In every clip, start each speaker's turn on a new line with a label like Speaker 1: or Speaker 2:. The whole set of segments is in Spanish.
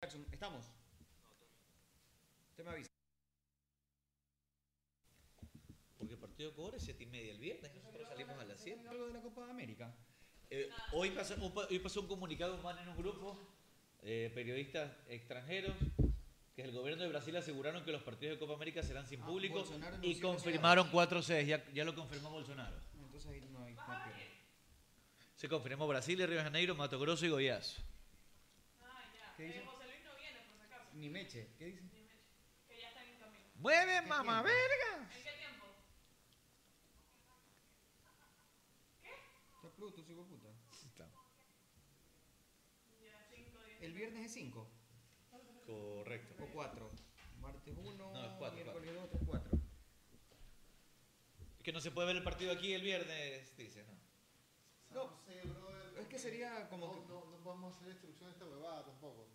Speaker 1: Jackson, ¿estamos? Usted me avisa.
Speaker 2: Porque el partido cobra es 7 y media el viernes, nosotros salimos a las 7.
Speaker 1: Algo de la Copa de América.
Speaker 2: Eh, hoy, pasó, un pa- hoy pasó un comunicado humano en un grupo, eh, periodistas extranjeros, que el gobierno de Brasil aseguraron que los partidos de Copa América serán sin
Speaker 1: Ah,
Speaker 2: público
Speaker 1: Bolsonaro
Speaker 2: y
Speaker 1: anunció que
Speaker 2: confirmaron cuatro sedes, ya, ya lo confirmó Bolsonaro.
Speaker 1: Entonces ahí no hay. no hay pierde.
Speaker 2: Se confirmó Brasil, Río de Janeiro, Mato Grosso y Goiás.
Speaker 3: Ah, ya.
Speaker 1: ¿Qué dice?
Speaker 3: Eh, José Luis no viene, por si acaso.
Speaker 1: Ni Meche, ¿qué dice?
Speaker 3: Que ya están en camino.
Speaker 2: ¡Mueve,
Speaker 1: mamá,
Speaker 2: mamá,
Speaker 1: Ah.
Speaker 2: verga!
Speaker 3: ¿En qué tiempo?
Speaker 1: Está Pluto, hijo de puta.
Speaker 3: Ya, 5, 10.
Speaker 1: El viernes es 5
Speaker 2: Correcto.
Speaker 1: o 4. Martes 1,
Speaker 2: No, es cuatro,
Speaker 1: miércoles 2, 3, 4.
Speaker 2: Que no se puede ver el partido aquí el viernes, dice, ¿no?
Speaker 1: No,
Speaker 4: No sé, brother.
Speaker 1: es que sería como
Speaker 4: No,
Speaker 1: que-
Speaker 4: no, no podemos hacer destrucción de esta huevada tampoco.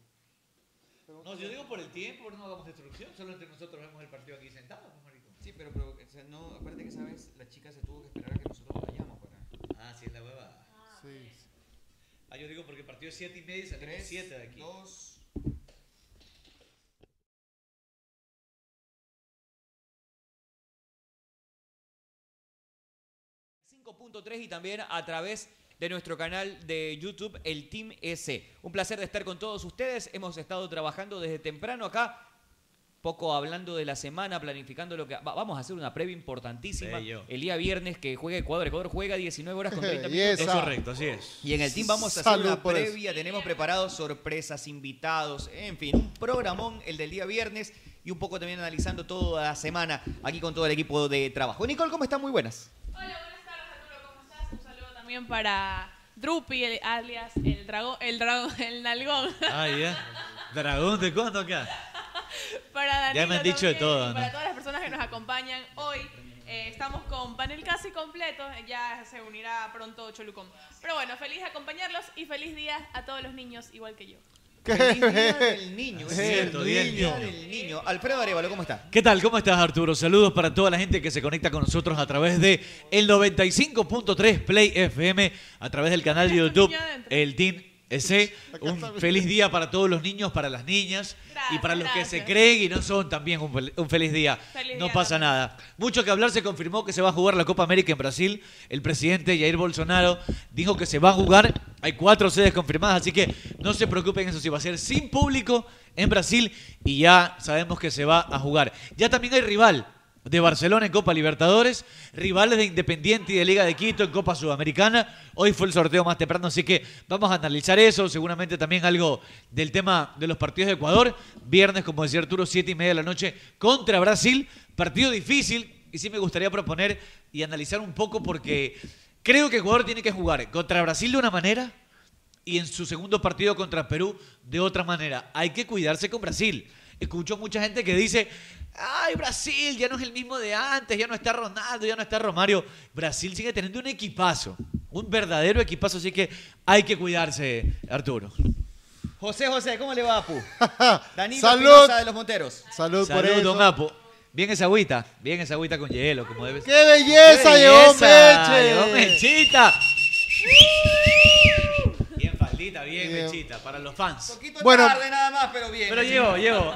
Speaker 4: Pero-
Speaker 2: No, yo digo por el tiempo, no hagamos destrucción, solo entre nosotros vemos el partido aquí sentados, pues, marico.
Speaker 1: Sí, pero, pero o sea, no, aparte que esa vez la chica se tuvo que esperar a que nosotros vayamos para.
Speaker 2: Ah, sí, es la huevada.
Speaker 3: Ah,
Speaker 4: Sí.
Speaker 3: sí.
Speaker 2: Ah, yo digo porque el partido es 7 y media y salimos
Speaker 1: 3,
Speaker 2: 7 de aquí.
Speaker 1: 2,
Speaker 5: y también a través de nuestro canal de YouTube, el Team S. Un placer de estar con todos ustedes. Hemos estado trabajando desde temprano acá, poco hablando de la semana, planificando lo que... va- vamos a hacer una previa importantísima.
Speaker 2: Bello.
Speaker 5: El día viernes que juega Ecuador. Ecuador juega 19 horas con 30
Speaker 4: Yes.
Speaker 5: minutos.
Speaker 4: Es correcto,
Speaker 2: así es.
Speaker 5: Y en el team vamos a hacer
Speaker 4: Salud
Speaker 5: una
Speaker 4: por eso.
Speaker 5: previa, tenemos preparados sorpresas, invitados, en fin, un programón el del día viernes y un poco también analizando toda la semana aquí con todo el equipo de trabajo. Nicole, ¿cómo están? Muy buenas.
Speaker 3: Hola, buenas tardes, Arturo. ¿Cómo estás? Un saludo también para Drupi, el, alias el dragón, el dragón, el nalgón.
Speaker 2: Ah, ya. Dragón, ¿de cuándo acá?
Speaker 3: Para
Speaker 2: Ya
Speaker 3: Danilo
Speaker 2: me han dicho de
Speaker 3: también,
Speaker 2: todo,
Speaker 3: y Para
Speaker 2: ¿no?
Speaker 3: todas las personas que nos acompañan hoy. eh, estamos con panel casi completo. Ya se unirá pronto Cholucón. Pero bueno, feliz de acompañarlos y feliz día a todos los niños, igual que yo.
Speaker 5: Feliz día del niño,
Speaker 2: Es
Speaker 5: es el
Speaker 2: cierto, día del
Speaker 5: día
Speaker 2: niño.
Speaker 5: del niño. Alfredo Arevalo, ¿cómo está?
Speaker 2: ¿Qué tal? ¿Cómo estás, Arturo? Saludos para toda la gente que se conecta con nosotros a través de el 95.3 Play FM, a través del canal de
Speaker 3: Está tu
Speaker 2: YouTube,
Speaker 3: niño adentro.
Speaker 2: el Team S. Un feliz día para todos los niños, para las niñas y
Speaker 3: Gracias,
Speaker 2: para los que se
Speaker 3: gracias.
Speaker 2: creen y no son también un, fel- un feliz día.
Speaker 3: Feliz
Speaker 2: no
Speaker 3: día
Speaker 2: pasa
Speaker 3: también.
Speaker 2: nada. Mucho que hablar, se confirmó que se va a jugar la Copa América en Brasil. El presidente Jair Bolsonaro dijo que se va a jugar. Hay cuatro sedes confirmadas, así que no se preocupen eso, si va a ser sin público en Brasil y ya sabemos que se va a jugar. Ya también hay rival de Barcelona en Copa Libertadores, rivales de Independiente y de Liga de Quito en Copa Sudamericana. Hoy fue el sorteo más temprano, así que vamos a analizar eso. Seguramente también algo del tema de los partidos de Ecuador. Viernes, como decía Arturo, 7 y media de la noche contra Brasil. Partido difícil y sí me gustaría proponer y analizar un poco porque creo que Ecuador tiene que jugar contra Brasil de una manera y en su segundo partido contra Perú de otra manera. Hay que cuidarse con Brasil. Escucho mucha gente que dice, ay, Brasil ya no es el mismo de antes, ya no está Ronaldo, ya no está Romario. Brasil sigue teniendo un equipazo, un verdadero equipazo, así que hay que cuidarse, Arturo.
Speaker 1: José José, ¿cómo le va, Apu? Danilo
Speaker 4: Salud.
Speaker 1: Espinosa de los Monteros.
Speaker 4: Salud, por
Speaker 2: Salud,
Speaker 4: eso.
Speaker 2: don Apo. Bien esa agüita, bien esa agüita con hielo, como debe ser.
Speaker 4: ¡Qué belleza,
Speaker 2: ¡Qué
Speaker 4: llegó
Speaker 2: belleza!
Speaker 4: Meche!
Speaker 2: Llegó Mechita! Bien faldita, bien
Speaker 4: Bien.
Speaker 2: Mechita, para los fans.
Speaker 1: Poquito
Speaker 4: Bueno.
Speaker 1: tarde nada más, pero bien.
Speaker 2: Pero llevo, llevo.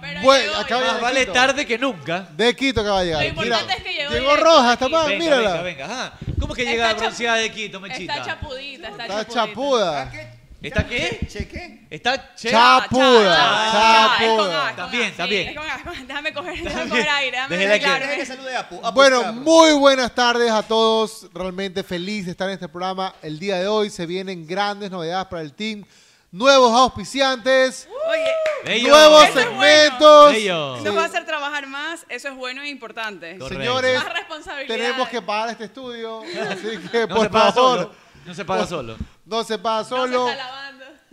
Speaker 3: Pero
Speaker 4: Bueno,
Speaker 3: llegó
Speaker 4: acá
Speaker 3: y-
Speaker 4: viene-
Speaker 2: Más vale tarde que nunca.
Speaker 4: De Quito que va a llegar.
Speaker 3: Lo importante es que llegó directo
Speaker 4: roja,
Speaker 3: de
Speaker 4: está
Speaker 3: Quito.
Speaker 4: más,
Speaker 2: venga,
Speaker 4: Ah, mírala.
Speaker 2: venga, venga. Ajá. ¿Cómo que llega
Speaker 3: Está
Speaker 2: bronceada
Speaker 3: chapu-
Speaker 2: de Quito, Mechita?
Speaker 3: Está chapudita, está,
Speaker 4: Está
Speaker 3: chapudita.
Speaker 4: chapuda.
Speaker 2: ¿Está qué?
Speaker 1: Chequé.
Speaker 2: Está che-
Speaker 6: Ah,
Speaker 4: Chap.
Speaker 3: Chapuda,
Speaker 2: Chapuda.
Speaker 3: chapuda. Es con A, es con A,
Speaker 2: También,
Speaker 3: sí,
Speaker 2: también.
Speaker 3: es con A. Déjame coger, déjame coger aire, déjame
Speaker 2: Déjela que-
Speaker 3: arreglarme.
Speaker 1: Deja que salude a Apu. Apu,
Speaker 4: Bueno,
Speaker 1: cabro.
Speaker 4: muy buenas tardes a todos. Realmente feliz de estar en este programa. El día de hoy se vienen grandes novedades para el team. Nuevos auspiciantes,
Speaker 6: Oye,
Speaker 2: Bello.
Speaker 4: nuevos
Speaker 6: Eso es bueno.
Speaker 4: segmentos.
Speaker 2: Bello.
Speaker 6: nos va a hacer trabajar más, eso es bueno e importante.
Speaker 2: Correcto.
Speaker 4: Señores,
Speaker 3: Más responsabilidad.
Speaker 4: tenemos que pagar este estudio. Así que,
Speaker 2: No
Speaker 4: por
Speaker 2: se paga
Speaker 4: favor,
Speaker 2: solo. No se paga solo.
Speaker 4: no se paga
Speaker 3: No se
Speaker 4: solo.
Speaker 3: está lavando.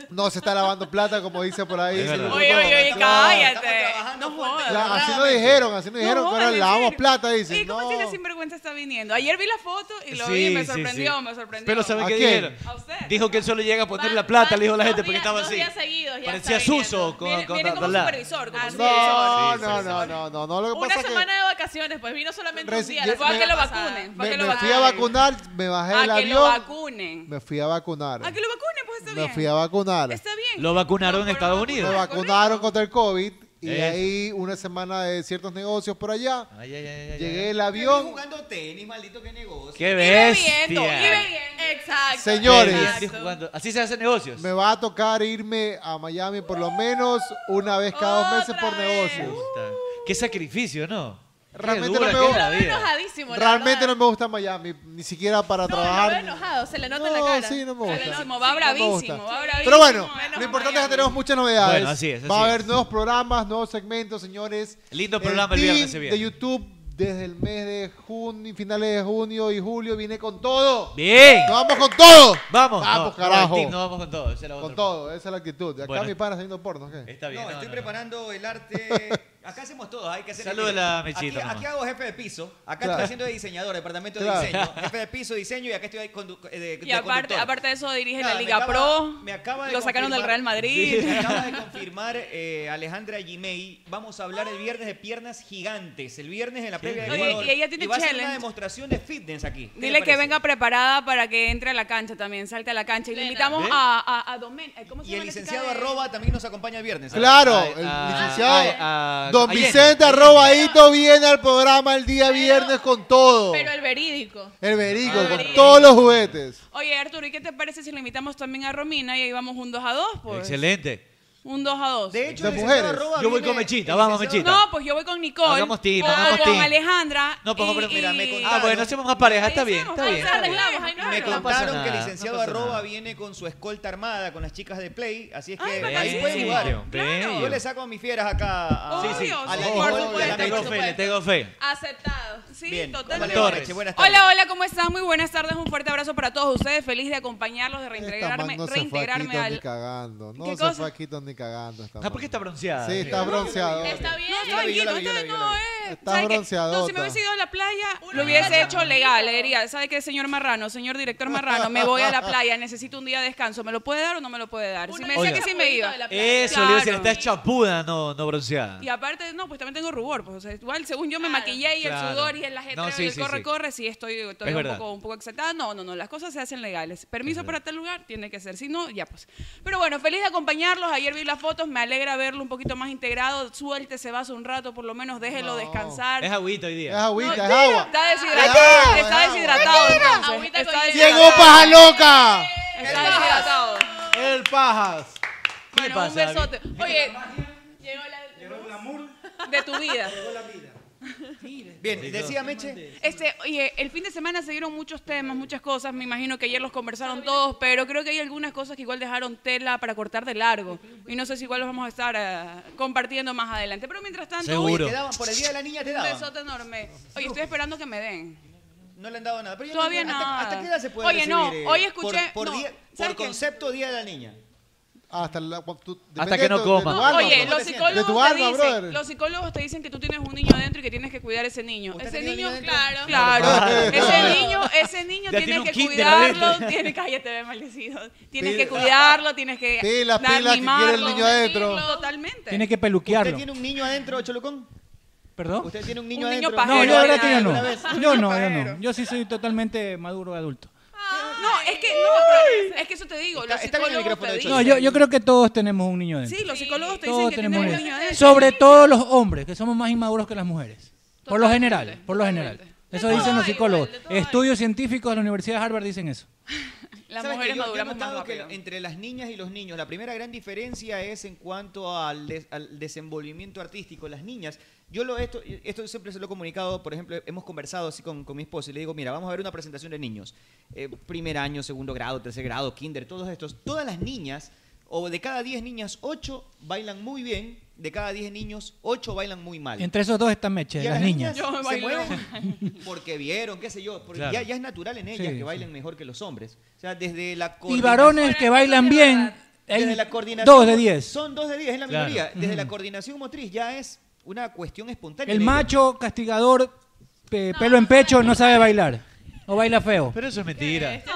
Speaker 4: No se está lavando plata, como dice por ahí.
Speaker 2: Es verdad.
Speaker 3: Oye, oye, oye,
Speaker 4: Claro.
Speaker 6: cállate.
Speaker 1: Estamos trabajando
Speaker 6: No
Speaker 1: fuerte.
Speaker 6: jodas.
Speaker 4: Ya, así lo dijeron, así lo
Speaker 6: No
Speaker 4: dijeron. que
Speaker 6: jodas,
Speaker 4: ahora
Speaker 6: ¿en
Speaker 4: lavamos
Speaker 6: serio?
Speaker 4: plata, dicen.
Speaker 6: Oye, ¿cómo
Speaker 4: no.
Speaker 6: así la sinvergüenza está viniendo? Ayer vi la foto y lo vi y me sorprendió, me sorprendió.
Speaker 2: Pero ¿sabe
Speaker 4: ¿A
Speaker 2: qué
Speaker 4: quién?
Speaker 2: dijeron?
Speaker 6: A usted.
Speaker 2: Dijo que él solo llega a poner
Speaker 3: Van-
Speaker 2: la plata,
Speaker 3: van
Speaker 2: le dijo la
Speaker 3: dos
Speaker 2: gente, porque
Speaker 3: días-
Speaker 2: estaba
Speaker 3: dos
Speaker 2: así.
Speaker 3: días seguidos, ya
Speaker 2: Parecía
Speaker 3: está viniendo.
Speaker 2: Suso con,
Speaker 6: viene,
Speaker 2: con
Speaker 6: viene como
Speaker 2: Abdalá.
Speaker 6: supervisor, como
Speaker 3: Ah, sí.
Speaker 6: supervisor.
Speaker 4: No,
Speaker 2: Sí,
Speaker 4: no,
Speaker 2: sí,
Speaker 4: no, no, no, no. Lo que
Speaker 3: Una
Speaker 4: pasa es
Speaker 3: semana
Speaker 4: que
Speaker 3: de vacaciones, pues vino solamente un
Speaker 4: Reci-
Speaker 3: día.
Speaker 4: yo-
Speaker 3: la
Speaker 6: Fue a que lo
Speaker 3: semana pasada.
Speaker 6: vacunen, fue a
Speaker 4: me,
Speaker 6: que lo
Speaker 4: me fui a
Speaker 6: vacunen.
Speaker 4: vacunar, me bajé del
Speaker 6: A que lo
Speaker 4: avión.
Speaker 6: vacunen.
Speaker 4: Me fui a vacunar.
Speaker 6: A que lo vacunen, pues
Speaker 3: está
Speaker 4: Me
Speaker 3: bien.
Speaker 4: fui a vacunar.
Speaker 3: Está bien.
Speaker 2: Pues Lo vacunaron en
Speaker 3: pero
Speaker 2: Estados
Speaker 3: no
Speaker 2: Unidos.
Speaker 4: Me
Speaker 3: vacunaron,
Speaker 4: vacunaron
Speaker 3: correcto.
Speaker 4: contra el COVID y
Speaker 2: Eso.
Speaker 4: ahí una semana de ciertos negocios por allá.
Speaker 2: Ay, ay, ay, ay,
Speaker 4: Llegué
Speaker 2: ay.
Speaker 4: el
Speaker 7: Estoy
Speaker 4: avión.
Speaker 7: jugando tenis, maldito, qué negocio.
Speaker 2: ¡Qué
Speaker 3: Y
Speaker 2: bestia!
Speaker 3: bebiendo, y bebiendo.
Speaker 8: Exacto.
Speaker 4: Señores.
Speaker 2: Bebiendo y
Speaker 8: Exacto.
Speaker 2: jugando. Así se hacen negocios.
Speaker 4: Me va a tocar irme a Miami por lo menos una vez cada dos meses por
Speaker 8: Otra vez.
Speaker 4: negocios.
Speaker 2: Puta. Qué sacrificio, ¿no? Qué
Speaker 4: Realmente
Speaker 2: dura
Speaker 4: no me
Speaker 2: que es
Speaker 4: gusta.
Speaker 2: la
Speaker 8: Lo veo
Speaker 2: vida.
Speaker 8: enojadísimo. la
Speaker 4: Realmente no
Speaker 8: verdad.
Speaker 4: me gusta Miami, ni siquiera para
Speaker 8: No,
Speaker 4: trabajar.
Speaker 8: lo veo enojado, se le nota en
Speaker 4: No,
Speaker 8: la cara.
Speaker 4: sí, no me gusta.
Speaker 3: Bravísimo,
Speaker 8: Sí,
Speaker 3: va
Speaker 8: no
Speaker 3: bravísimo,
Speaker 4: gusta.
Speaker 3: va bravísimo.
Speaker 4: Pero bueno,
Speaker 3: Menos
Speaker 4: lo importante es que
Speaker 3: Miami.
Speaker 4: tenemos muchas novedades.
Speaker 2: Bueno, así es, así
Speaker 4: Va a haber
Speaker 2: es.
Speaker 4: nuevos programas, nuevos segmentos, señores.
Speaker 2: Lindo programa el viernes,
Speaker 4: team
Speaker 2: se viene.
Speaker 4: de YouTube desde el mes de junio, finales de junio y julio viene con todo.
Speaker 2: Bien.
Speaker 4: ¡Nos vamos con todo!
Speaker 2: Vamos.
Speaker 4: Vamos,
Speaker 2: no,
Speaker 4: carajo.
Speaker 2: No, el tic, no, vamos con todo. ese era
Speaker 4: Con
Speaker 2: otro.
Speaker 4: todo, esa es la actitud. Acá
Speaker 2: Bueno. Eh,
Speaker 4: mi pana está viendo porno, ¿qué?
Speaker 2: Está bien.
Speaker 5: No, estoy
Speaker 2: no, no.
Speaker 5: preparando el arte. Acá hacemos todo, hay que hacer.
Speaker 2: Salúdala,
Speaker 5: Aquí-
Speaker 2: Mechito,
Speaker 5: Aquí,
Speaker 2: nomás.
Speaker 5: hago jefe de piso. Acá
Speaker 4: Claro.
Speaker 5: estoy haciendo de diseñador, departamento
Speaker 4: Claro.
Speaker 5: de diseño. Jefe de piso, diseño y acá estoy ahí condu- eh, de,
Speaker 3: Y
Speaker 5: de
Speaker 3: aparte,
Speaker 5: conductor.
Speaker 3: aparte de eso dirige
Speaker 5: Nada,
Speaker 3: la
Speaker 5: me
Speaker 3: Liga
Speaker 5: acaba-
Speaker 3: Pro.
Speaker 5: me acaba de
Speaker 3: lo sacaron del
Speaker 5: confirmar-
Speaker 3: Real Madrid.
Speaker 5: Me acaba de confirmar eh, Alejandra Gimei. Vamos a hablar el viernes de piernas gigantes. El viernes en la previa de
Speaker 2: Oye,
Speaker 5: Ecuador.
Speaker 3: y ella tiene
Speaker 5: y va a hacer una
Speaker 3: challenge.
Speaker 5: demostración de fitness aquí. ¿Qué le
Speaker 3: Dile que
Speaker 5: parece?
Speaker 3: venga preparada para que entre a la cancha también, salte a la cancha. Y le
Speaker 8: Plena.
Speaker 3: invitamos
Speaker 2: ¿Ve?
Speaker 3: a, a, a Domen. ay, ¿Cómo se
Speaker 5: Y el
Speaker 3: llama la chica
Speaker 5: licenciado
Speaker 3: de-
Speaker 5: arroba también nos acompaña el viernes. ¿eh?
Speaker 4: Claro,
Speaker 2: Ay,
Speaker 4: el
Speaker 2: ah,
Speaker 4: licenciado.
Speaker 2: ay, ah,
Speaker 4: Don
Speaker 2: ayer.
Speaker 4: Vicente arroba Hito viene al programa el día
Speaker 8: Pero-
Speaker 4: viernes con todo.
Speaker 8: Pero el verídico.
Speaker 4: el verico,
Speaker 8: Ah,
Speaker 4: con
Speaker 8: verídico.
Speaker 4: todos los juguetes.
Speaker 3: Oye, Arturo, ¿y qué te parece si le invitamos también a Romina y ahí vamos un 2 a 2? Pues.
Speaker 2: Excelente.
Speaker 3: Un 2 a 2.
Speaker 5: De hecho,
Speaker 4: De
Speaker 5: el licenciado
Speaker 4: mujeres.
Speaker 5: arroba
Speaker 2: Yo voy
Speaker 5: viene-
Speaker 2: con Mechita,
Speaker 5: el
Speaker 2: vamos,
Speaker 5: licenciado-
Speaker 2: Mechita.
Speaker 3: No, pues yo voy con Nicole.
Speaker 2: Hagamos team,
Speaker 3: o
Speaker 2: hagamos
Speaker 3: con
Speaker 2: team.
Speaker 3: Alejandra.
Speaker 2: No, pues,
Speaker 3: y-
Speaker 2: hombre, mira,
Speaker 3: y-
Speaker 5: me
Speaker 2: Ah,
Speaker 5: contaron.
Speaker 2: bueno, hacemos más pareja. Está bien, está bien.
Speaker 3: Ahí se
Speaker 2: está bien.
Speaker 3: arreglamos, ahí nos
Speaker 5: Me
Speaker 3: arreglamos.
Speaker 2: pasa
Speaker 5: contaron que el
Speaker 2: nada,
Speaker 5: licenciado
Speaker 2: no pasa
Speaker 5: arroba
Speaker 2: nada.
Speaker 5: viene con su escolta armada, con las chicas de Play, así es que
Speaker 3: Ay,
Speaker 5: ahí
Speaker 3: bacanísimo.
Speaker 5: pueden jugar.
Speaker 2: Bello.
Speaker 5: Yo le saco a mis fieras acá. a-
Speaker 3: Sí, sí.
Speaker 5: a la
Speaker 3: Por
Speaker 5: Nicole,
Speaker 3: supuesto,
Speaker 5: y a la
Speaker 2: Le
Speaker 5: Mechi.
Speaker 2: tengo fe, le tengo fe.
Speaker 4: Ah.
Speaker 8: Aceptado.
Speaker 3: Sí,
Speaker 5: Bien,
Speaker 3: totalmente.
Speaker 5: Juan
Speaker 2: Torres.
Speaker 5: Meche, buenas tardes.
Speaker 3: Hola, hola, ¿cómo están? Muy buenas tardes, un fuerte abrazo para todos ustedes. Feliz de acompañarlos, de
Speaker 4: Esta man
Speaker 3: reintegrarme,
Speaker 4: no se fue a
Speaker 3: reintegrarme
Speaker 4: Quito
Speaker 3: al.
Speaker 4: ni cagando. No
Speaker 3: ¿Qué
Speaker 4: se
Speaker 3: cosa?
Speaker 4: fue a Quito ni cagando. Esta
Speaker 2: Ah, ¿por qué
Speaker 4: man.
Speaker 2: está bronceada?
Speaker 4: Sí, está bronceado.
Speaker 8: Está bien.
Speaker 3: No,
Speaker 5: Yo la vi, yo la vi, yo
Speaker 3: tranquilo,
Speaker 5: la
Speaker 3: entonces
Speaker 5: vi, yo
Speaker 3: no
Speaker 5: la vi.
Speaker 3: es.
Speaker 4: Está
Speaker 3: ¿eh? ¿sabe qué? No,
Speaker 4: bronceadota.
Speaker 3: si me hubiese ido a la playa,
Speaker 8: Una
Speaker 3: lo hubiese
Speaker 8: playa
Speaker 3: hecho
Speaker 8: bonita.
Speaker 3: legal. Le diría, ¿sabe qué, señor Marrano? Señor director Marrano, me voy a la playa, necesito un día de descanso. ¿Me lo puede dar o no me lo puede dar? Si
Speaker 8: Uno
Speaker 3: me
Speaker 8: es
Speaker 3: decía
Speaker 2: Oiga.
Speaker 3: que sí me iba.
Speaker 8: de la playa.
Speaker 2: Eso, le iba a decir,
Speaker 3: Claro.
Speaker 2: está chapuda, no, no bronceada.
Speaker 3: Y aparte, no, pues también tengo rubor. Pues, o sea, igual, según yo me
Speaker 8: Claro.
Speaker 3: maquillé y
Speaker 2: Claro.
Speaker 3: el sudor y el ajetreo
Speaker 2: No, sí,
Speaker 3: y el
Speaker 2: sí, sí.
Speaker 3: corre-corre, sí. estoy todavía un
Speaker 2: verdad.
Speaker 3: poco, un poco exaltada. No, no, no, las cosas se hacen legales. Permiso
Speaker 2: verdad.
Speaker 3: para tal lugar tiene que ser, si no, ya pues. Pero bueno, feliz de acompañarlos. Ayer vi las fotos, me alegra verlo un poquito más integrado. Suelte, se va hace un rato, por lo menos déjelo
Speaker 4: No.
Speaker 3: descansar.
Speaker 2: Es agüita hoy
Speaker 4: Es
Speaker 2: día.
Speaker 4: agüita, es
Speaker 3: No,
Speaker 4: agua.
Speaker 3: Está
Speaker 4: Es
Speaker 3: deshidratado,
Speaker 4: agua,
Speaker 3: está
Speaker 4: es agua.
Speaker 3: deshidratado. entonces.
Speaker 8: Agüita
Speaker 3: Está
Speaker 8: con hielo.
Speaker 3: deshidratado.
Speaker 4: Llegó pues. Paja Loca.
Speaker 3: Está deshidratado.
Speaker 4: El Pajas.
Speaker 2: ¿Qué le
Speaker 3: Bueno,
Speaker 2: pasa?
Speaker 3: un besote. Oye,
Speaker 8: Llegó la.
Speaker 3: de tu vida.
Speaker 5: Bien, decía Meche.
Speaker 3: Este, oye, el fin de semana se dieron muchos temas, muchas cosas. Me imagino que ayer los conversaron todos, pero creo que hay algunas cosas que igual dejaron tela para cortar de largo. Y no sé si igual los vamos a estar ah, compartiendo más adelante. Pero mientras tanto,
Speaker 2: Seguro.
Speaker 5: Te daban, por el día de la niña te
Speaker 3: un
Speaker 5: daban.
Speaker 3: besote enorme. Oye, estoy esperando que me den.
Speaker 5: No le han dado nada. Pero ya
Speaker 3: Todavía
Speaker 5: no, hasta,
Speaker 3: nada.
Speaker 5: ¿Hasta qué edad se puede
Speaker 3: Oye, no,
Speaker 5: recibir, eh,
Speaker 3: hoy escuché-
Speaker 5: Por, por
Speaker 3: no,
Speaker 5: día-
Speaker 3: ¿sabes
Speaker 5: por
Speaker 3: qué?
Speaker 5: concepto día de la niña.
Speaker 4: Hasta, la- tú-
Speaker 2: Hasta que no
Speaker 4: dependiendo de-
Speaker 2: coma.
Speaker 4: de
Speaker 3: No,
Speaker 4: tu alma,
Speaker 3: oye,
Speaker 4: pues.
Speaker 5: ¿cómo
Speaker 3: los
Speaker 5: te sientes?
Speaker 4: De tu
Speaker 3: psicólogos, te
Speaker 4: alma, brother.
Speaker 3: dicen, los psicólogos te dicen que tú tienes un niño adentro y que tienes que cuidar a ese niño.
Speaker 5: ¿Usted
Speaker 3: Ese
Speaker 5: tenía un niño
Speaker 3: niño,
Speaker 5: adentro?
Speaker 3: claro,
Speaker 4: Claro.
Speaker 3: claro. Ese niño, ese niño
Speaker 2: Ya tiene
Speaker 3: tienes
Speaker 2: un
Speaker 3: que
Speaker 2: kinder
Speaker 3: cuidarlo,
Speaker 2: adentro.
Speaker 3: tiene, cállate, ve, maldecido. Tienes
Speaker 4: Pila.
Speaker 3: que cuidarlo, tienes que
Speaker 4: Pila,
Speaker 3: dar-
Speaker 4: pila, que quiere el
Speaker 3: mimarlo,
Speaker 4: niño adentro.
Speaker 3: sentirlo Totalmente.
Speaker 9: Tiene que
Speaker 5: ¿Usted
Speaker 9: peluquearlo.
Speaker 5: tiene un niño adentro, Cholucón?
Speaker 9: ¿Perdón?
Speaker 5: ¿Usted tiene un niño
Speaker 3: Un niño
Speaker 5: adentro?
Speaker 3: pajero.
Speaker 9: No, yo la verdad que yo
Speaker 5: ¿Alguna vez?
Speaker 9: no. Yo no, yo no. Yo sí soy totalmente maduro adulto.
Speaker 3: No, es que no, pero es que eso te digo,
Speaker 5: Está-
Speaker 3: los
Speaker 5: está con el
Speaker 3: psicólogos
Speaker 5: micrófono,
Speaker 3: te
Speaker 5: de hecho.
Speaker 3: dicen.
Speaker 9: No, yo, yo creo que todos tenemos un niño adentro.
Speaker 3: Sí, los psicólogos te dicen
Speaker 9: Todos
Speaker 3: que
Speaker 9: tenemos
Speaker 3: tienes
Speaker 9: un
Speaker 3: un niño
Speaker 9: niño.
Speaker 3: adentro.
Speaker 9: Sobre todo los hombres, que somos más inmaduros que las mujeres. Por lo general, por lo general.
Speaker 3: De
Speaker 9: Eso
Speaker 3: todo
Speaker 9: dicen los
Speaker 3: hay,
Speaker 9: psicólogos.
Speaker 3: igual, de todo hay.
Speaker 9: Estudios científicos de la Universidad de Harvard dicen eso.
Speaker 3: Las
Speaker 5: ¿Sabes
Speaker 3: mujeres
Speaker 5: qué? Yo- yo he
Speaker 3: maduramos más
Speaker 5: notado que
Speaker 3: rápido.
Speaker 5: Entre las niñas y los niños, la primera gran diferencia es en cuanto al, des- al desenvolvimiento artístico. Las niñas, yo lo esto, esto siempre se lo he comunicado, por ejemplo, hemos conversado así con, con mi esposo y le digo, mira, vamos a ver una presentación de niños. Eh, primer año, segundo grado, tercer grado, kinder, todos estos. Todas las niñas, o de cada 10 niñas, 8 bailan muy bien, de cada 10 niños, 8 bailan muy mal.
Speaker 9: Entre esos dos están Meche,
Speaker 5: Y a
Speaker 9: las niñas.
Speaker 3: Yo
Speaker 5: se
Speaker 3: bailo.
Speaker 5: mueven porque vieron, qué sé yo, porque
Speaker 2: Claro.
Speaker 5: ya, ya es natural en ellas
Speaker 9: Sí,
Speaker 5: que
Speaker 9: sí.
Speaker 5: bailen mejor que los hombres. O sea, desde la
Speaker 9: Y
Speaker 5: coordinación-
Speaker 9: varones que bailan bien,
Speaker 5: desde
Speaker 9: hay
Speaker 5: la coordinación
Speaker 9: dos de diez.
Speaker 5: Son dos de diez, es la
Speaker 2: Claro.
Speaker 5: minoría. Desde la coordinación motriz ya es una cuestión espontánea. en
Speaker 9: El
Speaker 5: ellos.
Speaker 9: macho castigador, pe- pelo en pecho, no sabe bailar. O baila feo.
Speaker 2: Pero eso es mentira.
Speaker 8: No,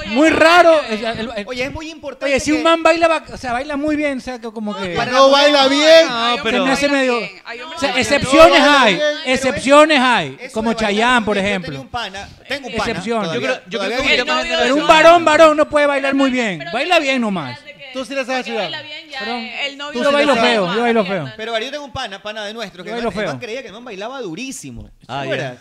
Speaker 8: Oye,
Speaker 9: Muy
Speaker 8: no,
Speaker 9: raro.
Speaker 8: no,
Speaker 9: es- el- el-
Speaker 5: Oye, es muy importante.
Speaker 9: Oye, si un
Speaker 5: que-
Speaker 9: man baila, va- o sea, baila muy bien, o sea, que como que...
Speaker 4: Para no baila bien.
Speaker 2: Ah,
Speaker 3: Hay hombres
Speaker 2: pero-
Speaker 3: que
Speaker 9: Se me hace
Speaker 3: bailan
Speaker 9: medio-
Speaker 3: bien, hay
Speaker 9: O
Speaker 3: hombres que
Speaker 9: sea,
Speaker 3: bailan
Speaker 9: excepciones
Speaker 4: No, no, no,
Speaker 9: hay,
Speaker 4: no, no, no,
Speaker 5: pero
Speaker 9: excepciones hay,
Speaker 5: eso
Speaker 9: como
Speaker 5: de bailar,
Speaker 9: Chayanne, por
Speaker 5: yo tenía
Speaker 9: ejemplo.
Speaker 5: un pana- tengo un pana.
Speaker 9: Excepción.
Speaker 5: todavía-
Speaker 9: Yo
Speaker 2: creo- yo
Speaker 5: todavía
Speaker 2: creo que
Speaker 5: vive
Speaker 8: el
Speaker 5: con
Speaker 8: novio
Speaker 5: este
Speaker 8: de
Speaker 9: Pero un
Speaker 5: relación.
Speaker 8: Chayanne.
Speaker 9: varón, varón, no puede bailar muy
Speaker 8: baila-
Speaker 9: bien.
Speaker 8: pero
Speaker 9: Baila
Speaker 8: no
Speaker 9: bien
Speaker 8: baila de
Speaker 9: nomás.
Speaker 8: que-
Speaker 4: Tú sí la sabes
Speaker 8: porque baila
Speaker 4: ayudar.
Speaker 8: bien ya,
Speaker 9: Perdón.
Speaker 8: eh,
Speaker 3: El novio
Speaker 9: Yo
Speaker 3: se
Speaker 9: bailo
Speaker 3: le
Speaker 9: feo,
Speaker 3: sale
Speaker 9: yo bailo feo.
Speaker 5: Pero yo tengo un pana, pana de nuestro, que
Speaker 9: Yo
Speaker 5: el
Speaker 9: bailo
Speaker 5: man, el man
Speaker 9: feo.
Speaker 5: creía que el man bailaba durísimo.
Speaker 2: Ah, ya.
Speaker 5: ¿Fueras?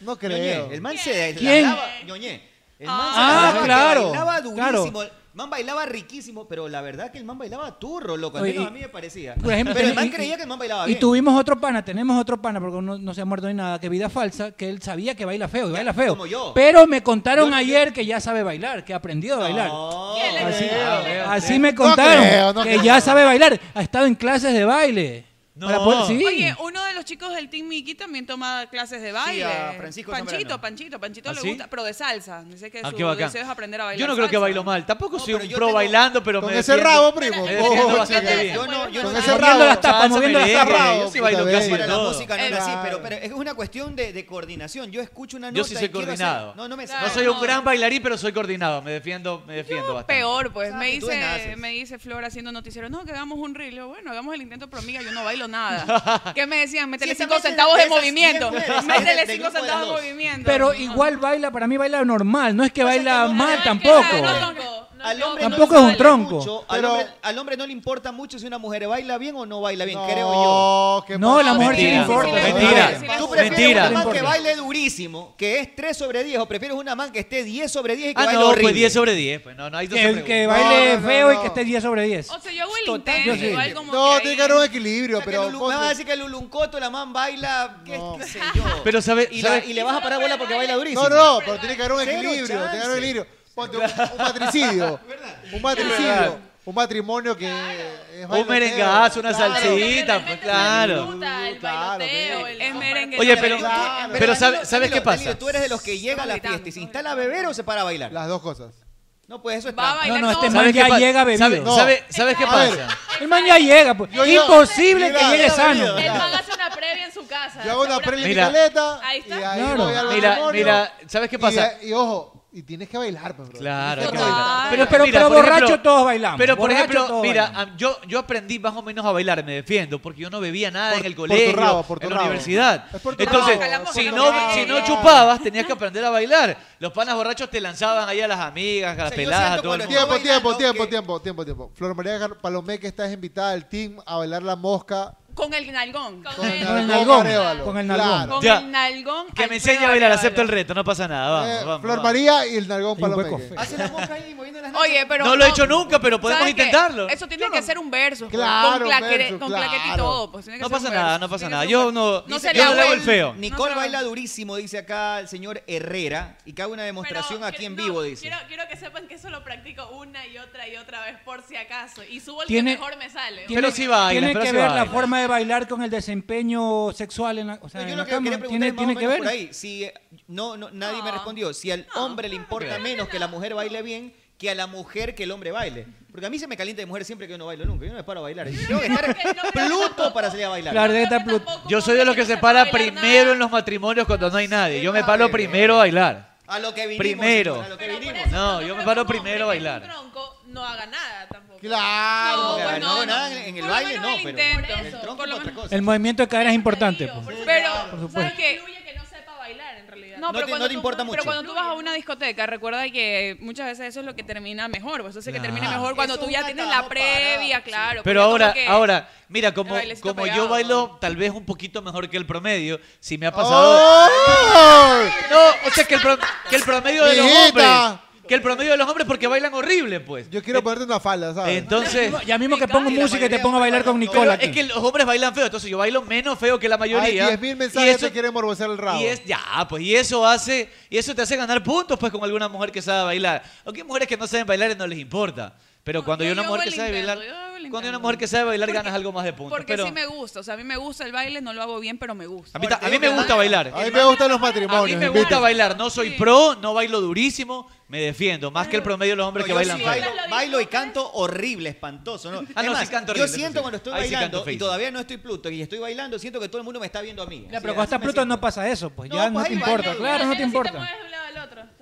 Speaker 4: No creo.
Speaker 5: Ñoñé, el man se
Speaker 9: ¿Quién?
Speaker 5: la daba- Ñoñé. El man se
Speaker 9: Ah,
Speaker 5: la daba que
Speaker 9: claro,
Speaker 5: Bailaba
Speaker 9: claro.
Speaker 5: durísimo. El man bailaba riquísimo, pero la verdad que el man bailaba turro, loco. Al
Speaker 9: Oye,
Speaker 5: menos
Speaker 9: y-
Speaker 5: a mí me parecía.
Speaker 9: Por ejemplo,
Speaker 5: pero el
Speaker 9: ten-
Speaker 5: man
Speaker 9: y-
Speaker 5: creía que el man bailaba
Speaker 9: Y
Speaker 5: bien.
Speaker 9: tuvimos otro pana, tenemos otro pana, porque no, no se ha muerto ni nada, que vida falsa, que él sabía que baila feo, y baila feo.
Speaker 5: como yo.
Speaker 9: Pero me contaron
Speaker 5: Yo- Oh,
Speaker 9: ayer que ya sabe bailar, que aprendió a bailar.
Speaker 5: No.
Speaker 8: ¿Quién le
Speaker 9: Así,
Speaker 8: creo,
Speaker 9: ah,
Speaker 8: le creo.
Speaker 9: así me contaron,
Speaker 4: creo, no
Speaker 9: que
Speaker 4: creo.
Speaker 9: ya sabe bailar, ha estado en clases de baile.
Speaker 2: No.
Speaker 9: Para poder- sí.
Speaker 3: Oye, uno de los chicos del Team Miki también toma clases de baile.
Speaker 5: a Francisco
Speaker 3: Panchito,
Speaker 5: Zambrano.
Speaker 3: Panchito, Panchito
Speaker 2: ¿Ah,
Speaker 3: le
Speaker 2: sí?
Speaker 3: gusta, pero de salsa. Dice que
Speaker 2: Ah,
Speaker 3: su
Speaker 2: qué bacán.
Speaker 3: deseo es aprender a bailar.
Speaker 2: Yo no creo que
Speaker 3: salsa.
Speaker 2: bailo mal. Tampoco
Speaker 5: No,
Speaker 2: soy
Speaker 5: pero
Speaker 2: un
Speaker 5: yo
Speaker 2: pro
Speaker 5: tengo-
Speaker 2: bailando, pero
Speaker 4: Con
Speaker 2: me
Speaker 4: ese
Speaker 2: defiendo.
Speaker 4: rabo, primo.
Speaker 2: Me defiendo
Speaker 4: Ojo,
Speaker 2: bastante
Speaker 4: chica.
Speaker 2: bien.
Speaker 5: Yo no, yo
Speaker 4: Con
Speaker 5: no
Speaker 4: ese
Speaker 5: soy-
Speaker 9: Moviendo
Speaker 4: rabo.
Speaker 9: las tapas,
Speaker 2: Salsa,
Speaker 9: moviendo las
Speaker 2: merengue,
Speaker 9: tapas.
Speaker 4: rabo,
Speaker 2: Yo sí bailo
Speaker 4: puta
Speaker 2: casi
Speaker 4: verga.
Speaker 2: de
Speaker 5: para la
Speaker 2: todo.
Speaker 5: música no
Speaker 3: Eh,
Speaker 5: nací,
Speaker 4: claro.
Speaker 5: pero, pero es una cuestión de, de coordinación. Yo escucho una nota
Speaker 2: Yo sí
Speaker 5: y
Speaker 2: soy
Speaker 5: quiero hacer-
Speaker 2: coordinado.
Speaker 5: No, no me
Speaker 2: No soy un gran bailarín, pero soy coordinado. Me defiendo, me defiendo bastante.
Speaker 3: Peor, pues.
Speaker 5: Esas
Speaker 3: Me
Speaker 5: actitudes nada
Speaker 3: dice,
Speaker 5: haces.
Speaker 3: me dice Flor haciendo noticiero, no, que hagamos un reel. Yo, bueno, hagamos el intento, pero amiga, yo no bailo nada. ¿Qué me decían? Métele
Speaker 5: Sí, esa
Speaker 3: 5
Speaker 5: vez
Speaker 3: centavos de
Speaker 5: de esas
Speaker 3: movimiento.
Speaker 5: siempre eres,
Speaker 3: Métele
Speaker 5: del
Speaker 3: 5
Speaker 5: grupo de
Speaker 3: centavos de
Speaker 5: dos.
Speaker 3: movimiento.
Speaker 9: Pero
Speaker 3: No.
Speaker 9: igual baila, para mí baila normal, no es que
Speaker 5: Pasa
Speaker 9: baila
Speaker 5: que no-
Speaker 9: mal
Speaker 5: no es que
Speaker 9: tampoco.
Speaker 5: baila,
Speaker 8: No, no, no,
Speaker 5: Al
Speaker 8: no,
Speaker 5: hombre
Speaker 9: Tampoco
Speaker 5: no le
Speaker 9: es un
Speaker 5: vale
Speaker 9: tronco.
Speaker 5: mucho, al,
Speaker 4: Pero-
Speaker 5: hombre, al hombre no le importa mucho si una mujer baila bien o no baila bien,
Speaker 4: No,
Speaker 5: creo yo.
Speaker 4: ¿qué
Speaker 9: No,
Speaker 4: pasa?
Speaker 9: la mujer sí le
Speaker 2: Mentira,
Speaker 9: importa.
Speaker 2: mentira,
Speaker 3: Sí le
Speaker 5: ¿Tú
Speaker 3: importa.
Speaker 5: prefieres
Speaker 2: mentira.
Speaker 5: una man
Speaker 9: No
Speaker 5: que
Speaker 9: importa.
Speaker 5: baile durísimo, que es 3 sobre 10, o prefieres una man que esté 10 sobre 10 y que
Speaker 2: Ah,
Speaker 5: baile
Speaker 2: no,
Speaker 5: horrible?
Speaker 2: pues 10 sobre 10. Pues no, no hay dos
Speaker 9: Que, que
Speaker 4: No,
Speaker 9: baile
Speaker 4: no, no,
Speaker 9: feo y
Speaker 4: no.
Speaker 9: que esté 10 sobre 10.
Speaker 8: O sea, yo hago el
Speaker 5: Total,
Speaker 8: intento,
Speaker 9: yo sí.
Speaker 8: igual como
Speaker 4: No,
Speaker 8: que
Speaker 4: tiene
Speaker 8: ahí-
Speaker 4: que haber un
Speaker 5: O
Speaker 4: equilibrio,
Speaker 5: sea, que
Speaker 4: pero.
Speaker 5: Lulu- me vas a
Speaker 4: cosas-
Speaker 5: decir que Luluncoto, la man baila, qué,
Speaker 4: No.
Speaker 5: qué sé yo.
Speaker 2: Pero sabe-
Speaker 5: y, la-
Speaker 2: sabe-
Speaker 5: y le vas a parar bola porque baila durísimo.
Speaker 4: No, no, pero tiene que haber un
Speaker 5: Cero
Speaker 4: equilibrio. Tiene que haber un
Speaker 5: chance.
Speaker 4: equilibrio. Ponte un, un matricidio. un matricidio. Un matrimonio que. es
Speaker 2: Un
Speaker 4: bailoteo.
Speaker 2: merengazo, una
Speaker 4: Claro.
Speaker 2: salsita, pues claro.
Speaker 8: Disfruta el
Speaker 4: Claro,
Speaker 8: bailoteo,
Speaker 4: bien.
Speaker 8: el-
Speaker 3: Es merengue.
Speaker 2: Oye,
Speaker 3: no,
Speaker 2: pero-
Speaker 4: Claro.
Speaker 2: pero sabe-
Speaker 5: Danilo,
Speaker 2: ¿sabes qué
Speaker 5: Danilo,
Speaker 2: pasa?
Speaker 5: Danilo, tú eres de los que llega a la
Speaker 3: Gritando,
Speaker 5: fiesta y se instala a beber o se para a bailar.
Speaker 4: Las dos cosas.
Speaker 5: No, pues eso es
Speaker 3: Va a
Speaker 5: trampa.
Speaker 3: bailar
Speaker 9: No, no, este
Speaker 3: todo.
Speaker 9: man
Speaker 2: ¿Sabes
Speaker 9: ya
Speaker 2: pa-
Speaker 9: llega
Speaker 2: sabe-
Speaker 9: bebido.
Speaker 2: sabe- ¿Sabes qué
Speaker 4: A ver.
Speaker 2: pasa?
Speaker 9: El man ya llega, pues.
Speaker 4: Yo- yo-
Speaker 9: Imposible que
Speaker 4: Mira,
Speaker 9: llegue
Speaker 4: yo-
Speaker 9: sano.
Speaker 8: Él man hace una previa en su casa.
Speaker 4: Yo hago una
Speaker 8: seguramente.
Speaker 4: previa en mi
Speaker 2: Mira.
Speaker 4: caleta.
Speaker 8: Ahí
Speaker 4: Y
Speaker 8: está.
Speaker 4: ahí
Speaker 9: Claro.
Speaker 4: voy al
Speaker 2: Mira,
Speaker 4: matrimonio.
Speaker 2: mira, ¿sabes qué pasa?
Speaker 4: Y, y ojo, y tienes que bailar, pues, bro.
Speaker 2: Claro, hay que
Speaker 3: Total.
Speaker 2: bailar.
Speaker 9: Pero- pero-
Speaker 2: mira,
Speaker 9: pero
Speaker 2: por ejemplo-
Speaker 9: borracho todos bailamos,
Speaker 2: Pero por
Speaker 9: borracho
Speaker 2: ejemplo,
Speaker 9: todos
Speaker 2: mira,
Speaker 9: bailamos.
Speaker 2: am- yo, yo aprendí más o menos a bailar, me defiendo, porque yo no bebía nada
Speaker 4: Por-
Speaker 2: en el
Speaker 4: por tu
Speaker 2: colegio,
Speaker 4: rabo, por tu
Speaker 2: en la
Speaker 4: rabo.
Speaker 2: universidad.
Speaker 4: Es por tu
Speaker 2: Entonces,
Speaker 3: rabo, es
Speaker 2: si
Speaker 3: por
Speaker 2: no,
Speaker 3: tu rabo.
Speaker 2: si no chupabas, tenías que aprender a bailar. Los panas borrachos te lanzaban ahí a las amigas, a las
Speaker 5: O sea, yo
Speaker 2: peladas, a
Speaker 5: siento
Speaker 2: todo el
Speaker 5: cuando-
Speaker 2: mundo.
Speaker 4: Tiempo, tiempo,
Speaker 5: bailando,
Speaker 4: tiempo,
Speaker 5: que-
Speaker 4: tiempo, tiempo, tiempo. Flor María Gar- Palomé, que estás invitada al team a bailar la mosca.
Speaker 3: Con el nalgón.
Speaker 8: Con
Speaker 4: Con
Speaker 8: el-
Speaker 4: el
Speaker 9: Con el
Speaker 4: nalgón.
Speaker 9: nalgón,
Speaker 4: Arevalo.
Speaker 9: con el nalgón.
Speaker 4: Claro.
Speaker 3: Con
Speaker 2: Ya.
Speaker 3: el nalgón.
Speaker 2: Que me
Speaker 3: Alfredo
Speaker 2: enseñe a bailar,
Speaker 3: Arevalo.
Speaker 2: acepto el reto, no pasa nada, vamos,
Speaker 4: Eh,
Speaker 2: vamos,
Speaker 4: Flor
Speaker 2: vamos.
Speaker 4: María y el nalgón
Speaker 9: Y un hueco
Speaker 4: Palomé.
Speaker 9: feo.
Speaker 5: Hace la mosca ahí moviendo las
Speaker 3: Oye, pero
Speaker 2: No lo he hecho nunca, pero podemos
Speaker 3: ¿sabes qué?
Speaker 2: intentarlo.
Speaker 3: Eso tiene que ser un verso.
Speaker 4: Claro,
Speaker 3: con claquete,
Speaker 4: verso,
Speaker 3: con
Speaker 4: claro.
Speaker 3: claquete y todo. pues, tiene que
Speaker 2: No
Speaker 3: ser un
Speaker 2: pasa
Speaker 3: verso.
Speaker 2: nada, no pasa
Speaker 3: Tiene
Speaker 2: nada.
Speaker 3: que ser
Speaker 2: Yo
Speaker 3: un
Speaker 2: no,
Speaker 3: No
Speaker 2: yo
Speaker 3: se
Speaker 2: no
Speaker 3: le
Speaker 2: le hago el
Speaker 3: abuela.
Speaker 2: feo.
Speaker 5: Nicole
Speaker 3: No se
Speaker 5: baila
Speaker 3: va.
Speaker 5: durísimo, dice acá el señor Herrera, y que haga una
Speaker 8: Pero
Speaker 5: demostración aquí
Speaker 8: que-
Speaker 5: en
Speaker 8: no,
Speaker 5: vivo, dice.
Speaker 8: Quiero, quiero que sepan que eso lo practico una y otra y otra vez por si acaso. Y subo el
Speaker 9: Tiene-
Speaker 8: que mejor me sale.
Speaker 9: Tiene-
Speaker 2: Pero sí baila,
Speaker 9: Tiene
Speaker 2: pero
Speaker 9: que
Speaker 2: sí
Speaker 9: ver
Speaker 2: baila.
Speaker 9: la forma de bailar con el desempeño sexual en la, o sea,
Speaker 5: Yo
Speaker 9: en
Speaker 5: lo
Speaker 9: la
Speaker 5: que
Speaker 9: cama.
Speaker 5: quería preguntar
Speaker 9: Tiene,
Speaker 5: es más
Speaker 9: tiene
Speaker 5: o
Speaker 9: que
Speaker 5: menos
Speaker 9: ver.
Speaker 5: por ahí, si eh, no, no, nadie me
Speaker 8: No.
Speaker 5: respondió, si al hombre le importa menos que la mujer baile bien que a la mujer que el hombre baile. Porque a mí se me calienta de mujer siempre que yo no bailo nunca, yo no me paro a bailar. Yo tengo que estar
Speaker 8: que- no creo que
Speaker 5: pluto
Speaker 8: tampoco.
Speaker 5: para salir a bailar.
Speaker 9: Claro,
Speaker 8: Creo
Speaker 9: de esta
Speaker 8: que
Speaker 9: plut-
Speaker 8: tampoco
Speaker 2: Yo
Speaker 8: un
Speaker 2: soy de
Speaker 8: hombre
Speaker 2: los que se
Speaker 8: sepa
Speaker 2: para
Speaker 8: bailar
Speaker 2: primero
Speaker 8: nada.
Speaker 2: en los matrimonios cuando no hay nadie. Yo me
Speaker 5: Sí,
Speaker 2: paro
Speaker 5: madre.
Speaker 2: primero a bailar.
Speaker 5: A lo que vinimos.
Speaker 2: Primero.
Speaker 5: señora, A lo que
Speaker 8: Pero por
Speaker 5: vinimos.
Speaker 8: eso
Speaker 2: No,
Speaker 8: cuando
Speaker 2: yo me
Speaker 8: creo
Speaker 2: paro
Speaker 8: que un
Speaker 2: primero
Speaker 8: hombre que
Speaker 2: a
Speaker 8: es un tronco no haga nada tampoco.
Speaker 4: Claro.
Speaker 8: No,
Speaker 5: Porque
Speaker 8: pues
Speaker 5: no, nada en- en el
Speaker 3: Por lo
Speaker 5: baile
Speaker 3: menos
Speaker 5: no,
Speaker 3: el
Speaker 5: pero
Speaker 3: intento.
Speaker 5: en el
Speaker 3: Por
Speaker 5: tronco
Speaker 3: lo
Speaker 5: es otra
Speaker 3: menos-
Speaker 5: cosa.
Speaker 9: El movimiento de cadera es importante.
Speaker 8: Por
Speaker 9: pues.
Speaker 8: eso te
Speaker 3: Pero,
Speaker 8: digo,
Speaker 3: por
Speaker 8: ¿sabes
Speaker 9: supuesto.
Speaker 8: qué? Incluye que no sepa bailar en realidad.
Speaker 3: No,
Speaker 5: No
Speaker 3: pero
Speaker 5: te-
Speaker 3: cuando
Speaker 5: no te
Speaker 3: tú-
Speaker 5: importa mucho.
Speaker 3: Pero cuando tú vas a una discoteca, recuerda que muchas veces eso es lo que termina mejor. Pues eso es lo que termina
Speaker 2: Claro.
Speaker 8: Ah,
Speaker 3: mejor cuando
Speaker 5: Eso
Speaker 3: tú
Speaker 5: es
Speaker 3: ya
Speaker 5: una
Speaker 3: tienes la
Speaker 5: tapa
Speaker 3: previa,
Speaker 5: parada,
Speaker 3: claro.
Speaker 2: Pero
Speaker 3: porque
Speaker 2: ahora,
Speaker 3: como que-
Speaker 2: ahora, mira, como,
Speaker 3: El bailecito
Speaker 2: como yo
Speaker 3: pegado.
Speaker 2: bailo tal vez un poquito mejor que el promedio, si me ha pasado...
Speaker 4: ¡Oh!
Speaker 2: No, o sea, que el, pro- que el promedio de los
Speaker 4: Mijita.
Speaker 2: hombres... Que el promedio de los hombres porque bailan horrible, pues.
Speaker 4: Yo quiero ponerte una falda, ¿sabes?
Speaker 2: Entonces...
Speaker 9: Ya mismo que
Speaker 3: Me
Speaker 9: pongo
Speaker 3: cae la
Speaker 9: música y te
Speaker 5: mayoría
Speaker 9: pongo a bailar con
Speaker 5: bailando.
Speaker 9: Nicola.
Speaker 2: Pero es
Speaker 9: aquí.
Speaker 2: que los hombres bailan feo, entonces yo bailo menos feo que la mayoría.
Speaker 4: Hay 10.000
Speaker 2: Y
Speaker 4: mensajes
Speaker 2: eso-
Speaker 4: que quieren morbocear el rabo.
Speaker 2: Y es, ya, pues, y eso hace, y eso te hace ganar puntos, pues, con alguna mujer que sabe bailar. Aunque hay mujeres que no saben bailar y no les importa. Pero
Speaker 3: No,
Speaker 2: cuando
Speaker 3: yo-
Speaker 2: hay una
Speaker 3: yo
Speaker 2: mujer
Speaker 3: hago
Speaker 2: que
Speaker 3: el
Speaker 2: sabe
Speaker 3: intento,
Speaker 2: bailar,
Speaker 3: yo hago
Speaker 2: cuando
Speaker 3: el
Speaker 2: hay una
Speaker 3: intento.
Speaker 2: mujer que sabe bailar,
Speaker 3: Porque-
Speaker 2: ganas algo más de puntos.
Speaker 3: Porque
Speaker 2: pero
Speaker 3: sí me gusta. O sea, a mí me gusta el baile, no lo hago bien, pero me gusta.
Speaker 2: a, mí, ta-
Speaker 5: Porque
Speaker 2: a mí
Speaker 5: digo
Speaker 2: me
Speaker 5: que
Speaker 2: gusta
Speaker 5: nada-
Speaker 2: bailar.
Speaker 4: A mí me gustan los matrimonios.
Speaker 2: A mí me
Speaker 4: invito.
Speaker 2: gusta bailar. No soy pro, no bailo durísimo, me defiendo. Más que el promedio de los hombres
Speaker 5: No,
Speaker 2: que
Speaker 5: yo
Speaker 2: bailan
Speaker 5: sí
Speaker 2: feo.
Speaker 5: bailo, bailo y canto horrible, espantoso. ¿no?
Speaker 2: Ah,
Speaker 5: Es
Speaker 2: no, sí
Speaker 5: más,
Speaker 2: canto
Speaker 5: yo
Speaker 2: horrible,
Speaker 5: siento
Speaker 2: sí.
Speaker 5: cuando estoy
Speaker 2: Ahí sí canto
Speaker 5: bailando y
Speaker 2: feísimo.
Speaker 5: todavía no estoy Pluto y estoy bailando, siento que todo el mundo me está viendo a mí.
Speaker 9: Ya,
Speaker 5: Así,
Speaker 9: pero cuando
Speaker 5: así
Speaker 9: estás
Speaker 5: me
Speaker 9: Pluto
Speaker 5: siento.
Speaker 9: no pasa eso, pues
Speaker 5: No,
Speaker 9: ya
Speaker 5: pues
Speaker 9: no te
Speaker 5: ahí
Speaker 9: importa.
Speaker 5: bailo.
Speaker 9: Claro, no
Speaker 8: Pero
Speaker 9: te
Speaker 8: si
Speaker 9: importa.
Speaker 8: mueves de un lado al otro.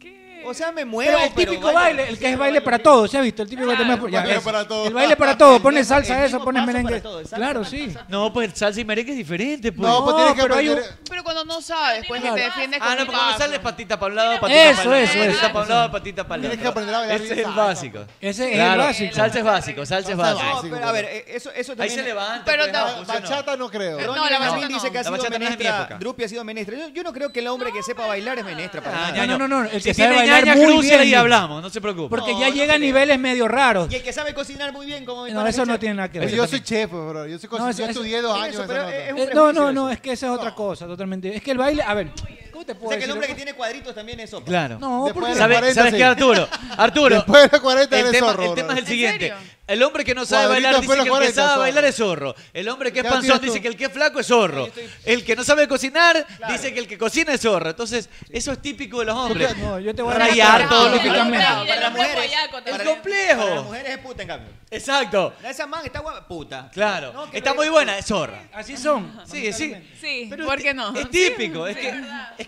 Speaker 8: ¿Qué?
Speaker 5: O sea, me muevo,
Speaker 9: Pero el típico
Speaker 5: bailo.
Speaker 9: baile, el que es baile para todos, ¿se ha visto? El típico
Speaker 10: Claro.
Speaker 9: baile ya,
Speaker 4: Baile
Speaker 9: ese.
Speaker 4: para todos.
Speaker 9: El baile para todos,
Speaker 5: El
Speaker 9: pones
Speaker 5: mismo- el
Speaker 9: salsa eso,
Speaker 5: mismo
Speaker 9: pones
Speaker 5: paso para
Speaker 9: merengue.
Speaker 5: todo, salsa
Speaker 9: Claro,
Speaker 5: para
Speaker 9: sí.
Speaker 2: No, pues salsa y merengue es diferente, pues.
Speaker 4: No, pues tienes que
Speaker 9: pero hay
Speaker 4: aprender.
Speaker 8: Pero cuando no sabes, pues
Speaker 9: Claro.
Speaker 8: que te defiendes con
Speaker 2: Ah, no,
Speaker 8: un
Speaker 2: porque cuando
Speaker 8: vaso.
Speaker 2: sales patita para un lado, patita
Speaker 9: patita Eso,
Speaker 2: para
Speaker 9: para
Speaker 2: el
Speaker 9: el
Speaker 2: otro.
Speaker 9: eso, otro,
Speaker 2: Patita
Speaker 9: eso. patita
Speaker 2: para
Speaker 9: para
Speaker 2: un lado, patita para el otro.
Speaker 4: Tienes que aprender a bailar
Speaker 2: Ese
Speaker 4: bien
Speaker 2: es el
Speaker 4: salsa.
Speaker 2: básico.
Speaker 9: Ese es el
Speaker 2: Claro,
Speaker 9: básico.
Speaker 2: salsa es básico, salsa es
Speaker 4: Salsa
Speaker 2: básico.
Speaker 5: No,
Speaker 4: Sí,
Speaker 5: pero a
Speaker 4: bueno.
Speaker 5: ver, eh, eso, eso
Speaker 2: Ahí
Speaker 5: también.
Speaker 2: se levanta.
Speaker 8: Pero
Speaker 2: pues,
Speaker 8: no,
Speaker 2: ah, funciona.
Speaker 4: Bachata no creo.
Speaker 5: Ronnie
Speaker 8: No, la
Speaker 5: Benjamín
Speaker 8: bachata no.
Speaker 5: dice que ha
Speaker 8: La
Speaker 5: sido
Speaker 2: bachata no es de mi
Speaker 5: menestra.
Speaker 2: época.
Speaker 5: Drupi ha sido menestra. Yo, yo no creo que el hombre que sepa bailar es menestra para
Speaker 2: Ah,
Speaker 5: nada.
Speaker 2: ya
Speaker 9: No, no, no, el
Speaker 2: Si
Speaker 9: que
Speaker 2: tiene
Speaker 9: sabe bailar
Speaker 2: ñaña,
Speaker 9: muy
Speaker 2: crucia
Speaker 9: bien.
Speaker 2: y hablamos, no se preocupe.
Speaker 9: Porque
Speaker 5: No,
Speaker 9: ya
Speaker 5: no
Speaker 9: llega a
Speaker 5: creo.
Speaker 9: niveles medio raros.
Speaker 5: Y el que sabe cocinar muy bien, como mi
Speaker 9: No,
Speaker 5: pana
Speaker 9: eso no
Speaker 5: Richard.
Speaker 9: tiene nada que
Speaker 4: Pero
Speaker 9: ver.
Speaker 4: yo soy chef, bro. Yo, soy cocin-
Speaker 9: No, eso-
Speaker 4: yo
Speaker 9: eso-
Speaker 4: estudié dos
Speaker 5: eso,
Speaker 4: años. en
Speaker 5: pero
Speaker 4: esa
Speaker 5: es-
Speaker 4: nota.
Speaker 5: un
Speaker 9: Eh, no, no,
Speaker 5: prejuicio
Speaker 9: no,
Speaker 5: eso.
Speaker 9: es que esa es otra cosa, totalmente. Es que el baile, a ver, ¿cómo te
Speaker 5: O
Speaker 9: puedo
Speaker 5: sea, que el hombre que
Speaker 9: decir?
Speaker 5: tiene cuadritos también es hombre.
Speaker 2: Claro.
Speaker 9: No,
Speaker 4: Después
Speaker 9: porque
Speaker 4: de
Speaker 2: ¿Sabe-
Speaker 4: los 40,
Speaker 2: ¿Sabes
Speaker 4: sí.
Speaker 2: qué, Arturo? Arturo,
Speaker 4: Después de 40
Speaker 2: el
Speaker 4: eres
Speaker 2: tema,
Speaker 4: zorro,
Speaker 2: el tema
Speaker 4: bro.
Speaker 2: es el
Speaker 8: ¿En
Speaker 2: siguiente.
Speaker 8: serio?
Speaker 2: El hombre que no sabe
Speaker 4: Cuadritos
Speaker 2: bailar dice que el
Speaker 4: después de los
Speaker 2: que
Speaker 4: 40
Speaker 2: sabe
Speaker 4: zorro.
Speaker 2: bailar es zorro. El hombre que es
Speaker 4: Ya lo tiras
Speaker 2: panzón
Speaker 4: tú.
Speaker 2: dice que el que es flaco es zorro. El que no sabe cocinar dice que el que cocina es zorro. Entonces, eso es típico de los hombres.
Speaker 9: No, yo te voy a
Speaker 2: Rayar todo lo que
Speaker 10: Y
Speaker 9: Lógicamente.
Speaker 10: de
Speaker 5: Para las
Speaker 10: los
Speaker 5: mujeres.
Speaker 10: guayacos
Speaker 2: Es
Speaker 5: Para-
Speaker 10: también.
Speaker 2: complejo.
Speaker 5: Para las mujeres es puta, en cambio.
Speaker 2: Exacto.
Speaker 5: Esa man está guapa. Puta.
Speaker 2: Claro.
Speaker 5: No, que
Speaker 2: Está
Speaker 5: no-
Speaker 2: muy buena, es zorra.
Speaker 9: Así son.
Speaker 2: Sí, sí.
Speaker 3: Sí,
Speaker 2: Pero
Speaker 3: ¿por
Speaker 2: es
Speaker 3: qué
Speaker 2: ti-
Speaker 3: no?
Speaker 2: Es típico. Es que, es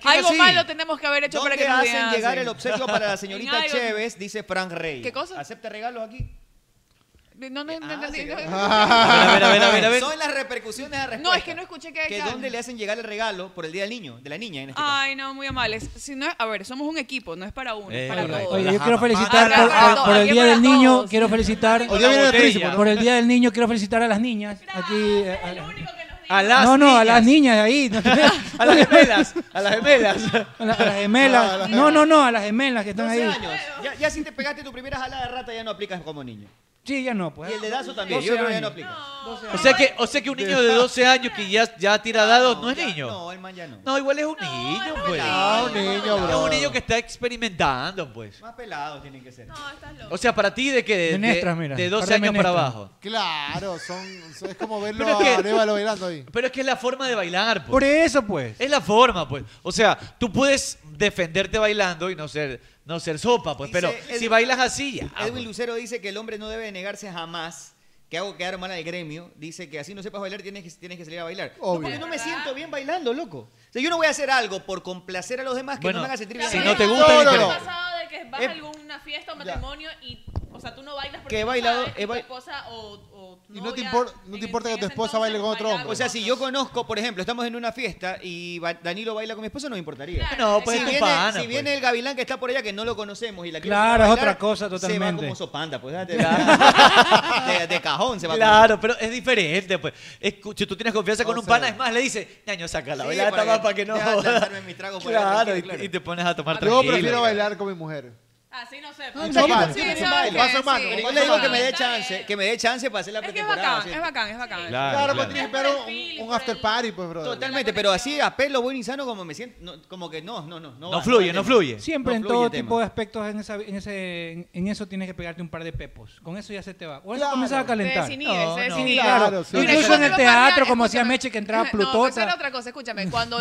Speaker 2: que es
Speaker 3: Algo
Speaker 2: así.
Speaker 3: malo tenemos que haber hecho para
Speaker 5: ¿Dónde
Speaker 3: que nos
Speaker 5: hacen
Speaker 3: digan
Speaker 5: llegar
Speaker 3: así.
Speaker 5: el obsequio para la señorita
Speaker 3: En algo.
Speaker 5: Chévez? Dice Frank Rey.
Speaker 3: ¿Qué cosa?
Speaker 5: ¿Acepta regalos aquí?
Speaker 3: No, no,
Speaker 2: Ah,
Speaker 3: no,
Speaker 5: sí,
Speaker 3: no, no,
Speaker 2: A ver, a ver, a ver, a ver.
Speaker 5: Son las repercusiones a respuesta.
Speaker 3: No, es que no escuché que-
Speaker 5: Que dónde le hacen llegar el regalo por el día del niño, de la niña en este caso.
Speaker 3: Ay, no, muy amables. Si no, a ver, somos un equipo, no es para uno,
Speaker 2: Eh,
Speaker 3: es para
Speaker 2: correcto.
Speaker 3: todos.
Speaker 9: Oye,
Speaker 2: Las
Speaker 9: yo quiero
Speaker 2: amas.
Speaker 9: felicitar
Speaker 3: Ah,
Speaker 9: por,
Speaker 3: para
Speaker 9: por-
Speaker 3: todos,
Speaker 9: por el
Speaker 3: aquí
Speaker 9: Día
Speaker 3: para
Speaker 9: del Niño,
Speaker 3: todos.
Speaker 9: quiero felicitar
Speaker 4: Hoy día viene el
Speaker 2: botella.
Speaker 4: príncipe, ¿no?
Speaker 9: por el Día del Niño, quiero felicitar a las niñas. Aquí, a- a-
Speaker 10: El único que nos dijo.
Speaker 2: A las
Speaker 9: no, no, a
Speaker 2: niñas.
Speaker 9: las niñas ahí. no te-
Speaker 2: A las gemelas. A las gemelas.
Speaker 9: a la- a las gemelas. No, no, no, a las gemelas que están
Speaker 5: 12
Speaker 9: ahí.
Speaker 5: años. Ya, ya si te pegaste tu primera jalada de rata ya no aplicas como niño.
Speaker 9: Sí, ya no, pues.
Speaker 5: Y el dedazo también.
Speaker 9: 12
Speaker 5: Yo creo que ya no
Speaker 9: años.
Speaker 5: aplicas.
Speaker 2: O sea que, o sea que un niño de 12 años que ya, ya tira dados no es
Speaker 5: ya-
Speaker 2: niño.
Speaker 5: No, el man ya no.
Speaker 2: No, igual es un niño, pues.
Speaker 4: Ah, un niño,
Speaker 2: Es
Speaker 4: bro.
Speaker 2: un niño que está experimentando, pues.
Speaker 5: Más pelados tienen que ser.
Speaker 10: No, estás loco.
Speaker 2: O sea, para ti, ¿de qué? De, de-
Speaker 9: Menestras, mira,
Speaker 2: de 12
Speaker 9: par de
Speaker 2: años para
Speaker 9: menestras.
Speaker 2: abajo.
Speaker 4: Claro, son, son- es como verlo
Speaker 2: Pero es que-
Speaker 4: a Arevalo bailando ahí.
Speaker 2: Pero es que es la forma de bailar,
Speaker 9: Por
Speaker 2: pues.
Speaker 9: eso, pues.
Speaker 2: Es la forma, pues. O sea, tú puedes defenderte bailando y no ser, no ser sopa, pues.
Speaker 5: Dice
Speaker 2: Pero
Speaker 5: Edwin-
Speaker 2: si bailas así, ya.
Speaker 5: Edwin
Speaker 2: pues.
Speaker 5: Lucero dice que el hombre no debe negarse jamás. Que hago quedar mal al gremio. Dice que así no sepas bailar, tienes que, tienes que salir a bailar. No,
Speaker 4: Obvio.
Speaker 5: porque no me siento bien bailando, loco. O sea, yo no voy a hacer algo por complacer a los demás que
Speaker 2: Bueno,
Speaker 5: no me hagan sentir
Speaker 2: si
Speaker 5: bien.
Speaker 2: no
Speaker 10: También
Speaker 2: te
Speaker 10: nos
Speaker 2: gusta,
Speaker 10: ha
Speaker 4: no, no, no.
Speaker 10: pasado de que vas
Speaker 5: Eh,
Speaker 10: a alguna fiesta o matrimonio y, o sea, tú no bailas porque
Speaker 5: Que he
Speaker 10: no
Speaker 5: bailado-
Speaker 10: sabes,
Speaker 5: he
Speaker 10: y tu
Speaker 5: bail-
Speaker 10: esposa o, o tu
Speaker 4: Y no te
Speaker 10: novia
Speaker 4: impor- no te
Speaker 10: en-
Speaker 4: importa
Speaker 10: en
Speaker 4: que tu
Speaker 10: ese
Speaker 4: esposa
Speaker 10: entonces
Speaker 4: baile con otro
Speaker 10: bailaba
Speaker 4: hombre.
Speaker 5: O sea, si
Speaker 10: otros.
Speaker 5: yo conozco, por ejemplo, estamos en una fiesta y ba- Danilo baila con mi esposa, no me importaría.
Speaker 10: Claro.
Speaker 2: No, pues
Speaker 5: si
Speaker 2: es tu
Speaker 5: viene,
Speaker 2: pana,
Speaker 5: si
Speaker 2: pues.
Speaker 5: viene el gavilán que está por allá que no lo conocemos y la quiere
Speaker 9: Claro,
Speaker 5: poner a
Speaker 9: es
Speaker 5: bailar,
Speaker 9: otra cosa
Speaker 5: Se va
Speaker 9: totalmente.
Speaker 5: como sopanda, pues date- de, de cajón se va. como-
Speaker 2: Claro, pero es diferente, pues. Es cu- si tú tienes confianza con
Speaker 5: O
Speaker 2: un
Speaker 5: sea-
Speaker 2: pana, es más, le dices, ñaño, saca la
Speaker 5: Sí,
Speaker 2: bailata
Speaker 5: para
Speaker 2: más
Speaker 5: que-
Speaker 2: para que no.
Speaker 5: ya,
Speaker 2: jodas".
Speaker 5: lanzarme mis tragos por allá,
Speaker 2: claro, Ah, y,
Speaker 5: tranquilo, claro.
Speaker 2: y te pones a tomar
Speaker 4: Yo
Speaker 2: tranquilo.
Speaker 4: prefiero bailar con mi mujer.
Speaker 10: Así no sé.
Speaker 4: Un
Speaker 10: pues.
Speaker 4: Yo sopa.
Speaker 3: Sí,
Speaker 5: también
Speaker 3: sí,
Speaker 5: bailo.
Speaker 3: ok,
Speaker 4: Paso en mano.
Speaker 3: sí.
Speaker 5: Pero igual le digo que me dé
Speaker 10: Está
Speaker 5: chance,
Speaker 10: bien.
Speaker 5: que me dé chance para hacer la
Speaker 3: Es que es
Speaker 5: pretemporada.
Speaker 3: bacán,
Speaker 5: ¿sí?
Speaker 3: es bacán, es bacán.
Speaker 4: Claro, pues
Speaker 2: claro.
Speaker 4: tienes que esperar un-
Speaker 10: Perfil y
Speaker 4: un,
Speaker 10: por
Speaker 4: after
Speaker 10: el-
Speaker 4: party, pues, bro.
Speaker 5: Totalmente, pero así a pelo buen insano como me siento, no, como que no, no, no.
Speaker 2: No
Speaker 5: va, va
Speaker 2: fluye,
Speaker 5: el
Speaker 2: no
Speaker 5: tema.
Speaker 2: fluye.
Speaker 9: Siempre
Speaker 5: No
Speaker 9: en
Speaker 5: fluye
Speaker 9: todo
Speaker 5: el tema.
Speaker 9: tipo de aspectos, en, esa- en ese, en, en eso tienes que pegarte un par de pepos. Con eso ya se te va. O eso
Speaker 4: Claro.
Speaker 9: comienzas a
Speaker 3: Se
Speaker 9: calentar.
Speaker 3: desinhibe,
Speaker 2: No,
Speaker 3: se
Speaker 2: no,
Speaker 3: desinhibe.
Speaker 4: claro, sí.
Speaker 3: Mira,
Speaker 9: Incluso
Speaker 3: yo
Speaker 9: en el
Speaker 3: cuando iba a
Speaker 9: teatro,
Speaker 3: farrear,
Speaker 9: como hacía
Speaker 3: escúchame.
Speaker 9: Meche, que entraba
Speaker 3: No, eso era
Speaker 9: Plutota.
Speaker 3: otra cosa, escúchame. Cuando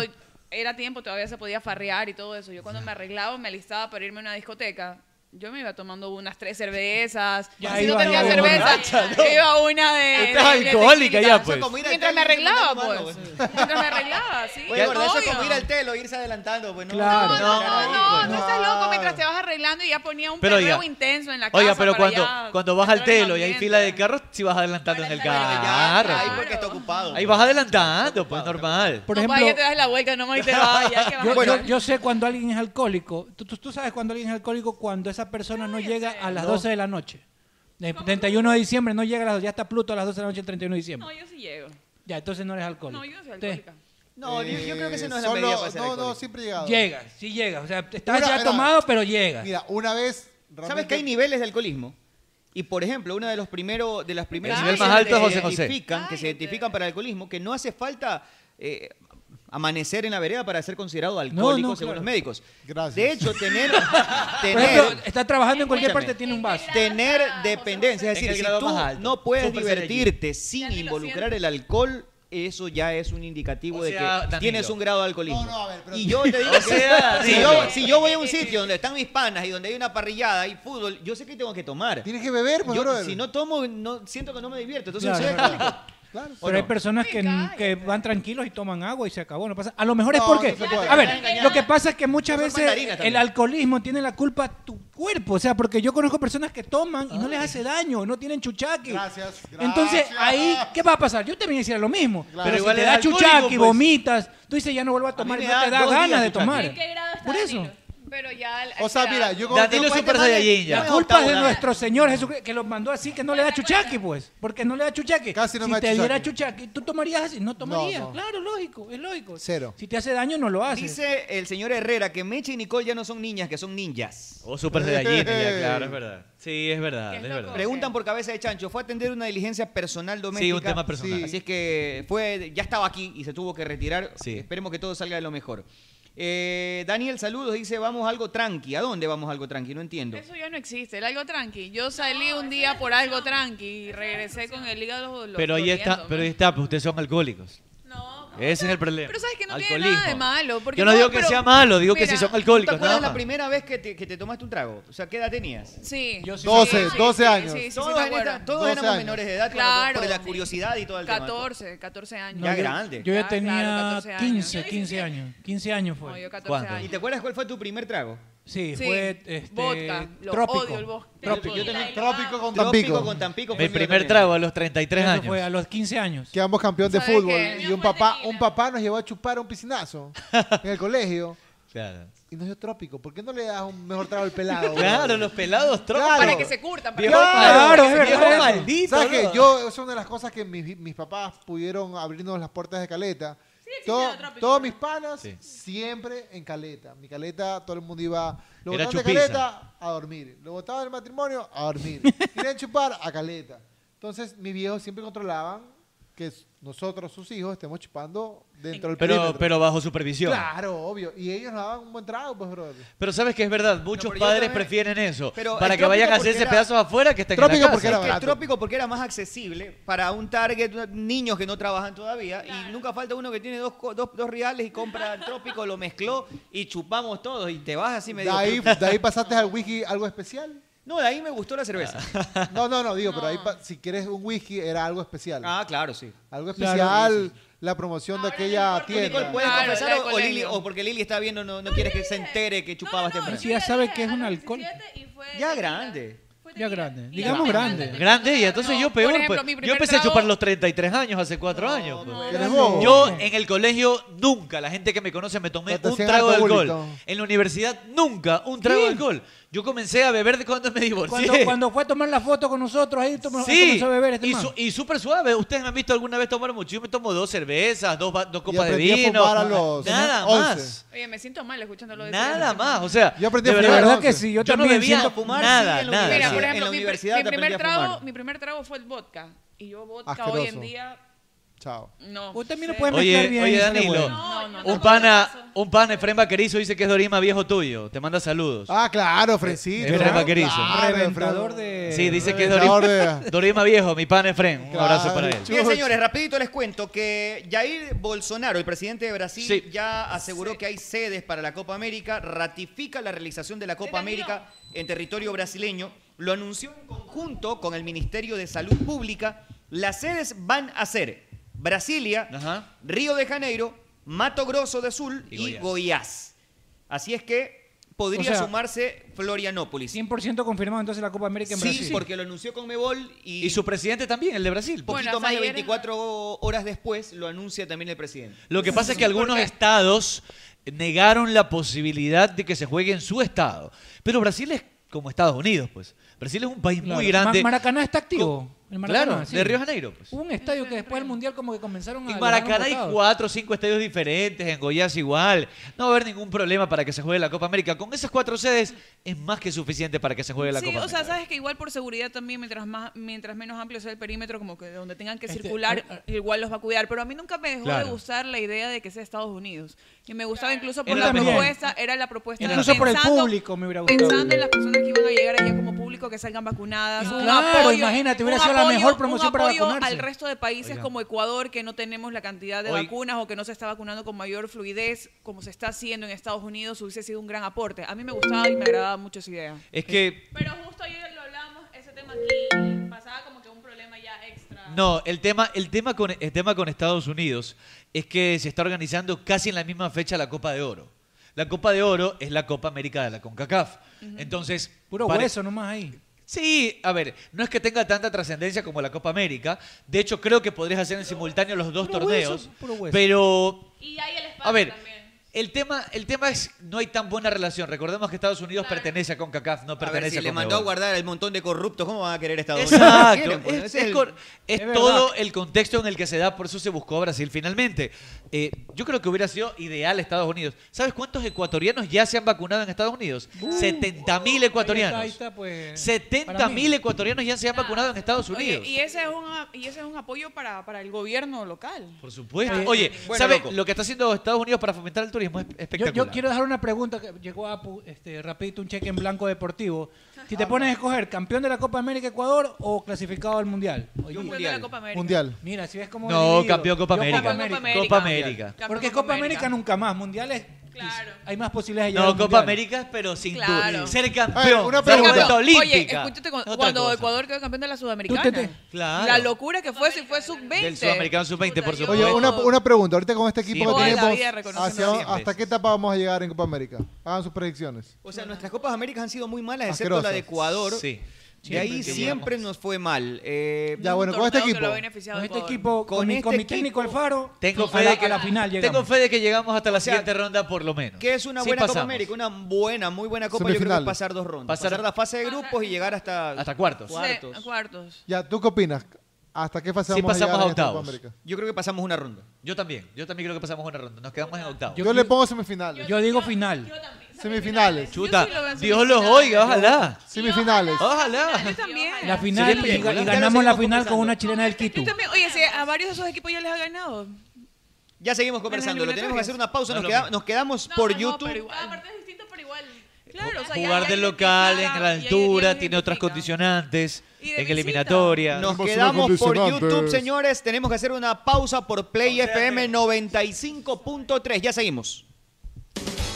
Speaker 3: era tiempo todavía se podía farrear y todo eso. Yo cuando me arreglaba, me alistaba para irme a una discoteca. Yo me iba tomando unas tres cervezas.
Speaker 9: Ya
Speaker 3: si no
Speaker 9: iba,
Speaker 3: tenía
Speaker 9: ya iba
Speaker 3: cerveza,
Speaker 2: borracha, ¿no?
Speaker 3: iba una de.
Speaker 2: Estás
Speaker 3: de- de
Speaker 2: alcohólica
Speaker 3: tequila.
Speaker 2: ya, pues.
Speaker 5: Como ir al
Speaker 3: Mientras me
Speaker 5: telo, ir
Speaker 3: arreglaba,
Speaker 5: mandando
Speaker 3: pues.
Speaker 5: mano,
Speaker 3: Mientras me arreglaba, sí.
Speaker 5: Oye, gorda, eso es como
Speaker 3: obvio.
Speaker 5: ir al telo, irse adelantando, pues no.
Speaker 9: Claro.
Speaker 3: No, no, no, no,
Speaker 4: Claro.
Speaker 3: no estás loco mientras te vas arreglando y ya ponía un
Speaker 2: Pero
Speaker 3: perreo
Speaker 2: oiga,
Speaker 3: intenso en la casa.
Speaker 2: Oiga, pero
Speaker 3: para
Speaker 2: cuando,
Speaker 3: ya
Speaker 2: cuando vas al
Speaker 3: entrar en
Speaker 2: telo y hay
Speaker 3: ambiente.
Speaker 2: fila de carros, si vas adelantando en el
Speaker 5: Ya,
Speaker 2: carro.
Speaker 5: ahí
Speaker 2: pues.
Speaker 5: porque está ocupado.
Speaker 2: Ahí vas adelantando, pues normal.
Speaker 9: Por
Speaker 3: no,
Speaker 9: ejemplo,
Speaker 3: vaya, te das la vuelta, no y te vayas. que vas
Speaker 9: yo,
Speaker 3: a
Speaker 9: yo- yo sé cuando alguien es alcohólico. Tú, tú- tú sabes cuando alguien es alcohólico cuando esa persona no llega a las 12 de la noche. El 31 de diciembre no llega a las 12. Ya está Pluto a las 12 de la noche el 31 de
Speaker 3: No,
Speaker 9: diciembre.
Speaker 3: yo sí llego.
Speaker 9: Ya, entonces no eres alcohólico.
Speaker 3: No, yo no soy
Speaker 9: Te-
Speaker 3: alcohólica.
Speaker 5: No, yo, yo creo que esa no es
Speaker 4: Eh,
Speaker 5: la
Speaker 4: solo-
Speaker 5: medida para ser
Speaker 4: No, no,
Speaker 5: alcohólico.
Speaker 4: siempre he llegado.
Speaker 9: Llegas, sí llegas. O sea, estás
Speaker 4: Mira,
Speaker 9: ya
Speaker 4: mira.
Speaker 9: tomado, pero llegas.
Speaker 4: Mira, una vez.
Speaker 5: ¿Sabes que hay niveles de alcoholismo? Y por ejemplo, una de los primeros de las primeras
Speaker 2: nivel
Speaker 5: cosas
Speaker 2: más
Speaker 5: que
Speaker 2: alto es
Speaker 5: se
Speaker 2: José José.
Speaker 5: identifican, que se identifican para el alcoholismo, que no hace falta eh, amanecer en la vereda para ser considerado alcohólico
Speaker 9: no,
Speaker 5: según los
Speaker 9: claro.
Speaker 5: médicos.
Speaker 4: Gracias.
Speaker 5: De hecho, tener
Speaker 9: Por ejemplo,
Speaker 5: tener
Speaker 9: estás trabajando en cualquier
Speaker 5: Escúchame.
Speaker 9: parte, tiene un vaso.
Speaker 5: tener dependencia, es
Speaker 2: En
Speaker 5: decir,
Speaker 2: el
Speaker 5: si
Speaker 2: grado
Speaker 5: tú
Speaker 2: más alto.
Speaker 5: no puedes
Speaker 2: Super
Speaker 5: divertirte
Speaker 10: Ya
Speaker 5: sin
Speaker 10: ni lo
Speaker 5: involucrar
Speaker 10: siento.
Speaker 5: el alcohol, eso ya es un indicativo
Speaker 2: O
Speaker 5: de
Speaker 2: sea,
Speaker 5: que
Speaker 2: Danilo.
Speaker 5: tienes un grado de alcoholismo.
Speaker 4: No, no, a ver, pero-
Speaker 5: y yo te digo
Speaker 2: O
Speaker 5: que
Speaker 2: sea,
Speaker 5: si,
Speaker 2: Danilo.
Speaker 5: yo, si yo voy a un sitio donde están mis panas y donde hay una parrillada y fútbol, yo sé que tengo que tomar.
Speaker 4: Tienes que beber, pues,
Speaker 5: Yo,
Speaker 4: brother.
Speaker 5: si no tomo, no, siento que no me divierto. Entonces,
Speaker 9: Claro,
Speaker 5: soy
Speaker 9: es verdad.
Speaker 5: alcohólico.
Speaker 4: Claro,
Speaker 9: Pero hay personas que, que van tranquilos y toman agua y se acabó. No pasa. A lo mejor es porque.
Speaker 4: No, no se puede.
Speaker 9: a ver,
Speaker 8: Engañada.
Speaker 9: lo que pasa es que muchas
Speaker 5: Pero son mandarinas
Speaker 9: veces
Speaker 5: también.
Speaker 9: el alcoholismo tiene la culpa tu cuerpo. O sea, porque yo conozco personas que toman y no les hace daño, no tienen chuchaqui.
Speaker 4: Gracias, gracias.
Speaker 9: Entonces, ahí, ¿qué va a pasar? Yo también hiciera lo mismo.
Speaker 4: Claro.
Speaker 9: Pero
Speaker 4: Pero
Speaker 2: igual
Speaker 9: si te
Speaker 2: es
Speaker 9: da
Speaker 2: alcohólico,
Speaker 9: chuchaqui,
Speaker 2: pues.
Speaker 9: vomitas, tú dices ya no vuelvo a tomar
Speaker 5: me
Speaker 9: y no
Speaker 5: da
Speaker 9: te da
Speaker 5: dos días
Speaker 9: ganas de
Speaker 5: chuchaqui.
Speaker 9: tomar.
Speaker 8: ¿En qué grado está
Speaker 9: Por eso.
Speaker 8: Danilo?
Speaker 3: Pero ya. al-
Speaker 4: O sea, mira, yo como
Speaker 2: Danilo es Super Saiyajin ya.
Speaker 9: La culpa es de nuestro Señor Jesucristo, que los mandó así, que no le da chuchaqui, pues. Porque no le da chuchaqui.
Speaker 4: Casi no
Speaker 9: si
Speaker 4: me da
Speaker 9: te
Speaker 4: chuchaqui.
Speaker 9: diera chuchaqui, tú tomarías así. No tomarías.
Speaker 4: no.
Speaker 9: Claro, lógico, es lógico.
Speaker 4: Cero.
Speaker 9: Si te hace daño, no lo haces.
Speaker 5: Dice el señor Herrera que Meche y Nicole ya no son niñas, que son ninjas.
Speaker 2: O Super Saiyajin, ya, claro, es verdad. Sí, es verdad,
Speaker 8: Que es
Speaker 2: es
Speaker 8: loco.
Speaker 2: verdad.
Speaker 5: Preguntan por cabeza de chancho. Fue a atender una diligencia personal doméstica.
Speaker 2: Sí, un tema personal.
Speaker 4: Sí.
Speaker 5: Así es que fue, ya estaba aquí y se tuvo que retirar.
Speaker 2: Sí.
Speaker 5: Esperemos que todo salga de lo mejor. Eh, Daniel, saludos. Dice, vamos algo tranqui. ¿A dónde vamos algo tranqui? No entiendo.
Speaker 3: Eso ya no existe, el algo tranqui. Yo salí un día por algo tranqui y regresé con el hígado lo-
Speaker 2: Pero ahí está,
Speaker 3: doliendo,
Speaker 2: pero
Speaker 3: ¿no?
Speaker 2: ahí está, pues ustedes son alcohólicos.
Speaker 8: No.
Speaker 2: Ese es el problema.
Speaker 3: Pero sabes que no tiene nada de malo, porque
Speaker 2: Yo no
Speaker 3: no,
Speaker 2: digo que
Speaker 3: pero-
Speaker 2: sea malo, digo que
Speaker 3: mira,
Speaker 2: si son
Speaker 5: ¿Tú te
Speaker 2: alcohólicos,
Speaker 5: acuerdas la
Speaker 2: nada más.
Speaker 5: primera vez que te, que te tomaste un trago? O sea, ¿qué edad tenías?
Speaker 3: Sí.
Speaker 9: Yo sí
Speaker 4: 12, 12 años.
Speaker 3: Sí, sí, sí,
Speaker 5: todos
Speaker 3: me
Speaker 5: en
Speaker 3: acuerdo.
Speaker 5: esta- todos
Speaker 4: 12
Speaker 5: éramos
Speaker 4: años.
Speaker 5: menores de edad claro,
Speaker 3: Claro.
Speaker 5: por la curiosidad y todo el tema.
Speaker 3: 14, 14 años.
Speaker 9: No,
Speaker 5: Ya
Speaker 9: yo-
Speaker 5: grande.
Speaker 9: Yo ya
Speaker 3: Ah, claro,
Speaker 9: tenía
Speaker 3: 14 años.
Speaker 9: 15, 15 años. 15 años
Speaker 3: No, yo
Speaker 9: fue.
Speaker 3: 14
Speaker 2: ¿Cuánto?
Speaker 5: ¿Y
Speaker 3: años.
Speaker 5: te acuerdas cuál fue tu primer trago?
Speaker 9: Sí,
Speaker 3: Sí,
Speaker 9: fue este,
Speaker 3: vodka, lo
Speaker 9: trópico.
Speaker 3: odio el vodka.
Speaker 5: Trópico. Yo
Speaker 8: tenía-
Speaker 4: Trópico con
Speaker 5: Trópico
Speaker 4: Tampico.
Speaker 5: con Tampico. fue
Speaker 2: Mi
Speaker 5: el mío
Speaker 2: primer
Speaker 5: también.
Speaker 2: trago a los 33
Speaker 9: Eso
Speaker 2: años.
Speaker 9: fue a los 15 años.
Speaker 4: Quedamos campeón de
Speaker 3: ¿Sabes
Speaker 4: fútbol
Speaker 3: qué?
Speaker 4: y
Speaker 8: Mío
Speaker 4: un
Speaker 8: fue
Speaker 4: papá,
Speaker 8: tequila.
Speaker 4: un papá nos llevó a chupar un piscinazo en el colegio
Speaker 2: Claro.
Speaker 4: y nos dio trópico. ¿Por qué no le das un mejor trago al pelado?
Speaker 2: Claro, los pelados tropas.
Speaker 4: Claro.
Speaker 3: Para que se curtan. Para
Speaker 2: Viejo,
Speaker 3: que-
Speaker 9: Claro, es
Speaker 2: maldito, viejo
Speaker 9: verdad.
Speaker 2: maldito.
Speaker 4: ¿Sabes qué?
Speaker 2: bro.
Speaker 4: Yo, es una de las cosas que mis, mis papás pudieron abrirnos las puertas de Caleta.
Speaker 8: existe
Speaker 4: Todo-
Speaker 8: la trópico.
Speaker 4: todos mis panas
Speaker 2: Sí.
Speaker 4: siempre en Caleta. Mi Caleta, todo el mundo iba. Lo
Speaker 2: Era
Speaker 4: botaban de
Speaker 2: chupiza.
Speaker 4: Caleta a dormir. Lo botaban del matrimonio a dormir. Querían chupar a Caleta. Entonces, mis viejos siempre controlaban que s- nosotros, sus hijos, estemos chupando dentro del
Speaker 2: Pero,
Speaker 4: perímetro.
Speaker 2: pero bajo supervisión.
Speaker 4: Claro, obvio. Y ellos nos daban un buen trago, pues, brother.
Speaker 2: Pero sabes que es verdad, muchos
Speaker 5: pero yo
Speaker 2: padres
Speaker 5: también-
Speaker 2: prefieren eso.
Speaker 5: Pero
Speaker 2: para
Speaker 5: el
Speaker 2: que vayan a
Speaker 5: trópico
Speaker 2: hacerse
Speaker 5: porque era-
Speaker 2: pedazos afuera que estén en
Speaker 4: Trópico
Speaker 2: la casa.
Speaker 4: porque era
Speaker 5: Es que
Speaker 4: barato.
Speaker 5: el trópico porque era más accesible para un target, una- niños que no trabajan todavía. Y nunca falta uno que tiene dos, co- dos, dos reales y compra el trópico, lo mezcló y chupamos todos. Y te vas así
Speaker 4: De
Speaker 5: medio.
Speaker 4: ahí, de ahí pasaste al wiki algo especial.
Speaker 5: No, de ahí me gustó la cerveza.
Speaker 4: No, no, no, digo, pero ahí pa- si quieres un whisky era algo especial.
Speaker 5: Ah, claro, sí.
Speaker 4: Algo
Speaker 9: Claro.
Speaker 4: especial, la promoción de aquella
Speaker 5: Tú, Nicole,
Speaker 4: tienda.
Speaker 5: puedes
Speaker 3: Claro, la
Speaker 5: confesar
Speaker 3: de
Speaker 5: o- o,
Speaker 3: colegio.
Speaker 5: Lili- o porque Lili está viendo, no, no quieres que se entere que chupabas
Speaker 8: no, no,
Speaker 5: temprano.
Speaker 9: Sí,
Speaker 8: yo
Speaker 9: ya sabe
Speaker 8: dije
Speaker 9: que es
Speaker 8: a
Speaker 9: un
Speaker 8: los
Speaker 9: alcohol.
Speaker 8: 17 y fue
Speaker 5: Ya
Speaker 8: tequila.
Speaker 5: grande.
Speaker 8: Fue
Speaker 9: Ya
Speaker 8: tequila.
Speaker 9: grande.
Speaker 8: Y
Speaker 9: Digamos
Speaker 8: la-
Speaker 9: grande.
Speaker 8: cuando te-
Speaker 2: Grande, y entonces
Speaker 3: No,
Speaker 2: yo peor.
Speaker 3: por ejemplo,
Speaker 2: pues.
Speaker 3: mi primer
Speaker 2: yo empecé a
Speaker 3: trago-
Speaker 2: chupar los 33 años, hace 4 años. pues.
Speaker 4: ¿Eres bobo?
Speaker 2: Yo en el colegio nunca, la gente que me conoce me tomé
Speaker 4: No te
Speaker 2: un
Speaker 4: hacían
Speaker 2: trago de alcohol.
Speaker 4: alcohólico.
Speaker 2: En la universidad nunca un trago de alcohol. Yo comencé a beber de cuando me divorcié.
Speaker 9: Cuando, cuando fue a tomar la foto con nosotros, ahí tomó, ahí
Speaker 2: Sí,
Speaker 9: comenzó a beber este
Speaker 2: y,
Speaker 9: man.
Speaker 2: su- y súper suave. Ustedes me han visto alguna vez tomar mucho. Yo me tomo dos cervezas, dos, ba- dos copas de
Speaker 4: aprendí a
Speaker 2: vino.
Speaker 4: fumar a los
Speaker 2: nada
Speaker 4: 11.
Speaker 2: más.
Speaker 3: Oye, me siento mal escuchándolo decir
Speaker 2: Nada
Speaker 3: eso.
Speaker 2: más. O sea,
Speaker 4: Yo aprendí a
Speaker 9: De
Speaker 4: fumar.
Speaker 9: verdad
Speaker 4: entonces.
Speaker 9: que sí, yo,
Speaker 2: Yo no
Speaker 9: también
Speaker 2: bebía
Speaker 9: siento-
Speaker 5: fumar,
Speaker 2: nada,
Speaker 5: sí, en la
Speaker 2: nada.
Speaker 3: Mira,
Speaker 5: Sí, en
Speaker 3: por ejemplo,
Speaker 5: la
Speaker 3: mi, pr-
Speaker 5: universidad
Speaker 3: mi
Speaker 5: te aprendí
Speaker 3: primer
Speaker 5: a fumar.
Speaker 3: trago, mi primer trago fue el vodka. Y yo vodka hoy
Speaker 4: Asqueroso.
Speaker 3: en día
Speaker 4: Chao.
Speaker 3: no.
Speaker 9: Usted también lo
Speaker 3: sé.
Speaker 9: puede
Speaker 2: Oye,
Speaker 9: mezclar bien.
Speaker 2: oye,
Speaker 9: y sale
Speaker 2: Danilo.
Speaker 9: bueno.
Speaker 8: No, no,
Speaker 2: Un
Speaker 8: tampoco
Speaker 2: pana,
Speaker 8: te paso.
Speaker 2: un pana, Efraín Vaquerizo dice que es Dorima viejo tuyo. Te manda saludos.
Speaker 4: Ah, claro, Frencito.
Speaker 2: Efraín
Speaker 4: Claro,
Speaker 2: Eh, Vaquerizo.
Speaker 4: claro,
Speaker 9: Reventador
Speaker 4: Efraín.
Speaker 9: de...
Speaker 2: sí, dice que es
Speaker 4: Reventador
Speaker 2: Dorima,
Speaker 4: de-
Speaker 2: Dorima viejo, mi pana Efraín. Un
Speaker 4: Claro.
Speaker 2: abrazo para él.
Speaker 5: Bien,
Speaker 4: Chuch.
Speaker 5: señores, rapidito les cuento que Jair Bolsonaro, el presidente de Brasil,
Speaker 2: Sí.
Speaker 5: ya aseguró que hay sedes para la Copa América, ratifica la realización de la Copa América en territorio brasileño, lo anunció en conjunto con el Ministerio de Salud Pública. Las sedes van a ser Brasilia,
Speaker 2: Ajá.
Speaker 5: Río de Janeiro, Mato Grosso de Sul
Speaker 2: Y
Speaker 5: y,
Speaker 2: Goiás.
Speaker 5: Goiás. Así es que podría
Speaker 9: O sea,
Speaker 5: sumarse Florianópolis.
Speaker 9: 100% confirmado entonces la Copa América en Brasil.
Speaker 5: Sí, porque lo anunció con Mebol y,
Speaker 2: Y su presidente también, el de Brasil.
Speaker 5: poquito
Speaker 3: Bueno, hasta
Speaker 5: más de
Speaker 3: ayer-
Speaker 5: 24 horas después lo anuncia también el presidente.
Speaker 2: Lo que pasa es que algunos estados negaron la posibilidad de que se juegue en su estado. Pero Brasil es como Estados Unidos, pues. Brasil es un país
Speaker 9: Claro.
Speaker 2: muy grande.
Speaker 9: Ma- Maracaná está activo. El Maracaná,
Speaker 2: claro,
Speaker 9: sí.
Speaker 2: de Río de Janeiro, pues.
Speaker 9: Hubo un estadio que después del Mundial como que comenzaron a...
Speaker 2: En
Speaker 9: lo
Speaker 2: Maracaná
Speaker 9: dejaron
Speaker 2: hay
Speaker 9: botado.
Speaker 2: cuatro o cinco estadios diferentes, en Goiás igual. No va a haber ningún problema para que se juegue la Copa América. Con esas cuatro sedes es más que suficiente para que se juegue la
Speaker 3: sí,
Speaker 2: Copa
Speaker 3: o sea,
Speaker 2: América.
Speaker 3: sabes que igual por seguridad también, mientras más, mientras menos amplio sea el perímetro, como que donde tengan que
Speaker 9: Este,
Speaker 3: circular,
Speaker 9: a- a-
Speaker 3: igual los va a cuidar. Pero a mí nunca me dejó
Speaker 2: Claro.
Speaker 3: de gustar la idea de que sea Estados Unidos. Y me gustaba incluso por
Speaker 2: Era
Speaker 3: la
Speaker 2: también.
Speaker 3: propuesta, era la propuesta.
Speaker 9: Incluso por el
Speaker 3: pensando-
Speaker 9: público me hubiera gustado.
Speaker 3: Pensando en las personas que iban a llegar allá como público, que salgan vacunadas.
Speaker 9: Y
Speaker 3: un
Speaker 9: claro,
Speaker 3: apoyo-
Speaker 9: imagínate, hubiera
Speaker 3: un
Speaker 9: sido la
Speaker 3: apoyo-
Speaker 9: mejor
Speaker 3: un
Speaker 9: promoción para
Speaker 3: apoyo
Speaker 9: vacunarse.
Speaker 3: al resto de países
Speaker 2: Oiga.
Speaker 3: como Ecuador, que no tenemos la cantidad de
Speaker 2: Oiga.
Speaker 3: vacunas o que no se está vacunando con mayor fluidez, como se está haciendo en Estados Unidos, hubiese sido un gran aporte. A mí me gustaba y me agradaba mucho esa idea.
Speaker 2: Es que
Speaker 8: Pero justo ayer lo hablábamos, ese tema aquí, y pasaba como que un problema ya extra.
Speaker 2: No, el tema, el, tema con, el tema con Estados Unidos es que se está organizando casi en la misma fecha la Copa de Oro. La Copa de Oro es la Copa América de la CONCACAF. Entonces,
Speaker 9: Puro
Speaker 2: pare-
Speaker 9: hueso nomás ahí.
Speaker 2: Sí, a ver, no es que tenga tanta trascendencia como la Copa América. De hecho, creo que podrías hacer en simultáneo los dos
Speaker 9: puro
Speaker 2: torneos.
Speaker 9: hueso, puro hueso.
Speaker 2: Pero
Speaker 8: Y hay el espacio
Speaker 2: a ver,
Speaker 8: también.
Speaker 2: el tema, el tema es no hay tan buena relación. Recordemos que Estados Unidos
Speaker 8: Claro.
Speaker 2: pertenece a CONCACAF, no
Speaker 11: A ver,
Speaker 2: pertenece
Speaker 11: si
Speaker 2: a
Speaker 11: le
Speaker 2: CONMEBOL.
Speaker 11: mandó a guardar el montón de corruptos, ¿cómo van a querer Estados Unidos?
Speaker 2: Exacto.
Speaker 11: ¿Quieren, pues?
Speaker 2: es
Speaker 11: Ese
Speaker 2: es
Speaker 11: el-
Speaker 2: cor- es
Speaker 9: es verdad.
Speaker 2: todo el contexto en el que se da, por eso se buscó a Brasil finalmente. Eh, yo creo que hubiera sido ideal Estados Unidos. ¿Sabes cuántos ecuatorianos ya se han vacunado en Estados Unidos? 70 mil ecuatorianos.
Speaker 9: Uh, Ahí está, ahí está, pues, para
Speaker 2: 70
Speaker 9: mí.
Speaker 2: mil ecuatorianos ya se han vacunado en Estados
Speaker 3: Oye,
Speaker 2: Unidos.
Speaker 3: y, ese es un, a- y ese es un apoyo para, para el gobierno local.
Speaker 2: Por supuesto.
Speaker 3: Ah,
Speaker 2: Oye,
Speaker 11: bueno,
Speaker 2: ¿sabes
Speaker 11: loco.
Speaker 2: lo que está haciendo Estados Unidos para fomentar el turismo? Es
Speaker 9: Eh, Yo,
Speaker 2: espectacular.
Speaker 9: yo quiero dejar una pregunta que llegó a pu- este, rapidito un cheque en blanco deportivo. Si te pones a escoger campeón de la Copa América Ecuador o clasificado al mundial. Oye,
Speaker 11: Yo-
Speaker 8: Campeón de
Speaker 11: Mundial.
Speaker 8: la Copa América.
Speaker 4: Mundial.
Speaker 9: mira, si ves como
Speaker 2: No, campeón Copa América.
Speaker 9: Copa
Speaker 2: Copa
Speaker 9: América.
Speaker 2: América.
Speaker 9: Porque Copa América nunca más, mundiales
Speaker 8: Claro.
Speaker 9: hay más posibilidades de
Speaker 2: No,
Speaker 9: llegar al
Speaker 2: Copa
Speaker 9: mundial. Eh,
Speaker 2: América, pero sin tu-
Speaker 3: Claro.
Speaker 2: ser
Speaker 4: A ver,
Speaker 2: campeón.
Speaker 4: una
Speaker 2: Una
Speaker 4: pregunta.
Speaker 2: pregunta.
Speaker 3: Oye,
Speaker 2: olímpica.
Speaker 3: escúchate, cu-
Speaker 2: Otra
Speaker 3: cuando
Speaker 2: cosa.
Speaker 3: Ecuador quedó campeón de la
Speaker 9: Tú te- te-
Speaker 3: Sudamericana.
Speaker 2: Claro.
Speaker 3: La locura que fue, si fue sub-20.
Speaker 2: Del Sudamericano Sub-20, por
Speaker 3: Puta, yo-
Speaker 2: supuesto.
Speaker 4: Oye, una, una pregunta. Ahorita con este equipo
Speaker 2: Siempre.
Speaker 3: Toda
Speaker 4: que
Speaker 3: la
Speaker 4: tenemos,
Speaker 3: vida reconociendo
Speaker 4: hacia-
Speaker 2: siempre.
Speaker 4: ¿hasta qué etapa vamos a llegar en Copa América? Hagan sus predicciones.
Speaker 11: O sea, nuestras Copas Américas han sido muy malas, excepto
Speaker 4: Asquerosas.
Speaker 11: la de Ecuador.
Speaker 2: Sí.
Speaker 11: De ahí
Speaker 2: Siempre
Speaker 11: siempre nos fue mal. Eh,
Speaker 4: Ya, bueno, con
Speaker 3: Un
Speaker 4: este
Speaker 3: torneo que
Speaker 4: equipo.
Speaker 3: lo ha beneficiado
Speaker 9: Con
Speaker 3: a
Speaker 9: este
Speaker 3: Ecuador.
Speaker 9: equipo, con,
Speaker 11: Con
Speaker 9: mi, con
Speaker 11: este
Speaker 9: mi técnico
Speaker 11: equipo-
Speaker 9: Alfaro,
Speaker 2: Tengo
Speaker 9: a
Speaker 2: fe,
Speaker 9: la,
Speaker 2: de que,
Speaker 9: a la final llegamos.
Speaker 2: tengo fe de que llegamos hasta la
Speaker 11: sea,
Speaker 2: siguiente ronda por lo menos.
Speaker 11: ¿Qué es una
Speaker 2: Sí
Speaker 11: buena Copa
Speaker 2: pasamos.
Speaker 11: América? Una buena, muy buena Copa. Yo creo que
Speaker 4: Semifinales.
Speaker 11: es pasar dos rondas.
Speaker 2: Pasar-
Speaker 11: Pasar, la fase de grupos y llegar hasta...
Speaker 2: Hasta cuartos.
Speaker 3: Sí,
Speaker 11: Cuartos.
Speaker 3: a cuartos.
Speaker 4: Ya, ¿tú qué opinas? ¿Hasta qué fase
Speaker 2: Sí,
Speaker 4: vamos a llegar
Speaker 2: pasamos a
Speaker 4: en esta Copa
Speaker 2: octavos.
Speaker 4: América?
Speaker 11: Yo creo que pasamos una ronda.
Speaker 2: Yo también. Yo también creo que pasamos una ronda. Nos quedamos en octavo.
Speaker 4: Yo,
Speaker 9: Yo
Speaker 4: le
Speaker 9: creo-
Speaker 4: pongo semifinales.
Speaker 9: Yo digo final.
Speaker 8: Yo también.
Speaker 4: Semifinales.
Speaker 2: Chuta,
Speaker 3: sí lo veo en
Speaker 2: Dios los
Speaker 3: semifinales.
Speaker 2: oiga, ojalá.
Speaker 4: Semifinales.
Speaker 3: Yo
Speaker 2: Ojalá.
Speaker 3: también.
Speaker 9: La final
Speaker 2: Sería
Speaker 9: y,
Speaker 2: bien,
Speaker 9: ga-
Speaker 11: ¿no?
Speaker 9: y ganamos la
Speaker 11: Seguimos
Speaker 9: final con
Speaker 11: conversando.
Speaker 9: una chilena del Quito.
Speaker 3: Yo también, oye, si a varios de esos equipos ya les ha ganado.
Speaker 11: Ya seguimos conversando. Lo tenemos que hacer una pausa.
Speaker 2: No,
Speaker 11: Nos,
Speaker 2: lo
Speaker 11: queda-
Speaker 2: mismo.
Speaker 11: nos quedamos
Speaker 8: No,
Speaker 11: por
Speaker 3: no,
Speaker 11: YouTube.
Speaker 3: pero igual.
Speaker 8: Cada partido es distinto, pero igual.
Speaker 3: Claro, o sea, ya-
Speaker 2: Jugar
Speaker 3: ya
Speaker 2: de
Speaker 3: ellos
Speaker 2: local,
Speaker 3: empiezan
Speaker 2: en
Speaker 3: a-
Speaker 2: la
Speaker 3: ya- ya
Speaker 2: altura,
Speaker 3: ellos
Speaker 2: tiene otras
Speaker 3: identifican.
Speaker 2: condicionantes.
Speaker 3: Y de
Speaker 2: En
Speaker 3: visita.
Speaker 2: eliminatoria.
Speaker 11: Nos
Speaker 4: Hemos sido
Speaker 11: quedamos por
Speaker 4: condicionantes.
Speaker 11: YouTube, señores. Tenemos que hacer una pausa por Play FM 95.3. Ya seguimos.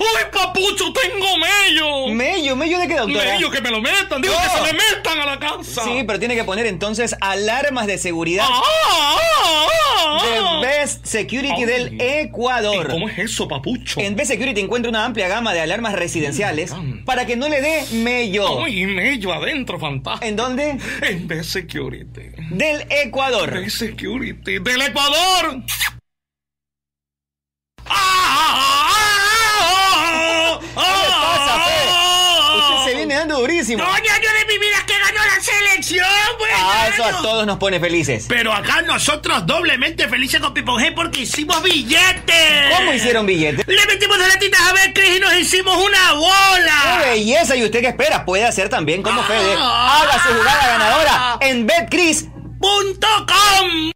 Speaker 12: ¡Uy, papucho, tengo mello!
Speaker 13: Mello, mello de qué doctora.
Speaker 12: Mello, que me lo metan, digo que se me metan a la casa.
Speaker 13: Sí, pero tiene que poner entonces alarmas de seguridad
Speaker 12: Ah, ah, ah, ah.
Speaker 13: de Best Security
Speaker 12: Ay.
Speaker 13: del
Speaker 12: ¿Y
Speaker 13: Ecuador.
Speaker 12: ¿Cómo es eso, papucho?
Speaker 13: En Best Security encuentra una amplia gama de alarmas residenciales
Speaker 12: Mm.
Speaker 13: para que no le dé mello.
Speaker 12: ¡Uy, mello adentro, fantástico!
Speaker 13: ¿En dónde?
Speaker 12: En vez Security.
Speaker 13: Del Ecuador.
Speaker 12: Best Security del Ecuador. Ah, ah, ah, ah, ah,
Speaker 13: ¿Qué le pasa,
Speaker 12: ah,
Speaker 13: Usted se viene dando durísimo.
Speaker 12: ¡Doña, yo de mi vida que ganó la selección, güey!
Speaker 13: Ah, eso a
Speaker 12: ganó.
Speaker 13: todos nos pone felices.
Speaker 12: Pero acá nosotros doblemente felices con Pipo G porque hicimos billetes.
Speaker 13: ¿Cómo hicieron billetes?
Speaker 12: Le metimos dos latitas a ver y nos hicimos una
Speaker 13: ¡Qué
Speaker 12: bola.
Speaker 13: belleza! ¿Y usted qué espera? Puede hacer también como Fede.
Speaker 12: Ah.
Speaker 13: Haga su jugada ganadora en BetCris.
Speaker 12: Punto com.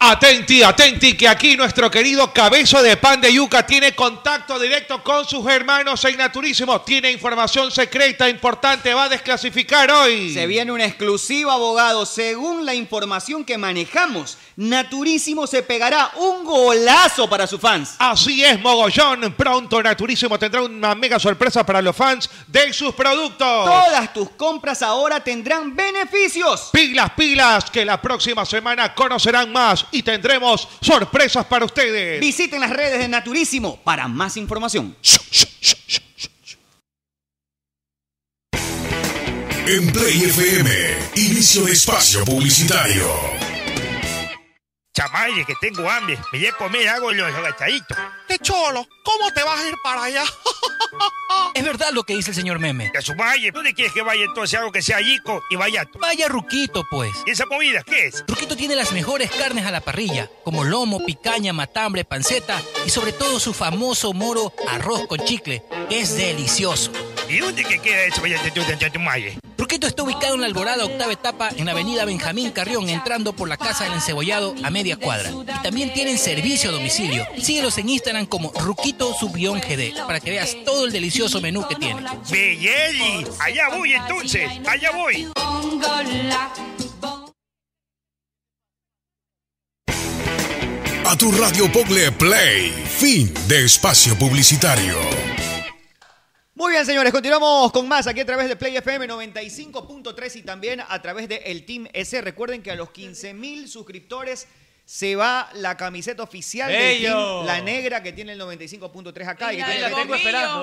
Speaker 14: Atenti, atenti, que aquí nuestro querido cabezo de pan de yuca tiene contacto directo con sus hermanos en Naturísimo. Tiene información secreta importante, va a desclasificar hoy.
Speaker 11: Se viene una exclusiva, abogado. Según la información que manejamos
Speaker 5: Naturísimo se pegará un golazo para sus fans.
Speaker 15: Así es, Mogollón. Pronto Naturísimo tendrá una mega sorpresa para los fans de sus
Speaker 12: Ah.
Speaker 15: productos.
Speaker 5: Todas tus compras ahora tendrán beneficios.
Speaker 15: Pilas, pilas, que la próxima semana conocerán más y tendremos sorpresas para ustedes.
Speaker 5: Visiten las redes de Naturísimo para más información.
Speaker 16: En Play FM, inicio de espacio publicitario.
Speaker 12: Chamaye, que tengo hambre. Me voy a comer, hago los agachaditos.
Speaker 17: ¡Qué cholo! ¿Cómo te vas a ir para allá?
Speaker 12: Es verdad lo que dice el señor Meme. Que su valle. ¿Dónde quieres que vaya entonces? Algo que sea rico y vaya tú. Vaya Ruquito, pues. ¿Y esa comida qué es?
Speaker 8: Ruquito tiene las mejores carnes a la parrilla, como lomo, picaña, matambre, panceta y sobre todo su famoso moro arroz con chicle, que es delicioso.
Speaker 12: ¿Y dónde que queda eso? Vaya tú, Chamaye.
Speaker 8: Ruquito está ubicado en la Alborada Octava Etapa en la avenida Benjamín Carrión, entrando por la Casa del Encebollado a media cuadra. Y también tienen servicio a domicilio. Síguelos en Instagram como Ruquito Subión GD para que veas todo el delicioso menú que tiene.
Speaker 12: Belleli. Allá voy entonces. Allá voy.
Speaker 16: A tu radio Pogle Play, fin de espacio publicitario.
Speaker 5: Muy bien, señores, continuamos con más aquí a través de Play FM 95.3 y también a través de el Team S. Recuerden que a los 15.000 suscriptores se va la camiseta oficial del
Speaker 2: ¡Bello!
Speaker 5: team, la negra que tiene el 95.3 acá.
Speaker 3: Y la
Speaker 5: tiene
Speaker 3: del
Speaker 5: que-
Speaker 3: bombillo,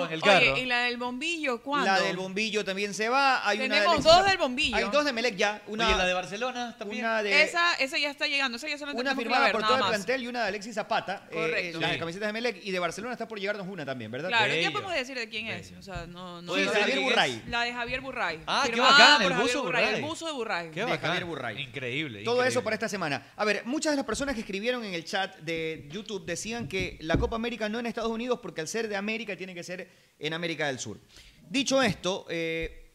Speaker 3: Oye, ¿y la del bombillo cuándo?
Speaker 5: La del bombillo también se va. Hay una
Speaker 3: Tenemos
Speaker 5: Alexis-
Speaker 3: dos del bombillo.
Speaker 5: Hay dos de Melec ya. Una,
Speaker 2: Oye, la de
Speaker 5: Barcelona también. Una, de,
Speaker 3: Esa, esa ya está llegando, esa ya solamente
Speaker 5: una
Speaker 3: tenemos que ir a
Speaker 5: firmada
Speaker 3: ver,
Speaker 5: por
Speaker 3: nada
Speaker 5: todo el
Speaker 3: más.
Speaker 5: plantel y una de Alexis Zapata. eh,
Speaker 3: Correcto.
Speaker 5: las
Speaker 3: Sí.
Speaker 5: camisetas de Melec y de Barcelona está por llegarnos una también, ¿verdad?
Speaker 3: Claro, ya podemos decir de quién es. O sea, no, no
Speaker 5: Sí,
Speaker 3: no-
Speaker 5: Javier Burray.
Speaker 3: La de Javier Burray.
Speaker 5: Ah, qué
Speaker 3: Firmada
Speaker 5: bacán,
Speaker 3: por
Speaker 5: el
Speaker 3: Javier
Speaker 5: buzo Burray.
Speaker 3: El buzo de Burray.
Speaker 5: Qué De bacán. Javier Burray.
Speaker 2: Increíble.
Speaker 5: Todo
Speaker 2: increíble.
Speaker 5: eso para esta semana. A ver, muchas de las personas que escribieron en el chat de YouTube decían que la Copa América no en Estados Unidos porque al ser de América tiene que ser en América del Sur. Dicho esto, eh,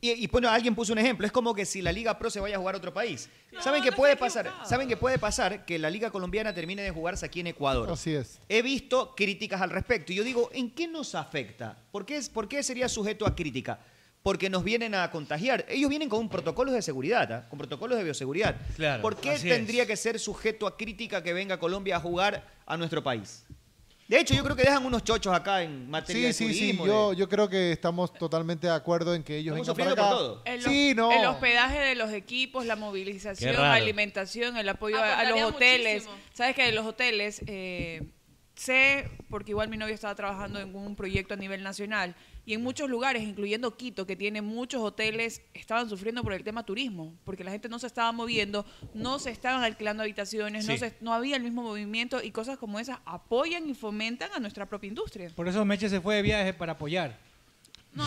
Speaker 5: y, y, bueno, alguien puso un ejemplo, es como que si la Liga Pro se vaya a jugar a otro país. ¿Saben qué puede pasar? ¿Saben qué puede pasar? Que la Liga Colombiana termine de jugarse aquí en Ecuador.
Speaker 4: Así es.
Speaker 5: He visto críticas al respecto y yo digo, ¿en qué nos afecta? ¿Por qué, es- por qué sería sujeto a crítica? Porque nos vienen a contagiar. Ellos vienen con protocolos de seguridad, ¿ah? con protocolos de bioseguridad.
Speaker 2: Claro,
Speaker 5: ¿Por qué
Speaker 2: así es.
Speaker 5: tendría que ser sujeto a crítica que venga Colombia a jugar a nuestro país? De hecho, yo creo que dejan unos chochos acá en materia
Speaker 4: Sí, sí,
Speaker 5: de
Speaker 4: sí.
Speaker 5: turismo. eh.
Speaker 4: Yo, yo creo que estamos totalmente de acuerdo en que ellos
Speaker 5: Estamos
Speaker 4: vengan para acá.
Speaker 5: sufriendo por
Speaker 3: El,
Speaker 4: Sí,
Speaker 3: hos-
Speaker 4: no.
Speaker 3: el hospedaje de los equipos, la movilización,
Speaker 4: Qué
Speaker 3: la
Speaker 4: raro.
Speaker 3: alimentación, el apoyo
Speaker 4: Ah, pues
Speaker 3: a- a, los
Speaker 18: Aportaría
Speaker 3: hoteles.
Speaker 18: muchísimo.
Speaker 3: Sabes que de los hoteles, eh, sé, porque igual mi novio estaba trabajando en un proyecto a nivel nacional, y en muchos lugares, incluyendo Quito, que tiene muchos hoteles, estaban sufriendo por el tema turismo, porque la gente no se estaba moviendo, no se estaban alquilando habitaciones, no,
Speaker 9: Sí.
Speaker 3: se- no había el mismo movimiento, y cosas como esas apoyan y fomentan a nuestra propia industria.
Speaker 9: Por eso Meche se fue de viaje para apoyar.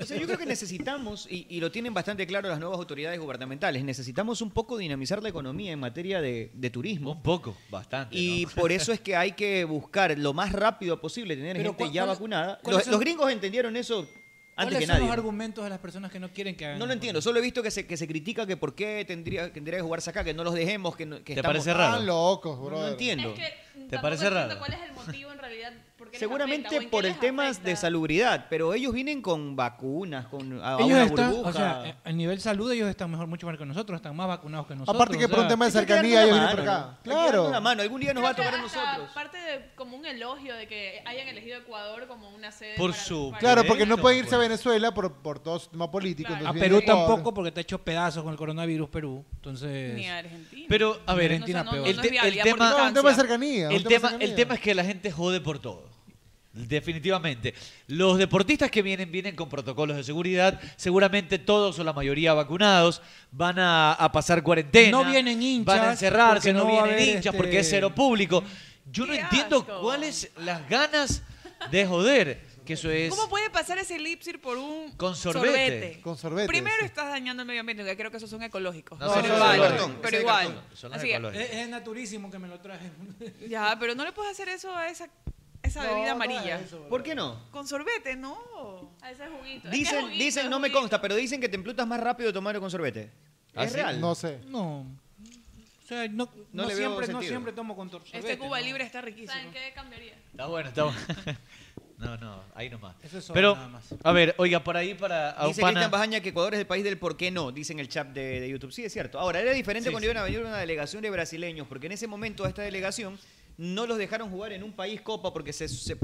Speaker 5: O sea, yo creo que necesitamos, y, y lo tienen bastante claro las nuevas autoridades gubernamentales, necesitamos un poco dinamizar la economía en materia de, de turismo. Un
Speaker 2: poco, bastante.
Speaker 5: este Y por eso es que hay que buscar lo más rápido posible tener
Speaker 9: Pero
Speaker 5: gente
Speaker 9: ¿cuál-
Speaker 5: ya
Speaker 9: cuál-
Speaker 5: vacunada.
Speaker 9: cuáles
Speaker 5: Los,
Speaker 9: son-
Speaker 5: los gringos entendieron eso antes
Speaker 9: ¿Cuáles
Speaker 5: que
Speaker 9: son
Speaker 5: nadie.
Speaker 9: los argumentos de las personas que no quieren que hagan?
Speaker 5: No lo entiendo, solo he visto que se, que se critica que por qué tendría, que tendría que jugarse acá, que no los dejemos, que, no- que
Speaker 2: ¿Te
Speaker 5: estamos-
Speaker 2: parece raro? Están
Speaker 4: locos,
Speaker 5: No, no entiendo.
Speaker 2: ¿Te parece raro?
Speaker 3: mm, ¿Cuál es el motivo en realidad? ¿Por qué les
Speaker 5: Seguramente por el tema de salubridad, pero ellos vienen con vacunas, con a, a
Speaker 9: Ellos
Speaker 5: una
Speaker 9: están,
Speaker 5: burbuja.
Speaker 9: o
Speaker 4: eh,
Speaker 9: sea, a nivel salud ellos están mejor, mucho mejor que nosotros, están más vacunados que nosotros.
Speaker 4: Aparte que
Speaker 9: o
Speaker 4: por un
Speaker 9: sea-
Speaker 4: tema de cercanía ellos vienen para acá. Claro.
Speaker 5: algún día
Speaker 3: Creo que hasta Parte de como un elogio de que hayan elegido Ecuador como una sede.
Speaker 2: Por
Speaker 3: para-
Speaker 2: su-
Speaker 3: para-
Speaker 4: Claro, porque no pueden irse a Venezuela por, por todo su tema político.
Speaker 2: Ah,
Speaker 9: A
Speaker 4: entonces
Speaker 9: Perú
Speaker 4: vienen a Ecuador.
Speaker 9: tampoco porque está hecho pedazos con el coronavirus Perú. Entonces...
Speaker 3: Ni a Argentina.
Speaker 2: Pero, a ver,
Speaker 9: Argentina peor.
Speaker 2: el, te- el tema,
Speaker 4: No, un tema de cercanía, un
Speaker 2: El
Speaker 4: tema de
Speaker 2: tema,
Speaker 4: cercanía.
Speaker 2: el tema es que la gente jode por todo. Definitivamente. Los deportistas que vienen, vienen con protocolos de seguridad. Seguramente todos o la mayoría vacunados. Van a, a pasar cuarentena.
Speaker 9: No vienen hinchas,
Speaker 2: Van a encerrarse,
Speaker 9: porque
Speaker 2: no,
Speaker 9: no va a
Speaker 2: vienen
Speaker 9: haber,
Speaker 2: hinchas
Speaker 9: este,
Speaker 2: porque es cero público. Yo no entiendo cuáles las ganas de joder. Que eso es
Speaker 3: ¿Cómo puede pasar ese elipsir por un
Speaker 2: Con sorbete.
Speaker 4: Con sorbete,
Speaker 3: Primero
Speaker 4: sí.
Speaker 3: estás dañando el medio ambiente, que creo que esos son ecológicos.
Speaker 2: No,
Speaker 3: pero
Speaker 2: son
Speaker 3: igual.
Speaker 2: de cartón,
Speaker 3: pero
Speaker 2: son de
Speaker 3: igual.
Speaker 2: cartón, son los
Speaker 3: Así es.
Speaker 2: ecológicos.
Speaker 9: Es naturísimo que me lo traje.
Speaker 3: Ya, pero no le puedes hacer eso a esa, esa
Speaker 9: No,
Speaker 3: bebida
Speaker 9: no
Speaker 3: amarilla.
Speaker 9: es eso.
Speaker 5: ¿Por qué no?
Speaker 3: Con sorbete, no. A ese juguito.
Speaker 5: Dicen, dicen, no me consta, pero dicen que te emplutas más rápido tomando con sorbete.
Speaker 9: ¿Ah,
Speaker 5: ¿Es
Speaker 9: sí?
Speaker 5: real?
Speaker 9: No
Speaker 4: sé.
Speaker 9: No. O sea, no,
Speaker 5: No
Speaker 9: no
Speaker 5: le veo
Speaker 9: siempre, no
Speaker 5: sentido.
Speaker 9: siempre tomo con tor- sorbete,
Speaker 3: Este Cuba
Speaker 9: ¿no?
Speaker 3: Libre está riquísimo. ¿Saben qué cambiaría?
Speaker 2: Está bueno, está bueno. No, no, ahí nomás.
Speaker 9: Eso es
Speaker 2: Pero,
Speaker 9: nada más.
Speaker 2: a ver, oiga, por ahí para a un
Speaker 5: Dice
Speaker 2: pana-
Speaker 5: Cristian Bajaña que Ecuador es el país del por qué no, dice en el chat de, de YouTube. Sí, es cierto. Ahora, era diferente
Speaker 2: Sí,
Speaker 5: cuando iban a
Speaker 2: sí.
Speaker 5: venir una delegación de brasileños, porque en ese momento a esta delegación no los dejaron jugar en un país Copa porque se, se-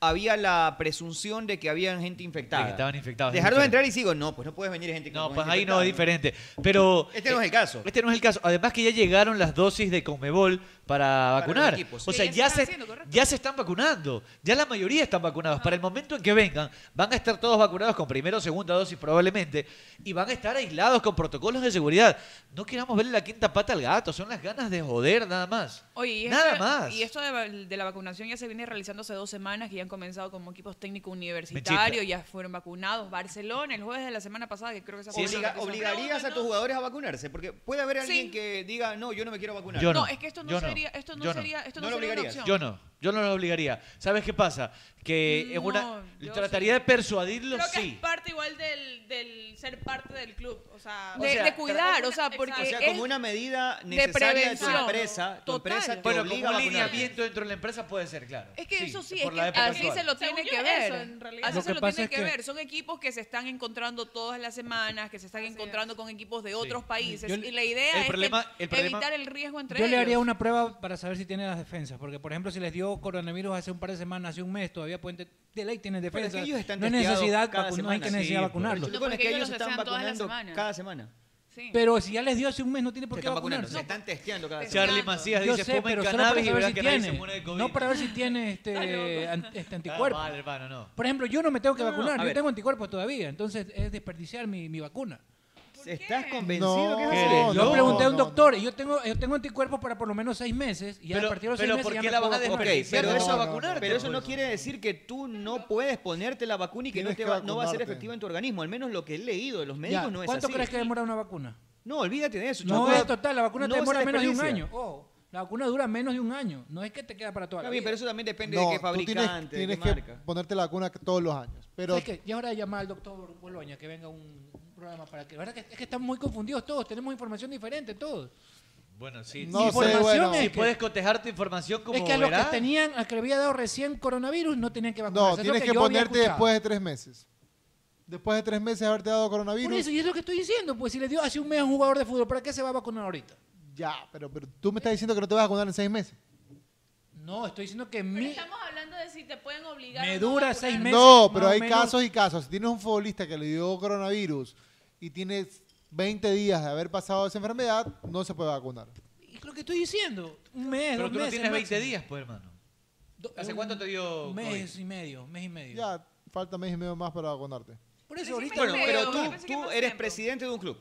Speaker 5: había la presunción de que había gente infectada.
Speaker 2: De que estaban infectados, es
Speaker 5: Dejaron
Speaker 2: diferente.
Speaker 5: entrar y sigo, no, pues no puedes venir gente
Speaker 2: No, pues ahí no es diferente. Pero.
Speaker 5: Este no es el caso.
Speaker 2: Este no es el caso. Además que ya llegaron las dosis de Conmebol para
Speaker 5: los
Speaker 2: vacunar.
Speaker 5: equipos.
Speaker 2: O
Speaker 5: Sí,
Speaker 2: sea,
Speaker 5: ya se
Speaker 2: ya
Speaker 5: están
Speaker 2: se, ya se están vacunando. Ya la mayoría están vacunados. Para el momento en que vengan, van a estar todos vacunados con primera o segunda dosis probablemente. Y van a estar aislados con protocolos de seguridad. No queramos verle la quinta pata al gato. Son las ganas de joder nada más.
Speaker 8: Oye, y
Speaker 2: Nada
Speaker 8: esto,
Speaker 2: más.
Speaker 8: Y esto de, va- de la vacunación ya se viene realizando hace dos semanas, que ya han comenzado como equipos técnicos universitarios, ya fueron vacunados. Barcelona, el jueves de la semana pasada, que creo que esa fue la
Speaker 5: Obliga-
Speaker 8: noticia.
Speaker 5: ¿Obligarías a tus jugadores a vacunarse? Porque puede haber alguien que diga, no, yo no me quiero vacunar.
Speaker 2: Yo no.
Speaker 8: No, es que esto no
Speaker 2: Yo no.
Speaker 8: sería, esto no,
Speaker 2: Yo no.
Speaker 8: sería, esto no,
Speaker 5: No lo
Speaker 8: sería una
Speaker 5: obligarías.
Speaker 8: opción.
Speaker 2: Yo no. Yo no los obligaría. ¿Sabes qué pasa? Que en
Speaker 8: Mm, No,
Speaker 2: una,
Speaker 8: yo
Speaker 2: trataría de persuadirlos,
Speaker 3: Creo que
Speaker 2: sí.
Speaker 3: es parte igual del, del ser parte del club. O sea,
Speaker 8: De- de cuidar, o sea, porque
Speaker 5: O sea,
Speaker 8: es-
Speaker 5: como una medida
Speaker 8: de
Speaker 5: necesaria de tu
Speaker 8: prevención.
Speaker 5: empresa, tu
Speaker 8: Total.
Speaker 5: empresa te
Speaker 2: Bueno, como
Speaker 5: obliga
Speaker 2: un
Speaker 5: a vacunarte.
Speaker 2: lineamiento dentro de la empresa puede ser, claro.
Speaker 8: Es que eso sí, es
Speaker 2: por
Speaker 8: que
Speaker 2: la época
Speaker 8: así
Speaker 2: actual.
Speaker 8: se lo
Speaker 3: Según yo,
Speaker 8: tiene que
Speaker 3: eso,
Speaker 8: ver.
Speaker 3: en realidad.
Speaker 8: Así
Speaker 9: Lo
Speaker 8: se
Speaker 9: que
Speaker 8: lo
Speaker 9: pasa
Speaker 8: tiene
Speaker 9: es
Speaker 8: que,
Speaker 9: que-
Speaker 8: ver. Son equipos que se están encontrando todas las semanas, que se están encontrando con equipos de otros países.
Speaker 9: Yo-
Speaker 8: y la idea
Speaker 2: el
Speaker 8: es
Speaker 2: problema-
Speaker 8: que
Speaker 2: el problema-
Speaker 8: evitar el riesgo entre
Speaker 9: Yo
Speaker 8: ellos.
Speaker 9: le haría una prueba para saber si tiene las defensas, porque por ejemplo si les dio coronavirus hace un par de semanas, hace un mes, todavía pueden te- de ley tienen
Speaker 5: Pero es
Speaker 9: defensas.
Speaker 5: que ellos están
Speaker 9: no hay
Speaker 5: testeados
Speaker 9: necesidad,
Speaker 5: cada
Speaker 9: vacu- no hay
Speaker 5: semana.
Speaker 9: que necesidad
Speaker 5: Sí,
Speaker 9: vacunarlos.
Speaker 5: El problema es que
Speaker 8: porque
Speaker 5: ellos
Speaker 8: ellos
Speaker 5: están
Speaker 8: los desean todas las
Speaker 5: vacunando
Speaker 8: semanas.
Speaker 5: cada semana.
Speaker 9: Pero si ya les dio hace un mes no tiene por
Speaker 5: Se
Speaker 9: qué
Speaker 5: están vacunando,
Speaker 9: vacunarse.
Speaker 5: se están testeando cada semana.
Speaker 2: Charlie Macías
Speaker 9: Yo
Speaker 2: dice,
Speaker 9: sé,
Speaker 2: fumen
Speaker 9: pero solo para
Speaker 2: cannabis y
Speaker 9: saber
Speaker 2: verán
Speaker 9: si
Speaker 2: que nadie se
Speaker 9: tiene.
Speaker 2: muere de COVID.
Speaker 9: No para ver si tiene este, an- este anticuerpo.
Speaker 2: Ah, vale, hermano, no.
Speaker 9: Por ejemplo, yo no me tengo que
Speaker 5: No, no, no,
Speaker 9: vacunar,
Speaker 5: a
Speaker 9: yo
Speaker 5: ver.
Speaker 9: tengo anticuerpos todavía, entonces es desperdiciar mi, mi vacuna.
Speaker 5: ¿Estás convencido que es
Speaker 9: Sí,
Speaker 5: así?
Speaker 9: yo pregunté a un doctor y yo tengo, yo tengo anticuerpos para por lo menos seis meses y ya a partir de los seis meses ya me puedo
Speaker 5: Ok,
Speaker 9: vacunar.
Speaker 5: pero
Speaker 9: No,
Speaker 5: eso,
Speaker 9: no, no,
Speaker 5: pero eso no quiere decir que tú no puedes ponerte la vacuna y que, no,
Speaker 9: Tienes
Speaker 5: te
Speaker 9: que
Speaker 5: va, no va a ser
Speaker 9: vacunarte.
Speaker 5: efectiva en tu organismo. Al menos lo que he leído de los
Speaker 9: Ya,
Speaker 5: médicos no es
Speaker 9: ¿Cuánto
Speaker 5: así.
Speaker 9: crees que demora una vacuna?
Speaker 5: No, olvídate de eso.
Speaker 9: No,
Speaker 5: chocó.
Speaker 9: es total, la vacuna
Speaker 5: No
Speaker 9: te demora
Speaker 5: se
Speaker 9: menos de un
Speaker 5: desperdicia.
Speaker 9: año. Ojo, la vacuna dura menos de un año, no es que te queda para toda
Speaker 5: Está
Speaker 9: la
Speaker 5: bien,
Speaker 9: vida.
Speaker 5: pero eso también depende
Speaker 4: No,
Speaker 5: de qué
Speaker 4: tú tienes-
Speaker 5: fabricante,
Speaker 4: tienes,
Speaker 5: de qué marca.
Speaker 4: que ponerte la vacuna que- todos los años. Pero
Speaker 9: ¿Sabes qué? Ya es hora de llamar al doctor Boloña que venga un un programa para que. la ¿Verdad que es que estamos muy confundidos todos? Tenemos información diferente todos.
Speaker 2: Bueno, sí.
Speaker 9: No sé, Información bueno. es
Speaker 2: Si
Speaker 9: que-
Speaker 2: puedes cotejar tu información como
Speaker 9: es que a los
Speaker 2: verás.
Speaker 9: que tenían, a los que le había dado recién coronavirus, no tenían que vacunarse.
Speaker 4: no,
Speaker 9: es lo
Speaker 4: tienes que,
Speaker 9: yo había
Speaker 4: ponerte
Speaker 9: escuchado.
Speaker 4: después de tres meses. Después de tres meses de haberte dado coronavirus.
Speaker 9: Por eso, y es lo que estoy diciendo, pues si le dio hace un mes a un jugador de fútbol, ¿para qué se va a vacunar ahorita?
Speaker 4: Ya, pero, pero tú me estás diciendo que no te vas a vacunar en seis meses.
Speaker 9: No, estoy diciendo que mi.
Speaker 3: Estamos hablando de si te pueden obligar.
Speaker 9: Me dura seis meses.
Speaker 4: No, pero
Speaker 9: más o
Speaker 4: hay
Speaker 9: menos.
Speaker 4: casos y casos. Si tienes un futbolista que le dio coronavirus y tienes 20 días de haber pasado esa enfermedad, no se puede vacunar.
Speaker 9: Es lo que estoy diciendo. Un mes,
Speaker 2: Pero
Speaker 9: dos
Speaker 2: tú no
Speaker 9: meses
Speaker 2: tienes 20
Speaker 9: máximo.
Speaker 2: días, pues, hermano.
Speaker 9: Do-
Speaker 2: ¿Hace
Speaker 9: un
Speaker 2: cuánto te dio
Speaker 9: Mes
Speaker 2: COVID?
Speaker 9: y medio, mes y medio.
Speaker 4: Ya, falta mes y medio más para vacunarte.
Speaker 9: Por eso ahorita.
Speaker 5: Bueno,
Speaker 9: no-
Speaker 5: pero tú, tú eres presidente de un club.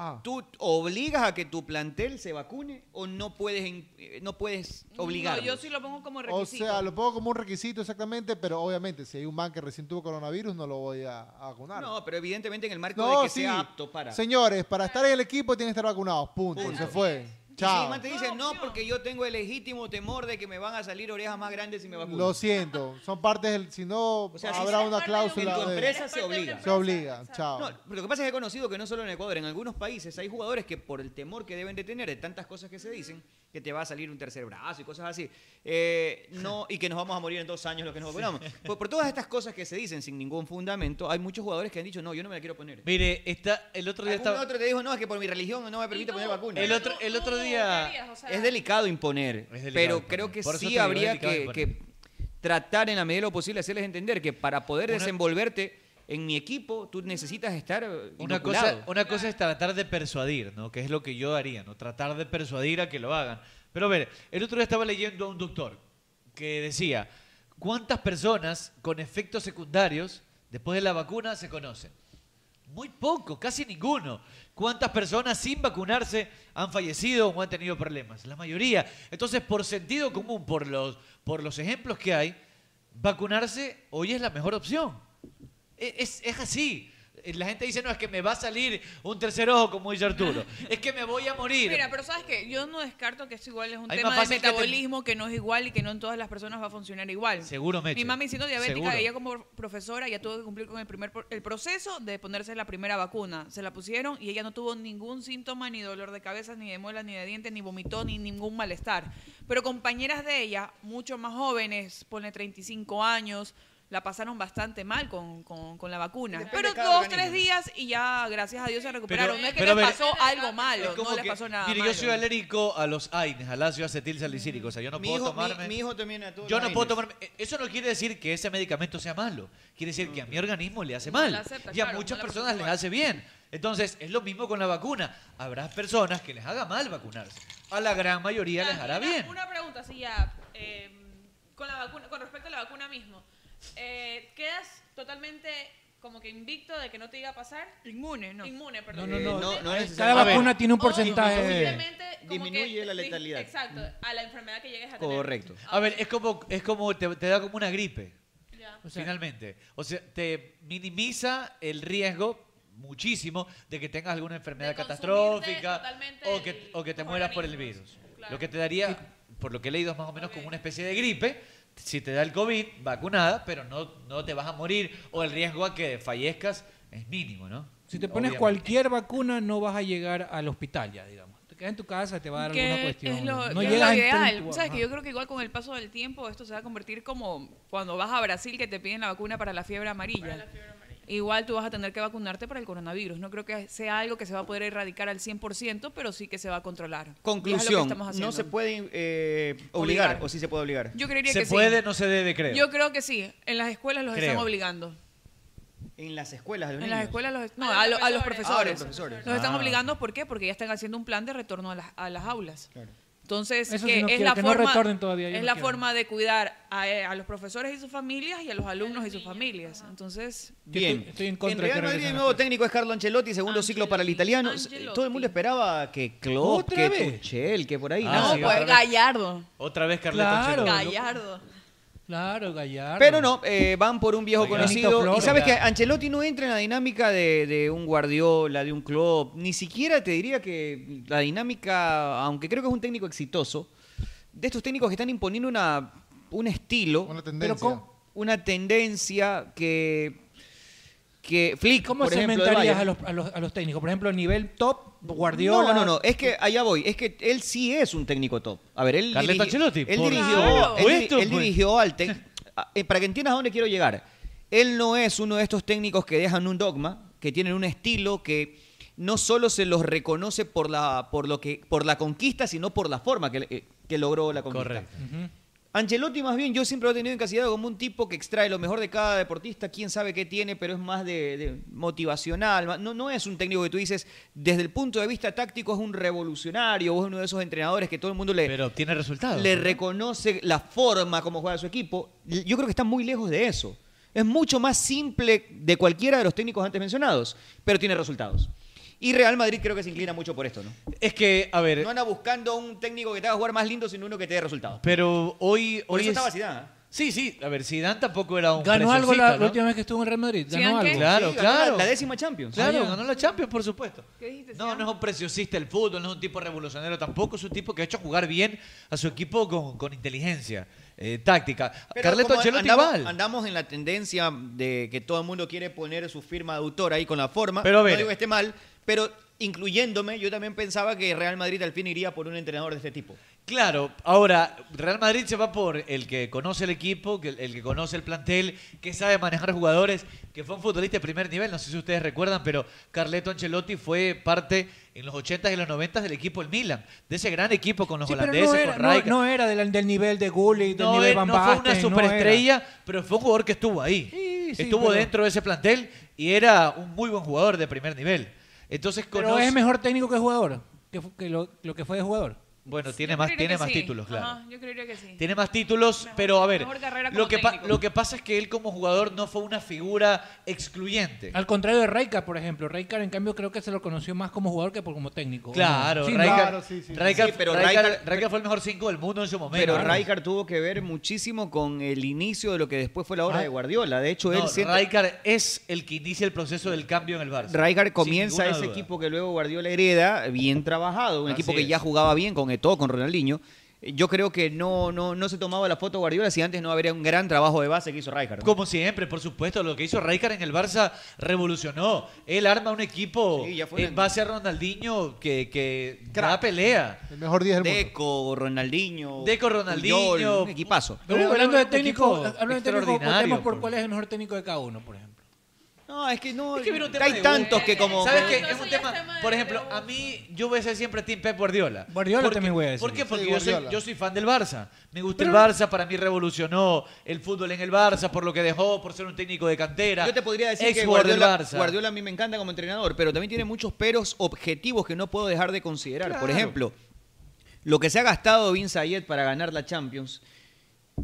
Speaker 9: Ah.
Speaker 5: ¿Tú obligas a que tu plantel se vacune o no puedes, en- eh, no puedes obligar?
Speaker 8: No, yo sí lo pongo como
Speaker 4: O
Speaker 8: requisito.
Speaker 4: sea, lo pongo como un requisito exactamente, pero obviamente si hay un man que recién tuvo coronavirus no lo voy a, a vacunar.
Speaker 5: No, pero evidentemente en el marco
Speaker 4: No,
Speaker 5: de que
Speaker 4: sí.
Speaker 5: sea apto para.
Speaker 4: Señores, para estar en el equipo tienen que estar vacunados. Punto. Se fue.
Speaker 5: Y Si el
Speaker 4: Chao.
Speaker 5: man te dice, no, porque yo tengo el legítimo temor de que me van a salir orejas más grandes si me vacuno.
Speaker 4: Lo siento. Son partes del. Si no,
Speaker 5: sea, si
Speaker 4: habrá
Speaker 5: eres
Speaker 4: una
Speaker 5: parte de un-
Speaker 4: cláusula.
Speaker 5: en tu
Speaker 4: de-
Speaker 5: empresa se obliga.
Speaker 4: Se obliga. Chao.
Speaker 5: No, pero lo que pasa es que he conocido que no solo en Ecuador, en algunos países hay jugadores que por el temor que deben de tener de tantas cosas que se dicen, que te va a salir un tercer brazo y cosas así, eh, no, y que nos vamos a morir en dos años los que nos vacunamos. Por, por todas estas cosas que se dicen sin ningún fundamento, hay muchos jugadores que han dicho, no, yo no me la quiero poner.
Speaker 2: Mire, está, el otro día
Speaker 5: Algún
Speaker 2: estaba...
Speaker 5: otro te dijo, no, es que por mi religión no me permite poner vacuna.
Speaker 2: El otro, el otro día...
Speaker 5: es delicado imponer, pero
Speaker 2: imponer.
Speaker 5: creo que
Speaker 2: Por eso
Speaker 5: sí
Speaker 2: te digo, es
Speaker 5: habría
Speaker 2: delicado
Speaker 5: que,
Speaker 2: imponer.
Speaker 5: que tratar en la medida de lo posible hacerles entender que para poder
Speaker 2: Una-
Speaker 5: desenvolverte en mi equipo, tú necesitas estar eh,
Speaker 2: Una
Speaker 5: inoculado.
Speaker 2: cosa, una cosa es tratar de persuadir, ¿no? Que es lo que yo haría, ¿no? Tratar de persuadir a que lo hagan. Pero a ver, el otro día estaba leyendo a un doctor que decía, ¿cuántas personas con efectos secundarios después de la vacuna se conocen? Muy poco, casi ninguno. ¿Cuántas personas sin vacunarse han fallecido o han tenido problemas? La mayoría. Entonces, por sentido común, por los, por los ejemplos que hay, vacunarse hoy es la mejor opción. E- Es, es así. Eh, La gente dice, no, es que me va a salir un tercer ojo, como dice Arturo. Es que me voy a morir.
Speaker 8: Mira, pero sabes que yo no descarto que esto igual es un
Speaker 2: Hay más
Speaker 8: tema de
Speaker 2: fácil que te-
Speaker 8: metabolismo que, no es igual y que no en todas las personas va a funcionar igual.
Speaker 2: Seguro, Meche.
Speaker 8: Mi mami siendo diabética,
Speaker 2: Seguro.
Speaker 8: ella como profesora ya tuvo que cumplir con el primer por- el proceso de ponerse la primera vacuna. Se la pusieron y ella no tuvo ningún síntoma ni dolor de cabeza, ni de muela, ni de diente, ni vomitó, ni ningún malestar. Pero compañeras de ella, mucho más jóvenes, pone 35 años, la pasaron bastante mal con, con- con la vacuna.
Speaker 3: Depende
Speaker 8: Pero
Speaker 3: de cada
Speaker 8: dos,
Speaker 3: organismo.
Speaker 8: tres días y ya, gracias a Dios, se recuperaron. no es que
Speaker 2: pero
Speaker 8: les
Speaker 2: a ver,
Speaker 8: pasó algo malo,
Speaker 2: Es como
Speaker 8: no les
Speaker 2: que-
Speaker 8: pasó nada
Speaker 2: mire,
Speaker 8: malo.
Speaker 2: yo soy alérgico a los AINES, al ácido acetil salicílico. O sea, yo no
Speaker 5: mi,
Speaker 2: puedo
Speaker 5: hijo, mi-
Speaker 2: tomarme.
Speaker 5: mi hijo también a todos
Speaker 2: yo
Speaker 5: los
Speaker 2: no puedo
Speaker 5: aires.
Speaker 2: tomarme. eh, Eso no quiere decir que ese medicamento sea malo. Quiere decir que a mi organismo le hace mal.
Speaker 5: la acepta,
Speaker 2: y a
Speaker 5: claro, no
Speaker 2: muchas
Speaker 5: la
Speaker 2: personas les hace bien. Entonces, es lo mismo con la vacuna. Habrá personas que les haga mal vacunarse. A la gran mayoría les hará bien.
Speaker 19: Una pregunta, así ya, eh,
Speaker 8: em,
Speaker 19: con, la vacuna, con respecto a la vacuna mismo. Eh, ¿Quedas totalmente como que invicto de que no te iba a pasar?
Speaker 8: Inmune, no.
Speaker 19: Inmune,
Speaker 9: No,
Speaker 19: perdón.
Speaker 9: no,
Speaker 5: no,
Speaker 9: no.
Speaker 5: no es
Speaker 9: Cada
Speaker 5: necesario.
Speaker 9: vacuna
Speaker 5: A ver,
Speaker 9: tiene un
Speaker 5: o
Speaker 9: porcentaje.
Speaker 19: Simplemente como
Speaker 5: Disminuye
Speaker 19: que-
Speaker 5: la letalidad.
Speaker 19: Exacto, a la enfermedad que llegues a tener.
Speaker 2: Correcto. A ver, es como, es como te, te da como una gripe.
Speaker 19: Ya.
Speaker 2: O sea, Finalmente. O sea, te minimiza el riesgo muchísimo de que tengas alguna enfermedad catastrófica o que, o que te mueras por el virus. Lo que te daría, por lo que he leído, es más o menos como una especie de gripe. Si te da el COVID, vacunada, pero no, no te vas a morir o el riesgo a que fallezcas es mínimo, ¿no?
Speaker 9: Si te pones cualquier vacuna, no vas a llegar al hospital ya, digamos. Te quedas en tu casa, te va a dar alguna
Speaker 8: que
Speaker 9: cuestión.
Speaker 8: es lo,
Speaker 9: no
Speaker 8: que es
Speaker 9: llegas
Speaker 8: lo
Speaker 9: en tu-
Speaker 8: ideal.
Speaker 9: tu-
Speaker 8: ¿Sabes?
Speaker 9: ajá.
Speaker 8: Que yo creo que igual con el paso del tiempo esto se va a convertir como cuando vas a Brasil que te piden la vacuna para la fiebre amarilla. Igual tú vas a tener que vacunarte para el coronavirus. No creo que sea algo que se va a poder erradicar al 100%, pero sí que se va a controlar. Y es lo que
Speaker 5: Conclusión,
Speaker 8: estamos haciendo.
Speaker 5: no se puede eh, obligar,
Speaker 8: Obligar.
Speaker 5: o sí se puede obligar.
Speaker 8: Yo creería
Speaker 2: ¿Se
Speaker 8: que sí.
Speaker 2: puede? No se debe, creo.
Speaker 8: Yo creo que sí. En las escuelas los
Speaker 2: Creo.
Speaker 8: están obligando.
Speaker 5: En las escuelas, de los
Speaker 8: En las
Speaker 5: niños.
Speaker 8: escuelas los no,
Speaker 5: A
Speaker 8: a,
Speaker 5: los
Speaker 8: lo- a los
Speaker 5: profesores.
Speaker 8: profesores.
Speaker 5: Ah, a los profesores.
Speaker 8: Los están
Speaker 5: Ah.
Speaker 8: obligando ¿por qué? Porque ya están haciendo un plan de retorno a las, a las aulas. Entonces,
Speaker 9: Eso sí
Speaker 8: que
Speaker 9: no
Speaker 8: es
Speaker 9: quiero,
Speaker 8: la
Speaker 9: que no
Speaker 8: forma
Speaker 9: retornen todavía, yo
Speaker 8: es
Speaker 9: no
Speaker 8: la
Speaker 9: quiero.
Speaker 8: forma de cuidar a, eh, a los profesores y sus familias y a los alumnos y sus familias. Entonces,
Speaker 5: Bien.
Speaker 9: estoy en contra de que
Speaker 5: Real Madrid el
Speaker 9: regresen a
Speaker 5: nuevo técnico es Carlo Ancelotti, segundo ciclo para el italiano. Eh,
Speaker 8: Ancelotti.
Speaker 5: Todo el mundo esperaba que Klopp,
Speaker 8: ¿Otra
Speaker 5: que
Speaker 8: vez?
Speaker 5: Tuchel, que por ahí.
Speaker 9: Ah,
Speaker 8: no,
Speaker 5: nada.
Speaker 8: pues Gallardo.
Speaker 2: Otra vez
Speaker 9: Claro.
Speaker 8: Gallardo.
Speaker 9: Claro, Gallardo.
Speaker 5: Pero no, eh, van por un viejo
Speaker 9: Oiga. Benito
Speaker 5: conocido.
Speaker 9: Floro,
Speaker 5: Y sabes que
Speaker 9: ya.
Speaker 5: Ancelotti no entra en la dinámica de, de un Guardiola, de un club. Ni siquiera te diría que la dinámica, aunque creo que es un técnico exitoso, de estos técnicos que están imponiendo una, un estilo. Una
Speaker 4: tendencia.
Speaker 5: una tendencia que. que Flick,
Speaker 9: ¿Cómo
Speaker 5: por ejemplo, del
Speaker 9: segmentarías
Speaker 5: Bayern.
Speaker 9: a los, a, los, a los técnicos? Por ejemplo, nivel top, Guardiola.
Speaker 5: No, no, no. Es que allá voy. Es que él sí es un técnico top. A ver, él.
Speaker 2: Carleto
Speaker 5: dirigi-
Speaker 2: Ancelotti,
Speaker 5: Él
Speaker 2: por
Speaker 5: dirigió.
Speaker 2: supuesto,
Speaker 5: él diri- él
Speaker 2: pues.
Speaker 5: dirigió al tec- a- eh, Para que entiendas a dónde quiero llegar. Él no es uno de estos técnicos que dejan un dogma, que tienen un estilo que no solo se los reconoce por la, por lo que, por la conquista, sino por la forma que, le- que logró la conquista.
Speaker 2: Correcto.
Speaker 5: Ancelotti más bien yo siempre lo he tenido encasillado como un tipo que extrae lo mejor de cada deportista, quién sabe qué tiene, pero es más de, de motivacional. ma- No, no es un técnico que tú dices, desde el punto de vista táctico es un revolucionario, o es uno de esos entrenadores que todo el mundo le...
Speaker 2: Pero obtiene resultados.
Speaker 5: Le
Speaker 2: ¿no?
Speaker 5: reconoce la forma como juega su equipo. L- Yo creo que está muy lejos de eso. Es mucho más simple de cualquiera de los técnicos antes mencionados, pero tiene resultados. Y Real Madrid creo que se inclina mucho por esto, ¿no?
Speaker 2: Es que, a ver,
Speaker 5: No anda buscando un técnico que te haga jugar más lindo, sino uno que te dé resultados.
Speaker 2: pero hoy...
Speaker 5: Por
Speaker 2: hoy
Speaker 5: eso
Speaker 2: es-
Speaker 5: estaba Zidane, ¿eh?
Speaker 2: Sí, sí, a ver, Zidane tampoco era un
Speaker 9: Ganó algo la,
Speaker 2: preciosista,
Speaker 9: la
Speaker 2: ¿no?
Speaker 9: última vez que estuvo en Real Madrid. Ganó algo.
Speaker 2: Claro, claro.
Speaker 5: Champions.
Speaker 2: Claro,
Speaker 9: Ah, ya.
Speaker 2: ganó la Champions, por supuesto. No, no es un preciosista el fútbol, no es un tipo revolucionario tampoco, es un tipo que ha hecho jugar bien a su equipo con, con inteligencia, eh, táctica.
Speaker 5: Pero
Speaker 2: Carleto
Speaker 5: como
Speaker 2: Ancelotti
Speaker 5: andamos,
Speaker 2: igual.
Speaker 5: andamos en la tendencia de que todo el mundo quiere poner su firma de autor ahí con la forma.
Speaker 2: Pero a ver.
Speaker 5: no digo que esté mal, pero incluyéndome, yo también pensaba que Real Madrid al fin iría por un entrenador de este tipo.
Speaker 2: Claro, ahora, Real Madrid se va por el que conoce el equipo, que- el que conoce el plantel, que sabe manejar jugadores, que fue un futbolista de primer nivel, no sé si ustedes recuerdan, pero Carleto Ancelotti fue parte en los 80s y los 90s del equipo el Milan, de ese gran equipo con los
Speaker 9: Sí, pero
Speaker 2: holandeses,
Speaker 9: no era,
Speaker 2: con
Speaker 9: no-
Speaker 2: Rijkaard.
Speaker 9: no era del, del nivel de Gullit, del
Speaker 2: no,
Speaker 9: nivel
Speaker 2: eh,
Speaker 9: Van
Speaker 2: no fue una
Speaker 9: Basten, no
Speaker 2: superestrella, pero fue un jugador que estuvo ahí.
Speaker 9: sí,
Speaker 2: estuvo
Speaker 9: pero-
Speaker 2: dentro de ese plantel y era un muy buen jugador de primer nivel. Entonces
Speaker 9: era. Pero
Speaker 2: conoce-
Speaker 9: es mejor técnico que jugador, que, fu- que lo, lo que fue de jugador.
Speaker 2: Bueno, tiene más, tiene más títulos, claro.
Speaker 19: yo creería que sí.
Speaker 2: Tiene más títulos, pero a ver,
Speaker 19: mejor carrera
Speaker 2: lo
Speaker 19: como
Speaker 2: que, pa-
Speaker 19: técnico.
Speaker 2: lo que pasa es que él como jugador no fue una figura excluyente.
Speaker 9: Al contrario de Rijkaard, por ejemplo. Rijkaard, en cambio, creo que se lo conoció más como jugador que por- como técnico.
Speaker 2: Claro,
Speaker 9: Sí,
Speaker 2: Rijkaard,
Speaker 9: claro, sí, sí.
Speaker 2: Rijkaard-
Speaker 5: Sí, pero
Speaker 2: Rijkaard-
Speaker 5: Rijkaard-
Speaker 2: Rijkaard fue el mejor 5 del mundo en su momento.
Speaker 5: Pero Rijkaard tuvo que ver muchísimo con el inicio de lo que después fue la obra
Speaker 2: Ah.
Speaker 5: de Guardiola. De hecho,
Speaker 2: No,
Speaker 5: él siente-
Speaker 2: Rijkaard es el que inicia el proceso del cambio en el Barça.
Speaker 5: Rijkaard
Speaker 2: Sin
Speaker 5: comienza
Speaker 2: ninguna
Speaker 5: ese
Speaker 2: duda.
Speaker 5: equipo que luego Guardiola hereda, bien trabajado, un
Speaker 2: Así
Speaker 5: equipo que
Speaker 2: es.
Speaker 5: ya jugaba bien con Eto'o, con Ronaldinho. yo creo que no, no, no se tomaba la foto Guardiola si antes no habría un gran trabajo de base que hizo Rijkaard.
Speaker 2: Como siempre, por supuesto, lo que hizo Rijkaard en el Barça revolucionó. Él arma un equipo en base a Ronaldinho que, que da pelea.
Speaker 4: El mejor 10 del mundo.
Speaker 5: Deco, Ronaldinho.
Speaker 2: Deco, Ronaldinho.
Speaker 5: Puyol, un equipazo.
Speaker 9: Pero hablando de técnico,
Speaker 5: equipo
Speaker 9: hablando de técnico,
Speaker 5: extraordinario,
Speaker 9: votemos por
Speaker 5: por-
Speaker 9: cuál es el mejor técnico de cada uno, por ejemplo.
Speaker 5: No, es que no.
Speaker 2: Es que viene un tema
Speaker 5: hay
Speaker 2: de
Speaker 5: tantos
Speaker 2: gustos.
Speaker 5: que como...
Speaker 2: ¿Sabes
Speaker 5: como-
Speaker 2: qué? Es un tema. por ejemplo, a mí, yo voy a ser siempre Team Pep Guardiola.
Speaker 9: Guardiola
Speaker 2: Porque-
Speaker 9: también voy a decir.
Speaker 2: ¿Por qué? Porque
Speaker 9: Sí,
Speaker 2: yo, soy,
Speaker 9: Guardiola.
Speaker 2: yo soy fan del Barça. Me gusta el Barça, para mí revolucionó el fútbol en el Barça, por lo que dejó, por ser un técnico de cantera.
Speaker 5: Yo te podría decir
Speaker 2: ex
Speaker 5: que
Speaker 2: jugador del
Speaker 5: Guardiola,
Speaker 2: Barça.
Speaker 5: Guardiola a mí me encanta como entrenador, pero también tiene muchos peros objetivos que no puedo dejar de considerar. Por
Speaker 2: Claro.
Speaker 5: ejemplo, lo que se ha gastado Vince Ayet para ganar la Champions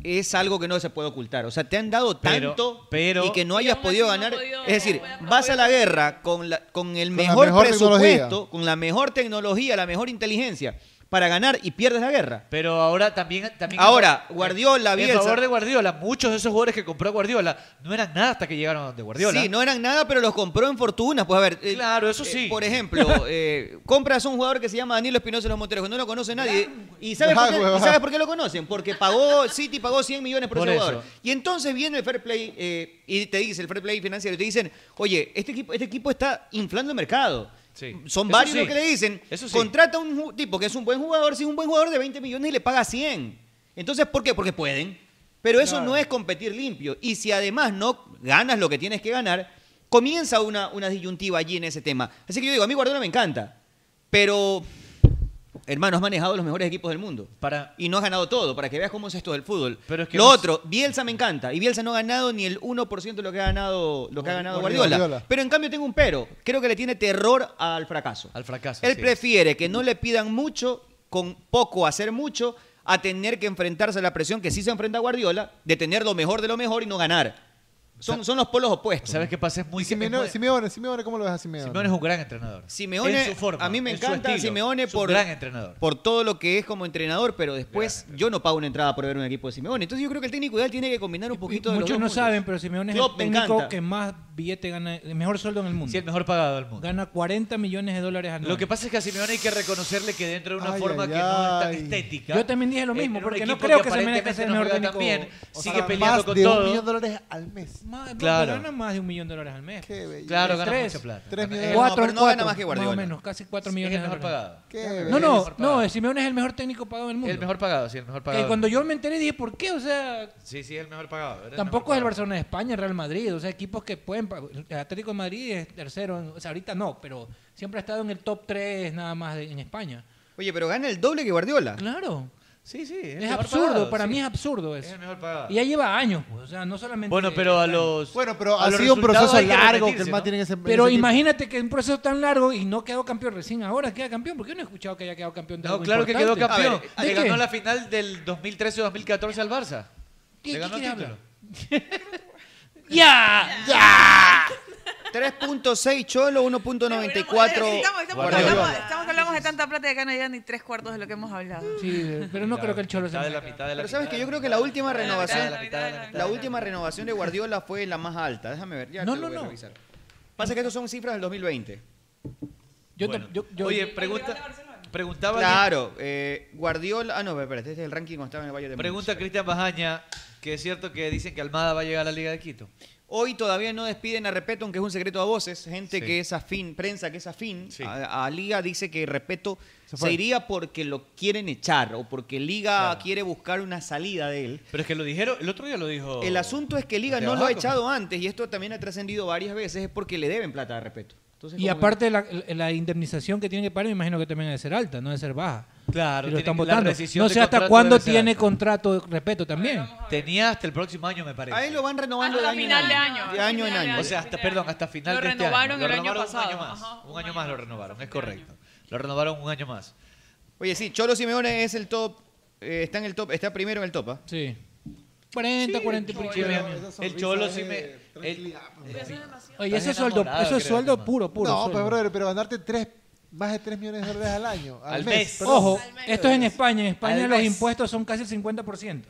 Speaker 5: es algo que no se puede ocultar. O sea, te han dado
Speaker 2: Pero-
Speaker 5: tanto
Speaker 2: pero-
Speaker 5: y que no
Speaker 2: Y
Speaker 5: hayas
Speaker 2: aún
Speaker 5: podido
Speaker 2: así no ha
Speaker 5: ganar.
Speaker 2: podido-
Speaker 5: es decir, vas a la guerra con, la- con el
Speaker 4: Con la
Speaker 5: mejor,
Speaker 4: mejor
Speaker 5: presupuesto,
Speaker 4: tecnología.
Speaker 5: con la mejor tecnología, la mejor inteligencia para ganar y pierdes la guerra.
Speaker 2: Pero ahora también, también
Speaker 5: Ahora, Guardiola,
Speaker 2: bien.
Speaker 5: Bielsa.
Speaker 2: En favor de Guardiola, muchos de esos jugadores que compró Guardiola no eran nada hasta que llegaron donde Guardiola.
Speaker 5: Sí, no eran nada, pero los compró en fortunas. Pues a ver.
Speaker 2: Claro, eso
Speaker 5: eh,
Speaker 2: sí.
Speaker 5: por ejemplo, eh, compras a un jugador que se llama Danilo Espinosa de los Monteros, que no lo conoce nadie. ¿Y sabes, por
Speaker 4: Gran
Speaker 5: qué,
Speaker 4: huevada.
Speaker 5: y sabes por qué lo conocen? Porque pagó, City pagó 100 millones por,
Speaker 2: Por
Speaker 5: ese
Speaker 2: eso.
Speaker 5: jugador. Y entonces viene el fair play eh, y te dice, el fair play financiero, y te dicen, oye, este equipo, este equipo está inflando el mercado.
Speaker 2: Sí.
Speaker 5: Son
Speaker 2: Eso
Speaker 5: varios
Speaker 2: sí.
Speaker 5: los que le dicen,
Speaker 2: Eso sí.
Speaker 5: contrata a un ju- tipo que es un buen jugador, si es un buen jugador de 20 millones y le paga 100. Entonces, ¿por qué? Porque pueden. Pero eso no es competir limpio. Y si además no ganas lo que tienes que ganar, comienza una, una disyuntiva allí en ese tema. Así que yo digo, a mí Guardiola me encanta, pero hermano, has manejado los mejores equipos del mundo.
Speaker 2: Para...
Speaker 5: Y no has ganado todo, para que veas cómo es esto del fútbol.
Speaker 2: Pero es que
Speaker 5: lo
Speaker 2: no-
Speaker 5: otro, Bielsa me encanta. Y Bielsa no ha ganado ni el 1% de lo que ha ganado, lo que ha ganado Guardiola.
Speaker 2: Guardiola.
Speaker 5: Pero en cambio tengo un pero. Creo que le tiene terror al fracaso.
Speaker 2: Al fracaso.
Speaker 5: Él
Speaker 2: sí.
Speaker 5: prefiere que no le pidan mucho, con poco hacer mucho, a tener que enfrentarse a la presión que sí se enfrenta Guardiola, de tener lo mejor de lo mejor y no ganar. Son, son los polos opuestos.
Speaker 2: ¿Sabes qué pasa? Es muy
Speaker 4: Simeone, Simeone, Simeone, ¿cómo lo ves a Simeone?
Speaker 2: Simeone es un gran entrenador.
Speaker 5: Simeone,
Speaker 2: En su forma,
Speaker 5: a mí me
Speaker 2: en su
Speaker 5: encanta
Speaker 2: estilo.
Speaker 5: Simeone
Speaker 2: Es un
Speaker 5: por,
Speaker 2: gran entrenador.
Speaker 5: por todo lo que es como entrenador, pero después yo no pago una entrada por ver un equipo de Simeone. Entonces yo creo que el técnico ideal tiene que combinar un poquito de los
Speaker 9: Muchos
Speaker 5: dos
Speaker 9: no
Speaker 5: mundos.
Speaker 9: saben, pero Simeone es
Speaker 5: Klopp, me
Speaker 9: el técnico
Speaker 5: encanta.
Speaker 9: que más billete gana, el mejor sueldo en el mundo.
Speaker 2: Sí, el mejor pagado del mundo.
Speaker 9: Gana 40 millones de dólares anuales.
Speaker 2: Lo que pasa es que a Simeone hay que reconocerle que dentro de una
Speaker 9: Ay,
Speaker 2: forma
Speaker 9: ay,
Speaker 2: que no es tan
Speaker 9: ay.
Speaker 2: estética.
Speaker 9: Yo también dije lo
Speaker 2: eh,
Speaker 9: mismo,
Speaker 2: en un
Speaker 9: porque no
Speaker 2: equipo
Speaker 9: creo que se
Speaker 2: aparentemente
Speaker 9: merezca ser
Speaker 2: no
Speaker 9: el mejor
Speaker 2: juega tan
Speaker 9: técnico.
Speaker 2: bien,
Speaker 9: O
Speaker 2: sigue
Speaker 9: sea,
Speaker 2: peleando
Speaker 4: más
Speaker 2: con
Speaker 4: de
Speaker 2: todo.
Speaker 4: un millón de dólares al mes.
Speaker 2: Claro.
Speaker 9: Gana más de un millón de dólares al mes.
Speaker 2: Claro, gana
Speaker 9: Tres.
Speaker 2: mucha plata.
Speaker 4: Tres millones.
Speaker 9: Cuatro,
Speaker 4: No, pero no
Speaker 9: cuatro,
Speaker 4: gana más que Guardiola.
Speaker 9: Más o menos, casi 4
Speaker 2: Es
Speaker 9: millones
Speaker 2: el mejor
Speaker 9: de dólares.
Speaker 2: pagado.
Speaker 9: No,
Speaker 2: El
Speaker 9: no,
Speaker 2: mejor pagado.
Speaker 9: no, Simeone es el mejor técnico pagado del mundo.
Speaker 2: El mejor pagado, sí, el mejor
Speaker 9: Que
Speaker 2: pagado.
Speaker 9: cuando yo me enteré dije, ¿por qué? O sea,
Speaker 2: Sí, sí, es el mejor pagado. era el
Speaker 9: Tampoco
Speaker 2: mejor
Speaker 9: es el
Speaker 2: pagado.
Speaker 9: Barcelona de España, el Real Madrid, o sea, equipos que pueden... pa- El Atlético de Madrid es tercero, en- o sea, ahorita no, pero siempre ha estado en el top 3 nada más de- en España.
Speaker 5: Oye, pero gana el doble que Guardiola.
Speaker 9: Claro,
Speaker 2: Sí, sí.
Speaker 9: es,
Speaker 2: el mejor
Speaker 9: absurdo,
Speaker 2: pagado,
Speaker 9: para
Speaker 2: sí.
Speaker 9: mí es absurdo eso.
Speaker 2: Es el mejor pagado.
Speaker 9: Y ya lleva años, pues, o sea, no solamente...
Speaker 2: Bueno, pero a los.
Speaker 4: Bueno, pero
Speaker 2: a
Speaker 4: ha
Speaker 2: los
Speaker 4: sido un
Speaker 2: resultados
Speaker 4: proceso
Speaker 2: hay que
Speaker 4: largo que
Speaker 2: remitirse,
Speaker 4: el más
Speaker 2: ¿no?
Speaker 4: tiene que ser.
Speaker 9: Pero
Speaker 4: ese tipo.
Speaker 9: imagínate que un proceso tan largo y no quedó campeón recién ahora, queda campeón, porque yo no he escuchado que haya quedado campeón de
Speaker 2: No,
Speaker 9: algo
Speaker 2: claro que quedó
Speaker 9: importante.
Speaker 2: campeón.
Speaker 9: ¿De
Speaker 2: le
Speaker 9: qué?
Speaker 2: ganó la final del 2013-2014 al Barça. le
Speaker 9: ¿Qué- qué
Speaker 2: ganó el
Speaker 9: quiere
Speaker 2: título.
Speaker 9: ¡Ya!
Speaker 5: ¡Ya! 3.6 Cholo, 1.94
Speaker 8: Estamos que, hablamos,
Speaker 5: Guardiola.
Speaker 8: estamos que hablamos de tanta plata que acá no llegan ni tres cuartos de lo que hemos hablado.
Speaker 9: Sí, pero no creo que el Cholo se...
Speaker 2: Mitad de la mitad de la
Speaker 5: Pero sabes que yo creo que la última renovación la última renovación de Guardiola fue la más alta. Déjame ver, ya
Speaker 9: No,
Speaker 5: te lo
Speaker 9: no,
Speaker 5: voy a
Speaker 9: no.
Speaker 5: revisar. Pasa que estos son cifras del 2020.
Speaker 9: Yo,
Speaker 2: Bueno.
Speaker 9: tam- yo- yo-
Speaker 2: Oye, pregunta, preguntaba.
Speaker 5: Claro, eh, Guardiola. Ah, no, espérate, este es el ranking cuando estaba en el Valle de Múnich.
Speaker 2: Pregunta a Cristian Bajaña que es cierto que dicen que Almada va a llegar a la Liga de Quito.
Speaker 5: Hoy todavía no despiden a Repeto, aunque es un secreto a voces. Gente
Speaker 2: Sí.
Speaker 5: que es afín, prensa que es afín a, a Liga, dice que Repeto se,
Speaker 2: fue.
Speaker 5: iría porque lo quieren echar o porque Liga quiere buscar una salida de él.
Speaker 2: Pero es que lo dijeron, el otro día lo
Speaker 9: Oh.
Speaker 2: dijo.
Speaker 5: El asunto es que Liga
Speaker 2: Santiago
Speaker 5: no lo ha
Speaker 2: Jaco.
Speaker 5: echado antes y esto también ha trascendido varias veces, es porque le deben plata a Repeto. Entonces,
Speaker 9: Y
Speaker 5: como que-
Speaker 9: aparte la, la indemnización que tienen que pagar, me imagino que también debe ser alta, no debe ser baja.
Speaker 2: Claro,
Speaker 9: Y lo
Speaker 2: tiene
Speaker 9: están
Speaker 2: que- la
Speaker 9: votando.
Speaker 2: rescisión
Speaker 9: No
Speaker 2: de
Speaker 9: sé hasta
Speaker 2: contrato
Speaker 9: cuándo
Speaker 2: debe ser
Speaker 9: tiene
Speaker 2: alta.
Speaker 9: contrato, respeto también.
Speaker 2: Tenía hasta el próximo año, me parece.
Speaker 5: A él lo van renovando
Speaker 3: Hasta
Speaker 5: de año
Speaker 3: final
Speaker 5: en
Speaker 3: de
Speaker 5: año.
Speaker 3: año.
Speaker 5: De año en
Speaker 3: Final de
Speaker 5: año.
Speaker 2: O sea, hasta, perdón, hasta final
Speaker 3: Lo
Speaker 2: de este
Speaker 3: renovaron
Speaker 2: año.
Speaker 3: el año
Speaker 2: un año
Speaker 3: pasado.
Speaker 2: más.
Speaker 3: Ajá,
Speaker 2: un año más lo renovaron, es correcto. Lo renovaron un año más.
Speaker 5: Oye, sí, Cholo Simeone es el top, eh, está en el top, está primero en el top. ¿ah?
Speaker 9: Sí. 40, 40 y
Speaker 2: Sí,
Speaker 9: pico.
Speaker 2: me-
Speaker 4: sonrisa
Speaker 2: el Cholo
Speaker 4: es
Speaker 2: sí
Speaker 4: de
Speaker 2: me. el-
Speaker 9: Oye, eso es
Speaker 2: Estás
Speaker 9: sueldo,
Speaker 2: enamorado,
Speaker 9: eso es
Speaker 2: creo,
Speaker 9: sueldo
Speaker 2: hermano.
Speaker 9: puro, puro.
Speaker 4: No,
Speaker 9: sueldo.
Speaker 4: pero, brother, pero ganarte tres, más de 3 millones de dólares al año. Al,
Speaker 2: Al
Speaker 4: mes.
Speaker 2: mes.
Speaker 4: perdón.
Speaker 9: Ojo, esto es en España. En España
Speaker 2: Al
Speaker 9: los
Speaker 2: mes.
Speaker 9: impuestos son casi el 50%.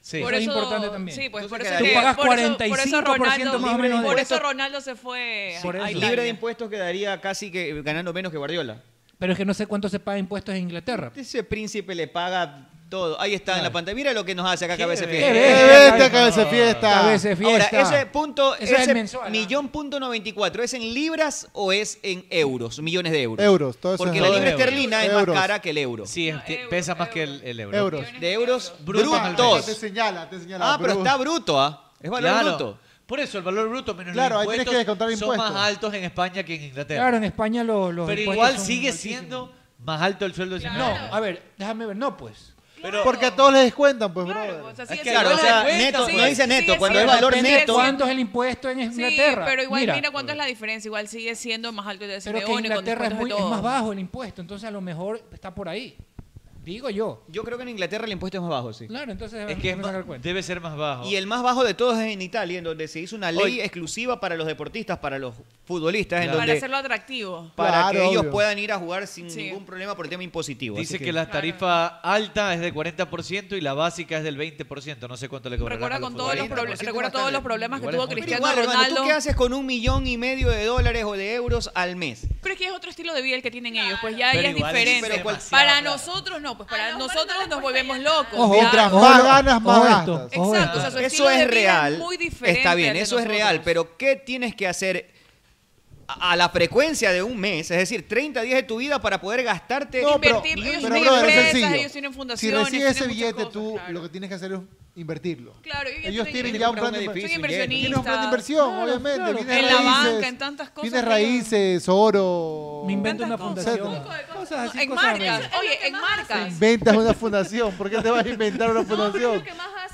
Speaker 2: Sí.
Speaker 9: Por eso es importante también.
Speaker 8: Sí, pues por
Speaker 5: Entonces
Speaker 8: eso
Speaker 9: Tú
Speaker 5: quedaría-
Speaker 8: que-
Speaker 9: pagas
Speaker 8: por eso- por eso
Speaker 9: 45%
Speaker 8: Ronaldo-
Speaker 9: más o menos de
Speaker 8: Por eso Ronaldo se fue pues,
Speaker 9: Por
Speaker 8: a
Speaker 9: eso.
Speaker 8: Italia.
Speaker 5: Libre de impuestos quedaría casi que ganando menos que Guardiola.
Speaker 9: Pero es que no sé cuánto se paga impuestos en Inglaterra.
Speaker 5: Ese príncipe le paga Todo, ahí está en la pantalla. Mira lo que nos hace acá Cabeza
Speaker 4: bestia,
Speaker 5: Fiesta.
Speaker 4: cabeza Eh, Cabeza Fiesta. eh, Cabeza
Speaker 5: Ahora,
Speaker 4: Fiesta.
Speaker 5: ese punto,
Speaker 4: Ese es
Speaker 5: ese
Speaker 4: el mensual, ¿ah?
Speaker 5: millón punto 94, ¿es en libras o es en euros? Millones de euros.
Speaker 4: Euros, todo eso
Speaker 5: Porque
Speaker 4: es
Speaker 5: la
Speaker 4: euros.
Speaker 5: libra esterlina es
Speaker 4: Euros.
Speaker 5: más cara que el euro.
Speaker 2: Sí, pesa más que el, euro.
Speaker 4: Euros.
Speaker 5: De euros
Speaker 2: Bruto.
Speaker 5: brutos.
Speaker 4: Te señala, te señala.
Speaker 5: Ah, pero está bruto, ¿ah? Es valor
Speaker 2: Claro.
Speaker 5: bruto.
Speaker 2: Por eso el valor bruto menos
Speaker 4: Claro,
Speaker 2: los
Speaker 4: ahí tienes
Speaker 2: impuestos
Speaker 4: que descontar
Speaker 2: son
Speaker 4: impuestos.
Speaker 2: más altos en España que en Inglaterra.
Speaker 9: Claro, en España los, los
Speaker 2: Pero
Speaker 9: impuestos
Speaker 2: igual
Speaker 9: son
Speaker 2: sigue
Speaker 9: altísimos.
Speaker 2: siendo más alto el sueldo de
Speaker 9: No, a ver, déjame ver, no pues.
Speaker 4: Porque a todos les descuentan, pues, brother.
Speaker 5: Es que, claro, o sea, neto, no dice neto, cuando es
Speaker 9: Pero
Speaker 5: valor
Speaker 9: depende de
Speaker 5: neto.
Speaker 9: ¿Cuánto es el impuesto en
Speaker 8: Sí,
Speaker 9: Inglaterra?
Speaker 8: pero igual mira, cuánto es la diferencia. Igual sigue siendo más alto el de
Speaker 9: Pero
Speaker 8: Simeone
Speaker 9: que
Speaker 8: con
Speaker 9: Inglaterra es,
Speaker 8: descuentos de
Speaker 9: muy- es
Speaker 8: todo.
Speaker 9: más bajo el impuesto, entonces a lo mejor está por ahí. Digo yo.
Speaker 5: Yo creo que en Inglaterra el impuesto es más bajo, sí.
Speaker 9: Claro, entonces
Speaker 2: Es que es más- debe ser más bajo.
Speaker 5: Y el más bajo de todos es en Italia, en donde se hizo una ley
Speaker 2: Oye.
Speaker 5: exclusiva para los deportistas, para los futbolistas, en
Speaker 8: Para
Speaker 5: donde
Speaker 8: hacerlo atractivo.
Speaker 5: para que
Speaker 2: Claro,
Speaker 5: ellos
Speaker 2: obvio.
Speaker 5: puedan ir a jugar sin
Speaker 8: Sí.
Speaker 5: ningún problema por el tema impositivo.
Speaker 2: Dice
Speaker 5: así
Speaker 2: que, la tarifa alta es del 40% y la básica es del 20%. No sé cuánto le cobrarán
Speaker 8: Recuerda
Speaker 2: a los
Speaker 8: con todos los
Speaker 2: futbolistas.
Speaker 8: proble- recuerda todos los problemas que
Speaker 2: Igual
Speaker 8: tuvo
Speaker 2: es mucho.
Speaker 5: Pero
Speaker 8: Cristiano
Speaker 5: igual, hermano,
Speaker 8: Ronaldo.
Speaker 5: ¿tú qué haces con un millón y medio de dólares o de euros al mes?
Speaker 8: Pero es que es otro estilo de vida el que tienen ellos, pues ya,
Speaker 5: Pero
Speaker 8: ya es
Speaker 5: igual es
Speaker 8: diferente.
Speaker 5: demasiado,
Speaker 8: para
Speaker 5: claro.
Speaker 8: nosotros no,
Speaker 19: Ah,
Speaker 8: pues para nosotros nos volvemos locos.
Speaker 5: Ojo,
Speaker 8: ya.
Speaker 5: mientras más Ojo, ganas, más ojo esto, gastas. ojo
Speaker 8: Exacto, o sea, su estilo
Speaker 5: Eso
Speaker 8: de
Speaker 5: es
Speaker 8: vida
Speaker 5: real.
Speaker 8: muy diferente
Speaker 5: Está
Speaker 8: al
Speaker 5: bien,
Speaker 8: de
Speaker 5: eso es
Speaker 8: nosotros.
Speaker 5: real, pero ¿qué tienes que hacer a a la frecuencia de un mes? Es decir, 30 días de tu vida para poder gastarte.
Speaker 4: No, pero,
Speaker 8: Invertirlo, ellos
Speaker 4: pero
Speaker 8: tienen
Speaker 4: brother, es
Speaker 8: empresas,
Speaker 4: sencillo.
Speaker 8: ellos tienen
Speaker 4: si
Speaker 8: fundaciones,
Speaker 4: recibes ese
Speaker 8: tienen muchas
Speaker 4: billete,
Speaker 8: cosas,
Speaker 4: tú lo que tienes que hacer es invertirlo.
Speaker 8: Claro, ellos,
Speaker 4: Ellos
Speaker 8: tienen-
Speaker 4: tienen
Speaker 8: ellos
Speaker 4: ya un plan de
Speaker 8: compran un
Speaker 4: inversión.
Speaker 8: edificio, Son inversionistas.
Speaker 4: Tienen un plan de inversión,
Speaker 8: Claro,
Speaker 4: obviamente.
Speaker 8: claro.
Speaker 4: Vienes
Speaker 8: En la
Speaker 4: raíces,
Speaker 8: banca, en tantas cosas
Speaker 4: Vienes
Speaker 8: que-
Speaker 4: raíces, oro.
Speaker 9: Me invento una
Speaker 4: etcétera.
Speaker 9: fundación. Cosas así,
Speaker 8: en
Speaker 9: cosas
Speaker 8: marcas,
Speaker 9: raras.
Speaker 8: oye, en marcas.
Speaker 4: Inventas una fundación. ¿Por qué te vas a inventar una fundación?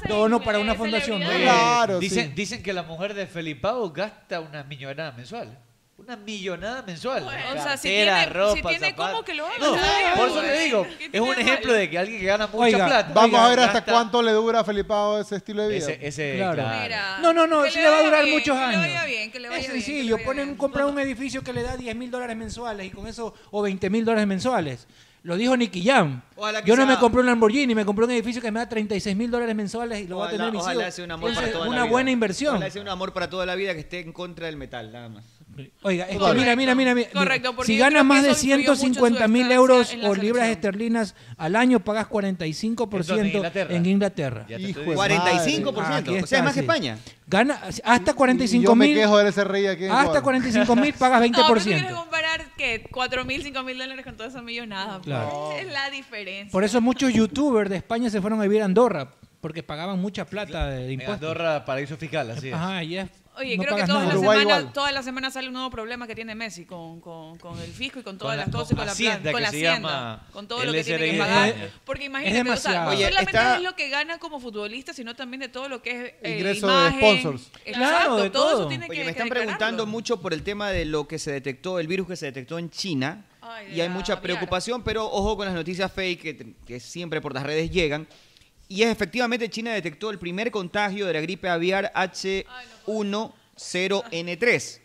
Speaker 9: Dono para una fundación.
Speaker 2: Eh,
Speaker 4: Claro,
Speaker 2: dicen,
Speaker 4: sí.
Speaker 2: dicen que la mujer de Felipao gasta una millonada mensual. Una millonada mensual.
Speaker 8: o sea, si
Speaker 2: Cartera,
Speaker 8: tiene-
Speaker 2: ropa,
Speaker 8: si tiene
Speaker 2: zapatos.
Speaker 8: cómo que lo haga,
Speaker 2: No,
Speaker 8: ¿sabes?
Speaker 2: por eso te
Speaker 8: Pues,
Speaker 2: digo, es un ejemplo de que alguien que gana mucha
Speaker 9: Oiga,
Speaker 2: plata.
Speaker 4: Vamos a ver
Speaker 2: oiga,
Speaker 4: hasta
Speaker 2: gasta-
Speaker 4: cuánto le dura a Felipao ese estilo de vida.
Speaker 2: Ese, ese
Speaker 9: Claro.
Speaker 2: claro.
Speaker 9: No, no, no,
Speaker 8: Ah, Que
Speaker 9: sí
Speaker 8: le
Speaker 9: le va a
Speaker 8: vaya
Speaker 9: durar
Speaker 8: bien,
Speaker 9: muchos
Speaker 8: que le
Speaker 9: años.
Speaker 8: vaya bien, que le vaya
Speaker 9: es
Speaker 8: bien, que
Speaker 9: sencillo,
Speaker 8: le vaya
Speaker 9: ponen, compran un edificio que le da 10 mil dólares mensuales y con eso, o 20 mil dólares mensuales. Lo dijo Nicky Jam.
Speaker 5: Ojalá que
Speaker 9: Yo no
Speaker 5: sea-
Speaker 9: me compré un Lamborghini, me compré un edificio que me da 36 mil dólares mensuales y lo va a tener mis
Speaker 5: ojalá
Speaker 9: hijos.
Speaker 5: sea un amor
Speaker 9: Entonces,
Speaker 5: para toda la
Speaker 9: una
Speaker 5: vida.
Speaker 9: buena inversión.
Speaker 5: Ojalá sea un amor para toda la vida que esté en contra del metal, nada más.
Speaker 9: Oiga, es que
Speaker 5: Correcto,
Speaker 9: mira, mira, mira, mira.
Speaker 5: correcto, porque
Speaker 9: si
Speaker 5: yo
Speaker 9: ganas
Speaker 5: creo que
Speaker 9: más de
Speaker 5: eso influyó mucho en su
Speaker 9: 150 mil
Speaker 5: estancia
Speaker 9: euros
Speaker 5: en la
Speaker 9: o libras
Speaker 5: selección.
Speaker 9: esterlinas al año, pagas 45%
Speaker 5: Entonces,
Speaker 9: en
Speaker 5: en
Speaker 9: Inglaterra.
Speaker 5: Inglaterra.
Speaker 2: Ya te
Speaker 9: Hijo
Speaker 2: estoy
Speaker 9: de
Speaker 5: diciendo. 45%,
Speaker 9: madre.
Speaker 5: o sea,
Speaker 9: Aquí está,
Speaker 5: más que
Speaker 9: sí.
Speaker 5: España.
Speaker 9: Gana hasta 45 mil.
Speaker 4: yo me quejo de ese rey aquí en
Speaker 9: Hasta
Speaker 4: Ecuador.
Speaker 9: 45 mil pagas 20%.
Speaker 8: No, pero tú quieres comparar que 4 mil, 5 mil dólares con todos esos millonada.
Speaker 9: Claro.
Speaker 8: Claro. Ah, pues, Es la diferencia.
Speaker 9: Por eso muchos youtubers de España se fueron a vivir a Andorra, porque pagaban mucha plata de
Speaker 2: En
Speaker 9: impuestos.
Speaker 2: Andorra, paraíso fiscal, así es.
Speaker 9: Ajá, y es-
Speaker 8: Oye,
Speaker 9: no
Speaker 8: creo que
Speaker 9: pagas
Speaker 8: todas
Speaker 9: nada.
Speaker 8: las semanas toda la semana sale un nuevo problema que tiene Messi con, con, con el fisco y con todas
Speaker 2: la-
Speaker 8: las cosas, y
Speaker 2: con
Speaker 8: con la
Speaker 2: Hacienda,
Speaker 8: plan- con
Speaker 2: que
Speaker 8: la
Speaker 2: se
Speaker 8: hacienda,
Speaker 2: llama
Speaker 8: con todo lo que
Speaker 2: LSRI
Speaker 8: tiene que
Speaker 2: en
Speaker 8: pagar.
Speaker 2: España.
Speaker 8: Porque
Speaker 2: Es
Speaker 8: imagínate, o sea,
Speaker 2: demasiado.
Speaker 8: no
Speaker 2: Oye,
Speaker 8: solamente
Speaker 2: está-
Speaker 8: es lo que gana como futbolista, sino también de todo lo que es eh,
Speaker 4: Ingreso de
Speaker 8: imagen,
Speaker 4: sponsors.
Speaker 8: Exacto,
Speaker 4: Claro, de
Speaker 8: todo,
Speaker 4: todo.
Speaker 8: eso tiene
Speaker 5: Oye,
Speaker 8: que
Speaker 5: me están
Speaker 8: que
Speaker 5: preguntando
Speaker 8: declararlo.
Speaker 5: mucho por el tema de lo que se detectó, el virus que se detectó en China.
Speaker 8: Ay, de
Speaker 5: y hay
Speaker 8: la
Speaker 5: mucha
Speaker 8: aviar.
Speaker 5: preocupación, pero ojo con las noticias fake que, te- que siempre por las redes llegan. Y es efectivamente China detectó el primer contagio de la gripe aviar H1N3.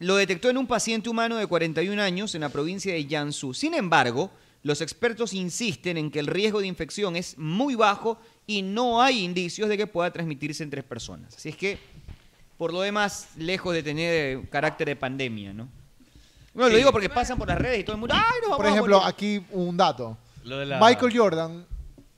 Speaker 5: Lo detectó en un paciente humano de 41 años en la provincia de Jiangsu. Sin embargo, los expertos insisten en que el riesgo de infección es muy bajo y no hay indicios de que pueda transmitirse entre personas. Así es que, por lo demás, lejos de tener eh, carácter de pandemia, ¿no? No, lo
Speaker 4: Sí.
Speaker 5: digo porque pasan por las redes y todo el mundo. ¡Ay, nos vamos
Speaker 4: Por
Speaker 5: a
Speaker 4: ejemplo,
Speaker 5: morir!
Speaker 4: aquí un dato.
Speaker 2: Lo de la-
Speaker 4: Michael Jordan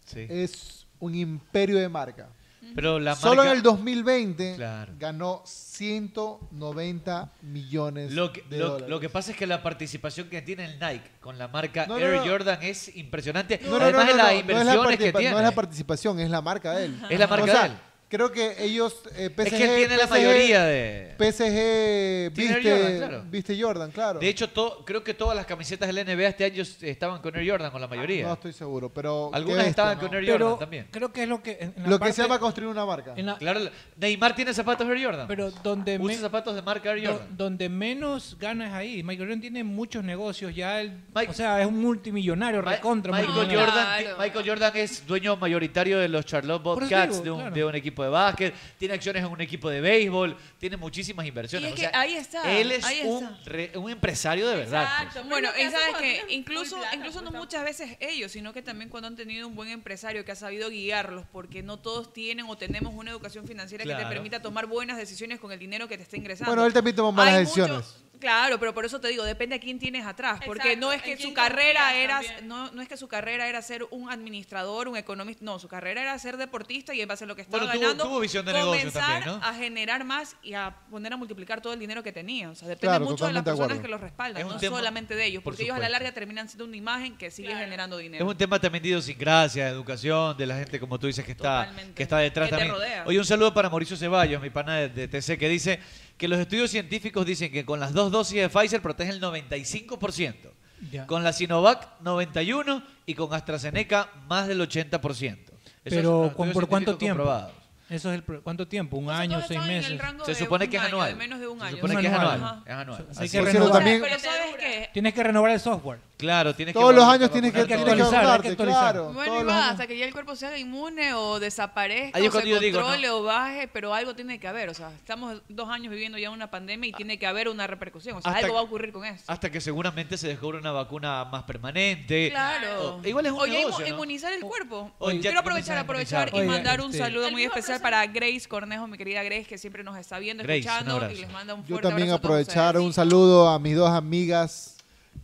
Speaker 2: Sí.
Speaker 4: es un imperio de marca.
Speaker 2: Pero la
Speaker 4: Eh, Solo
Speaker 2: marca-
Speaker 4: en el 2020
Speaker 2: Claro.
Speaker 4: ganó 190 millones
Speaker 2: Lo que,
Speaker 4: de
Speaker 2: lo,
Speaker 4: dólares.
Speaker 2: lo que pasa es que la participación que tiene el Nike con la marca
Speaker 4: No, no,
Speaker 2: Air
Speaker 4: no.
Speaker 2: Jordan es impresionante.
Speaker 4: No, no, no,
Speaker 2: Además de
Speaker 4: no, no,
Speaker 2: las
Speaker 4: no es la
Speaker 2: inversiones que
Speaker 4: participa-
Speaker 2: tiene.
Speaker 4: No es la participación, es la marca de él.
Speaker 2: Es la marca
Speaker 4: O sea,
Speaker 2: de él.
Speaker 4: Creo que ellos, eh,
Speaker 2: Es
Speaker 4: PSG,
Speaker 2: que él tiene la
Speaker 4: PSG,
Speaker 2: mayoría de-
Speaker 4: PSG,
Speaker 2: Tiene Air
Speaker 4: viste
Speaker 2: Jordan, claro.
Speaker 4: viste Jordan, claro.
Speaker 2: De hecho, to- creo que todas las camisetas del NBA este año estaban con Air Jordan, con la mayoría.
Speaker 4: Ah, No estoy seguro, pero... qué
Speaker 2: Algunas
Speaker 4: bestia,
Speaker 2: estaban
Speaker 4: ¿no?
Speaker 2: con Air
Speaker 9: Pero
Speaker 2: Jordan también.
Speaker 9: creo que es lo que... en la
Speaker 4: Lo que
Speaker 9: parte-
Speaker 4: se llama construir una marca.
Speaker 9: en la-
Speaker 2: Claro, la- Neymar tiene zapatos Air Jordan.
Speaker 9: Pero donde
Speaker 2: Usa
Speaker 9: me-
Speaker 2: zapatos de marca Air
Speaker 9: do-
Speaker 2: Jordan.
Speaker 9: donde menos ganas ahí. Michael Jordan tiene muchos negocios ya. él- o sea, es un multimillonario, recontra.
Speaker 2: Michael
Speaker 9: multimillonario.
Speaker 2: Jordan, Michael Jordan es dueño mayoritario de los Charlotte
Speaker 9: eso
Speaker 2: Bobcats,
Speaker 9: digo,
Speaker 2: de, un,
Speaker 9: claro.
Speaker 2: de un equipo de básquet, tiene acciones en un equipo de béisbol, tiene muchísimas
Speaker 8: Y
Speaker 2: inversiones.
Speaker 8: es
Speaker 2: O
Speaker 8: que
Speaker 2: sea,
Speaker 8: ahí está.
Speaker 2: Él es
Speaker 8: ahí está.
Speaker 2: un, re- un empresario de verdad. pues.
Speaker 8: Bueno,
Speaker 19: Pero lo
Speaker 8: y
Speaker 19: que
Speaker 8: sabes
Speaker 19: hacen cuando
Speaker 8: que
Speaker 19: tienen
Speaker 8: incluso,
Speaker 19: full plata,
Speaker 8: incluso no
Speaker 19: pues,
Speaker 8: muchas veces ellos, sino que también cuando han tenido un buen empresario que ha sabido guiarlos, porque no todos tienen o tenemos una educación financiera que te
Speaker 4: Claro.
Speaker 8: permita tomar buenas decisiones con el dinero que te está ingresando.
Speaker 4: Bueno, él también tomó malas
Speaker 8: Hay
Speaker 4: decisiones.
Speaker 8: mucho- Claro, pero por eso te digo, depende a quién tienes atrás, porque
Speaker 19: Exacto,
Speaker 8: no es
Speaker 19: en
Speaker 8: que
Speaker 19: quién
Speaker 8: su carrera
Speaker 19: confías
Speaker 8: era
Speaker 19: también.
Speaker 8: no, no es que su carrera era ser un administrador, un economista, no, su carrera era ser deportista y en base a lo que estaba
Speaker 2: Bueno, tuvo-
Speaker 8: ganando
Speaker 2: tuvo visión de negocio
Speaker 8: comenzar
Speaker 2: también, ¿no?
Speaker 8: a generar más y a poner a multiplicar todo el dinero que tenía, o sea, depende
Speaker 2: Claro,
Speaker 8: mucho de las
Speaker 2: totalmente de
Speaker 8: personas
Speaker 2: acuerdo.
Speaker 8: que los
Speaker 2: Es
Speaker 8: respaldan,
Speaker 2: un
Speaker 8: no
Speaker 2: tema-
Speaker 8: solamente de ellos,
Speaker 2: por
Speaker 8: porque ellos a la
Speaker 2: supuesto.
Speaker 8: larga terminan siendo una imagen que sigue generando
Speaker 2: Es
Speaker 8: dinero.
Speaker 2: un tema también de idiosincrasia, de educación, de la gente, como tú dices, que está, que está detrás
Speaker 8: Que te
Speaker 2: también.
Speaker 8: rodea.
Speaker 2: Oye, un saludo para Mauricio Ceballos, mi pana de, de TC, que dice que los estudios científicos dicen que con las dos dosis de Pfizer protege el 95%,
Speaker 9: Ya.
Speaker 2: con la Sinovac 91% y con AstraZeneca más del 80%. Eso es
Speaker 9: Pero
Speaker 2: los
Speaker 9: ¿cu-
Speaker 2: estudios
Speaker 9: ¿por cuánto
Speaker 2: científicos
Speaker 9: tiempo?
Speaker 2: comprobados.
Speaker 9: Eso es el pro- ¿Cuánto tiempo? ¿Un año? ¿Seis meses?
Speaker 2: Se supone que es anual. Se supone
Speaker 9: Un
Speaker 2: que es
Speaker 9: anual.
Speaker 2: anual.
Speaker 9: Ajá.
Speaker 2: Es anual.
Speaker 9: Así
Speaker 2: Así
Speaker 9: que
Speaker 2: es.
Speaker 9: renovar.
Speaker 8: Pero sabes que
Speaker 9: Tienes que renovar el software.
Speaker 2: Claro, tienes
Speaker 4: Todos los años tienes que,
Speaker 9: Hay que
Speaker 4: tienes que
Speaker 9: actualizar, hay que
Speaker 4: acordarte,
Speaker 9: actualizar.
Speaker 4: claro.
Speaker 8: Bueno, y va, hasta que ya el cuerpo se haga inmune o desaparezca,
Speaker 2: Ahí es
Speaker 8: o se
Speaker 2: cuando yo digo,
Speaker 8: controle o baje, pero algo tiene que haber. O sea, estamos dos años viviendo ya una pandemia y tiene que haber una repercusión. O sea,
Speaker 2: Hasta
Speaker 8: algo
Speaker 2: que-
Speaker 8: va a ocurrir con eso.
Speaker 2: Hasta que seguramente se descubra una vacuna más permanente.
Speaker 8: Claro.
Speaker 2: O- igual es un
Speaker 8: Oye,
Speaker 2: negocio,
Speaker 8: inmu-
Speaker 2: ¿no?
Speaker 8: inmunizar el cuerpo.
Speaker 2: oye,
Speaker 8: Quiero
Speaker 2: ya
Speaker 8: aprovechar,
Speaker 2: comienzan a
Speaker 8: aprovechar y
Speaker 2: inmunizar. Oye,
Speaker 8: mandar un
Speaker 2: este-
Speaker 8: saludo
Speaker 2: El
Speaker 8: muy especial para Grace Cornejo, mi querida Grace, que siempre nos está viendo,
Speaker 2: Grace, un
Speaker 8: escuchando y
Speaker 2: abrazo.
Speaker 8: les manda un
Speaker 4: Yo
Speaker 8: fuerte
Speaker 4: también
Speaker 8: abrazo. a todos
Speaker 4: aprovechar
Speaker 8: ustedes.
Speaker 4: un saludo a mis dos amigas,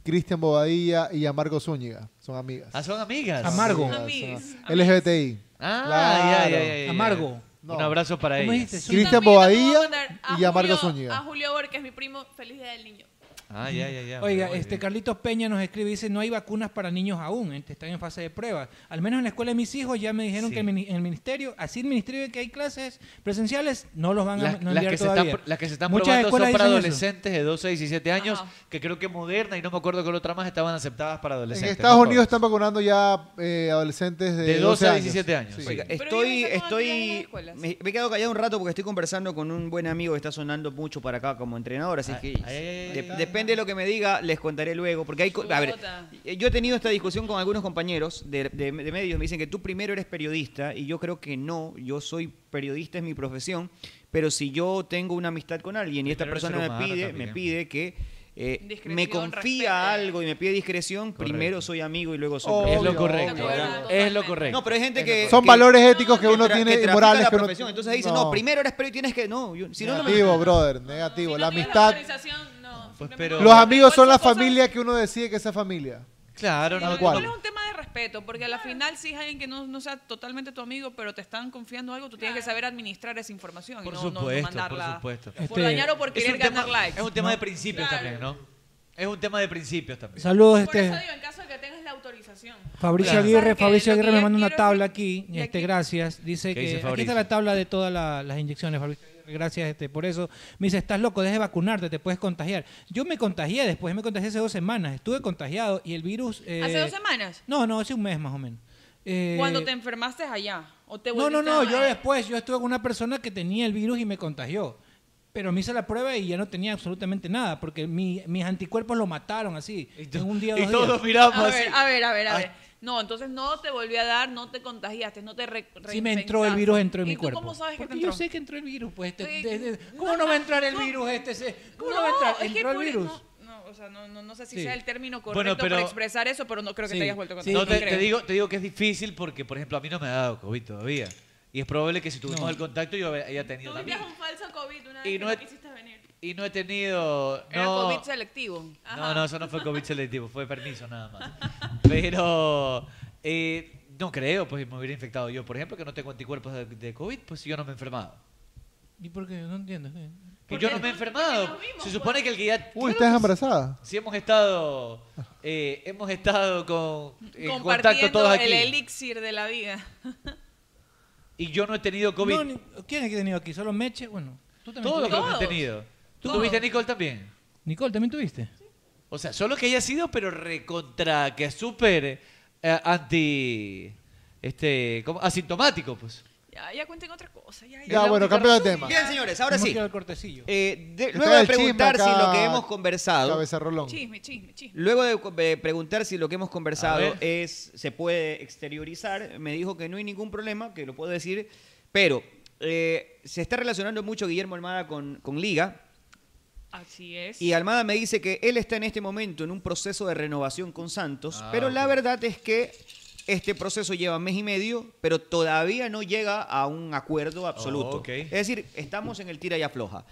Speaker 4: Cristian Bobadilla y a Marco Zúñiga. Son amigas.
Speaker 2: Ah, son amigas.
Speaker 4: Amargo.
Speaker 8: Amigas,
Speaker 4: LGBTI.
Speaker 2: Ah,
Speaker 4: Claro.
Speaker 2: ya, ya, ya, ya, ya.
Speaker 9: Amargo.
Speaker 2: Un abrazo para
Speaker 9: ¿Cómo
Speaker 2: ellas.
Speaker 9: dijiste?
Speaker 4: Cristian
Speaker 19: Voy a
Speaker 4: Bobadilla
Speaker 19: mandar a
Speaker 4: y a Marco
Speaker 19: Julio,
Speaker 4: Zúñiga.
Speaker 19: A
Speaker 8: Ah,
Speaker 19: Julio Borges, mi primo, feliz día del niño.
Speaker 2: Ah, ya, ya, ya.
Speaker 9: Oiga,
Speaker 2: Muy
Speaker 9: este
Speaker 2: bien.
Speaker 9: Carlitos Peña nos escribe y dice, no hay vacunas para niños aún, este, están en fase de prueba. Al menos en la escuela de mis hijos ya me dijeron
Speaker 2: Sí.
Speaker 9: que el, mini- el ministerio, así el ministerio de que hay clases presenciales, no los van a
Speaker 2: Las,
Speaker 9: no
Speaker 2: las
Speaker 9: enviar
Speaker 2: que se
Speaker 9: todavía.
Speaker 2: están, pro- las que se están
Speaker 9: Muchas
Speaker 2: probando
Speaker 9: escuelas
Speaker 2: son para
Speaker 9: dicen eso.
Speaker 2: adolescentes de 12 a 17 años, que creo que Moderna y no me acuerdo qué otra más estaban aceptadas para
Speaker 4: En
Speaker 2: adolescentes.
Speaker 4: Estados
Speaker 2: ¿no?
Speaker 4: Unidos están vacunando ya eh, adolescentes de,
Speaker 2: De 12 a
Speaker 4: años.
Speaker 2: 17 años.
Speaker 4: Sí.
Speaker 2: Oiga,
Speaker 5: Estoy, estoy, me, me he quedado callado un rato porque estoy conversando con un buen amigo que está sonando mucho para acá como entrenador, así que de- depende de lo que me diga, les contaré luego, porque hay, co- a ver, eh, yo he tenido esta discusión con algunos compañeros de, de- de medios, me dicen que tú primero eres periodista y yo creo que no, yo soy periodista, es mi profesión, pero si yo tengo una amistad con alguien y esta
Speaker 11: Primero eres
Speaker 5: persona
Speaker 11: ser
Speaker 5: me
Speaker 11: humano
Speaker 5: pide,
Speaker 11: también.
Speaker 5: me pide que... eh,
Speaker 11: Discreción,
Speaker 5: me confía algo y me pide discreción, primero soy amigo y luego soy profesor.
Speaker 4: Obvio, Es lo correcto, obvio.
Speaker 2: ¿eh? es lo correcto.
Speaker 5: No, pero hay gente que
Speaker 4: Son
Speaker 5: que-
Speaker 4: valores éticos que uno
Speaker 5: tra-
Speaker 4: tiene y
Speaker 5: trafica
Speaker 4: morales
Speaker 5: la
Speaker 4: que uno
Speaker 5: profesión. Entonces dicen, no, primero eres periodista y tienes que. No, yo- si no, no me-
Speaker 4: negativo, brother, negativo. la amistad.
Speaker 2: Pues, pero-
Speaker 4: Los amigos son la familia que uno decide que sea familia.
Speaker 2: Claro,
Speaker 4: Tal
Speaker 2: no.
Speaker 4: cual.
Speaker 8: Es un tema de respeto, porque a la final si es alguien que no, no sea totalmente tu amigo, pero te están confiando algo, tú tienes que saber administrar esa información
Speaker 2: Por
Speaker 8: y no, no- no
Speaker 2: supuesto, por
Speaker 8: mandarla
Speaker 2: supuesto.
Speaker 8: por dañar o por
Speaker 2: Es un
Speaker 8: querer ganar
Speaker 2: tema-
Speaker 8: likes.
Speaker 2: Es un tema
Speaker 8: No.
Speaker 2: de principios también, ¿no? Es un tema de principios también.
Speaker 9: Saludos,
Speaker 19: Por eso
Speaker 9: este,
Speaker 19: digo, en caso de que tengas la autorización.
Speaker 9: Fabricio
Speaker 2: Claro.
Speaker 9: Aguirre,
Speaker 2: ¿Sabes qué?
Speaker 9: Fabricio
Speaker 2: Lo que
Speaker 9: Aguirre me
Speaker 2: yo
Speaker 9: manda una
Speaker 2: quiero
Speaker 9: tabla aquí, este, gracias. Dice
Speaker 2: ¿Qué
Speaker 9: que
Speaker 2: dice
Speaker 9: aquí
Speaker 2: Fabricio?
Speaker 9: está la tabla de todas la- las inyecciones, Fabricio Aguirre, Gracias este, por eso. Me dice, estás loco, deje de vacunarte, te puedes contagiar. Yo me contagié después, me contagié hace dos semanas, estuve contagiado y el virus... eh,
Speaker 8: ¿Hace dos semanas?
Speaker 9: No, no, hace un mes más o menos. Eh,
Speaker 8: Cuando te enfermaste allá. O te
Speaker 9: no, no,
Speaker 8: volviste
Speaker 9: no,
Speaker 8: a-
Speaker 9: yo después, yo estuve con una persona que tenía el virus y me contagió. Pero me hice la prueba y ya no tenía absolutamente nada, porque mi- mis anticuerpos lo mataron así. en un día,
Speaker 2: y
Speaker 9: dos
Speaker 2: todos
Speaker 9: días.
Speaker 2: miramos
Speaker 8: A ver, a ver, a ver, a ver. No, entonces no te volvió a dar, no te contagiaste, no te re
Speaker 9: Sí me entró
Speaker 8: reinfectaste.
Speaker 9: el virus, entró en
Speaker 8: ¿Y
Speaker 9: mi
Speaker 8: tú
Speaker 9: cuerpo.
Speaker 8: cómo sabes que te
Speaker 9: Porque
Speaker 8: entró? Eh,
Speaker 9: yo sé que entró el virus, pues. te- te- te- ¿Cómo no, va a entrar el virus este? se- ¿Cómo no, va a entrar?
Speaker 8: es que
Speaker 9: Entró el
Speaker 8: por-
Speaker 9: virus.
Speaker 8: No, o sea, no, no, no sé si
Speaker 9: Sí.
Speaker 8: sea el término correcto
Speaker 2: Bueno, pero-
Speaker 8: para expresar eso, pero no creo que
Speaker 2: Sí,
Speaker 8: te hayas vuelto
Speaker 2: no,
Speaker 8: contagioso.
Speaker 2: te, te
Speaker 8: creo.
Speaker 2: digo, te digo que es difícil porque, por ejemplo, a mí no me ha dado COVID todavía. Y es probable que si tuvimos
Speaker 9: No.
Speaker 2: el contacto yo haya haya tenido
Speaker 19: Tuviste
Speaker 2: también.
Speaker 19: un falso COVID una vez
Speaker 2: Y
Speaker 19: que
Speaker 2: no
Speaker 19: no
Speaker 2: es-
Speaker 19: quisiste venir.
Speaker 2: Y no he tenido...
Speaker 8: Era
Speaker 2: no,
Speaker 8: COVID selectivo.
Speaker 2: No, no, eso no fue COVID selectivo, fue permiso nada más. Pero eh, no creo, pues me hubiera infectado yo, por ejemplo, que no tengo anticuerpos de, de COVID, pues yo no me he enfermado.
Speaker 9: ¿Y por qué? No entiendo. eh.
Speaker 2: Que yo no me he enfermado. Se
Speaker 8: pues.
Speaker 2: supone que el que ya...
Speaker 4: Uy, estás embarazada.
Speaker 2: Si hemos estado, eh, hemos estado con, en contacto todos
Speaker 8: Compartiendo
Speaker 2: aquí.
Speaker 8: el elixir de la vida.
Speaker 2: Y yo no he tenido COVID.
Speaker 9: No, ni- ¿Quién es que ha tenido aquí? ¿Solo Meche? Bueno, tú también
Speaker 2: Todos los que
Speaker 9: tuviste.
Speaker 2: hemos tenido. ¿Tú
Speaker 9: Todos.
Speaker 2: tuviste a Nicole también?
Speaker 9: Nicole, ¿también tuviste?
Speaker 2: O sea, solo que haya sido, pero recontra, que es súper eh, anti... Este, ¿cómo? asintomático, pues.
Speaker 8: Ya, ya cuenten otra cosa. Ya,
Speaker 2: Ya, bueno,
Speaker 5: cambio
Speaker 2: cambio de tema.
Speaker 5: Bien, señores, ahora
Speaker 9: Hemos
Speaker 5: sí.
Speaker 9: ido al cortecillo.
Speaker 5: Eh, de-
Speaker 9: Está
Speaker 4: Este
Speaker 5: luego de
Speaker 9: el chisme
Speaker 5: preguntar si
Speaker 9: acá,
Speaker 5: lo que hemos conversado.
Speaker 4: Cabeza Rolón.
Speaker 8: Chisme, chisme, chisme.
Speaker 5: Luego de co- eh, preguntar si lo que hemos conversado
Speaker 8: A
Speaker 5: es se puede exteriorizar, me dijo que no hay ningún problema, que lo puedo decir, pero eh, se está relacionando mucho Guillermo Almada con, con Liga
Speaker 8: Así es.
Speaker 5: y Almada me dice que él está en este momento en un proceso de renovación con Santos,
Speaker 2: Ah,
Speaker 5: pero la
Speaker 2: ok.
Speaker 5: verdad es que este proceso lleva mes y medio, pero todavía no llega a un acuerdo absoluto.
Speaker 2: Oh, ok.
Speaker 5: Es decir, estamos en el tira y afloja.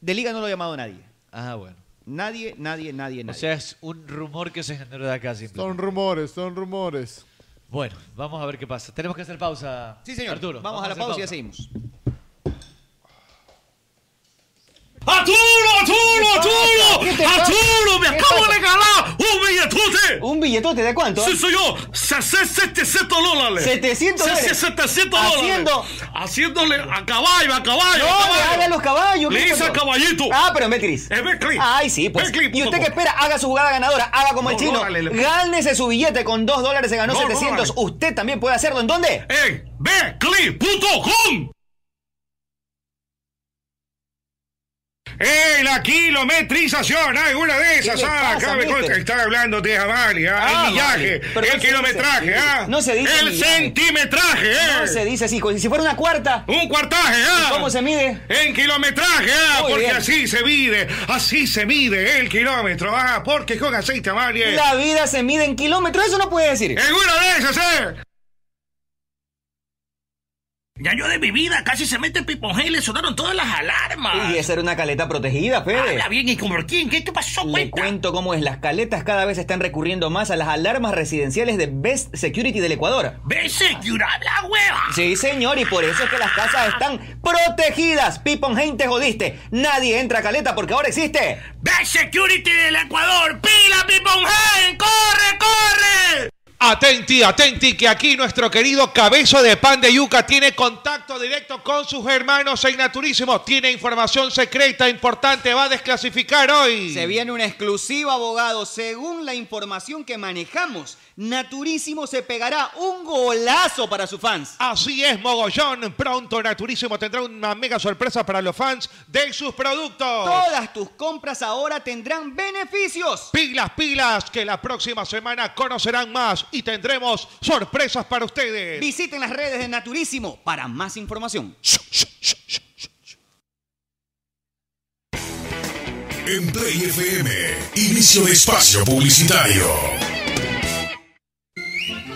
Speaker 5: De Liga no lo ha llamado nadie.
Speaker 2: Ah, bueno.
Speaker 5: Nadie, nadie, nadie,
Speaker 2: O
Speaker 5: nadie.
Speaker 2: sea, es un rumor que se generó de acá
Speaker 4: Son
Speaker 2: simplemente.
Speaker 4: rumores, son rumores.
Speaker 2: Bueno, vamos a ver qué pasa. Tenemos que hacer pausa.
Speaker 4: Sí, señor.
Speaker 2: Arturo,
Speaker 4: Vamos a la
Speaker 2: hacer
Speaker 4: pausa y ya
Speaker 5: seguimos.
Speaker 12: ¡Arturo, Arturo,
Speaker 13: ¿Qué te
Speaker 12: Arturo!
Speaker 13: pasa?
Speaker 12: ¡Arturo! ¡Me
Speaker 13: ¿Qué
Speaker 12: acabo
Speaker 13: pasa?
Speaker 12: de ganar un billetote!
Speaker 13: ¿Un billetote de cuánto?
Speaker 12: Sí, soy yo. Se- se- 700 dólares.
Speaker 13: 700
Speaker 12: Se-
Speaker 13: dólares.
Speaker 12: se- 700 dólares.
Speaker 13: Haciendo-
Speaker 12: Haciéndole a caballo, a caballo.
Speaker 13: No,
Speaker 12: a caballo.
Speaker 13: dale a los caballos.
Speaker 12: Le
Speaker 13: ¿qué
Speaker 12: hice
Speaker 13: pasó?
Speaker 12: al caballito.
Speaker 13: Ah, pero en Betcris.
Speaker 20: "Eh,
Speaker 12: En Betcris.
Speaker 13: Ay, sí, pues.
Speaker 12: Betcris,
Speaker 13: y usted
Speaker 12: por
Speaker 13: que
Speaker 12: favor.
Speaker 13: espera, haga su jugada ganadora, haga como
Speaker 12: No,
Speaker 13: el chino.
Speaker 12: no, dale, le-
Speaker 13: Gánese su billete con 2 dólares, se ganó
Speaker 12: No, no,
Speaker 13: 700.
Speaker 12: dale.
Speaker 13: usted también puede hacerlo. ¿En dónde?
Speaker 20: Eh,
Speaker 12: En Betcris.com.
Speaker 20: ¡Ey, la kilometrización! ¡Hay una de esas!
Speaker 12: ¿Qué le
Speaker 20: ¡Ah,
Speaker 12: pasa,
Speaker 20: acá me
Speaker 12: mister?
Speaker 20: consta que están hablando de Amalia!
Speaker 13: Ah,
Speaker 20: ¡El millaje!
Speaker 13: vale. Pero
Speaker 20: ¡El
Speaker 13: no se
Speaker 20: kilometraje!
Speaker 13: dice así.
Speaker 20: ¡Ah!
Speaker 13: No se dice
Speaker 20: ¡El
Speaker 13: millaje.
Speaker 20: centimetraje! ¡Eh!
Speaker 13: No se dice así. como Si fuera una cuarta.
Speaker 20: ¡Un cuartaje! ¿ah?
Speaker 13: ¿Cómo se mide?
Speaker 20: En kilometraje, ah,
Speaker 13: Muy
Speaker 20: porque
Speaker 13: bien.
Speaker 20: así se mide, así se mide el kilómetro, ah, porque con aceite eh, amarillo.
Speaker 13: La vida se mide en kilómetros, eso no puede decir.
Speaker 20: En una de esas, eh.
Speaker 12: Ya yo de mi vida casi se mete Piponje y le sonaron todas las alarmas.
Speaker 13: Y esa era una caleta protegida, Fede.
Speaker 12: Habla bien, ¿y como quién? ¿Qué te pasó,
Speaker 13: Le cuento cómo es. Las caletas cada vez están recurriendo más a las alarmas residenciales de Best Security del Ecuador.
Speaker 12: ¡Vese, curar la hueva!
Speaker 13: Sí, señor, y por eso es que las casas están protegidas. Piponheim, te jodiste. Nadie entra a caleta porque ahora existe.
Speaker 12: Best Security del Ecuador, pila Piponje, corre, corre.
Speaker 14: Atenti, atenti, que aquí nuestro querido Cabezo de Pan de Yuca tiene contacto directo con sus hermanos en Naturísimo. Tiene información secreta importante, va a desclasificar hoy.
Speaker 5: Se viene una exclusiva, abogado. Según la información que manejamos, Naturísimo se pegará un golazo para sus fans.
Speaker 14: Así es, Mogollón. Pronto Naturísimo tendrá una mega sorpresa para los fans de sus
Speaker 12: Oh.
Speaker 14: productos.
Speaker 5: Todas tus compras ahora tendrán beneficios.
Speaker 14: Pilas, pilas, que la próxima semana conocerán más y tendremos sorpresas para ustedes.
Speaker 5: Visiten las redes de Naturísimo para más información.
Speaker 16: En Play FM, inicio de espacio publicitario.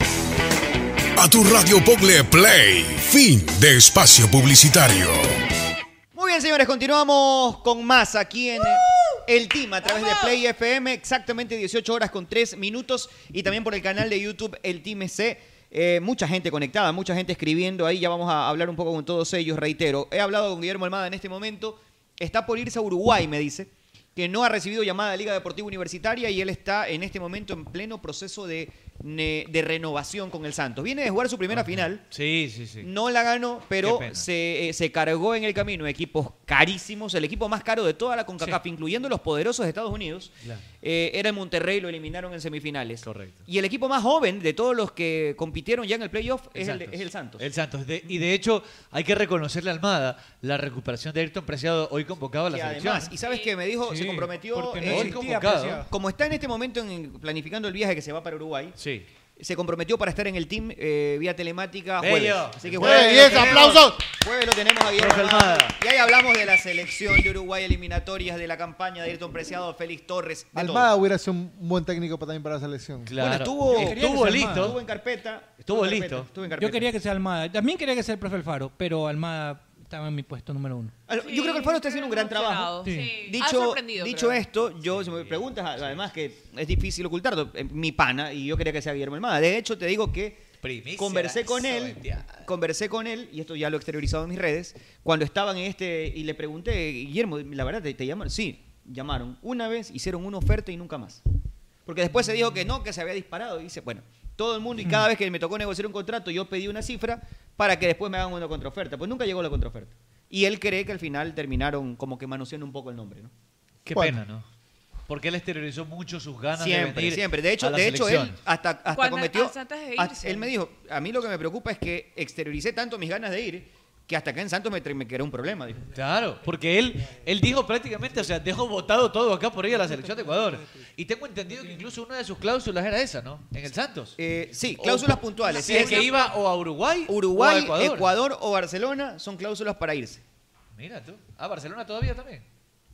Speaker 16: A tu radio Pogle Play, fin de espacio publicitario.
Speaker 5: Muy bien, señores, continuamos con más aquí en eh, el team a través de Play FM, exactamente 18 horas con 3 minutos y también por el canal de YouTube El Team C. mucha gente conectada, mucha gente escribiendo ahí, ya vamos a hablar un poco con todos ellos, reitero. He hablado con Guillermo Almada en este momento, está por irse a Uruguay, me dice, que no ha recibido llamada de Liga Deportiva Universitaria y él está en este momento en pleno proceso de, ne- de renovación con el Santos. Viene de jugar su primera final.
Speaker 2: Sí, sí, sí.
Speaker 5: No la ganó, pero
Speaker 2: Qué pena.
Speaker 5: se, eh, se cargó en el camino equipos carísimos. El equipo más caro de toda la CONCACAF, incluyendo los poderosos de Estados Unidos,
Speaker 2: Claro.
Speaker 5: eh, era el Monterrey, lo eliminaron en semifinales. Correcto. Y el equipo más joven de todos los que compitieron ya en el playoff es el, de- es el Santos.
Speaker 2: El Santos. De- y de hecho, hay que reconocerle a Almada la recuperación de Ayrton Preciado hoy convocado a la
Speaker 5: Y
Speaker 2: selección.
Speaker 5: además, y sabes que me dijo,
Speaker 2: Sí,
Speaker 5: se comprometió
Speaker 2: porque no
Speaker 5: eh,
Speaker 2: existía convocado. Preciado.
Speaker 5: Como está en este momento en- planificando el viaje que se va para Uruguay,
Speaker 2: Sí.
Speaker 5: se comprometió para estar en el team eh, vía telemática
Speaker 2: Bello.
Speaker 5: jueves. Así que
Speaker 2: Muy
Speaker 5: jueves,
Speaker 2: bien,
Speaker 5: lo tenemos-
Speaker 2: aplausos.
Speaker 5: Jueves lo tenemos a Guillermo
Speaker 2: Profe
Speaker 5: Almada.
Speaker 2: Almada.
Speaker 5: Y ahí hablamos de la selección de Uruguay eliminatorias, de la campaña de Ayrton Preciado, Félix Torres, de todo.
Speaker 4: Almada hubiera sido un buen técnico para, también para la selección.
Speaker 5: Bueno, estuvo,
Speaker 9: Estuvo listo.
Speaker 5: Estuvo en carpeta. en carpeta, Estuvo en carpeta.
Speaker 9: Yo quería que sea Almada. También quería que sea el profe Alfaro, pero Almada estaba en mi puesto número uno.
Speaker 5: Al- Yo creo que Alfaro está haciendo un gran trabajo.
Speaker 9: Sí.
Speaker 19: Ha
Speaker 5: Dicho,
Speaker 19: sorprendido,
Speaker 5: dicho
Speaker 19: creo.
Speaker 5: esto, yo, si me preguntas, a- además que es difícil ocultarlo, eh, mi pana, y yo quería que sea Guillermo Almada. De hecho, te digo que conversé con él, conversé con él, y esto ya lo he exteriorizado en mis redes, cuando estaban en este, y le pregunté, Guillermo, la verdad, ¿te, te llamaron? Sí, llamaron. Una vez hicieron una oferta y nunca más. Porque después se dijo que no, que se había disparado. Y dice, bueno, todo el mundo, y cada vez que me tocó negociar un contrato, yo pedí una cifra para que después me hagan una contraoferta. Pues nunca llegó la contraoferta. Y él cree que al final terminaron como que manoseando un poco el nombre, ¿no?
Speaker 2: Qué
Speaker 5: Bueno.
Speaker 2: pena, ¿no? Porque él exteriorizó mucho sus ganas de
Speaker 5: Siempre,
Speaker 2: venir
Speaker 5: siempre. De hecho,
Speaker 2: a la
Speaker 5: de hecho él
Speaker 2: selección.
Speaker 5: hasta, hasta
Speaker 19: Cuando-
Speaker 5: cometió.
Speaker 19: hasta antes de
Speaker 5: hasta-
Speaker 19: irse.
Speaker 5: él me dijo, a mí lo que me preocupa es que exterioricé tanto mis ganas de ir que hasta acá en Santos me, tra- me creó un problema. dijo.
Speaker 2: Claro, porque él, él dijo prácticamente, o sea, dejó votado todo acá por ir a la selección de Ecuador. Y tengo entendido que incluso una de sus cláusulas era esa, ¿no? En el Santos.
Speaker 5: sí, cláusulas puntuales.
Speaker 2: Si Oh, es
Speaker 5: Eh, Sí,
Speaker 2: que
Speaker 5: sí.
Speaker 2: iba o a Uruguay,
Speaker 5: Uruguay,
Speaker 2: o a Ecuador.
Speaker 5: Ecuador. o Barcelona son cláusulas para irse.
Speaker 2: Mira tú. Ah, Barcelona todavía también.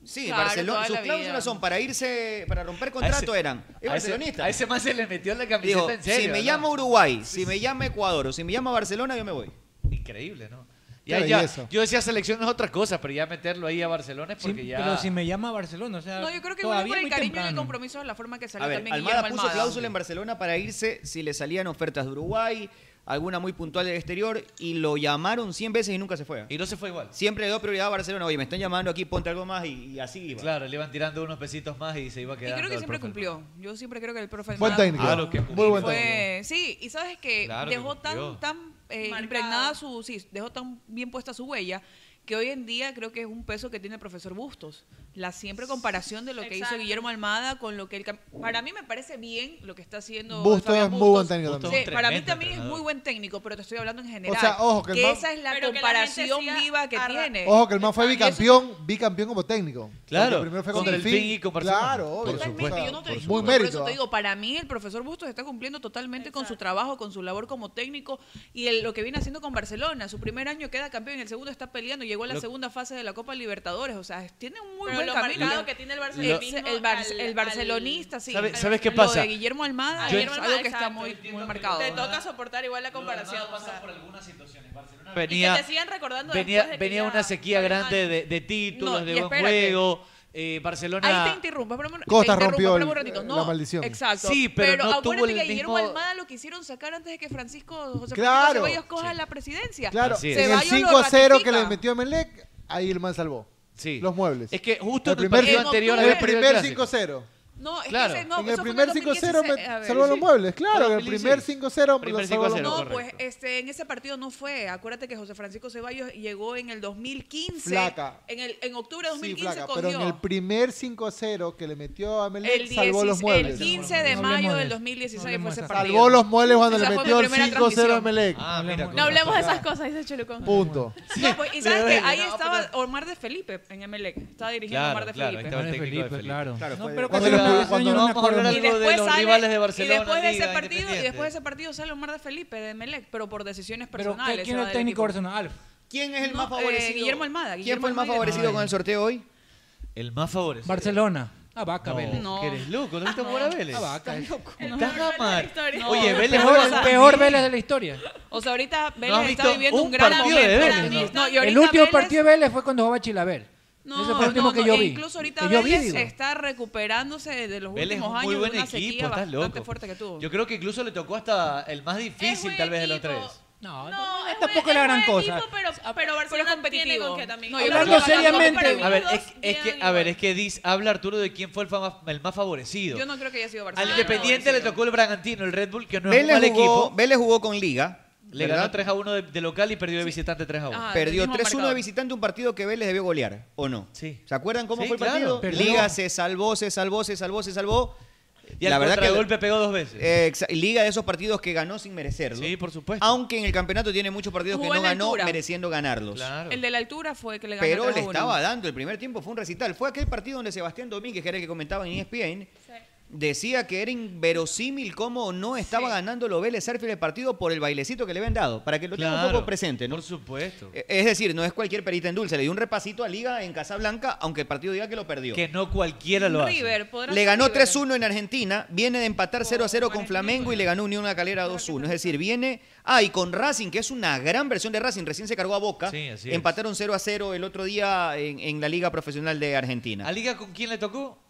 Speaker 5: Sí,
Speaker 2: Claro,
Speaker 5: Barcelona,
Speaker 2: toda
Speaker 5: sus
Speaker 2: la
Speaker 5: cláusulas
Speaker 2: vida.
Speaker 5: son para irse, para romper
Speaker 2: A ese-
Speaker 5: contrato eran. Es
Speaker 2: a ese-
Speaker 5: barcelonista.
Speaker 2: A ese más se le metió la camiseta
Speaker 5: Dijo,
Speaker 2: en serio.
Speaker 5: si me
Speaker 2: ¿no?
Speaker 5: llama Uruguay, si me llama Ecuador o si me llama Barcelona, yo me voy.
Speaker 2: Increíble, ¿no? Y
Speaker 5: Qué
Speaker 2: ahí ya-
Speaker 5: belleza.
Speaker 2: yo decía selección es otra cosa, pero ya meterlo ahí a Barcelona es porque ya.
Speaker 9: Pero si me llama Barcelona, o sea,
Speaker 8: No, yo creo que igual
Speaker 9: todavía
Speaker 8: por el
Speaker 9: muy
Speaker 8: cariño y el
Speaker 9: temprano.
Speaker 8: compromiso de la forma que salió
Speaker 5: A ver,
Speaker 8: también
Speaker 5: Almada
Speaker 8: Guillermo
Speaker 5: puso
Speaker 8: Almada.
Speaker 5: cláusula en Barcelona para irse si le salían ofertas de Uruguay, alguna muy puntual del exterior, y lo llamaron 100 veces y nunca se fue.
Speaker 2: Y no se fue igual.
Speaker 5: Siempre le dio prioridad a Barcelona. Oye, me están llamando aquí, ponte algo más y, y así iba.
Speaker 2: Claro, le iban tirando unos pesitos más y se iba
Speaker 8: Y
Speaker 2: quedando.
Speaker 8: creo que
Speaker 2: el
Speaker 8: siempre
Speaker 2: profe.
Speaker 8: cumplió. Yo siempre creo que el profe
Speaker 2: Buen
Speaker 8: Almada-
Speaker 2: técnico. Ah,
Speaker 4: Ah,
Speaker 2: Claro que cumplió. Muy buen
Speaker 8: Fue- Sí, y sabes que
Speaker 2: Claro que
Speaker 8: dejó
Speaker 2: cumplió.
Speaker 8: tan, tan eh, impregnada su, sí, dejó tan bien puesta su huella que hoy en día creo que es un peso que tiene el profesor Bustos. La siempre comparación de lo que
Speaker 19: Exacto.
Speaker 8: hizo Guillermo Almada con lo que él... cam- Para mí me parece bien lo que está haciendo
Speaker 4: Bustos
Speaker 8: Fabián
Speaker 4: es muy buen técnico Bustos también.
Speaker 8: Sí,
Speaker 4: es un
Speaker 8: para mí
Speaker 4: tremendo
Speaker 8: también es
Speaker 4: entrenador.
Speaker 8: muy buen técnico, pero te estoy hablando en general.
Speaker 4: sea, ojo, que el man-
Speaker 8: esa es la
Speaker 19: Pero que la
Speaker 8: comparación
Speaker 19: gente siga
Speaker 8: viva que
Speaker 19: arra-
Speaker 8: tiene.
Speaker 4: Ojo que el man fue bicampeón, bicampeón como técnico.
Speaker 2: Claro,
Speaker 4: Porque Primero fue
Speaker 2: contra
Speaker 4: contra
Speaker 2: el
Speaker 4: el
Speaker 2: Fin y
Speaker 4: fin.
Speaker 2: con Barcelona.
Speaker 4: Claro, obvio.
Speaker 2: Por
Speaker 8: Totalmente,
Speaker 2: supuesto.
Speaker 8: yo no te
Speaker 2: Por
Speaker 8: discuto,
Speaker 4: Muy
Speaker 8: por
Speaker 4: mérito.
Speaker 8: eso te
Speaker 4: ¿ah?
Speaker 8: digo, para mí el profesor Bustos está cumpliendo totalmente con su trabajo, con su labor como técnico y el- lo que viene haciendo con Barcelona. Su primer año queda campeón, el segundo está peleando, llegó a la
Speaker 2: Lo-
Speaker 8: segunda fase de la Copa Libertadores, o sea, tiene un muy
Speaker 19: Pero
Speaker 8: buen
Speaker 19: lo
Speaker 8: camino.
Speaker 19: marcado que tiene el
Speaker 8: Lo-
Speaker 19: barcelonismo
Speaker 8: el, Bar-
Speaker 19: al-
Speaker 8: el barcelonista, sí.
Speaker 2: ¿Sabe-
Speaker 8: Al-
Speaker 2: sabes qué
Speaker 8: Lo
Speaker 2: pasa?
Speaker 8: de Guillermo Almada
Speaker 2: Yo-
Speaker 8: es algo que está
Speaker 19: Exacto.
Speaker 8: muy, muy marcado.
Speaker 19: Te toca soportar igual la comparación. o sea.
Speaker 2: Venía,
Speaker 19: y que te sigan recordando
Speaker 2: venía,
Speaker 19: después de que
Speaker 2: venía
Speaker 19: ya
Speaker 2: una sequía
Speaker 19: fue
Speaker 2: grande
Speaker 19: mal.
Speaker 2: de, de títulos,
Speaker 8: No,
Speaker 2: de
Speaker 8: y
Speaker 2: buen
Speaker 8: espérate.
Speaker 2: juego. eh, Barcelona.
Speaker 8: Ahí te interrumpo. espérame un- te
Speaker 4: Costa
Speaker 8: interrumpo,
Speaker 4: rompió
Speaker 8: espérame
Speaker 4: el-
Speaker 8: un ratito.
Speaker 4: la
Speaker 8: No,
Speaker 4: maldición.
Speaker 8: Exacto.
Speaker 2: Sí, pero no tuvo
Speaker 8: acuérdate
Speaker 2: el
Speaker 8: que Guillermo
Speaker 2: mismo-
Speaker 8: Almada lo quisieron sacar antes de que Francisco José
Speaker 4: Claro.
Speaker 8: Francisco Ceballos coja la presidencia.
Speaker 4: Claro,
Speaker 2: Así es.
Speaker 4: en el
Speaker 8: Ceballos lo
Speaker 4: 5 a 0 que le
Speaker 8: ratifica.
Speaker 4: metió Melec, ahí el man salvó.
Speaker 2: Sí.
Speaker 4: Los muebles.
Speaker 2: Es que justo
Speaker 4: El
Speaker 2: en el
Speaker 4: primer-
Speaker 2: partido
Speaker 4: en
Speaker 2: anterior
Speaker 4: octubre-
Speaker 2: había perdido
Speaker 4: el primer
Speaker 2: clásico.
Speaker 4: 5-0.
Speaker 8: No, es
Speaker 2: Claro.
Speaker 8: que ese, no, pues
Speaker 4: en el
Speaker 8: eso fue
Speaker 4: primer
Speaker 8: 2015,
Speaker 4: 5-0
Speaker 8: eh, a
Speaker 4: me
Speaker 8: ver,
Speaker 4: salvó
Speaker 8: sí.
Speaker 4: los muebles, claro,
Speaker 2: Fue
Speaker 4: en el primer
Speaker 2: 2016.
Speaker 4: 5-0 me
Speaker 2: Primer
Speaker 4: lo salvó los
Speaker 2: 5-0,
Speaker 4: muebles.
Speaker 8: No, pues este, en ese partido no fue. Acuérdate que José Francisco Ceballos llegó en el 2015.
Speaker 4: Flaca.
Speaker 8: En, el, en octubre de
Speaker 4: Sí,
Speaker 8: 2015
Speaker 4: flaca,
Speaker 8: cogió.
Speaker 4: pero en el primer 5-0 que le metió a Melec,
Speaker 8: El
Speaker 4: salvó
Speaker 8: 16
Speaker 4: los muebles.
Speaker 8: El 15 de
Speaker 9: No hablemos
Speaker 8: mayo
Speaker 9: de
Speaker 8: del
Speaker 9: eso.
Speaker 8: 2016 fue ese partido.
Speaker 4: Salvó los muebles cuando
Speaker 8: Esa
Speaker 4: le
Speaker 8: fue mi
Speaker 4: metió el
Speaker 8: primera
Speaker 4: 5-0 a
Speaker 8: transmisión.
Speaker 4: Melec.
Speaker 2: Ah,
Speaker 19: No hablemos de esas cosas, dice Cholucón.
Speaker 4: Punto.
Speaker 8: No, pues, y
Speaker 19: Le
Speaker 8: sabes
Speaker 19: duele,
Speaker 8: que ahí
Speaker 19: no,
Speaker 8: estaba Omar de Felipe en Emelec. Estaba dirigiendo
Speaker 2: Claro,
Speaker 8: Omar de
Speaker 2: claro,
Speaker 8: Felipe.
Speaker 2: estaba el
Speaker 9: Felipe,
Speaker 2: técnico de Felipe.
Speaker 9: claro.
Speaker 2: Claro,
Speaker 9: No,
Speaker 2: fue-
Speaker 9: pero
Speaker 2: cuando
Speaker 9: casi
Speaker 2: era-
Speaker 9: lo publicó,
Speaker 2: cuando
Speaker 9: yo no
Speaker 2: no
Speaker 9: me
Speaker 2: vamos a hablar
Speaker 9: acuerdo.
Speaker 8: Y
Speaker 2: algo de
Speaker 8: después
Speaker 2: los
Speaker 8: sale-
Speaker 2: rivales de Barcelona.
Speaker 8: Y después de ese
Speaker 2: Liga
Speaker 8: partido, y
Speaker 2: Independiente.
Speaker 8: después de ese partido sale Omar de Felipe de Emelec, pero por decisiones
Speaker 9: Pero
Speaker 8: personales.
Speaker 9: ¿quién
Speaker 8: se
Speaker 9: es
Speaker 8: va
Speaker 9: el
Speaker 8: del
Speaker 9: técnico
Speaker 8: equipo.
Speaker 9: Barcelona? Alf.
Speaker 5: ¿Quién es el
Speaker 8: No,
Speaker 5: más
Speaker 8: eh,
Speaker 5: favorecido?
Speaker 8: Guillermo
Speaker 5: ¿Quién
Speaker 8: Almada,
Speaker 5: fue el
Speaker 8: Guillermo
Speaker 5: más
Speaker 8: Almada.
Speaker 5: favorecido con el sorteo hoy?
Speaker 2: El más favorecido.
Speaker 9: Barcelona. Ah, vaca, Vélez.
Speaker 2: No, que eres loco, ¿no viste jugar a Vélez?
Speaker 9: Ah, vaca. Estás
Speaker 2: loco. Estás a mar.
Speaker 8: historia.
Speaker 2: Oye,
Speaker 8: No,
Speaker 2: Vélez
Speaker 8: pero
Speaker 2: juega
Speaker 8: o sea,
Speaker 2: con-
Speaker 9: Peor Vélez de la historia.
Speaker 8: O sea, ahorita Vélez
Speaker 2: has
Speaker 8: está
Speaker 2: visto
Speaker 8: viviendo un,
Speaker 2: un
Speaker 8: gran
Speaker 2: partido
Speaker 8: momento.
Speaker 2: de Vélez,
Speaker 8: Para mí,
Speaker 2: ¿no?
Speaker 8: no, y
Speaker 9: El
Speaker 8: ahorita
Speaker 9: último
Speaker 8: Vélez-
Speaker 9: partido de Vélez fue cuando jugaba Chilabel.
Speaker 8: No,
Speaker 9: Ese fue el último
Speaker 8: no,
Speaker 9: que
Speaker 8: no,
Speaker 9: yo
Speaker 8: e
Speaker 9: vi.
Speaker 8: Incluso ahorita
Speaker 9: Que yo vi,
Speaker 8: Vélez
Speaker 9: digo.
Speaker 8: está recuperándose de los
Speaker 2: Vélez es un
Speaker 8: últimos años
Speaker 2: muy buen
Speaker 8: de una sequía
Speaker 2: equipo, estás
Speaker 8: bastante
Speaker 2: loco.
Speaker 8: fuerte que tuvo.
Speaker 2: Yo creo que incluso le tocó hasta el más difícil, tal vez, de los tres.
Speaker 9: No,
Speaker 19: No, es
Speaker 9: tampoco
Speaker 19: buen-
Speaker 9: la
Speaker 19: es
Speaker 9: gran
Speaker 19: buen
Speaker 9: cosa.
Speaker 19: equipo, pero, pero Barcelona tiene con qué también.
Speaker 8: No, yo
Speaker 9: Hablando seriamente.
Speaker 2: A ver, es, es que, a ver, es que dice, habla Arturo de quién fue el, fama- el más favorecido.
Speaker 8: Yo no creo que haya sido
Speaker 2: Al
Speaker 8: Barcelona.
Speaker 2: Independiente le tocó el Bragantino, el Red Bull, que no es un mal
Speaker 5: Vélez jugó,
Speaker 2: equipo.
Speaker 5: Vélez jugó con Liga.
Speaker 2: Le
Speaker 5: ¿verdad?
Speaker 2: ganó 3 a 1 de, de local y perdió de visitante 3 a 1.
Speaker 8: Ah,
Speaker 5: Perdió
Speaker 8: del mismo
Speaker 5: 3-1 de
Speaker 8: marcador.
Speaker 5: visitante un partido que Vélez debió golear, ¿o no?
Speaker 2: Sí.
Speaker 5: ¿Se acuerdan cómo
Speaker 2: Sí,
Speaker 5: fue el
Speaker 2: claro.
Speaker 5: partido?
Speaker 2: Perdió.
Speaker 5: Liga se salvó, se salvó, se salvó, se salvó.
Speaker 2: y al golpe pegó dos veces.
Speaker 5: eh, exa- Liga de esos partidos que ganó sin merecerlo. Sí, por
Speaker 2: supuesto.
Speaker 5: Aunque en el campeonato tiene muchos partidos
Speaker 8: Jugó
Speaker 5: que no
Speaker 8: en la
Speaker 5: ganó
Speaker 8: altura.
Speaker 5: mereciendo ganarlos.
Speaker 8: El de la altura fue que le ganó
Speaker 5: Pero
Speaker 8: 3 a
Speaker 5: le
Speaker 8: 1.
Speaker 5: estaba dando el primer tiempo, fue un recital. Fue aquel partido donde Sebastián Domínguez, que era el que comentaba en E ESPN, decía que era inverosímil cómo no estaba ganando lo Vélez Arfield el partido por el bailecito que le habían dado, para que lo tenga un
Speaker 2: Claro,
Speaker 5: poco presente, ¿no?
Speaker 2: Por supuesto.
Speaker 5: Eh, Es decir, no es cualquier perita en dulce. Le dio un repasito a Liga en Casablanca, aunque el partido diga que lo perdió.
Speaker 2: Que no cualquiera lo hace.
Speaker 8: River, podrá
Speaker 5: Le
Speaker 8: ser
Speaker 5: ganó
Speaker 8: River.
Speaker 5: 3-1 en Argentina, viene de empatar 0-0 con Flamengo y le ganó Unión La Calera 2-1. Es decir, viene. Ah, y con Racing, que es una gran versión de Racing, recién se cargó a Boca.
Speaker 2: Sí, así es.
Speaker 5: Empataron 0-0 el otro día en, en la Liga Profesional de Argentina.
Speaker 2: ¿A Liga con quién le tocó?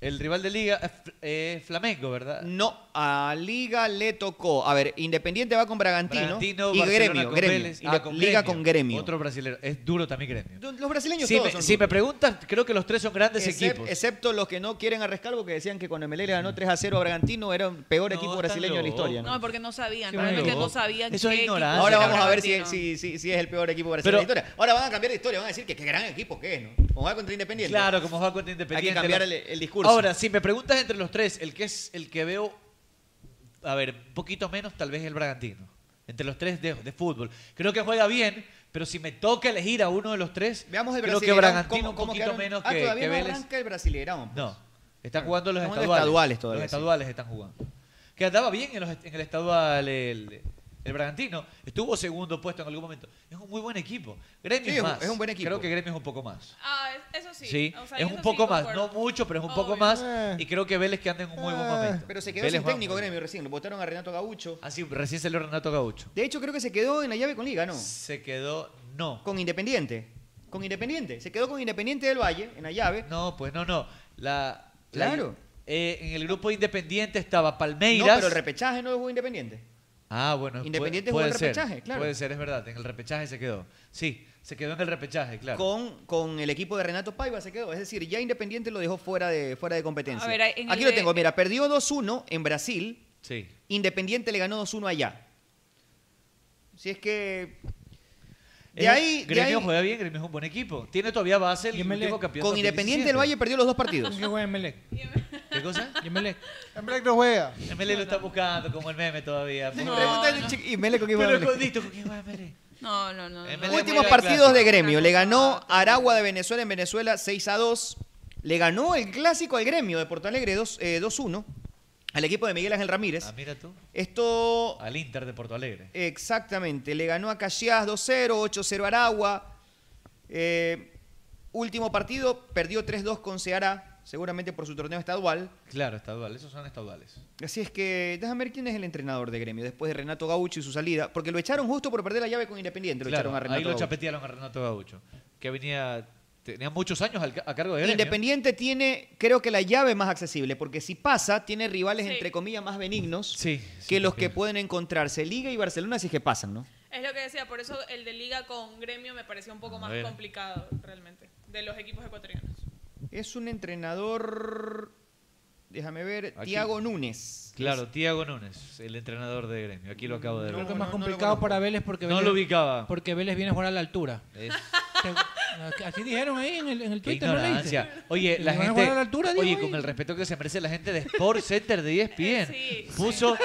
Speaker 2: El rival de Liga eh, Fl- eh, Flamengo, ¿verdad?
Speaker 5: No, a Liga le tocó. A ver, Independiente va con Bragantino,
Speaker 2: Bragantino,
Speaker 5: y
Speaker 2: Barcelona
Speaker 5: Gremio,
Speaker 2: con
Speaker 5: Gremio.
Speaker 2: Vélez.
Speaker 5: Y
Speaker 2: Ah,
Speaker 5: la- Liga con Gremio.
Speaker 2: Otro brasilero. Es duro también Gremio.
Speaker 5: Los brasileños
Speaker 2: Si,
Speaker 5: todos
Speaker 2: me,
Speaker 5: son
Speaker 2: si
Speaker 5: duros.
Speaker 2: me preguntas, creo que pues. los tres son grandes
Speaker 5: Excep-
Speaker 2: equipos.
Speaker 5: Excepto los que no quieren a Rescalvo, que decían que cuando Melé le ganó 3 a 0 a Bragantino era el peor
Speaker 2: No,
Speaker 5: equipo
Speaker 2: están
Speaker 5: brasileño de la historia. ¿no?
Speaker 8: No, porque no sabían,
Speaker 2: Qué
Speaker 8: realmente
Speaker 2: bueno.
Speaker 8: no sabían
Speaker 2: Eso es
Speaker 8: qué equipo
Speaker 2: ignorancia.
Speaker 5: Ahora
Speaker 8: era
Speaker 5: vamos a ver si,
Speaker 8: Bragantino.
Speaker 5: si- si- si es el peor equipo brasileño de la
Speaker 2: Ah, Pero-
Speaker 5: historia. Ahora van a cambiar de historia, van a decir que qué gran equipo que es, ¿no? Como va contra Independiente.
Speaker 2: Claro, como va contra
Speaker 5: Hay que
Speaker 2: Independiente.
Speaker 5: cambiar el,
Speaker 2: los-
Speaker 5: el discurso.
Speaker 2: Ahora, si me preguntas entre los tres, el que es el que veo, a ver, un poquito menos, tal vez el Bragantino. Entre los tres de, de fútbol. Creo que juega bien, Pero si me toca elegir a uno de los tres,
Speaker 5: Veamos el
Speaker 2: creo que
Speaker 5: Brasileirão,
Speaker 2: Bragantino
Speaker 5: ¿cómo-
Speaker 2: un
Speaker 5: cómo
Speaker 2: poquito
Speaker 5: quedaron?
Speaker 2: menos
Speaker 5: Ah,
Speaker 2: que,
Speaker 5: todavía
Speaker 2: que
Speaker 5: no
Speaker 2: Vélez.
Speaker 5: arranca el Brasileirão.
Speaker 2: No, están jugando los
Speaker 5: Estamos en
Speaker 2: estaduales.
Speaker 5: estaduales todavía,
Speaker 2: Los
Speaker 5: sí.
Speaker 2: estaduales están jugando. Que andaba bien en, los est- en el estadual el, el Bragantino. Estuvo segundo puesto en algún momento. Es un muy buen equipo. Gremio
Speaker 5: Sí,
Speaker 2: es
Speaker 5: es un-
Speaker 2: más.
Speaker 5: es un buen equipo.
Speaker 2: Creo que Gremio es un poco más.
Speaker 19: Ah, es- eso sí.
Speaker 2: Sí,
Speaker 19: O sea,
Speaker 2: es
Speaker 19: eso
Speaker 2: un
Speaker 19: sí,
Speaker 2: poco más.
Speaker 19: concuerdo.
Speaker 2: No mucho, pero es un poco más. Y creo que Vélez que anda en un muy buen momento.
Speaker 5: Eh. Pero se quedó
Speaker 2: Vélez
Speaker 5: sin
Speaker 2: va muy
Speaker 5: técnico
Speaker 2: bien.
Speaker 5: gremio recién. Lo votaron a Renato Gaucho.
Speaker 2: Así, recién salió Renato Gaucho.
Speaker 5: De hecho, creo que se quedó en la llave con Liga, ¿no?
Speaker 2: Se quedó, no.
Speaker 5: Con Independiente. Con Independiente. Se quedó con Independiente del Valle en la llave.
Speaker 2: No, pues no, no. La, la-
Speaker 5: Claro.
Speaker 2: eh, en el grupo independiente estaba
Speaker 5: No,
Speaker 2: Palmeiras.
Speaker 5: pero el repechaje no lo jugó Independiente.
Speaker 2: Ah, bueno.
Speaker 5: Independiente
Speaker 2: puede,
Speaker 5: jugó el
Speaker 2: puede ser,
Speaker 5: repechaje, claro.
Speaker 2: Puede ser, es verdad. En el repechaje se quedó. Sí, se quedó en el repechaje, claro.
Speaker 5: Con, con el equipo de Renato Paiva se quedó. Es decir, ya Independiente lo dejó fuera de, fuera de competencia.
Speaker 3: A ver, en el
Speaker 5: Aquí lo
Speaker 3: de-
Speaker 5: tengo. Mira, perdió 2-1 en Brasil.
Speaker 2: Sí.
Speaker 5: Independiente le ganó 2-1 allá. Si es que. De
Speaker 2: Es-
Speaker 5: ahí. de
Speaker 2: Eh, Gremio
Speaker 5: ahí-
Speaker 2: juega bien, Gremio es un buen equipo. Tiene todavía base el último campeón.
Speaker 5: con Independiente del Valle perdió los dos partidos.
Speaker 9: ¿Qué juega Emelec?
Speaker 2: ¿Qué cosa?
Speaker 9: Emelec.
Speaker 4: Emelec no juega.
Speaker 2: Emelec lo está buscando como el meme todavía.
Speaker 5: No, Pregúntale, no. chiqui- ¿y Emelec con quién juega
Speaker 2: Pero
Speaker 5: Emelec?
Speaker 2: con- listo, ¿con quién juega Emelec?
Speaker 8: No, no, no.
Speaker 2: Emelec
Speaker 5: Últimos
Speaker 2: juega
Speaker 5: partidos de
Speaker 2: clásico.
Speaker 5: gremio. Le ganó Aragua de Venezuela en Venezuela 6 a 2. Le ganó el clásico al gremio de Porto Alegre dos- eh, 2-1 al equipo de Miguel Ángel Ramírez.
Speaker 2: Ah, mira tú.
Speaker 5: Esto
Speaker 2: Al Inter de Porto Alegre.
Speaker 5: Exactamente, le ganó a Caxias 2-0, 8-0 Aragua. Eh, último partido, perdió 3-2 con Ceará, seguramente por su torneo estadual.
Speaker 2: Claro, estadual. Esos son estaduales.
Speaker 5: Así es que, déjame ver quién es el entrenador de gremio después de Renato Gaucho y su salida, porque lo echaron justo por perder la llave con Independiente. Lo
Speaker 2: Claro,
Speaker 5: echaron a Renato
Speaker 2: ahí lo
Speaker 5: Gaucho.
Speaker 2: chapetearon a Renato Gaucho. Que venía. Tenía muchos años al ca- a cargo de Gremio.
Speaker 5: Independiente tiene, creo que la llave más accesible, porque si pasa, tiene rivales entre comillas más benignos que los que pueden encontrarse. Liga y Barcelona, si es que pasan, ¿no?
Speaker 19: Es lo que decía, por eso el de liga con gremio me parecía un poco más
Speaker 5: ver.
Speaker 19: complicado realmente, de los equipos ecuatorianos.
Speaker 5: Es un entrenador, déjame ver,
Speaker 2: Aquí.
Speaker 5: Tiago Núñez.
Speaker 2: Claro, Tiago Núñez, el entrenador de gremio. Aquí lo acabo de
Speaker 9: Creo
Speaker 2: ver.
Speaker 9: que es más complicado para Vélez porque
Speaker 2: No
Speaker 9: Vélez,
Speaker 2: lo ubicaba.
Speaker 9: Porque Vélez viene a jugar a la altura.
Speaker 2: Es-
Speaker 9: Te- Así dijeron ahí en el, en el
Speaker 2: Qué
Speaker 9: Twitter, ¿no leíste?
Speaker 2: ignorancia. Oye,
Speaker 9: Que
Speaker 2: la
Speaker 9: van a
Speaker 2: gente.
Speaker 9: jugar a la altura, dijo
Speaker 2: oye,
Speaker 9: ahí.
Speaker 2: con el respeto que se merece la gente de Sport Center de E ESPN. puso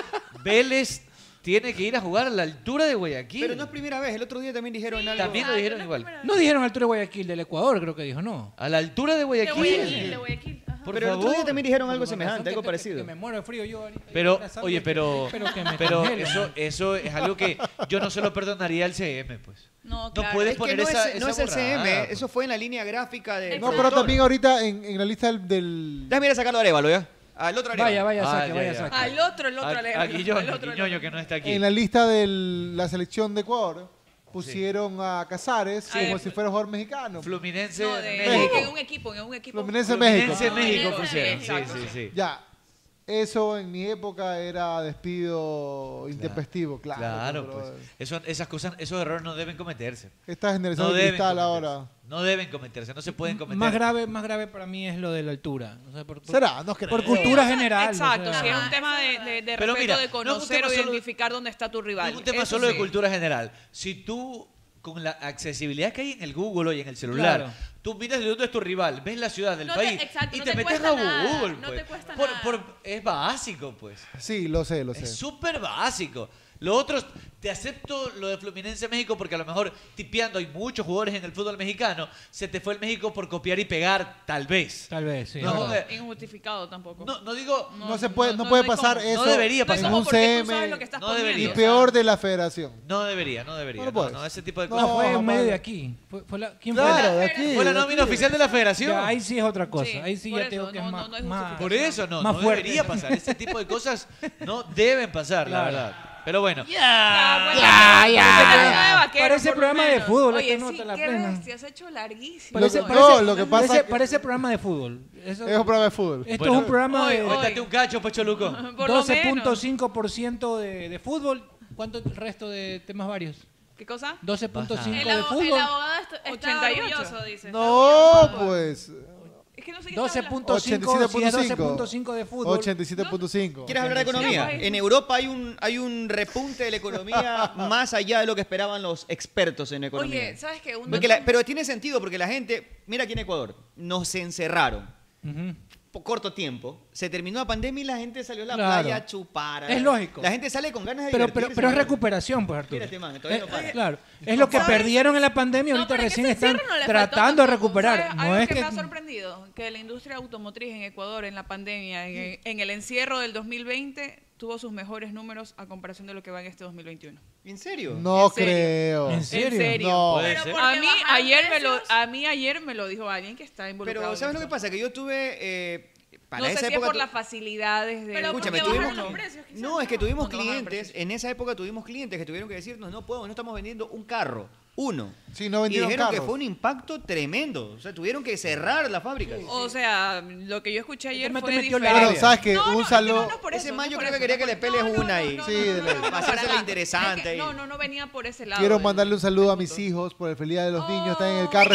Speaker 2: Vélez tiene que ir a jugar a la altura de Guayaquil.
Speaker 5: Pero no es primera vez, el otro día también dijeron algo.
Speaker 2: También lo dijeron igual.
Speaker 9: No dijeron altura de Guayaquil, del Ecuador, creo que dijo, no.
Speaker 2: A la altura de Guayaquil.
Speaker 8: Ah.
Speaker 2: Por
Speaker 5: Pero el otro
Speaker 2: favor.
Speaker 5: día también dijeron algo
Speaker 9: Con razón
Speaker 5: semejante,
Speaker 9: que
Speaker 5: algo
Speaker 9: estoy- que-
Speaker 5: parecido.
Speaker 9: que me muero de frío yo ahorita.
Speaker 2: Pero,
Speaker 9: abrazando
Speaker 2: oye,
Speaker 9: el-
Speaker 2: pero,
Speaker 9: pero que me
Speaker 2: pero
Speaker 9: congelo,
Speaker 2: eso,
Speaker 9: man.
Speaker 2: eso es algo que yo no se lo perdonaría al CM, pues.
Speaker 19: No,
Speaker 2: No puedes
Speaker 5: Es que
Speaker 2: poner
Speaker 5: no
Speaker 2: esa,
Speaker 5: es, no
Speaker 2: esa
Speaker 5: es el CM,
Speaker 2: burrada, pues.
Speaker 5: eso fue en la línea gráfica de.
Speaker 4: No, pero también ahorita en, en la lista del. del-
Speaker 5: Déjame ir a sacarlo a Arevalo, ¿ya? Al otro Arevalo.
Speaker 4: Vaya, vaya,
Speaker 2: Ah, saque, ya, vaya, ya. saque.
Speaker 19: Al otro, el otro,
Speaker 2: A-
Speaker 19: al
Speaker 2: a Ah, Guilloño,
Speaker 19: al otro, al
Speaker 2: Guilloño,
Speaker 19: otro.
Speaker 2: que no está aquí.
Speaker 4: En la lista de la selección de Ecuador pusieron a Casares como si fuera jugador mexicano.
Speaker 2: Fluminense,
Speaker 19: No, de-
Speaker 4: México.
Speaker 19: en un equipo, en un equipo.
Speaker 4: Fluminense,
Speaker 2: Fluminense,
Speaker 4: México.
Speaker 2: México
Speaker 19: Ah,
Speaker 2: pusieron. Sí,
Speaker 19: Exacto.
Speaker 2: sí, sí.
Speaker 4: Ya. Eso en mi época era despido intempestivo, claro.
Speaker 2: Claro,
Speaker 4: pero
Speaker 2: pues. Eso- esas cosas, esos errores no deben cometerse.
Speaker 4: Esta generación de cristal
Speaker 2: cometerse.
Speaker 4: ahora.
Speaker 2: No deben cometerse, no se pueden cometer.
Speaker 9: Más grave, más grave para mí es lo de la altura. O sea, por, por-
Speaker 4: ¿Será? No creo.
Speaker 9: Por cultura
Speaker 8: Sí, o sea,
Speaker 9: general. o
Speaker 8: Exacto,
Speaker 9: sea.
Speaker 8: sí, es un tema de, de, de
Speaker 2: Ah, Pero mira,
Speaker 8: respeto, de
Speaker 2: no es un
Speaker 8: conocer
Speaker 2: tema
Speaker 8: o
Speaker 2: solo de-
Speaker 8: identificar dónde está tu rival.
Speaker 2: Es un tema
Speaker 8: Eso
Speaker 2: solo de
Speaker 8: sí.
Speaker 2: cultura general. Si tú, con la accesibilidad que hay en el Google y en el celular,
Speaker 9: Claro.
Speaker 2: tú miras de dónde es tu rival, ves la ciudad del
Speaker 19: No te-
Speaker 2: país
Speaker 19: exacto,
Speaker 2: y
Speaker 19: no
Speaker 2: te,
Speaker 19: te
Speaker 2: metes
Speaker 19: cuesta
Speaker 2: a
Speaker 19: nada,
Speaker 2: Google.
Speaker 19: no
Speaker 2: pues.
Speaker 19: te cuesta
Speaker 2: Por-
Speaker 19: nada.
Speaker 2: por- es básico, pues.
Speaker 4: Sí, lo sé, lo sé.
Speaker 2: Es súper básico. Lo otro, es- te acepto lo de Fluminense México porque a lo mejor tipeando hay muchos jugadores en el fútbol mexicano. Se te fue el México por copiar y pegar, tal vez.
Speaker 9: Tal vez, sí.
Speaker 2: No,
Speaker 9: es verdad.
Speaker 2: eh,
Speaker 19: Injustificado tampoco.
Speaker 2: No, no digo.
Speaker 4: No, se puede, no, puede pasar eso
Speaker 2: No debería pasar.
Speaker 4: en un CM
Speaker 2: No debería.
Speaker 4: y peor de la federación.
Speaker 2: No debería, no debería.
Speaker 4: No lo
Speaker 2: No,
Speaker 9: pues.
Speaker 4: puedes.
Speaker 2: no, ese tipo de
Speaker 4: No,
Speaker 2: cosas.
Speaker 9: Fue en
Speaker 4: Jamás.
Speaker 9: medio de aquí. Fue, fue la, ¿Quién
Speaker 4: Claro,
Speaker 9: fue?
Speaker 4: de aquí,
Speaker 2: Fue la
Speaker 4: de
Speaker 2: nómina
Speaker 4: aquí.
Speaker 2: oficial de la federación.
Speaker 9: Ya, ahí sí es otra cosa. ahí sí
Speaker 8: por
Speaker 9: ya tengo
Speaker 8: eso,
Speaker 9: que
Speaker 8: no-
Speaker 9: es
Speaker 8: no-
Speaker 9: más,
Speaker 8: no hay
Speaker 9: más-
Speaker 2: Por eso no,
Speaker 9: más
Speaker 2: no
Speaker 9: fuerte.
Speaker 2: debería pasar. Ese tipo de cosas no deben pasar, la
Speaker 9: Claro.
Speaker 2: verdad. Pero bueno.
Speaker 8: Ah,
Speaker 9: ya, ya.
Speaker 8: vaquero, por
Speaker 9: Parece
Speaker 8: lo
Speaker 9: programa de
Speaker 8: menos.
Speaker 9: fútbol.
Speaker 8: Oye,
Speaker 9: este no
Speaker 8: sí,
Speaker 9: te la
Speaker 8: qué
Speaker 9: pena.
Speaker 8: bestia, se ha hecho larguísimo.
Speaker 9: Parece,
Speaker 8: hoy.
Speaker 9: parece-
Speaker 4: lo que pasa
Speaker 9: parece-
Speaker 4: que-
Speaker 9: parece programa de fútbol. Eso-
Speaker 4: Es un programa de fútbol.
Speaker 9: Esto
Speaker 4: Bueno,
Speaker 9: es un programa
Speaker 2: Oye,
Speaker 9: de
Speaker 2: cuéntate un cacho, Pecholuco.
Speaker 9: 12.5% de, de fútbol. ¿Cuánto el resto de temas varios?
Speaker 19: ¿Qué cosa?
Speaker 9: 12.5
Speaker 19: El
Speaker 9: de
Speaker 19: abo- El
Speaker 9: fútbol.
Speaker 19: abogado está, está
Speaker 8: 88.
Speaker 19: orgulloso, dice.
Speaker 4: No, pues.
Speaker 19: Es que no sé qué está hablando.
Speaker 9: 12.5 si es 12.5 de fútbol.
Speaker 4: 87.5.
Speaker 5: ¿Quieres hablar de economía? En Europa hay un, hay un repunte de la economía más allá de lo que esperaban los expertos en economía.
Speaker 8: Oye, ¿sabes qué? Un-
Speaker 5: Porque la- pero tiene sentido, porque la gente, mira aquí en Ecuador, nos encerraron. po- corto tiempo, se terminó la pandemia y la gente salió a la
Speaker 9: Claro.
Speaker 5: playa a chupar. a-
Speaker 9: Es lógico.
Speaker 5: La gente sale con ganas de
Speaker 9: Pero, pero,
Speaker 5: divertirse,
Speaker 9: pero es
Speaker 5: mano.
Speaker 9: recuperación, pues, Arturo.
Speaker 5: Mira este man, todavía no
Speaker 9: Eh,
Speaker 5: para.
Speaker 9: Claro. Es lo que
Speaker 5: ¿Sabes?
Speaker 9: perdieron en la pandemia, ahorita recién están
Speaker 8: Pero no le faltó
Speaker 9: tratando de
Speaker 8: tampoco,
Speaker 9: recuperar.
Speaker 8: ¿sabes?
Speaker 9: No
Speaker 8: Algo
Speaker 9: es
Speaker 8: que,
Speaker 9: que...
Speaker 8: me ha sorprendido, que la industria automotriz en Ecuador en la pandemia, en, en el encierro del 2020, tuvo sus mejores números a comparación de lo que va en este 2021.
Speaker 5: ¿En serio?
Speaker 4: No creo.
Speaker 9: ¿En serio?
Speaker 4: No.
Speaker 8: A mí, ayer me lo, a mí ayer me lo dijo alguien que está involucrado.
Speaker 5: Pero
Speaker 8: en
Speaker 5: ¿sabes lo que
Speaker 8: esto.
Speaker 5: pasa? Que yo tuve... eh, para
Speaker 8: no
Speaker 5: esa
Speaker 8: sé si es
Speaker 5: época
Speaker 8: por
Speaker 5: tu-
Speaker 8: las facilidades de...
Speaker 5: Escúchame, tuvimos cli- No, es que tuvimos clientes, en esa época tuvimos clientes que tuvieron que decirnos, no podemos, no estamos vendiendo un carro, uno.
Speaker 4: Sí, no
Speaker 5: y
Speaker 4: vendieron
Speaker 5: dijeron que
Speaker 4: carros.
Speaker 5: fue un impacto tremendo, o sea, tuvieron que cerrar la fábrica.
Speaker 8: O sea, lo que yo escuché ayer
Speaker 5: Este man
Speaker 8: fue
Speaker 5: te metió la
Speaker 8: diferente.
Speaker 5: Pero, ¿sabes
Speaker 4: qué? No, Un no, es que no, saludo- no,
Speaker 8: por
Speaker 5: Ese
Speaker 8: eso,
Speaker 5: man
Speaker 8: no
Speaker 5: yo
Speaker 8: por
Speaker 5: creo que
Speaker 8: eso,
Speaker 5: quería que le peles una ahí.
Speaker 4: Sí, de la-
Speaker 5: Para hacérsela
Speaker 8: nada.
Speaker 5: interesante.
Speaker 8: Es que-
Speaker 5: y-
Speaker 8: no, no, no venía por ese lado.
Speaker 4: Quiero mandarle un saludo a mis hijos por el feliz día de los niños. Están en el carro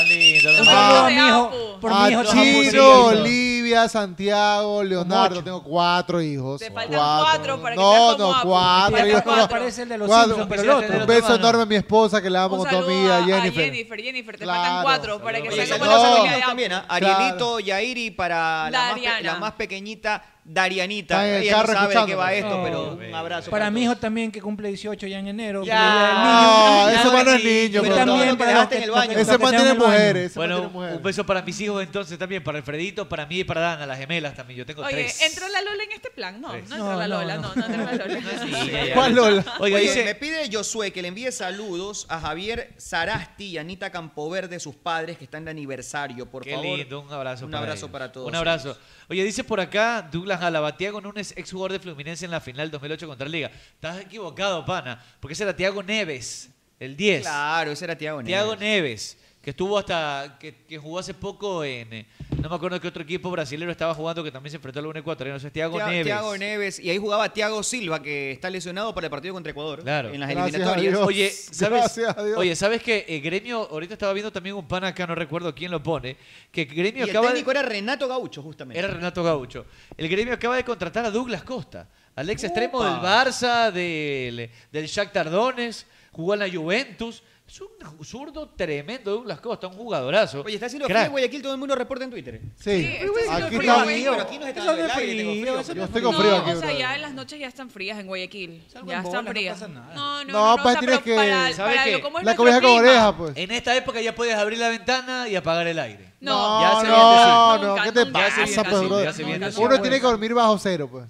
Speaker 14: Ah, lindo,
Speaker 4: Un
Speaker 14: lindo.
Speaker 4: saludo
Speaker 14: Ah,
Speaker 4: a
Speaker 14: mi hijo, por mi hijo
Speaker 4: a
Speaker 14: también.
Speaker 4: Chino,
Speaker 14: Sí, lindo.
Speaker 4: Olivia, Santiago, Leonardo. Tengo cuatro hijos.
Speaker 8: Te faltan cuatro para que
Speaker 4: No,
Speaker 8: seas como
Speaker 4: no,
Speaker 8: Apu.
Speaker 4: cuatro.
Speaker 8: Te faltan
Speaker 4: hijos, no.
Speaker 8: cuatro. Parece el de los
Speaker 4: Cuatro.
Speaker 8: Simpsons, pero el otro.
Speaker 4: Un beso enorme a mi esposa que la amo
Speaker 8: Un
Speaker 4: con toda mi
Speaker 8: saludo
Speaker 4: vida,
Speaker 8: a
Speaker 4: Jennifer.
Speaker 8: Jennifer, Jennifer, te faltan cuatro para que
Speaker 5: Oye,
Speaker 8: salga
Speaker 5: saludos a
Speaker 4: No.
Speaker 5: los niños también, ¿ah?
Speaker 4: Claro.
Speaker 5: Arielito, Yairi para la más, pe-
Speaker 8: Dariana.
Speaker 5: la más pequeñita, Darianita.
Speaker 4: Está en el
Speaker 5: Ella no
Speaker 4: carro
Speaker 5: sabe de qué
Speaker 4: escuchándonos.
Speaker 5: va esto,
Speaker 4: Oh.
Speaker 5: pero un abrazo.
Speaker 9: Para mi hijo también, que cumple 18 ya en enero.
Speaker 5: Ya.
Speaker 9: feliz día del niño.
Speaker 4: No, Ah, ese man no es niño,
Speaker 9: Yo
Speaker 4: bro.
Speaker 9: también,
Speaker 4: No, no,
Speaker 9: para
Speaker 4: dejaste
Speaker 9: los que-
Speaker 4: en el
Speaker 9: los que-
Speaker 4: baño.
Speaker 9: los que
Speaker 4: Ese man
Speaker 9: están en
Speaker 4: tiene
Speaker 9: el baño.
Speaker 4: mujeres, ese man
Speaker 2: Bueno, un beso para mis hijos entonces también, para Alfredito, para mí y para Dana, las gemelas también. Yo tengo
Speaker 8: Oye,
Speaker 2: tres.
Speaker 8: ¿entró la Lola en este plan? No, no entró la Lola, no, no entró la Lola.
Speaker 2: ¿Cuál Lola? Oiga,
Speaker 5: Oye,
Speaker 2: dice-
Speaker 5: me pide Josué que le envíe saludos a Javier Sarasti y Anita Campoverde, sus padres que están de aniversario, por
Speaker 2: Qué
Speaker 5: favor.
Speaker 2: lindo, un abrazo
Speaker 5: Un
Speaker 2: para
Speaker 5: abrazo
Speaker 2: ellos.
Speaker 5: para todos.
Speaker 2: Un abrazo. Oye, dice por acá Douglas Álava, Tiago Núñez, ex jugador de Fluminense en la final 2008 contra Liga. Estás equivocado, pana, porque ese era Tiago Neves, el 10.
Speaker 5: Claro, ese era Tiago Neves.
Speaker 2: Tiago Neves, que estuvo hasta, que, que jugó hace poco en, eh, no me acuerdo qué otro equipo brasileño estaba jugando que también se enfrentó a un ecuatoriano, eso es Tiago
Speaker 5: Tia-
Speaker 2: Neves.
Speaker 5: Tiago Neves. Y ahí jugaba Tiago Silva, que está lesionado para el partido contra Ecuador.
Speaker 2: Claro.
Speaker 5: En las eliminatorias.
Speaker 2: Oye, ¿sabes, Oye, ¿sabes que Gremio, ahorita estaba viendo también un pana acá, no recuerdo quién lo pone, que
Speaker 5: y
Speaker 2: Gremio
Speaker 5: el
Speaker 2: acaba de-
Speaker 5: técnico era Renato Gaucho, justamente.
Speaker 2: Era Renato Gaucho. El gremio acaba de contratar a Douglas Costa, al ex
Speaker 5: Upa.
Speaker 2: extremo del Barça, del, del Jack Tardones, jugó en la Juventus. Es un zurdo tremendo Douglas Costa, un jugadorazo.
Speaker 5: Oye, está haciendo
Speaker 2: Crack.
Speaker 5: frío en Guayaquil, todo el mundo reporta en Twitter.
Speaker 4: Sí. Sí,
Speaker 5: Uy, uy,
Speaker 4: aquí
Speaker 5: no,
Speaker 4: está-
Speaker 5: güey, pero aquí nos está
Speaker 4: Eso
Speaker 5: dando el
Speaker 4: no es
Speaker 5: aire, tengo
Speaker 4: frío, eso no es
Speaker 5: frío.
Speaker 4: Tengo frío aquí,
Speaker 8: o sea,
Speaker 4: brother.
Speaker 8: ya las noches ya están frías en Guayaquil. Ya
Speaker 9: en bola,
Speaker 8: están
Speaker 9: no
Speaker 8: frías.
Speaker 9: pasa
Speaker 8: No, no, no,
Speaker 4: No,
Speaker 8: no,
Speaker 4: pues
Speaker 8: o sea,
Speaker 4: tienes
Speaker 8: pero
Speaker 4: que-
Speaker 8: para,
Speaker 2: ¿Sabe
Speaker 8: para
Speaker 2: qué?
Speaker 8: lo- ¿cómo es
Speaker 4: La
Speaker 8: nuestro
Speaker 4: cobija con
Speaker 8: clima?
Speaker 4: oreja, pues.
Speaker 2: En esta época ya puedes abrir la ventana y apagar el aire.
Speaker 8: No.
Speaker 2: Ya
Speaker 4: No,
Speaker 2: se viene
Speaker 4: no,
Speaker 2: así.
Speaker 4: no,
Speaker 2: Nunca,
Speaker 4: ¿qué te
Speaker 2: nunca. Ya se viene
Speaker 4: pasa, pues,
Speaker 2: así,
Speaker 4: brother?
Speaker 2: ya se viene así.
Speaker 4: Uno tiene que dormir bajo cero, pues.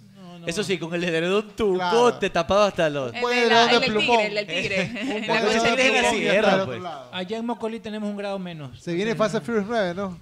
Speaker 2: Eso sí, con el edredón tu te tapaba hasta los...
Speaker 8: El
Speaker 4: Puede
Speaker 8: de la-
Speaker 4: dar de
Speaker 8: el del
Speaker 4: plumón.
Speaker 8: tigre, el del tigre.
Speaker 2: La
Speaker 4: Puede
Speaker 2: cosa
Speaker 4: dar de
Speaker 2: es que
Speaker 4: plumón
Speaker 2: así
Speaker 4: y
Speaker 2: era,
Speaker 4: estar al otro
Speaker 2: pues.
Speaker 4: lado.
Speaker 9: Allá en Mocolí tenemos un grado menos.
Speaker 4: Se viene Fast and Furious 9, ¿no?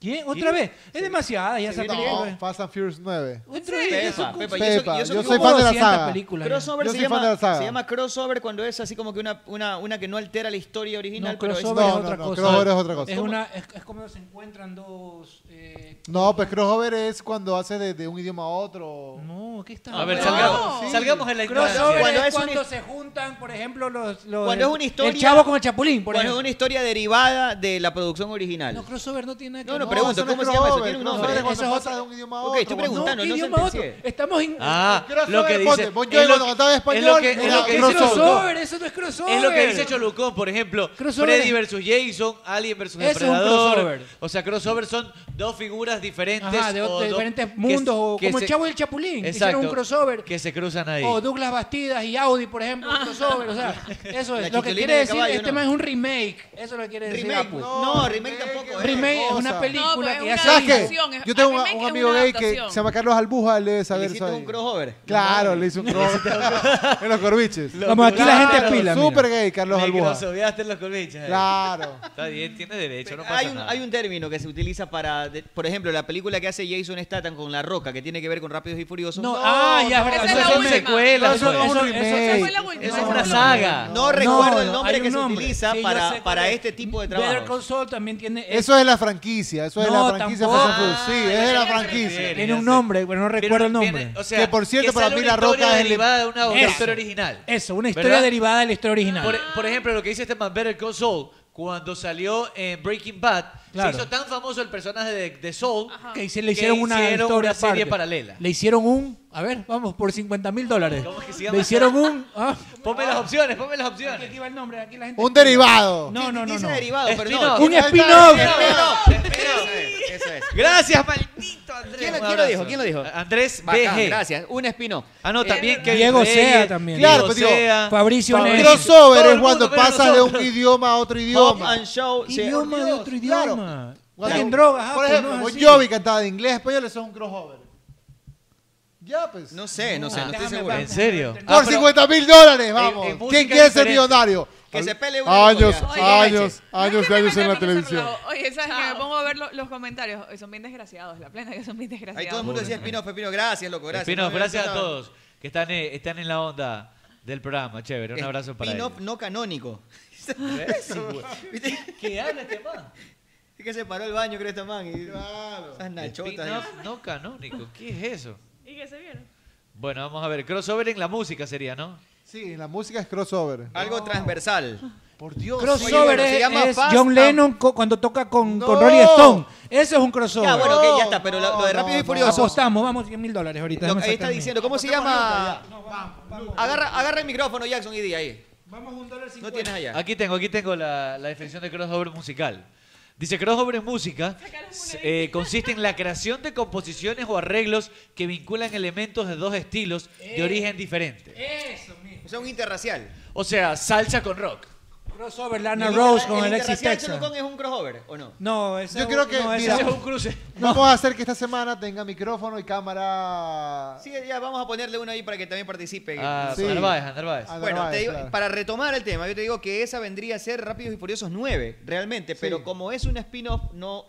Speaker 9: ¿Quién? ¿Otra vez? Es demasiada, ya se acabó.
Speaker 4: No, Fast and Furious 9.
Speaker 9: Otra vez.
Speaker 5: Pepa,
Speaker 9: eso-
Speaker 5: Pepa,
Speaker 4: Pepa,
Speaker 5: yo soy,
Speaker 4: yo
Speaker 5: yo
Speaker 4: soy
Speaker 5: como
Speaker 4: fan de la
Speaker 5: 200
Speaker 4: saga.
Speaker 5: películas. Crossover
Speaker 4: Yo
Speaker 5: se
Speaker 4: soy fan
Speaker 5: llama-
Speaker 4: de la saga.
Speaker 5: Se llama crossover cuando es así como que una, una, una que no altera la historia original,
Speaker 9: No,
Speaker 5: pero es-
Speaker 9: crossover
Speaker 4: No,
Speaker 9: es
Speaker 4: no,
Speaker 9: otra
Speaker 4: no,
Speaker 9: cosa.
Speaker 4: crossover es otra cosa.
Speaker 9: Es,
Speaker 4: ¿Cómo?
Speaker 9: una, es, es como se encuentran dos... eh,
Speaker 4: No, pues crossover es cuando hace de, de un idioma a otro.
Speaker 9: No, ¿qué está?
Speaker 2: A ver,
Speaker 9: No.
Speaker 2: salgamos, salgamos en la
Speaker 9: Crossover
Speaker 2: ignorancia.
Speaker 9: es
Speaker 5: es una
Speaker 9: cuando se juntan, por ejemplo, los... los-
Speaker 5: cuando es una historia.
Speaker 9: El chavo con el chapulín, por
Speaker 5: cuando
Speaker 9: ejemplo.
Speaker 5: es una historia derivada de la producción original.
Speaker 9: No, crossover no tiene nada que
Speaker 5: No, no,
Speaker 9: ver.
Speaker 5: pregunto,
Speaker 4: eso no es
Speaker 5: ¿cómo se llama eso?
Speaker 4: crossover,
Speaker 5: Tiene un
Speaker 4: crossover
Speaker 5: nombre.
Speaker 4: es cuando
Speaker 9: Eso es
Speaker 4: pasa de un idioma a
Speaker 5: Ok,
Speaker 4: otro.
Speaker 5: estoy
Speaker 4: cuando-
Speaker 5: preguntando,
Speaker 9: ¿Qué
Speaker 5: no
Speaker 9: idioma otro?
Speaker 5: sentencié.
Speaker 9: Estamos en...
Speaker 2: Ah, lo que
Speaker 4: Crossover,
Speaker 2: dice...
Speaker 4: ponte, Bon
Speaker 2: es
Speaker 4: Jovi
Speaker 2: lo
Speaker 4: cuando cantaba en
Speaker 2: que- es lo
Speaker 4: español,
Speaker 2: que- es lo
Speaker 4: era
Speaker 2: que
Speaker 9: Eso
Speaker 2: dice-
Speaker 9: es crossover, eso no es crossover.
Speaker 2: Es lo que dice Cholucón, por ejemplo.
Speaker 9: Crossover.
Speaker 2: Freddy versus Jason, Alien versus
Speaker 9: Eso es
Speaker 2: el
Speaker 9: un
Speaker 2: Predador.
Speaker 9: crossover.
Speaker 2: O sea, crossover son dos figuras diferentes.
Speaker 9: Ajá, de,
Speaker 2: o
Speaker 9: de
Speaker 2: dos-
Speaker 9: diferentes
Speaker 2: que-
Speaker 9: mundos, o
Speaker 2: que
Speaker 9: como el
Speaker 2: se-
Speaker 9: chavo y el chapulín. que
Speaker 2: Exacto,
Speaker 9: Hicieron un crossover.
Speaker 2: Que se cruzan ahí.
Speaker 9: O Douglas Bastidas y Audi, por ejemplo, un crossover. O sea, eso
Speaker 5: La
Speaker 9: es. Lo que
Speaker 5: chicholina
Speaker 9: quiere
Speaker 5: de
Speaker 9: decir,
Speaker 5: caballo,
Speaker 9: este
Speaker 5: no.
Speaker 9: man es un remake. Eso es lo que quiere decir.
Speaker 5: Remake, pues.
Speaker 9: Apu.
Speaker 5: no, remake tampoco. es.
Speaker 9: pues. Remake es una
Speaker 4: cosa.
Speaker 8: No, pero
Speaker 9: película
Speaker 8: es
Speaker 9: que
Speaker 8: una
Speaker 9: ya se
Speaker 4: ¿Sabes
Speaker 9: hizo.
Speaker 4: qué?
Speaker 8: adaptación,
Speaker 4: Yo tengo
Speaker 8: es-
Speaker 4: un,
Speaker 8: a mí me-
Speaker 4: un
Speaker 8: es
Speaker 4: amigo
Speaker 8: una
Speaker 4: gay que
Speaker 8: adaptación.
Speaker 4: se llama Carlos Albuja, él debe
Speaker 5: Le
Speaker 4: saber eso
Speaker 5: hiciste
Speaker 4: ahí.
Speaker 5: un crossover.
Speaker 4: Claro, le hizo un crossover. en los corviches.
Speaker 9: Vamos, aquí la gente pila, mira.
Speaker 4: Super gay, Carlos
Speaker 2: Me
Speaker 4: Albuja.
Speaker 2: crossoveaste en los colmillos. eh.
Speaker 4: Claro.
Speaker 2: Está bien, tiene derecho, no pasa
Speaker 5: Hay un,
Speaker 2: nada.
Speaker 5: hay un término que se utiliza para, de- por ejemplo, la película que hace Jason Statham con La Roca, que tiene que ver con Rápidos y Furiosos.
Speaker 9: No, ah, ya,
Speaker 8: esa
Speaker 9: verdad.
Speaker 8: es
Speaker 9: eso
Speaker 8: la
Speaker 9: es
Speaker 8: última.
Speaker 2: secuela,
Speaker 9: Eso,
Speaker 2: pues.
Speaker 9: eso-
Speaker 4: Es un
Speaker 9: eso-
Speaker 4: remake.
Speaker 9: eso-
Speaker 8: Fue la última.
Speaker 2: Eso
Speaker 8: No,
Speaker 2: es
Speaker 8: no,
Speaker 2: una
Speaker 8: no.
Speaker 2: saga.
Speaker 5: No recuerdo el
Speaker 9: no,
Speaker 5: nombre
Speaker 9: hay
Speaker 5: que
Speaker 9: un
Speaker 5: se
Speaker 9: nombre.
Speaker 5: utiliza
Speaker 9: Sí, yo
Speaker 5: para,
Speaker 9: sé
Speaker 5: para
Speaker 9: cuál es.
Speaker 5: este tipo de
Speaker 9: Better
Speaker 5: trabajo.
Speaker 9: Call Saul también tiene.
Speaker 4: Eso es la franquicia, eso es
Speaker 9: No,
Speaker 4: la franquicia
Speaker 9: tampoco.
Speaker 4: Fast and Furious. Sí, es de la franquicia.
Speaker 9: Tiene un nombre, pero no recuerdo el nombre.
Speaker 2: Tiene- o sea,
Speaker 4: Que, por cierto, para
Speaker 2: sale
Speaker 4: mí
Speaker 2: una
Speaker 4: La Roca
Speaker 2: historia
Speaker 4: es el-
Speaker 2: derivada de una
Speaker 9: Eso.
Speaker 2: historia original.
Speaker 9: Eso, una historia
Speaker 2: ¿Verdad?
Speaker 9: derivada de la historia original.
Speaker 2: Por, por ejemplo, lo que dice este man Better Call Saul, cuando salió en Breaking Bad,
Speaker 9: Claro.
Speaker 2: se hizo tan famoso el personaje de, de Saul
Speaker 9: que hice- le hicieron una
Speaker 2: hicieron
Speaker 9: historia
Speaker 2: una serie
Speaker 9: aparte.
Speaker 2: paralela.
Speaker 9: Le hicieron un. A ver, vamos, por 50 mil dólares.
Speaker 2: ¿Cómo es que se llama?
Speaker 9: Le hicieron un. ah,
Speaker 2: Ponme las opciones, ponme las opciones.
Speaker 9: Aquí va el nombre, aquí la gente.
Speaker 4: Un derivado.
Speaker 9: No, no, no.
Speaker 5: Dice
Speaker 9: no.
Speaker 5: derivado, pero no.
Speaker 2: Spin-off.
Speaker 9: Un
Speaker 4: Ahí está,
Speaker 9: spin-off.
Speaker 4: spin-off.
Speaker 5: Eso es, eso es.
Speaker 2: Gracias, maldito Andrés.
Speaker 11: ¿Quién,
Speaker 2: Un
Speaker 11: quién lo
Speaker 2: abrazo.
Speaker 11: dijo? ¿Quién lo dijo?
Speaker 2: Andrés
Speaker 11: Bacán,
Speaker 2: BG.
Speaker 11: Gracias. Un espino.
Speaker 2: Ah, no, también que
Speaker 9: Diego Sea también. Claro, pero digo, Fabricio
Speaker 4: Todo
Speaker 9: Neri.
Speaker 4: crossover
Speaker 9: Todo
Speaker 4: es
Speaker 9: el
Speaker 4: cuando
Speaker 9: mundo, pero
Speaker 4: pasas de un
Speaker 9: nosotros.
Speaker 4: idioma a otro idioma.
Speaker 9: and show, sí. Idioma de otro idioma.
Speaker 4: Cuando-
Speaker 9: Alguien droga, ah,
Speaker 4: Por
Speaker 9: pues no
Speaker 4: ejemplo,
Speaker 9: es
Speaker 4: Bon
Speaker 9: así.
Speaker 4: Jovi cantaba de inglés a español, eso es un crossover. Ya, pues.
Speaker 5: No sé, no sé, no estoy
Speaker 4: Déjame
Speaker 5: seguro.
Speaker 4: ver.
Speaker 2: ¿En serio?
Speaker 4: Por 50 mil dólares, vamos.
Speaker 5: en música
Speaker 4: ¿Quién quiere ser
Speaker 5: diferente.
Speaker 4: millonario?
Speaker 5: Que se pelee una
Speaker 4: Años,
Speaker 5: loca. Oiga,
Speaker 4: años,
Speaker 5: leche.
Speaker 9: Ah,
Speaker 4: años y años en la televisión.
Speaker 19: Pero, Oye, ¿sabes que Me pongo a ver lo- los comentarios. Ay, Son bien desgraciados, la plena que son bien desgraciados.
Speaker 5: Ahí todo el mundo decía Espinoff, Espinoff, gracias, loco, gracias.
Speaker 2: Espinoff,
Speaker 5: No,
Speaker 2: gracias a
Speaker 5: Espinoff-
Speaker 2: todos que están, eh, están en la onda del programa. Chévere, un abrazo para ellos.
Speaker 5: Spin-off no canónico.
Speaker 2: ¿Qué habla este man?
Speaker 5: Es que se paró el baño, creo, este man. Y... Esas nachotas.
Speaker 2: Spin-off no canónico, ¿qué es eso?
Speaker 19: ¿Y qué se vieron?
Speaker 2: Bueno, vamos a ver. Crossover en la música sería, ¿no?
Speaker 4: Sí, la música es crossover.
Speaker 5: Algo transversal.
Speaker 4: Por Dios.
Speaker 9: Crossover
Speaker 5: Oye, bueno, se llama
Speaker 9: es, es
Speaker 5: Fast
Speaker 9: John
Speaker 5: and-
Speaker 9: Lennon co- cuando toca con,
Speaker 5: No.
Speaker 9: con Rolling Stone. Eso es un crossover.
Speaker 5: Ya, bueno, ok, ya está, pero lo- lo de Rápido y Furioso.
Speaker 9: Apostamos, vamos 100 mil dólares ahorita.
Speaker 5: Lo
Speaker 9: déjame
Speaker 5: que ahí está
Speaker 9: sacarme.
Speaker 5: diciendo, ¿cómo se llama? Agarra, agarra el micrófono, Jackson, y di ahí.
Speaker 9: Vamos a un dólar
Speaker 5: No tienes allá.
Speaker 2: Aquí tengo, aquí tengo la, la definición de crossover musical. Dice, crossover en música eh, consiste en la creación de composiciones o arreglos que vinculan elementos de dos estilos
Speaker 4: Eh.
Speaker 2: de origen diferente.
Speaker 9: Eso,
Speaker 5: O sea, un interracial.
Speaker 2: O sea, salsa con rock.
Speaker 9: Crossover Lana
Speaker 5: El
Speaker 9: Rose
Speaker 5: interra-
Speaker 9: con
Speaker 5: el
Speaker 9: Alexis
Speaker 5: interracial
Speaker 9: Texas.
Speaker 5: Cholucón es un crossover, ¿o no?
Speaker 9: No, ese
Speaker 4: Yo creo que,
Speaker 9: no, ese
Speaker 4: mira,
Speaker 9: es un cruce.
Speaker 4: Vamos a hacer que esta semana tenga micrófono y cámara.
Speaker 5: Sí, ya vamos a ponerle uno ahí para que también participe.
Speaker 2: Ah,
Speaker 4: Sí.
Speaker 2: Narváez, a Narváez.
Speaker 5: Bueno, te digo,
Speaker 4: claro.
Speaker 5: para retomar el tema, yo te digo que esa vendría a ser Rápidos y Furiosos 9, realmente, pero como es un spin-off, no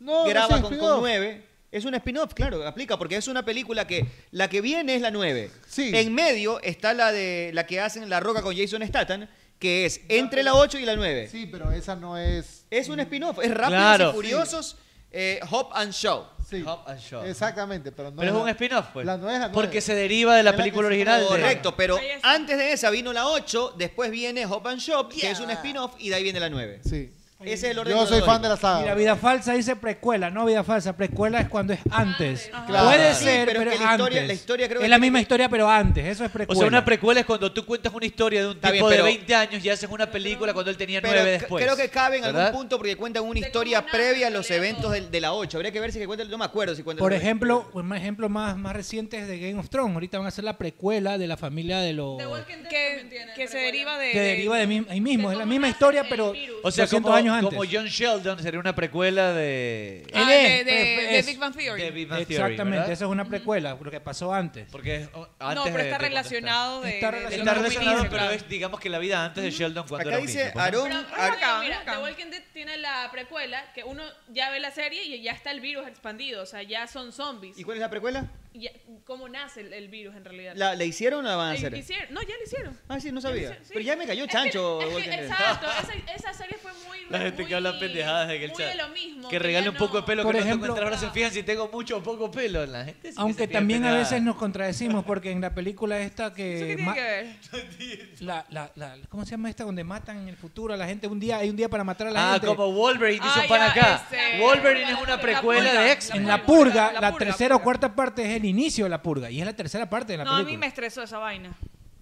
Speaker 4: No, no
Speaker 5: graba
Speaker 4: sea
Speaker 5: con, con
Speaker 4: Oh, spin-off.
Speaker 5: 9. Es un spin-off, claro, aplica, porque es una película que la que viene es la 9.
Speaker 4: Sí.
Speaker 5: En medio está la de la que hacen La Roca con Jason Statham, que es entre la 8 y la 9.
Speaker 4: Sí, pero esa no es.
Speaker 5: Es un spin-off, es Rápidos
Speaker 2: Claro.
Speaker 5: y Furiosos eh, Hop and Show.
Speaker 4: Sí.
Speaker 2: Hop and Show.
Speaker 4: Exactamente, pero no.
Speaker 2: Pero es
Speaker 4: la-
Speaker 2: un spin-off, pues.
Speaker 4: La no es la
Speaker 2: Porque
Speaker 4: nueve.
Speaker 2: se deriva de la
Speaker 4: Es
Speaker 2: película
Speaker 4: que se-
Speaker 2: original de-
Speaker 5: Correcto, pero antes de esa vino la 8, después viene Hop and Shop, que es un spin-off, y de ahí viene la 9.
Speaker 4: Sí.
Speaker 5: Ese es el orden
Speaker 4: Yo soy fan de la
Speaker 9: Mira,
Speaker 4: saga.
Speaker 9: vida falsa dice precuela, no vida falsa. Precuela es cuando es antes.
Speaker 4: Claro.
Speaker 9: Puede
Speaker 4: Sí,
Speaker 9: ser,
Speaker 5: pero
Speaker 9: pero,
Speaker 5: es que la
Speaker 9: antes.
Speaker 5: historia- la historia creo
Speaker 9: es
Speaker 5: que
Speaker 9: la
Speaker 5: tiene
Speaker 9: misma historia, pero antes. Eso es
Speaker 2: O
Speaker 9: precuela.
Speaker 2: sea, una precuela es cuando tú cuentas una historia de un
Speaker 5: Está
Speaker 2: tipo
Speaker 5: bien, pero-
Speaker 2: de 20 años y haces una película cuando él tenía
Speaker 5: Pero
Speaker 2: 9
Speaker 5: c-
Speaker 2: después.
Speaker 5: creo que cabe en
Speaker 2: ¿Verdad?
Speaker 5: algún punto porque cuentan una historia previa a los eventos del- de, la 8. Habría que ver si que cuentan, no me acuerdo si cuentan.
Speaker 9: Por
Speaker 5: la-
Speaker 9: ejemplo, un ejemplo más, más reciente es de Game of Thrones. Ahorita van a hacer la precuela de la familia de los...
Speaker 8: Que, que se deriva de...
Speaker 9: Que deriva de mi- ahí mismo. Es la misma historia, pero
Speaker 2: O sea,
Speaker 9: 200
Speaker 2: como,
Speaker 9: años antes.
Speaker 2: como John Sheldon sería una precuela de...
Speaker 9: Él
Speaker 8: Ah, de-
Speaker 9: es,
Speaker 8: de-
Speaker 9: pre-
Speaker 8: de
Speaker 9: pues, es-
Speaker 8: Big Bang Theory.
Speaker 2: de Big Bang Theory,
Speaker 9: Exactamente,
Speaker 2: ¿verdad?
Speaker 9: eso es una precuela, lo que pasó antes.
Speaker 2: Porque es oh,
Speaker 8: No,
Speaker 2: antes
Speaker 8: pero
Speaker 2: de-
Speaker 8: está
Speaker 2: de-
Speaker 8: relacionado de...
Speaker 9: Está
Speaker 8: de- de lo
Speaker 2: Está
Speaker 8: que
Speaker 2: relacionado,
Speaker 8: dice,
Speaker 2: pero
Speaker 8: claro.
Speaker 2: es, digamos que la vida antes de Sheldon cuando
Speaker 5: Mm, Acá
Speaker 2: era un
Speaker 5: dice ah,
Speaker 2: niño, pues, ¿no?
Speaker 5: Aarón.
Speaker 19: Pero, pero
Speaker 5: Ar-
Speaker 19: Ah, acá,
Speaker 8: ven
Speaker 19: mira,
Speaker 8: acá.
Speaker 19: The Walking Dead tiene la precuela que uno ya ve la serie y ya está el virus expandido, o sea, ya son zombies.
Speaker 5: ¿Y cuál es la precuela?
Speaker 19: Y ya- ¿Cómo nace el, el virus en realidad?
Speaker 5: ¿La, la hicieron o la van a
Speaker 19: Eh,
Speaker 5: hacer?
Speaker 19: hicieron- No, ya lo hicieron.
Speaker 5: Ah, sí, no
Speaker 19: Ya lo
Speaker 5: sabía.
Speaker 19: hicieron, sí.
Speaker 5: Pero ya me cayó
Speaker 19: Es que-
Speaker 5: chancho.
Speaker 19: es que-
Speaker 5: Walking Dead.
Speaker 19: exacto, esa, esa serie fue muy.
Speaker 2: La gente
Speaker 19: muy-
Speaker 2: que habla pendejadas en el
Speaker 19: muy
Speaker 2: chat.
Speaker 19: de lo mismo,
Speaker 2: que
Speaker 19: que
Speaker 2: regale
Speaker 19: ya
Speaker 2: un poco de pelo,
Speaker 9: Por
Speaker 2: que
Speaker 9: ejemplo-
Speaker 2: no se encuentra ahora se fijan si tengo mucho o poco pelo. La gente sí que se
Speaker 9: Aunque
Speaker 2: pide
Speaker 9: también a
Speaker 2: pendejadas.
Speaker 9: veces nos contradecimos, porque en la película esta
Speaker 8: ¿Eso qué
Speaker 9: que...
Speaker 8: tiene
Speaker 9: ma-
Speaker 8: que ver?
Speaker 9: la- la- la- ¿Cómo se llama esta? Donde matan en el futuro a la gente. un día Hay un día para matar a la
Speaker 2: Ah,
Speaker 9: gente.
Speaker 2: como Wolverine, dice
Speaker 19: Ah,
Speaker 2: un pan
Speaker 19: ya,
Speaker 2: acá.
Speaker 19: este-
Speaker 2: Wolverine es una precuela
Speaker 19: purga,
Speaker 2: de
Speaker 19: la
Speaker 2: X-Men.
Speaker 9: En la purga, la,
Speaker 19: la purga,
Speaker 9: tercera o cuarta parte es el inicio de la purga. Y es la tercera parte de la
Speaker 8: No, a mí
Speaker 9: película.
Speaker 8: me estresó esa vaina.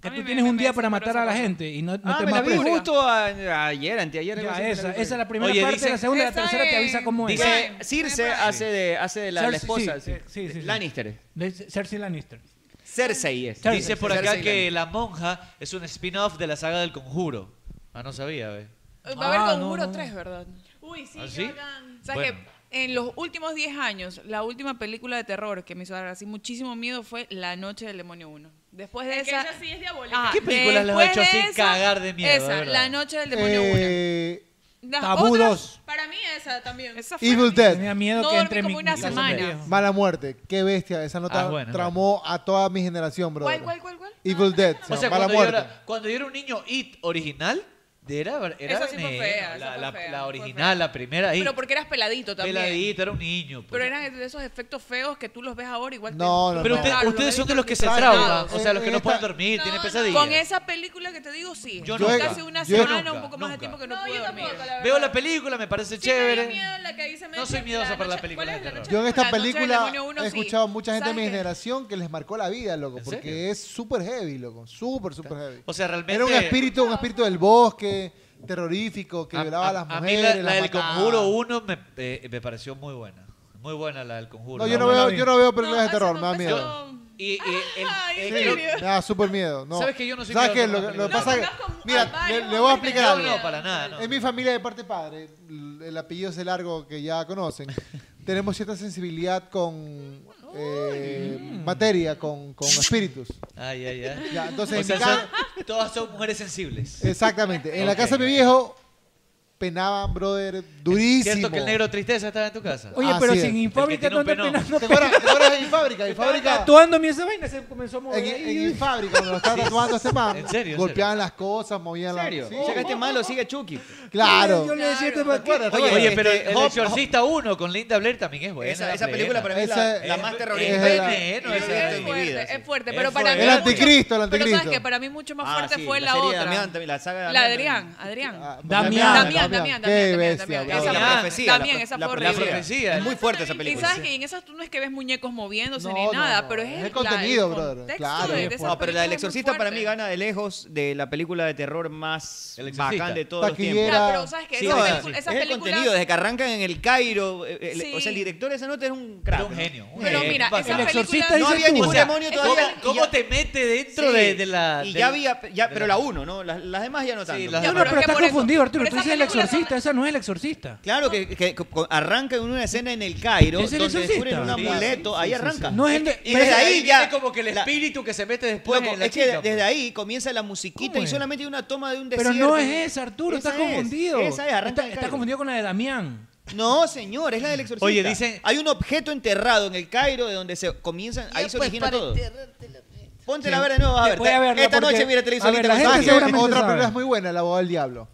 Speaker 9: que
Speaker 8: a mí
Speaker 9: tú
Speaker 8: me-
Speaker 9: tienes
Speaker 8: me-
Speaker 9: un
Speaker 8: me
Speaker 9: día para matar
Speaker 8: desesperó
Speaker 9: a la
Speaker 8: esa
Speaker 9: gente y no, no
Speaker 5: Ah,
Speaker 9: te
Speaker 5: me la
Speaker 9: más
Speaker 5: vi
Speaker 9: purga.
Speaker 5: justo a- ayer, anteayer. algo
Speaker 9: Ya,
Speaker 5: así me la
Speaker 9: esa,
Speaker 5: vi.
Speaker 9: esa es la primera
Speaker 2: Oye,
Speaker 9: parte,
Speaker 2: dice-
Speaker 9: la segunda y la
Speaker 8: esa
Speaker 9: tercera te
Speaker 8: es-
Speaker 9: avisa cómo es.
Speaker 5: Dice,
Speaker 8: Bueno,
Speaker 5: Circe
Speaker 8: bueno.
Speaker 5: hace de, hace de la, la
Speaker 9: Cersei,
Speaker 5: esposa.
Speaker 9: sí, Eh,
Speaker 5: sí.
Speaker 9: sí, sí, sí.
Speaker 5: Lannister.
Speaker 9: De Cersei Lannister.
Speaker 5: Eh. Cersei es.
Speaker 9: Cersei.
Speaker 2: Dice por acá
Speaker 5: Cersei
Speaker 2: que La Monja es un spin-off de la saga del Conjuro. Ah, no sabía, ve.
Speaker 8: vaina. Va a haber
Speaker 9: Ah,
Speaker 8: Conjuro
Speaker 9: no, no.
Speaker 8: 3, ¿verdad?
Speaker 19: Uy, sí,
Speaker 2: ¿Ah,
Speaker 19: qué
Speaker 2: sí?
Speaker 19: bacán.
Speaker 8: O sea
Speaker 2: Bueno.
Speaker 8: que en los últimos 10 años, la última película de terror que me hizo dar así muchísimo miedo fue La Noche del Demonio 1. Después de
Speaker 19: Es que
Speaker 8: esa...
Speaker 19: esa sí es diabólica.
Speaker 8: Ajá,
Speaker 2: ¿Qué películas les ha
Speaker 8: después
Speaker 2: hecho
Speaker 8: de
Speaker 2: así
Speaker 8: esa-
Speaker 2: cagar de miedo, de
Speaker 8: Esa,
Speaker 2: verdad?
Speaker 8: La Noche del Demonio 1.
Speaker 4: Eh,
Speaker 8: Las
Speaker 9: Tabú
Speaker 8: otras,
Speaker 9: 2.
Speaker 19: Para mí, esa también.
Speaker 8: Esa fue
Speaker 4: Evil Dead.
Speaker 9: Tenía miedo
Speaker 8: No
Speaker 9: que
Speaker 8: dormí
Speaker 9: entre
Speaker 8: como
Speaker 9: mi-
Speaker 8: una
Speaker 9: mi casa
Speaker 8: semana.
Speaker 9: viejo.
Speaker 4: Mala muerte. Qué bestia. Esa nota
Speaker 2: Ah, bueno,
Speaker 4: tramó a toda mi generación, bro.
Speaker 8: ¿Cuál, cuál, Ah, cuál, cuál?
Speaker 4: Evil Dead. se
Speaker 2: O sea,
Speaker 4: llama, Mala
Speaker 2: cuando yo,
Speaker 4: muerte.
Speaker 2: era, cuando yo era un niño IT original, era, era
Speaker 8: Esa sí fue
Speaker 2: veneno,
Speaker 8: fea, esa
Speaker 2: la,
Speaker 8: fue
Speaker 2: la-
Speaker 8: fea,
Speaker 2: la
Speaker 8: fue
Speaker 2: original, la primera IT.
Speaker 8: Pero porque eras peladito también.
Speaker 2: Peladito, era un niño. pues.
Speaker 8: Pero eran de esos efectos feos que tú los ves ahora igual. te-
Speaker 4: No, no,
Speaker 8: tú
Speaker 2: Pero
Speaker 4: no.
Speaker 8: los
Speaker 2: usted-
Speaker 8: ves raros,
Speaker 2: ustedes
Speaker 8: los
Speaker 2: son de
Speaker 8: ves
Speaker 2: los que se
Speaker 8: traumados.
Speaker 2: trauman, o sea, los que no
Speaker 4: Esta-
Speaker 2: pueden dormir, tienen pesadillas.
Speaker 8: Con esa película que te digo, sí.
Speaker 2: Yo
Speaker 8: Yo
Speaker 2: nunca,
Speaker 8: casi una
Speaker 2: yo
Speaker 8: semana,
Speaker 2: nunca,
Speaker 8: un poco más de
Speaker 2: nunca.
Speaker 8: tiempo que no,
Speaker 19: No,
Speaker 8: pude
Speaker 19: yo
Speaker 8: dormir.
Speaker 19: tampoco, la verdad.
Speaker 2: Veo la película, me parece
Speaker 19: Sí me dio
Speaker 2: chévere.
Speaker 19: miedo la que dice
Speaker 2: No soy
Speaker 19: Meche,
Speaker 2: miedosa para la
Speaker 19: noche-
Speaker 2: película
Speaker 19: ¿cuál
Speaker 2: de
Speaker 19: es la
Speaker 2: terror.
Speaker 19: noche
Speaker 4: Yo en esta
Speaker 8: La noche del
Speaker 4: película
Speaker 8: demonio uno,
Speaker 4: he
Speaker 8: sí.
Speaker 4: escuchado a mucha gente de
Speaker 8: ¿Sabes
Speaker 4: mi
Speaker 8: qué?
Speaker 4: generación que les marcó la vida, loco,
Speaker 2: ¿En serio?
Speaker 4: porque es súper heavy, loco, súper, súper heavy.
Speaker 2: O sea, realmente...
Speaker 4: Era un espíritu, un espíritu del bosque, terrorífico, que
Speaker 2: a-
Speaker 4: violaba a
Speaker 2: a-
Speaker 4: las
Speaker 2: a mí
Speaker 4: mujeres.
Speaker 2: la, la
Speaker 4: las
Speaker 2: del
Speaker 4: mataba.
Speaker 2: Conjuro 1 me, eh, me pareció muy buena. Muy buena la del conjuro.
Speaker 4: No, yo no veo, yo no veo películas de terror, me da miedo.
Speaker 2: Yo- Y, y el- eh,
Speaker 4: Sí,
Speaker 2: creo-
Speaker 4: me da súper miedo. No.
Speaker 2: ¿Sabes que yo no soy
Speaker 4: ¿Sabes
Speaker 2: miedo
Speaker 4: qué?
Speaker 2: de
Speaker 4: Lo,
Speaker 2: las
Speaker 4: lo
Speaker 2: películas?
Speaker 4: que pasa es que. Mira, le, le voy a explicar
Speaker 2: No,
Speaker 4: algo.
Speaker 2: no, para nada, no.
Speaker 4: En mi familia, de parte de padre, l- el apellido es el largo que ya conocen. Tenemos cierta sensibilidad con eh,
Speaker 2: Mm.
Speaker 4: materia, con, con espíritus.
Speaker 2: Ay, ay, ay.
Speaker 4: Ya, entonces,
Speaker 2: O
Speaker 4: en
Speaker 2: sea,
Speaker 4: mi casa-
Speaker 2: son- todas son mujeres sensibles.
Speaker 4: Exactamente. En la
Speaker 2: Ok.
Speaker 4: casa de mi viejo penaban, brother, durísimo.
Speaker 2: ¿Cierto que el negro tristeza estaba en tu casa?
Speaker 4: Oye,
Speaker 5: Ah,
Speaker 4: pero Así sin es.
Speaker 9: Infábrica,
Speaker 2: El que tiene un
Speaker 9: ¿dónde
Speaker 2: penón.
Speaker 4: ¿Te acuerdas, te acuerdas en fábrica? En fábrica.
Speaker 9: Actuando mi esa vaina se comenzó a mover.
Speaker 4: En,
Speaker 9: ahí.
Speaker 4: en fábrica, cuando lo estaban tatuando a este man,
Speaker 9: ¿En serio, en
Speaker 4: golpeaban las cosas, movían las
Speaker 5: serio?
Speaker 4: Sí.
Speaker 5: O sea, que este man lo sigue Chucky.
Speaker 4: Claro.
Speaker 9: Yo le decía este man,
Speaker 4: acuerdas?
Speaker 2: Oye,
Speaker 4: Oye,
Speaker 2: pero
Speaker 4: este,
Speaker 2: El
Speaker 4: Hop-
Speaker 2: Exorcista 1 con Linda Blair también es buena.
Speaker 5: Esa- esa película para mí es la- la más terrorista.
Speaker 2: Es veneno,
Speaker 5: Yo
Speaker 2: esa
Speaker 5: la he visto
Speaker 2: es-
Speaker 5: en mi vida.
Speaker 8: fuerte, es fuerte,
Speaker 5: Es
Speaker 8: pero para mí.
Speaker 5: fuerte. El
Speaker 8: mucho-
Speaker 5: anticristo, el
Speaker 8: Pero sabes
Speaker 5: anticristo.
Speaker 8: que para mí mucho más
Speaker 5: Ah,
Speaker 8: fuerte
Speaker 5: sí,
Speaker 8: fue
Speaker 5: la
Speaker 8: la,
Speaker 5: serie de
Speaker 8: otra.
Speaker 5: Damián también, la
Speaker 3: Ah,
Speaker 5: saga de
Speaker 8: La de
Speaker 5: Damián
Speaker 8: Adrián, Adrián.
Speaker 4: Ah,
Speaker 5: Damián.
Speaker 8: Damián, Damián, Damián,
Speaker 5: Damián.
Speaker 4: Qué
Speaker 8: Damián,
Speaker 4: bestia,
Speaker 8: Damián.
Speaker 5: La
Speaker 8: Esa
Speaker 5: la
Speaker 8: fue-
Speaker 5: profecía.
Speaker 8: Damién, esa
Speaker 5: la
Speaker 8: fue
Speaker 5: profecía.
Speaker 2: horrible.
Speaker 5: Es muy fuerte esa
Speaker 8: Y
Speaker 5: película.
Speaker 8: sabes que en esas tú no es que ves muñecos moviéndose
Speaker 4: No,
Speaker 8: ni
Speaker 4: no,
Speaker 8: nada,
Speaker 4: no,
Speaker 8: pero es,
Speaker 4: es
Speaker 8: el,
Speaker 4: el
Speaker 8: la- el
Speaker 4: contenido, brother,
Speaker 8: contexto
Speaker 4: claro.
Speaker 8: de, de esa
Speaker 5: No, pero la del
Speaker 8: película es muy
Speaker 5: exorcista para mí
Speaker 8: fuerte.
Speaker 5: gana de lejos de la película de terror más
Speaker 2: Exorcista.
Speaker 5: bacán de todos los tiempos.
Speaker 4: Taquillera.
Speaker 8: Ya, pero ¿sabes qué?
Speaker 5: Sí,
Speaker 8: Esas
Speaker 5: no,
Speaker 8: pelicu-
Speaker 5: es
Speaker 8: esas
Speaker 5: el
Speaker 8: películas-
Speaker 5: contenido, desde que arrancan en el Cairo. eh, eh, O
Speaker 8: Sí.
Speaker 5: sea, el director de esa nota es un crack.
Speaker 2: un
Speaker 5: ¿no?
Speaker 2: genio, un
Speaker 8: Pero mira,
Speaker 5: ¿Qué
Speaker 8: esas
Speaker 5: pasa?
Speaker 8: películas-
Speaker 5: no había ningún demonio
Speaker 2: ¿cómo-
Speaker 5: todavía.
Speaker 2: ¿Cómo, te mete dentro
Speaker 5: Sí,
Speaker 2: de, de la.?
Speaker 5: Y
Speaker 2: de
Speaker 5: ya
Speaker 2: la-
Speaker 5: había, ya,
Speaker 2: de
Speaker 5: pero
Speaker 2: la-
Speaker 5: la uno, ¿no? Las, las demás ya no tanto.
Speaker 2: las
Speaker 9: No, no,
Speaker 2: demás.
Speaker 9: pero estás
Speaker 8: por eso-
Speaker 9: confundido, Arturo.
Speaker 8: por
Speaker 9: Tú
Speaker 8: esa
Speaker 9: dices el
Speaker 8: película
Speaker 9: exorcista, esa no es el exorcista.
Speaker 5: Claro, que, que co- arranca en una escena en el Cairo,
Speaker 9: ¿Es el
Speaker 5: donde descubren
Speaker 9: exorcista?
Speaker 5: un
Speaker 9: Sí, sí,
Speaker 5: amuleto,
Speaker 9: sí,
Speaker 5: ahí
Speaker 9: sí,
Speaker 5: arranca.
Speaker 9: sí. No es el de-
Speaker 5: y
Speaker 9: pero
Speaker 5: desde
Speaker 9: ahí
Speaker 5: ahí
Speaker 2: viene
Speaker 5: ya...
Speaker 2: como que el
Speaker 5: la-
Speaker 2: espíritu que se mete después
Speaker 5: Loco,
Speaker 2: en la
Speaker 5: es
Speaker 2: chica. pues.
Speaker 5: que desde ahí comienza la musiquita
Speaker 9: ¿Cómo
Speaker 5: y
Speaker 9: es?
Speaker 5: solamente hay una toma de un desierto.
Speaker 9: Pero no es esa, Arturo,
Speaker 5: Esa
Speaker 9: estás
Speaker 5: es,
Speaker 9: confundido.
Speaker 5: Esa es, arranca
Speaker 9: Está-
Speaker 5: en el
Speaker 9: Estás
Speaker 5: Cairo.
Speaker 9: confundido con la de Damián.
Speaker 5: No, señor, es la del exorcista.
Speaker 2: Oye, dicen-
Speaker 5: Hay un objeto enterrado en el Cairo de donde se comienzan... Ahí se origina todo. Ponte la
Speaker 9: Sí.
Speaker 5: ver de nuevo, a ver.
Speaker 9: Voy a verla
Speaker 5: Esta
Speaker 9: porque-
Speaker 5: noche mira televisor.
Speaker 9: a ver, la
Speaker 5: ahorita con-
Speaker 9: gente
Speaker 4: ¿Sabes qué?
Speaker 9: seguramente
Speaker 4: Otra
Speaker 9: sabe.
Speaker 4: película es muy buena, la boda del diablo.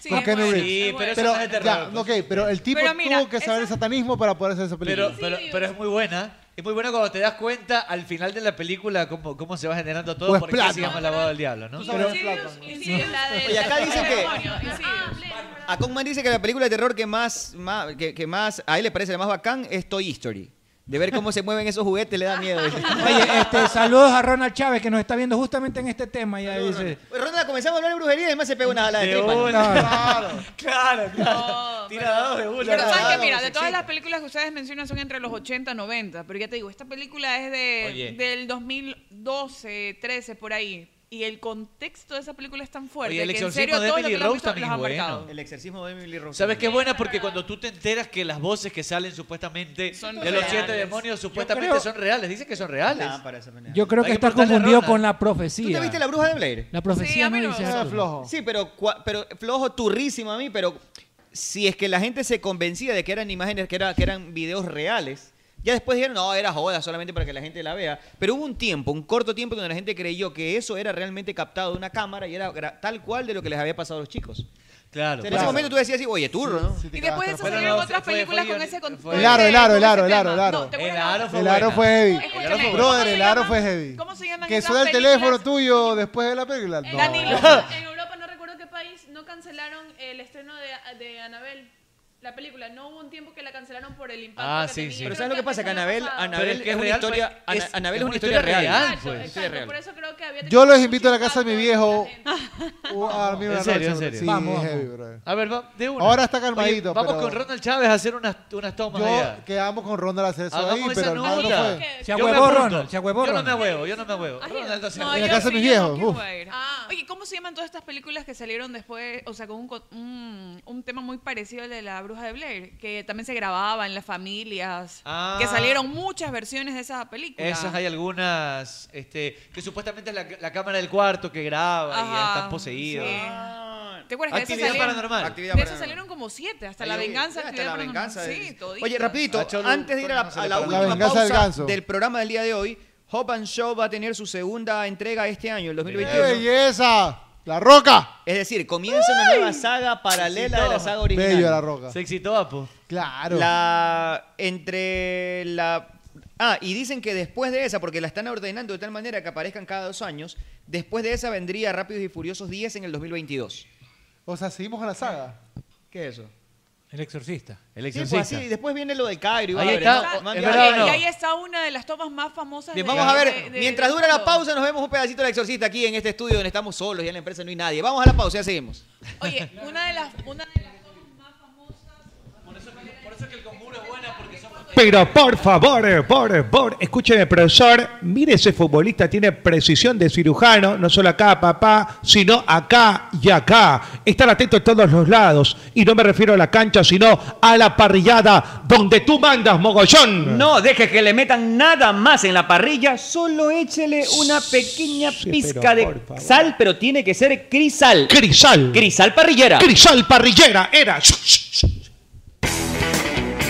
Speaker 8: Sí,
Speaker 4: Con
Speaker 8: es
Speaker 4: Keanu
Speaker 8: buena,
Speaker 4: Reeves.
Speaker 2: Sí, pero eso no es de terror,
Speaker 4: ya,
Speaker 2: pues.
Speaker 4: ok, pero el tipo
Speaker 8: Pero mira,
Speaker 4: tuvo que saber satanismo para poder hacer esa película.
Speaker 2: Pero, pero, pero es muy buena. Es muy buena cuando te das cuenta al final de la película cómo, cómo se va generando todo.
Speaker 5: Pues
Speaker 4: O es
Speaker 2: porque
Speaker 4: plata.
Speaker 2: se llama La boda del diablo, ¿no?
Speaker 8: Insidious, la de-
Speaker 5: Oye, acá
Speaker 8: la de
Speaker 5: dicen que-
Speaker 8: demonio, Insidious.
Speaker 5: A Kongman dice que la película de terror que más, más- que, que más a él le parece la más bacán es Toy Story. De ver cómo se mueven esos juguetes le da miedo. dice.
Speaker 9: Oye, este, saludos a Ronald Chávez que nos está viendo justamente en este tema. Ya dice.
Speaker 5: Ronda, comenzamos a hablar de brujería y además se pega una ala de,
Speaker 2: De
Speaker 5: tripa.
Speaker 2: una.
Speaker 4: Claro.
Speaker 2: Claro, claro. Tira dos de una.
Speaker 8: Pero sabes
Speaker 5: Claro,
Speaker 8: que mira,
Speaker 5: se
Speaker 8: de todas
Speaker 5: excita.
Speaker 8: las películas que ustedes mencionan son entre los 80 y 90, pero ya te digo, esta película es
Speaker 2: Oye.
Speaker 8: de, del 2012, 13 por ahí. Y el contexto de esa película es tan fuerte
Speaker 2: Oye, el
Speaker 8: que en
Speaker 2: exorcismo
Speaker 8: serio
Speaker 2: de
Speaker 8: todos los
Speaker 2: Emily
Speaker 8: que la han
Speaker 2: Rose
Speaker 8: visto
Speaker 2: también
Speaker 8: los han
Speaker 2: es bueno.
Speaker 8: marcado.
Speaker 5: El exorcismo de Emily Rose.
Speaker 2: ¿Sabes qué es buena? Porque cuando tú te enteras que las voces que salen supuestamente
Speaker 8: Son
Speaker 2: de los
Speaker 8: reales.
Speaker 2: siete demonios supuestamente
Speaker 9: creo-
Speaker 2: son reales, dicen que son reales.
Speaker 5: Nah, para esa manera.
Speaker 9: Yo creo
Speaker 2: Hay
Speaker 9: que,
Speaker 2: que
Speaker 9: estás
Speaker 2: preguntarle a
Speaker 9: confundido
Speaker 2: Ronald.
Speaker 9: con la
Speaker 5: ¿Tú
Speaker 9: profecía.
Speaker 5: te viste la bruja de Blair?
Speaker 9: La profecía
Speaker 8: a mí no
Speaker 9: no dice
Speaker 5: Ah,
Speaker 8: me
Speaker 9: eso.
Speaker 4: Era flojo.
Speaker 5: Sí, pero, cua- pero flojo, turrísimo a mí, pero si es que la gente se convencía de que eran imágenes, que, era, que eran videos reales, ya después dijeron, no, era joda solamente para que la gente la vea. Pero hubo un tiempo, un corto tiempo, donde la gente creyó que eso era realmente captado de una cámara y era gra- tal cual de lo que les había pasado a los chicos.
Speaker 2: Claro.
Speaker 5: O sea, en ese momento tú decías así, oye, turro, ¿no?
Speaker 4: Sí te
Speaker 8: Y
Speaker 4: quedaste
Speaker 8: después de
Speaker 2: Bueno,
Speaker 4: atrapado.
Speaker 8: eso salieron
Speaker 2: no,
Speaker 8: otras
Speaker 2: fue-
Speaker 8: películas
Speaker 2: fue
Speaker 8: con
Speaker 2: guion-
Speaker 8: ese
Speaker 2: fue-
Speaker 8: contexto.
Speaker 4: El aro, el aro,
Speaker 8: con
Speaker 4: el aro,
Speaker 8: ese
Speaker 4: el aro,
Speaker 8: tema.
Speaker 4: el aro.
Speaker 8: No, te voy a
Speaker 2: El
Speaker 8: dar-
Speaker 2: aro fue
Speaker 4: El
Speaker 2: buena.
Speaker 4: aro fue heavy.
Speaker 8: Escúchame,
Speaker 2: El aro fue
Speaker 8: ¿cómo
Speaker 4: Brother,
Speaker 8: se
Speaker 4: el aro
Speaker 8: llaman-
Speaker 4: fue heavy.
Speaker 8: ¿Cómo se llaman
Speaker 4: Que
Speaker 8: esas
Speaker 4: suena el teléfono
Speaker 8: películas?
Speaker 4: tuyo después de la película.
Speaker 19: En,
Speaker 4: No.
Speaker 19: Europa, en Europa, no recuerdo qué país, no cancelaron el estreno de, de Anabel, la película. No hubo un tiempo que la cancelaron por el impacto
Speaker 2: Ah,
Speaker 19: que
Speaker 2: sí,
Speaker 19: tenía.
Speaker 2: sí.
Speaker 5: Pero
Speaker 19: Creo
Speaker 5: ¿sabes lo que pasa? Que
Speaker 19: eso no ha
Speaker 5: Anabel,
Speaker 19: pasado.
Speaker 5: Anabel
Speaker 2: Pero es
Speaker 5: es, una
Speaker 2: real,
Speaker 5: historia,
Speaker 2: pues,
Speaker 5: Ana-
Speaker 2: es-
Speaker 5: Anabel
Speaker 2: es
Speaker 5: es
Speaker 2: una
Speaker 5: una historia
Speaker 2: historia
Speaker 5: real.
Speaker 2: real,
Speaker 19: Exacto,
Speaker 2: pues.
Speaker 5: Una historia
Speaker 19: exacto,
Speaker 5: real.
Speaker 19: Por eso creo que había
Speaker 4: Yo
Speaker 19: tenido
Speaker 4: los
Speaker 19: mucho
Speaker 4: invito a la casa de mi
Speaker 19: impacto
Speaker 4: viejo.
Speaker 19: en la gente.
Speaker 4: Uh, a dormir una
Speaker 2: En serio,
Speaker 4: noche,
Speaker 2: en serio.
Speaker 4: Sí,
Speaker 9: Vamos, vamos.
Speaker 4: heavy, brother.
Speaker 2: A ver, va, de una.
Speaker 4: Ahora está calmadito,
Speaker 2: Oye, vamos
Speaker 4: pero-
Speaker 2: con Ronald Chávez a hacer unas, unas tomas allá.
Speaker 4: Yo quedamos con Ronda la hacer eso
Speaker 2: Hagamos
Speaker 4: ahí,
Speaker 2: esa
Speaker 4: pero no, no
Speaker 2: nota.
Speaker 4: fue.
Speaker 9: Se
Speaker 2: Yo
Speaker 9: ahuevó,
Speaker 2: me apunto.
Speaker 9: Ronald, se ahuevó,
Speaker 2: Yo no me
Speaker 9: Ronald.
Speaker 2: ahuevo, yo no me ahuevo. Ronald, no se
Speaker 8: No,
Speaker 2: ahueve.
Speaker 4: En la
Speaker 8: yo
Speaker 4: casa de
Speaker 8: sí,
Speaker 4: mis
Speaker 8: yo no
Speaker 4: viejos,
Speaker 8: quiero
Speaker 4: uf.
Speaker 8: ir.
Speaker 19: Ah.
Speaker 8: Oye, ¿cómo se llaman todas estas películas que salieron después? O sea, con un, co- un, un tema muy parecido al de La Bruja de Blair, que también se grababa en las familias,
Speaker 2: Ah.
Speaker 8: que salieron muchas versiones de esa película.
Speaker 2: Esas hay algunas este, que supuestamente es la, la cámara del cuarto que graba y ya
Speaker 8: Ajá,
Speaker 2: están poseídas.
Speaker 8: sí.
Speaker 5: Ah.
Speaker 8: ¿Te acuerdas que de
Speaker 2: Actividad
Speaker 8: esas salieron,
Speaker 2: paranormal.
Speaker 5: Actividad
Speaker 8: De esas
Speaker 5: paranormal.
Speaker 8: salieron como siete, hasta
Speaker 5: Ahí
Speaker 8: La
Speaker 5: yo vi.
Speaker 8: Venganza.
Speaker 5: Hasta
Speaker 8: Actividad
Speaker 5: la
Speaker 8: Paranormal.
Speaker 5: venganza.
Speaker 8: Sí, todito.
Speaker 5: Oye, rapidito,
Speaker 2: A Cholo-
Speaker 5: antes de ir a
Speaker 2: no
Speaker 5: la,
Speaker 2: se le
Speaker 5: a la
Speaker 2: para. La
Speaker 5: última
Speaker 4: venganza del
Speaker 5: pausa
Speaker 4: ganso.
Speaker 5: del programa del día de hoy, Hop and Show va a tener su segunda entrega este año, el
Speaker 4: ¡Qué
Speaker 5: 2021.
Speaker 4: belleza! ¡La roca!
Speaker 5: Es decir, comienza una nueva saga paralela de la saga original.
Speaker 4: Bello la roca.
Speaker 2: Se excitó, Apo.
Speaker 4: Claro.
Speaker 5: La entre la Ah, y dicen que después de esa, porque la están ordenando de tal manera que aparezcan cada dos años, después de esa vendría Rápidos y Furiosos 10 en el 2022.
Speaker 4: O sea, seguimos con la saga.
Speaker 5: ¿Qué es eso?
Speaker 9: El exorcista.
Speaker 2: El
Speaker 5: Sí, pues
Speaker 2: exorcista.
Speaker 5: así, después viene lo de Cairo. y
Speaker 2: Ahí
Speaker 5: va a
Speaker 2: está,
Speaker 5: haber-
Speaker 2: o-
Speaker 5: man,
Speaker 2: es
Speaker 5: ya-
Speaker 2: verdad o
Speaker 8: Y-
Speaker 2: no.
Speaker 8: Y ahí está una de las tomas más famosas.
Speaker 5: Bien,
Speaker 8: de-
Speaker 5: vamos a
Speaker 8: de-
Speaker 5: ver,
Speaker 8: de-
Speaker 5: mientras
Speaker 8: del
Speaker 5: dura la
Speaker 8: mundo.
Speaker 5: pausa nos vemos un pedacito del exorcista aquí en este estudio donde estamos solos, ya en la empresa no hay nadie. Vamos a la pausa, ya seguimos.
Speaker 8: Oye, una de las, una de las tomas más famosas.
Speaker 2: Por eso que el conjuro es buena porque son
Speaker 14: Pero por favor, eh, por eh, por, escúcheme, profesor, mire ese futbolista, tiene precisión de cirujano, no solo acá, papá, sino acá y acá. Estar atento en todos los lados. Y no me refiero a la cancha, sino a la parrillada donde tú mandas, mogollón.
Speaker 13: No deje que le metan nada más en la parrilla, solo échele una pequeña pizca de sal, pero tiene que ser crisal.
Speaker 14: Crisal.
Speaker 13: Crisal parrillera.
Speaker 14: Crisal parrillera, era.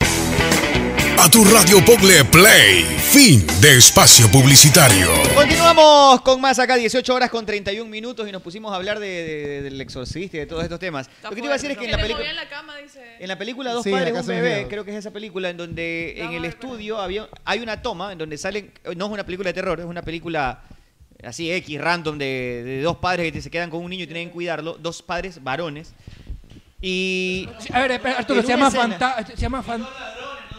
Speaker 16: A tu radio Poble Play, fin de espacio publicitario.
Speaker 5: Continuamos con más acá, 18 horas con 31 minutos y nos pusimos a hablar de, de- del exorcista y de todos estos temas. Lo que te iba a decir es que en la película...
Speaker 19: en la cama, dice.
Speaker 5: En la película Dos
Speaker 4: Sí, la
Speaker 5: Padres, un
Speaker 4: casa de
Speaker 5: bebé,
Speaker 4: miedo.
Speaker 5: creo que es esa película, en donde en el estudio había, hay una toma en donde salen, no es una película de terror, es una película así X, random, de, de dos padres que se quedan con un niño y tienen que cuidarlo, dos padres varones. Y...
Speaker 9: A ver, espera, Arturo,
Speaker 5: en
Speaker 9: se
Speaker 5: una
Speaker 9: llama,
Speaker 5: escena-
Speaker 9: fanta- se llama fan-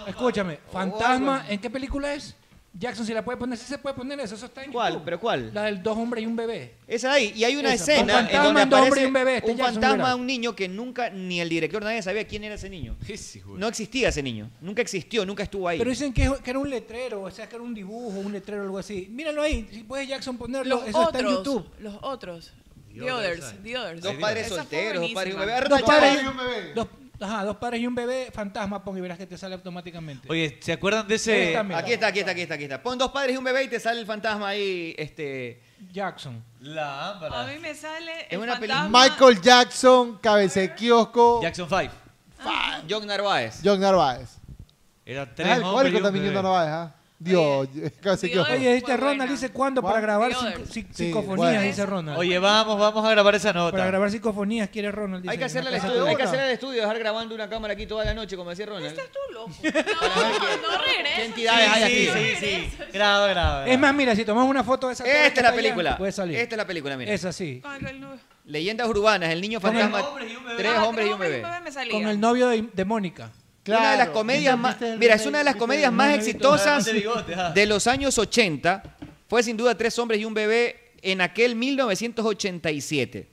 Speaker 9: Escúchame, Fantasma, ¿en qué película es? Jackson, si la puede poner, si se puede poner eso, eso está en
Speaker 5: ¿Cuál? ¿Pero cuál?
Speaker 9: La del dos hombres y un bebé.
Speaker 5: Esa de ahí, y hay una
Speaker 9: Esa, un
Speaker 5: escena en
Speaker 9: fantasma,
Speaker 5: donde
Speaker 9: un hombre
Speaker 5: aparece
Speaker 9: y un bebé, este
Speaker 5: un
Speaker 9: Jackson
Speaker 5: fantasma,
Speaker 9: Gerard.
Speaker 5: un niño que nunca, ni el director, nadie sabía quién era ese niño. No existía ese niño, nunca existió, nunca estuvo ahí.
Speaker 9: Pero dicen que, que era un letrero, o sea, que era un dibujo, un letrero, algo así. Míralo ahí, si puedes Jackson ponerlo,
Speaker 8: Los
Speaker 9: eso está en
Speaker 8: otros,
Speaker 9: YouTube.
Speaker 8: los otros.
Speaker 9: The
Speaker 8: The others,
Speaker 9: Others,
Speaker 8: the others.
Speaker 5: Dos padres
Speaker 8: Esa fue
Speaker 5: solteros, dos padres y un bebé.
Speaker 8: buenísima.
Speaker 9: Dos padres,
Speaker 5: y
Speaker 9: un bebé. Dos, ajá, dos padres y un bebé, fantasma, pon y verás que te sale automáticamente.
Speaker 2: Oye, ¿se acuerdan de
Speaker 9: Ahí
Speaker 2: ese...?
Speaker 9: está, mira.
Speaker 5: Aquí está, aquí está, aquí está, aquí está. Pon dos padres y un bebé y te sale el fantasma ahí, este...
Speaker 9: Jackson.
Speaker 2: La ámbara.
Speaker 19: A mí me sale
Speaker 5: Es
Speaker 19: el
Speaker 5: una
Speaker 19: fantasma.
Speaker 4: Michael Jackson, Cabece Kiosco,
Speaker 2: Jackson 5.
Speaker 5: John Narváez.
Speaker 4: John Narváez.
Speaker 2: Era tres
Speaker 9: Ah,
Speaker 4: Es
Speaker 2: hombres y
Speaker 4: alcohólico
Speaker 2: un
Speaker 4: también
Speaker 2: bebé.
Speaker 4: John Narváez, ¿ah? Dios, Cabece Kiosco.
Speaker 9: Oye, dice Ronald, dice cuándo para grabar sin- sin-
Speaker 4: Sí,
Speaker 9: psicofonías,
Speaker 4: bueno.
Speaker 9: dice Ronald.
Speaker 2: Oye, vamos, vamos a grabar esa nota.
Speaker 9: Para grabar psicofonías quiere Ronald. dice
Speaker 5: Hay que hacerle
Speaker 9: una
Speaker 5: el
Speaker 9: cosa
Speaker 5: estudio, hay que
Speaker 9: tuya.
Speaker 5: hacerle el estudio, dejar grabando una cámara aquí toda la noche, como decía Ronald. ¿Estás tú
Speaker 19: loco?
Speaker 5: No,
Speaker 19: regreses.
Speaker 5: ¿Qué entidades hay aquí?
Speaker 2: Sí, sí, sí, sí. Graba, graba.
Speaker 9: Es más, mira, si tomamos una foto de esa torre que
Speaker 5: Esta es
Speaker 9: está
Speaker 5: la
Speaker 9: allá,
Speaker 5: película.
Speaker 9: puede salir.
Speaker 5: Esta es la película, mira.
Speaker 9: Esa sí.
Speaker 5: Leyendas urbanas, el niño
Speaker 9: Con el-
Speaker 5: fantasma. Tres
Speaker 19: Ah,
Speaker 5: hombres y un bebé.
Speaker 19: me salía.
Speaker 9: Con el novio de, de Mónica.
Speaker 5: Una de las comedias más, mira, es una de las comedias más exitosas
Speaker 2: de bigote, ajá.
Speaker 5: de los años 80. Fue sin duda Tres hombres y un bebé en aquel 1987.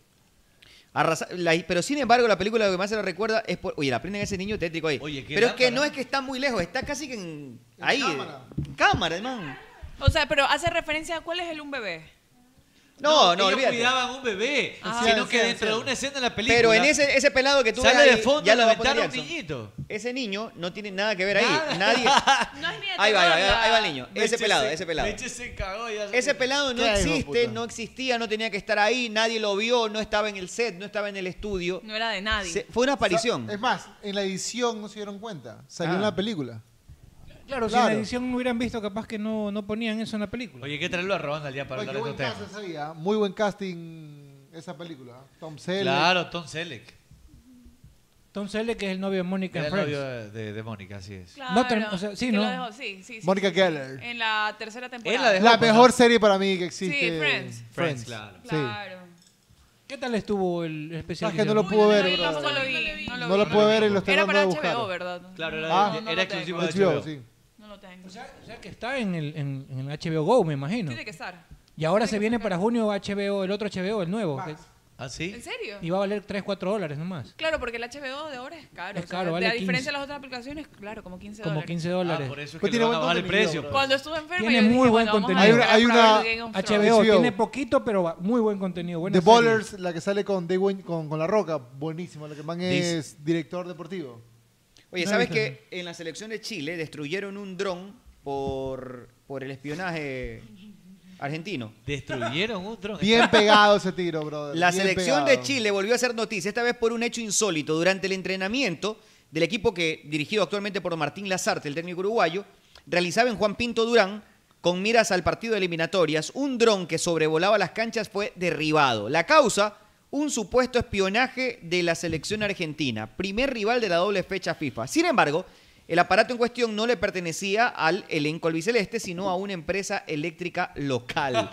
Speaker 5: Arrasa- la- pero sin embargo, la película lo que más se lo recuerda es por. Oye, la prenden a ese niño tétrico ahí.
Speaker 2: qué
Speaker 5: pero es que
Speaker 2: lámpara.
Speaker 5: no es que está muy lejos, está casi que en. Ahí. Cámara, hermano.
Speaker 19: O sea, pero hace referencia a cuál es el un bebé.
Speaker 5: No, no,
Speaker 2: ellos
Speaker 5: olvídate.
Speaker 2: cuidaban un bebé,
Speaker 19: Ah.
Speaker 2: sino que
Speaker 5: Sí, sí,
Speaker 2: dentro
Speaker 5: sí.
Speaker 2: de una escena de la película.
Speaker 5: Pero en ese, ese pelado que tú
Speaker 2: sale
Speaker 5: ves
Speaker 2: de
Speaker 5: ahí,
Speaker 2: fondo
Speaker 5: ya
Speaker 2: a
Speaker 5: lo va a poner
Speaker 2: aventar a un
Speaker 5: Jackson.
Speaker 2: niñito.
Speaker 5: Ese niño no tiene nada que ver ahí.
Speaker 2: Nada.
Speaker 5: Nadie.
Speaker 19: No es ni de
Speaker 5: Ahí va, ahí va, ahí
Speaker 19: terror,
Speaker 5: va, ahí va el
Speaker 19: la-
Speaker 5: niño. Ese
Speaker 2: Meche
Speaker 5: pelado,
Speaker 2: se-
Speaker 5: ese pelado.
Speaker 2: Meche se cagó ya.
Speaker 5: Ese pelado no
Speaker 2: ¿Qué hay,
Speaker 5: existe,
Speaker 2: hijueputa?
Speaker 5: no existía, no tenía que estar ahí, nadie lo vio, no estaba en el set, no estaba en el estudio.
Speaker 19: No era de nadie.
Speaker 5: Se- fue una aparición.
Speaker 2: eh,
Speaker 4: Es más, en la edición no se dieron cuenta. Salió
Speaker 5: Ah.
Speaker 4: en la película.
Speaker 9: Claro, si en
Speaker 4: Claro.
Speaker 9: la edición no hubieran visto, capaz que no, no ponían eso en la película.
Speaker 2: Oye, hay que traerlo a Ronald ya para
Speaker 4: Oye, qué
Speaker 2: hablar de
Speaker 4: buen
Speaker 2: estos
Speaker 4: casting
Speaker 2: temas.
Speaker 4: ese día, Muy buen casting esa película. ¿ah? Tom Selleck.
Speaker 2: Claro, Tom Selleck.
Speaker 9: Tom Selleck, que es el novio de Mónica
Speaker 2: Era
Speaker 9: en
Speaker 2: el
Speaker 9: Friends.
Speaker 2: novio de, de- de Mónica, así es.
Speaker 19: Claro,
Speaker 9: No term- o sea, sí,
Speaker 19: que
Speaker 9: ¿no?
Speaker 19: lo dejó, sí, sí, sí,
Speaker 4: Mónica
Speaker 19: sí, sí.
Speaker 8: Eh,
Speaker 4: Geller.
Speaker 19: En la tercera temporada.
Speaker 4: la mejor serie para mí que
Speaker 19: Sí,
Speaker 4: existe.
Speaker 19: Friends.
Speaker 4: Friends,
Speaker 2: Friends, claro.
Speaker 4: Sí.
Speaker 19: Claro.
Speaker 9: ¿Qué tal estuvo el especial?
Speaker 4: Sabes que no
Speaker 9: hicieron?
Speaker 4: lo pude ver,
Speaker 19: No,
Speaker 4: brother.
Speaker 19: lo vi, no lo vi.
Speaker 4: No lo pude ver y lo estoy
Speaker 19: Era
Speaker 4: tratando
Speaker 19: para
Speaker 4: de
Speaker 19: HBO,
Speaker 4: buscar.
Speaker 19: ¿verdad?
Speaker 2: Claro, era,
Speaker 4: Ah.
Speaker 2: era
Speaker 4: No lo
Speaker 2: exclusivo
Speaker 4: tengo.
Speaker 2: de HBO.
Speaker 4: HBO, sí.
Speaker 19: No lo tengo.
Speaker 9: O sea, que está en el, en, en el HBO Go, me imagino.
Speaker 19: Tiene que estar.
Speaker 9: Y ahora se viene para junio HBO, el otro HBO, el nuevo. que-
Speaker 2: ¿Ah, sí?
Speaker 19: ¿En serio?
Speaker 9: y va a valer 3, 4 dólares nomás.
Speaker 19: Claro, porque el HBO de ahora es caro.
Speaker 9: Es
Speaker 19: o sea,
Speaker 9: caro, vale
Speaker 19: de- a diferencia
Speaker 9: 15.
Speaker 19: de las otras aplicaciones, claro, como 15
Speaker 9: Como
Speaker 19: dólares.
Speaker 9: 15 dólares.
Speaker 2: Ah, por eso es
Speaker 9: Pues
Speaker 2: que
Speaker 9: tiene
Speaker 2: le van a
Speaker 9: buen
Speaker 2: bajar el
Speaker 9: contenido,
Speaker 2: precio.
Speaker 9: bro.
Speaker 2: pues.
Speaker 19: Cuando estuve enferma,
Speaker 9: Tiene
Speaker 19: yo
Speaker 9: muy
Speaker 19: dije,
Speaker 9: buen
Speaker 19: bueno, vamos a
Speaker 9: contenido.
Speaker 19: esperar
Speaker 4: Hay una-
Speaker 19: para
Speaker 4: hay
Speaker 19: ver Game of Thrones.
Speaker 9: HBO,
Speaker 4: HBO.
Speaker 9: tiene poquito, pero va- muy buen contenido. buena
Speaker 4: The
Speaker 9: serie.
Speaker 4: Ballers, la que sale con Dwayne, con, con La Roca, buenísima. La que man
Speaker 2: Dice-
Speaker 4: es director deportivo.
Speaker 5: Oye,
Speaker 9: No,
Speaker 5: ¿sabes
Speaker 9: no.
Speaker 5: que en la selección de Chile destruyeron un dron por, por el espionaje argentino?
Speaker 2: Destruyeron un dron.
Speaker 4: Bien pegado ese tiro, brother.
Speaker 5: La
Speaker 4: bien
Speaker 5: selección de
Speaker 4: pegado.
Speaker 5: Chile volvió a hacer noticia, esta vez por un hecho insólito. Durante el entrenamiento del equipo que dirigido actualmente por Martín Lazarte, el técnico uruguayo, realizaba en Juan Pinto Durán, con miras al partido de eliminatorias, un dron que sobrevolaba las canchas fue derribado. La causa, un supuesto espionaje de la selección argentina, primer rival de la doble fecha FIFA. Sin embargo, El aparato en cuestión no le pertenecía al elenco albiceleste, sino a una empresa eléctrica local.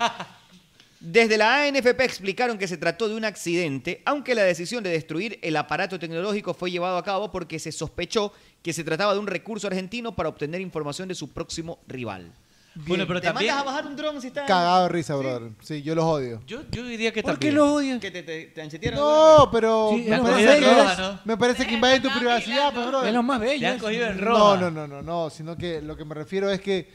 Speaker 5: Desde la ANFP explicaron que se trató de un accidente, aunque la decisión de destruir el aparato tecnológico fue llevado a cabo porque se sospechó que se trataba de un recurso argentino para obtener información de su próximo rival.
Speaker 2: Bueno, pero
Speaker 5: ¿Te
Speaker 2: también-
Speaker 5: mandas a bajar un dron si está
Speaker 4: Cagado de risa, brother. Sí, yo los odio.
Speaker 2: Yo, yo diría que
Speaker 4: ¿Por qué
Speaker 2: también.
Speaker 4: los
Speaker 5: odias? Que te, te, te anchetearon.
Speaker 4: No, pero
Speaker 2: Sí,
Speaker 4: me,
Speaker 2: es lo
Speaker 4: parece
Speaker 2: más
Speaker 4: que
Speaker 2: bello,
Speaker 4: es-
Speaker 2: ¿no?
Speaker 4: me parece que invade tu privacidad, pues, brother.
Speaker 9: Es lo más bello. Te han cogido en roba.
Speaker 4: No, no, no, no, no, sino que lo que me refiero es que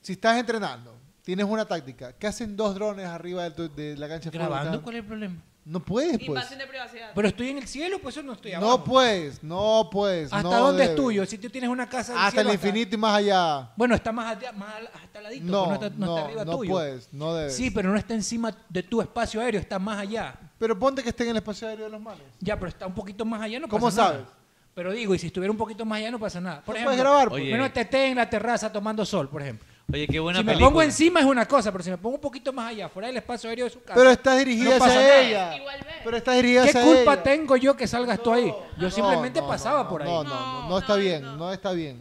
Speaker 4: si estás entrenando, tienes una táctica, ¿qué hacen dos drones arriba de, tu- de la cancha de fútbol?
Speaker 9: ¿Grabando?
Speaker 4: Están-
Speaker 9: ¿Cuál es el problema?
Speaker 4: No puedes, pues.
Speaker 19: Invasión de privacidad.
Speaker 9: Pero estoy en el cielo, pues yo no estoy abajo.
Speaker 4: No puedes, no puedes.
Speaker 9: ¿Hasta
Speaker 4: no
Speaker 9: dónde es
Speaker 4: debes.
Speaker 9: tuyo? Si tú tienes una casa del
Speaker 4: Hasta el
Speaker 9: cielo,
Speaker 4: infinito y más allá.
Speaker 9: Bueno, está más allá, más al- hasta al ladito,
Speaker 4: No,
Speaker 9: pero pues, no está, no está
Speaker 4: no,
Speaker 9: arriba
Speaker 4: no
Speaker 9: tuyo.
Speaker 4: puedes, no debes.
Speaker 9: Sí, pero no está encima de tu espacio aéreo, está más allá.
Speaker 4: Pero ponte que esté en el espacio aéreo de los manes.
Speaker 9: Ya, pero está un poquito más allá, no pasa
Speaker 4: ¿Cómo
Speaker 9: nada.
Speaker 4: sabes?
Speaker 9: Pero digo, y si estuviera un poquito más allá, no pasa nada. Por
Speaker 4: No
Speaker 9: ejemplo,
Speaker 4: puedes grabar,
Speaker 2: pues. Oye.
Speaker 9: menos te esté en la terraza tomando sol, por ejemplo.
Speaker 2: Oye, qué buena
Speaker 9: si me
Speaker 2: película.
Speaker 9: pongo encima es una cosa, pero si me pongo un poquito más allá, fuera del espacio aéreo de su casa.
Speaker 4: Pero estás dirigida
Speaker 9: no pasa
Speaker 4: hacia
Speaker 9: nada.
Speaker 4: ella. Pero estás dirigida
Speaker 9: ¿Qué
Speaker 4: hacia
Speaker 9: culpa
Speaker 4: ella.
Speaker 9: tengo yo que salgas tú ahí? Yo
Speaker 4: No,
Speaker 9: simplemente
Speaker 4: no, no,
Speaker 9: pasaba
Speaker 4: no,
Speaker 9: por ahí.
Speaker 4: No, no, no, no, está bien, no. está bien.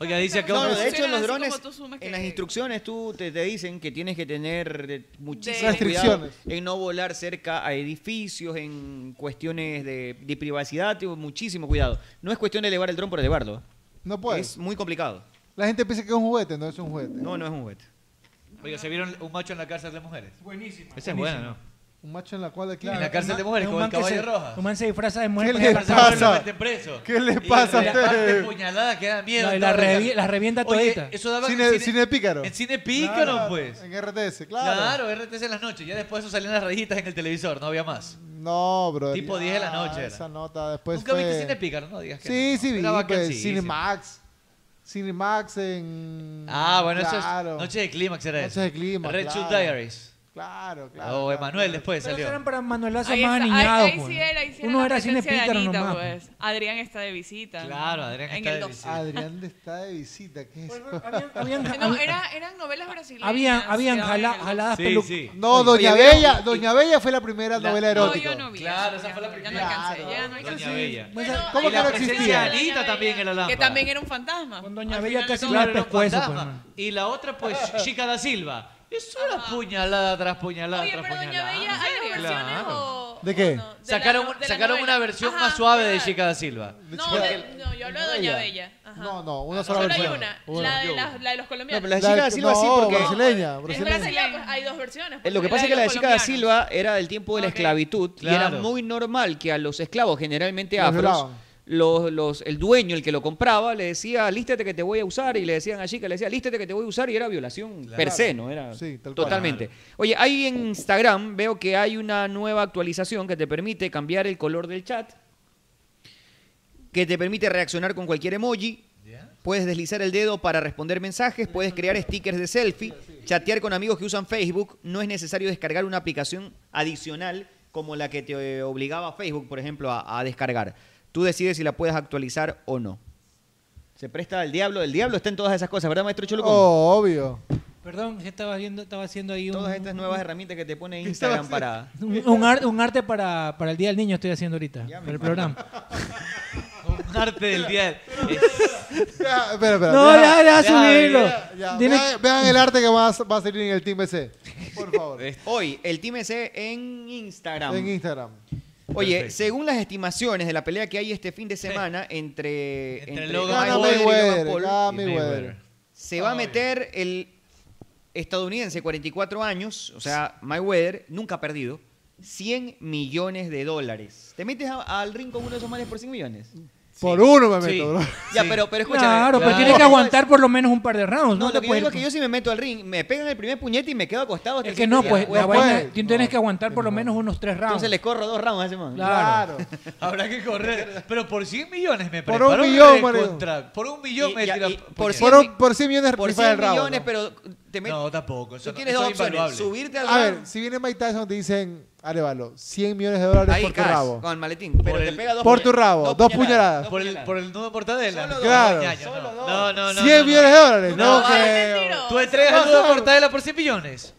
Speaker 2: Oiga, dice acá
Speaker 5: No,
Speaker 2: un-
Speaker 5: de hecho, en los
Speaker 2: así
Speaker 5: drones,
Speaker 2: como tú sumas que-
Speaker 5: en las instrucciones, tú te, te dicen que tienes que tener eh, muchísimo cuidado
Speaker 4: Restricciones.
Speaker 5: en no volar cerca a edificios, en cuestiones de, de privacidad, tipo, muchísimo cuidado. No es cuestión de elevar el dron por elevarlo. ¿eh?
Speaker 4: No puedes.
Speaker 5: Es muy complicado.
Speaker 4: La gente piensa que es un juguete, no es un juguete.
Speaker 5: No, no es un juguete.
Speaker 2: Oiga, ¿se vieron un macho en la cárcel de mujeres?
Speaker 9: Buenísima.
Speaker 2: Esa es buena, ¿no?
Speaker 4: Un macho en la cual aquí.
Speaker 2: En la cárcel de mujeres,
Speaker 9: Es un
Speaker 2: como el
Speaker 9: man que
Speaker 2: caballo
Speaker 9: se-
Speaker 2: rojo.
Speaker 9: Un man se disfraza de mujer.
Speaker 4: ¿Qué le
Speaker 9: para ir a cazar.
Speaker 4: pasa?
Speaker 2: Lo meten preso.
Speaker 4: ¿Qué le
Speaker 2: Y
Speaker 4: pasa a
Speaker 2: la
Speaker 4: ustedes?
Speaker 2: parte de puñalada que da miedo.
Speaker 9: No, y
Speaker 2: toda
Speaker 9: la revie- la revienta
Speaker 2: Oye,
Speaker 9: todita.
Speaker 2: eso daba
Speaker 4: Cine- cine pícaro.
Speaker 2: En cine pícaro,
Speaker 4: Claro,
Speaker 2: pues.
Speaker 4: En RTS, claro.
Speaker 2: Claro. RTS en las noches. Ya después eso salían las rayitas en el televisor, no había más.
Speaker 4: No, bro.
Speaker 2: Tipo 10 de la noche era.
Speaker 4: Esa nota después.
Speaker 2: Nunca
Speaker 4: Pues fue-
Speaker 2: viste cine pícaro, no digas que
Speaker 4: Sí,
Speaker 2: no.
Speaker 4: sí, vi.
Speaker 2: Era
Speaker 4: Pues,
Speaker 2: bacancísimo.
Speaker 4: Cinemax. Cinemax en.
Speaker 2: Ah, bueno, eso
Speaker 4: Claro.
Speaker 2: es Noche de Clímax era
Speaker 4: Noches
Speaker 2: eso.
Speaker 4: de Clímax,
Speaker 2: Red Shoe
Speaker 4: claro.
Speaker 2: Diaries.
Speaker 4: Claro,
Speaker 2: o Oh, Emanuel después
Speaker 9: Pero
Speaker 2: salió.
Speaker 9: eran para Manuelazo
Speaker 8: Ahí
Speaker 9: más
Speaker 8: está,
Speaker 9: aniñado.
Speaker 8: ahí- ahí
Speaker 9: pues.
Speaker 8: sí era, ahí sí era
Speaker 9: Uno
Speaker 8: la
Speaker 9: era cine
Speaker 8: presencia de
Speaker 9: pícaro
Speaker 8: Anita,
Speaker 9: nomás.
Speaker 8: pues. Adrián está de visita.
Speaker 2: Claro, Adrián
Speaker 8: En
Speaker 2: está
Speaker 8: el
Speaker 2: de
Speaker 8: doc.
Speaker 2: visita.
Speaker 4: Adrián de- está de visita, ¿qué es?
Speaker 8: No, era- eran novelas brasileñas.
Speaker 9: Habían, habían jala- jaladas
Speaker 2: Sí,
Speaker 9: pelucas.
Speaker 2: sí.
Speaker 4: No,
Speaker 9: Oye,
Speaker 4: Doña
Speaker 9: oye,
Speaker 4: Bella, Doña Bella fue la primera novela erótica.
Speaker 8: No, yo no vi.
Speaker 2: Claro, esa fue la
Speaker 8: Ya no alcancé, ya no
Speaker 2: Doña
Speaker 8: alcancé.
Speaker 2: Bella.
Speaker 4: ¿Cómo
Speaker 2: Y
Speaker 4: que
Speaker 2: la
Speaker 4: no
Speaker 2: presencia
Speaker 4: existía?
Speaker 2: de Anita también era la
Speaker 8: Que también era un fantasma. Con
Speaker 9: Doña Bella casi
Speaker 2: Claro,
Speaker 9: me
Speaker 2: era un
Speaker 9: pescuezo, pues,
Speaker 2: fantasma.
Speaker 9: hermano.
Speaker 2: Y la otra, pues,
Speaker 19: Ah.
Speaker 2: Chica da Silva. Eso era puñalada tras puñalada
Speaker 19: Oye,
Speaker 2: tras
Speaker 19: pero Doña
Speaker 2: puñalada.
Speaker 19: Bella, ¿hay dos versiones
Speaker 2: Claro.
Speaker 19: o...?
Speaker 4: ¿De qué?
Speaker 2: Sacaron,
Speaker 19: no- de la
Speaker 2: sacaron
Speaker 19: novela.
Speaker 2: una versión
Speaker 19: Ajá,
Speaker 2: más suave de
Speaker 19: claro.
Speaker 2: Chica da Silva.
Speaker 19: No, de- no, yo hablo de Doña Bella. Ajá.
Speaker 4: No, no, una sola
Speaker 19: Solo hay
Speaker 4: versión.
Speaker 19: una,
Speaker 4: Una.
Speaker 19: la de, la, la de los colombianos.
Speaker 5: No, pero la de Chica da Silva sí, porque-
Speaker 4: brasileña,
Speaker 5: Es
Speaker 4: brasileña.
Speaker 19: Brasileña, pues, hay dos versiones.
Speaker 5: Eh, Lo que
Speaker 19: pues,
Speaker 5: pasa es que la de Chica da
Speaker 19: los
Speaker 5: Silva era del tiempo de la esclavitud y era
Speaker 2: Claro.
Speaker 5: muy normal que a los esclavos, generalmente
Speaker 4: Los
Speaker 5: afros,
Speaker 4: violaban.
Speaker 5: los, los, el dueño, el que lo compraba, le decía, alístate que te voy a usar, y le decían a Chica, le decía, alístate que te voy a usar, y era violación per se, ¿no? Era
Speaker 4: Sí, tal cual.
Speaker 5: totalmente. Oye, ahí en Instagram veo que hay una nueva actualización que te permite cambiar el color del chat, que te permite reaccionar con cualquier emoji, Puedes deslizar el dedo para responder mensajes, puedes crear stickers de selfie, chatear con amigos que usan Facebook. No es necesario descargar una aplicación adicional como la que te eh, obligaba Facebook, por ejemplo, a, a descargar. Tú decides si la puedes actualizar o no. Se presta al diablo. El diablo está en todas esas cosas, ¿verdad, maestro Cholucón?
Speaker 4: Oh, obvio.
Speaker 9: Perdón, que estaba viendo, estaba haciendo ahí un,
Speaker 5: Todas estas nuevas herramientas que te pone
Speaker 4: estaba
Speaker 5: Instagram para...
Speaker 9: un, un ar- un arte para, para el Día del Niño estoy haciendo ahorita, para el programa.
Speaker 2: Un arte del día.
Speaker 4: Ya, espera, espera,
Speaker 9: No,
Speaker 4: deja-
Speaker 9: ya, deja
Speaker 4: ya,
Speaker 9: subirlo.
Speaker 4: ya, ya.
Speaker 9: Tiene-
Speaker 4: Vean, vean el arte que va a, va a salir en el Team BC. Por favor.
Speaker 5: Hoy, el Team C en Instagram.
Speaker 4: en Instagram.
Speaker 5: Oye,
Speaker 4: Perfecto.
Speaker 5: según las estimaciones de la pelea que hay este fin de semana entre, entre,
Speaker 4: Logan
Speaker 5: Mayweather y
Speaker 4: Mayweather,
Speaker 5: Logan Paul,
Speaker 4: gana Mayweather.
Speaker 5: se va a meter el estadounidense, 44 años, o sea, Mayweather, nunca ha perdido, 100 millones de dólares. ¿Te metes a- al ring con uno de esos manes por 100 millones?
Speaker 4: Por uno me
Speaker 5: Sí.
Speaker 4: meto, bro.
Speaker 5: Ya, pero, pero escúchame.
Speaker 9: Claro, pero tiene que aguantar por lo menos un par de rounds. No,
Speaker 5: No,
Speaker 9: te
Speaker 5: lo que yo
Speaker 9: puedes
Speaker 5: digo es que yo si me meto al ring, me pegan el primer puñete y me quedo acostado. hasta
Speaker 9: Es
Speaker 5: el
Speaker 9: que no,
Speaker 5: siguiente día.
Speaker 9: pues la vaina, tú tienes que aguantar por lo menos unos tres rounds.
Speaker 5: Entonces le corro dos rounds a ese man.
Speaker 9: Claro.
Speaker 2: Habrá que correr. Pero por 100 millones me
Speaker 4: Por
Speaker 2: preparo
Speaker 4: un millón, marico.
Speaker 2: recontra- Por un millón
Speaker 5: Y-
Speaker 2: me
Speaker 5: y-
Speaker 2: tira.
Speaker 5: y
Speaker 2: puñal.
Speaker 5: por
Speaker 4: Por, un- por 100 millones
Speaker 5: Por
Speaker 4: rifa
Speaker 5: 100
Speaker 4: el round.
Speaker 5: millones,
Speaker 4: ¿no?
Speaker 5: pero te metes...
Speaker 2: No, tampoco. Eso,
Speaker 5: Tú tienes
Speaker 2: eso
Speaker 5: dos
Speaker 2: es invaluable.
Speaker 5: opciones. Subirte al
Speaker 4: A
Speaker 5: round
Speaker 4: ver, si viene Mike Tyson, te dicen, Arevalo, 100 millones de dólares
Speaker 5: Ahí
Speaker 4: por tu
Speaker 5: caes,
Speaker 4: rabo.
Speaker 5: Con el maletín. Pero te pega dos
Speaker 4: por tu
Speaker 5: puñal-
Speaker 4: rabo, dos puñaladas.
Speaker 2: Por el, por el nudo de mortadela.
Speaker 5: Solo dos.
Speaker 4: Claro.
Speaker 2: ñaño, no. No, no, no.
Speaker 4: 100
Speaker 2: no,
Speaker 4: millones de dólares.
Speaker 2: No,
Speaker 4: No,
Speaker 2: no,
Speaker 4: creo.
Speaker 2: no. ¿Tú entregas el nudo de mortadela por 100 millones?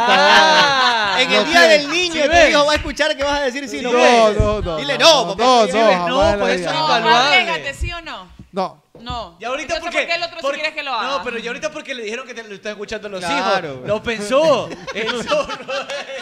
Speaker 2: Ah,
Speaker 5: En el
Speaker 2: no
Speaker 5: día
Speaker 2: creo.
Speaker 5: del niño,
Speaker 2: ¿Sí
Speaker 5: tu
Speaker 2: ves?
Speaker 5: hijo va a escuchar que vas a decir sí, no
Speaker 4: No,
Speaker 5: puedes.
Speaker 4: no, no,
Speaker 5: Dile
Speaker 4: no,
Speaker 5: no,
Speaker 4: no,
Speaker 5: papá.
Speaker 4: no,
Speaker 5: Dile
Speaker 4: jamás en la
Speaker 5: pues eso
Speaker 4: vida.
Speaker 5: es
Speaker 4: No,
Speaker 5: invaluable.
Speaker 8: Agrégate, ¿sí o no?
Speaker 4: No,
Speaker 8: No.
Speaker 2: Y ahorita
Speaker 8: Entonces,
Speaker 2: porque,
Speaker 8: ¿por qué el otro sí
Speaker 2: porque-
Speaker 8: quieres que lo haga?
Speaker 2: No, pero y ahorita porque le dijeron que te lo están escuchando los
Speaker 13: Claro.
Speaker 2: hijos. Lo pensó. El zorro.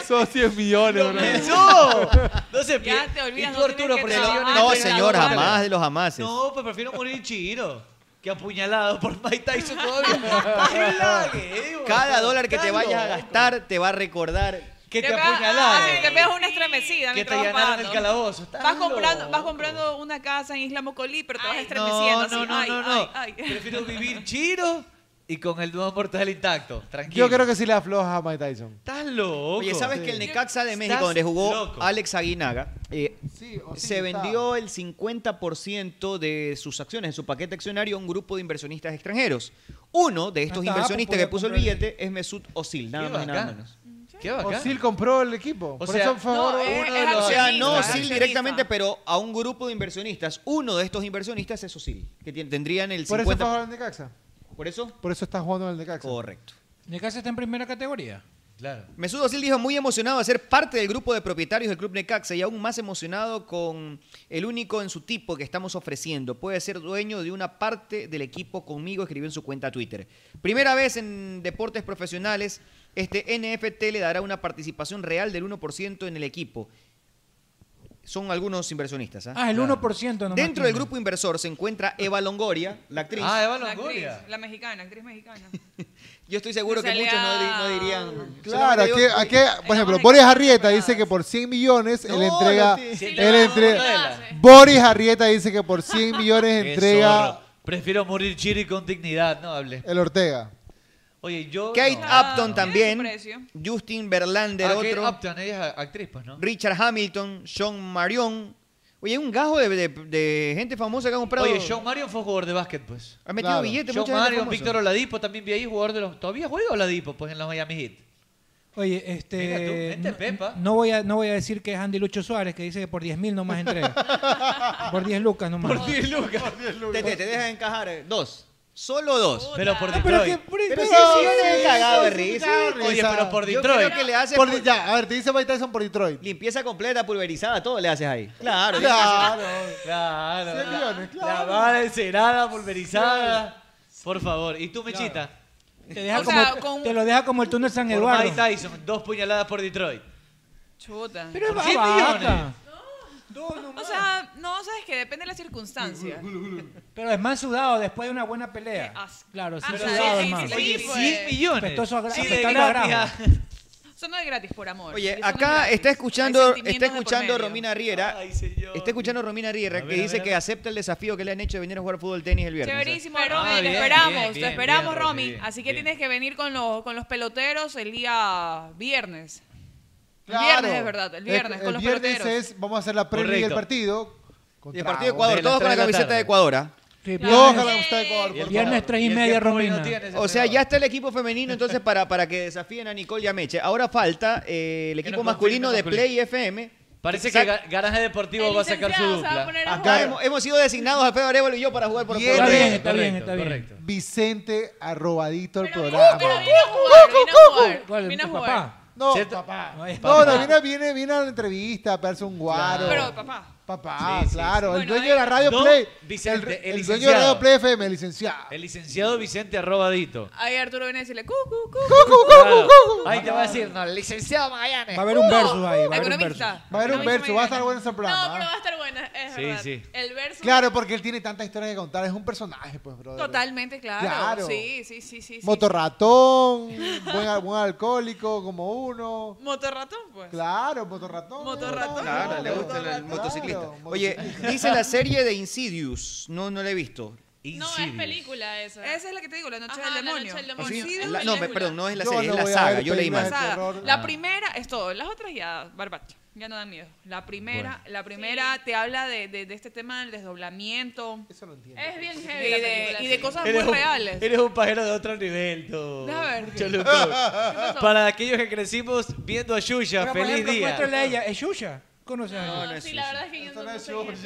Speaker 21: Son 100 millones, bro.
Speaker 2: Eso. No se
Speaker 8: Ya
Speaker 2: pi- Y tú,
Speaker 8: te olvidas, no tienes
Speaker 2: Arturo,
Speaker 8: que
Speaker 2: por
Speaker 8: trabajar.
Speaker 2: millones
Speaker 5: No,
Speaker 2: de
Speaker 5: señor,
Speaker 2: dólares.
Speaker 5: jamás de los jamases.
Speaker 2: No, pues prefiero morir chiro que apuñalado por Mike Tyson todavía. ¡Qué lague, eh, bro!
Speaker 5: Cada dólar que te
Speaker 2: Está
Speaker 5: vayas a
Speaker 2: loco.
Speaker 5: gastar te va a recordar
Speaker 2: Que te
Speaker 8: Te pega-
Speaker 2: apuñalaron.
Speaker 8: ay, ah, Te pegas una estremecida.
Speaker 2: Que
Speaker 8: mientras
Speaker 2: te
Speaker 8: vas
Speaker 2: llenaron
Speaker 8: pagando.
Speaker 2: el calabozo. Estás
Speaker 8: Vas comprando,
Speaker 2: loco.
Speaker 8: vas comprando una casa en Isla Mocolí, pero te vas estremeciendo.
Speaker 2: No,
Speaker 8: así,
Speaker 2: no, no,
Speaker 8: ay,
Speaker 2: no,
Speaker 8: ay,
Speaker 2: no.
Speaker 8: ay.
Speaker 2: Prefiero vivir chiro y con el nuevo mortal intacto. Tranquilo.
Speaker 4: Yo creo que sí le afloja a Mike Tyson.
Speaker 2: Estás loco.
Speaker 5: Oye, ¿sabes
Speaker 4: Sí.
Speaker 5: que el Necaxa de México,
Speaker 4: Estás
Speaker 5: donde jugó
Speaker 4: loco.
Speaker 5: Alex Aguinaga, eh,
Speaker 4: sí,
Speaker 5: se
Speaker 4: está.
Speaker 5: vendió el 50% de sus acciones, de su paquete accionario, a un grupo de inversionistas extranjeros? Uno de estos
Speaker 4: Ah, está,
Speaker 5: inversionistas
Speaker 4: pues
Speaker 5: que
Speaker 4: podía
Speaker 5: puso el
Speaker 4: comprar el-
Speaker 5: billete es Mesut Ozil, nada
Speaker 4: Qué
Speaker 5: más y nada
Speaker 4: bacán.
Speaker 5: menos.
Speaker 2: Qué
Speaker 4: Ozil compró el equipo.
Speaker 5: O
Speaker 4: Por
Speaker 5: sea,
Speaker 4: eso fue
Speaker 5: no,
Speaker 4: oro.
Speaker 5: es- es
Speaker 4: uno de los-
Speaker 5: o sea, no
Speaker 4: accionista.
Speaker 5: Ozil directamente, pero a un grupo de inversionistas. Uno de estos inversionistas es Ozil, que tien- tendrían el
Speaker 4: Por eso fue
Speaker 5: 50%.
Speaker 4: jugando en Necaxa.
Speaker 5: ¿Por eso?
Speaker 4: Por eso está jugando en el Necaxa.
Speaker 5: Correcto.
Speaker 9: ¿Necaxa está en primera categoría?
Speaker 5: Ah,
Speaker 2: Claro.
Speaker 5: Mesut Özil dijo muy emocionado de ser parte del grupo de propietarios del club Necaxa y aún más emocionado con el único en su tipo que estamos ofreciendo. Puede ser dueño de una parte del equipo conmigo, escribió en su cuenta Twitter. Primera vez en deportes profesionales, este NFT le dará una participación real del 1% en el equipo. Son algunos inversionistas. ¿ah?
Speaker 9: Ah, el 1%
Speaker 5: Dentro
Speaker 9: nomás
Speaker 5: del
Speaker 9: tiene.
Speaker 5: grupo inversor se encuentra Eva Longoria, la Ah, actriz.
Speaker 2: Ah.
Speaker 8: La actriz, La mexicana, actriz mexicana.
Speaker 5: Yo estoy seguro que
Speaker 8: Sale
Speaker 5: muchos no, di-
Speaker 8: a-
Speaker 5: no dirían.
Speaker 4: Claro,
Speaker 5: Solamente
Speaker 4: aquí,
Speaker 5: digo- eh,
Speaker 4: aquí, por ejemplo, Boris Arrieta dice que por 100 millones él entrega.
Speaker 2: no te-
Speaker 4: él
Speaker 2: Sí,
Speaker 4: entre-
Speaker 2: no, no lo hace.
Speaker 4: Boris Arrieta dice que por 100 millones
Speaker 2: Qué
Speaker 4: entrega
Speaker 2: zorro. Prefiero morir chiro y con dignidad. No hable.
Speaker 4: el Ortega.
Speaker 2: Oye, yo.
Speaker 5: Kate
Speaker 2: no.
Speaker 5: Upton también. Justin Verlander,
Speaker 2: Ah, Kate
Speaker 5: otro.
Speaker 2: Upton, ella es actriz, pues, ¿no?
Speaker 5: Richard Hamilton, Sean Marion. Oye, hay un gajo de, de- de gente famosa que ha comprado.
Speaker 2: Oye, John Marion fue jugador de básquet, pues.
Speaker 5: Ha metido Claro. billetes,
Speaker 2: John
Speaker 5: mucha gente
Speaker 2: Marion,
Speaker 5: famosa.
Speaker 2: Víctor Oladipo, también vi ahí jugador de los... ¿Todavía juega Oladipo, pues, en los Miami Heat?
Speaker 9: Oye, este.
Speaker 2: Mira tú, vente,
Speaker 9: no,
Speaker 2: Pepa.
Speaker 9: no voy a, no voy a decir que es Andy Lucho Suárez, que dice que por 10 mil nomás entrega. por 10 lucas nomás.
Speaker 5: Por 10 lucas. Te, te, te dejan encajar eh, dos. Solo dos.
Speaker 2: Pero por
Speaker 5: Pero
Speaker 2: Detroit.
Speaker 5: que- pero
Speaker 4: Pero
Speaker 5: sí, sí,
Speaker 4: sí,
Speaker 5: me he
Speaker 4: sí,
Speaker 5: cagado de
Speaker 4: sí,
Speaker 5: risa.
Speaker 4: me he cagado de
Speaker 5: Oye,
Speaker 4: risa.
Speaker 5: pero por
Speaker 4: Yo
Speaker 5: Detroit.
Speaker 4: creo que le hace por- ya, a ver, te dice Mike Tyson por Detroit.
Speaker 5: Limpieza completa, pulverizada, todo le haces ahí. Claro,
Speaker 4: Claro.
Speaker 2: Claro.
Speaker 4: Cien
Speaker 2: la-
Speaker 4: millones, claro.
Speaker 2: La bala encerada, pulverizada. Por favor. ¿Y tú, Mechita?
Speaker 9: Te, deja
Speaker 2: O
Speaker 9: como,
Speaker 2: sea, con-
Speaker 9: te lo deja como el túnel San
Speaker 2: Por
Speaker 9: Eduardo.
Speaker 2: Mike Tyson, dos puñaladas por Detroit.
Speaker 8: Chuta.
Speaker 9: Pero
Speaker 2: Por
Speaker 9: es
Speaker 2: 100
Speaker 9: barata.
Speaker 2: millones.
Speaker 8: O sea, no, sabes que depende de las circunstancias.
Speaker 9: Pero es más sudado después de una buena pelea. Claro, sí,
Speaker 8: Ah,
Speaker 9: sudado,
Speaker 8: sí,
Speaker 9: hermano.
Speaker 8: sí, Oye, sí, pues. 100
Speaker 2: millones.
Speaker 9: Pestoso a gra-
Speaker 8: Sí, de
Speaker 9: apestando a
Speaker 8: gratis,
Speaker 9: grajo.
Speaker 8: Eso no es gratis por amor.
Speaker 5: Oye,
Speaker 8: Eso no es
Speaker 5: acá
Speaker 8: gratis.
Speaker 5: está
Speaker 8: Hay
Speaker 5: escuchando,
Speaker 8: sentimientos
Speaker 5: está
Speaker 8: de por
Speaker 5: escuchando
Speaker 8: medio.
Speaker 5: Romina Riera. está escuchando Romina Riera que
Speaker 8: ver, a
Speaker 5: dice
Speaker 8: ver, a
Speaker 5: que acepta el desafío que le han hecho de venir a jugar fútbol tenis el viernes.
Speaker 8: Chéverísimo,
Speaker 5: Ah,
Speaker 8: Romy, te
Speaker 5: bien,
Speaker 8: esperamos,
Speaker 5: bien, bien,
Speaker 8: te esperamos,
Speaker 5: bien,
Speaker 8: Romy.
Speaker 5: bien,
Speaker 8: Así que
Speaker 5: bien.
Speaker 8: tienes que venir con los, con los peloteros el día viernes.
Speaker 4: Claro.
Speaker 8: El viernes, es verdad, el viernes,
Speaker 4: El-
Speaker 8: con los
Speaker 4: El viernes
Speaker 8: peloteros.
Speaker 4: es, vamos a hacer la previa del
Speaker 5: Correcto.
Speaker 4: partido.
Speaker 5: Y el
Speaker 4: contra-
Speaker 5: partido de Ecuador,
Speaker 4: Desde
Speaker 5: todos
Speaker 4: las
Speaker 5: con la
Speaker 4: tres de
Speaker 5: camiseta de Ecuador. ¿ah?
Speaker 9: Sí,
Speaker 4: Todos con la camiseta de Ecuador, por favor.
Speaker 5: O sea, ya está el equipo femenino entonces para, para que desafíen a Nicole y a Meche. Ahora falta eh, el equipo
Speaker 2: nos confirme
Speaker 5: masculino de
Speaker 2: masculino.
Speaker 5: Play FM.
Speaker 2: Parece que
Speaker 5: Sac-
Speaker 2: Ga- Garaje Deportivo va a sacar su dupla.
Speaker 5: Acá hemos, hemos sido designados a Pedro Arevalo y yo para jugar por
Speaker 4: Viene-
Speaker 5: Ecuador.
Speaker 4: correcto. Vicente arrobadito al
Speaker 8: Ah,
Speaker 4: programa.
Speaker 8: pero vino a jugar, vino a jugar, vino a jugar.
Speaker 4: No,
Speaker 8: ¿Cierto?
Speaker 4: papá.
Speaker 8: No, es
Speaker 4: No,
Speaker 8: papá.
Speaker 4: no, viene, viene, viene a la entrevista a pegarse un guaro.
Speaker 8: Pero papá.
Speaker 4: Papá,
Speaker 2: Sí, sí,
Speaker 4: claro.
Speaker 2: sí.
Speaker 4: El
Speaker 2: Bueno,
Speaker 4: dueño de la radio
Speaker 2: Don
Speaker 4: Play.
Speaker 2: Vicente,
Speaker 4: el,
Speaker 2: el
Speaker 4: el dueño de la radio
Speaker 2: licenciado.
Speaker 4: Play FM, el licenciado.
Speaker 2: El licenciado Vicente Arrobadito.
Speaker 8: Ahí Arturo viene a decirle, cu, cu, cu,
Speaker 2: Claro. Ahí te va a decir, no, el licenciado Magallanes.
Speaker 9: Va a haber un versus ahí, va a haber
Speaker 8: Uh,
Speaker 9: un versus.
Speaker 8: Economista.
Speaker 4: Va a haber un
Speaker 8: Economista
Speaker 4: verso, va a estar
Speaker 8: mexicano.
Speaker 4: bueno ese programa.
Speaker 8: No, pero va a estar buena, es
Speaker 4: Sí,
Speaker 8: verdad.
Speaker 4: sí.
Speaker 8: El verso.
Speaker 4: Claro, porque él tiene tanta historia que contar. Es un personaje, pues, brother.
Speaker 8: Totalmente, claro.
Speaker 4: Claro.
Speaker 8: Sí, sí, sí, sí. sí.
Speaker 4: Motorratón, buen, buen alcohólico como uno.
Speaker 8: Motorratón, pues.
Speaker 4: Claro, motorratón.
Speaker 8: Motorratón.
Speaker 5: Claro, le gusta el, el motociclista. Oye, dice la serie de Insidious. No, no la he visto.
Speaker 19: es película esa.
Speaker 8: Esa es la que te digo, La Noche
Speaker 19: Ajá,
Speaker 8: del
Speaker 19: La
Speaker 8: Demonio.
Speaker 19: Noche del
Speaker 5: ¿O sí?
Speaker 8: Sí, es
Speaker 5: La- no,
Speaker 8: película.
Speaker 5: me- perdón, no es la
Speaker 8: Yo
Speaker 5: serie,
Speaker 8: no
Speaker 5: es la
Speaker 8: voy a
Speaker 5: saga.
Speaker 8: ver
Speaker 5: Yo leí mal.
Speaker 8: La saga. La
Speaker 5: Ah.
Speaker 8: primera es todo, las otras ya, barbacha, ya no dan miedo. La primera,
Speaker 19: Bueno.
Speaker 8: la primera te habla de, de, de este tema del desdoblamiento.
Speaker 4: Eso lo entiendo.
Speaker 19: Es bien
Speaker 8: Y
Speaker 19: heavy. la
Speaker 8: de,
Speaker 19: película,
Speaker 8: y de
Speaker 19: sí.
Speaker 8: cosas
Speaker 2: Eres
Speaker 8: muy
Speaker 2: un-
Speaker 8: reales.
Speaker 2: Eres un pajero de otro nivel, tú.
Speaker 8: Deja ver.
Speaker 2: Choluco.
Speaker 8: ¿Qué pasó?
Speaker 2: Para aquellos que crecimos viendo a Yuya,
Speaker 9: Pero, por
Speaker 2: feliz
Speaker 9: ejemplo,
Speaker 2: día.
Speaker 9: muéstrale a ella, es Xuxa. conoces a Jesús.
Speaker 19: sí, la verdad es que yo no,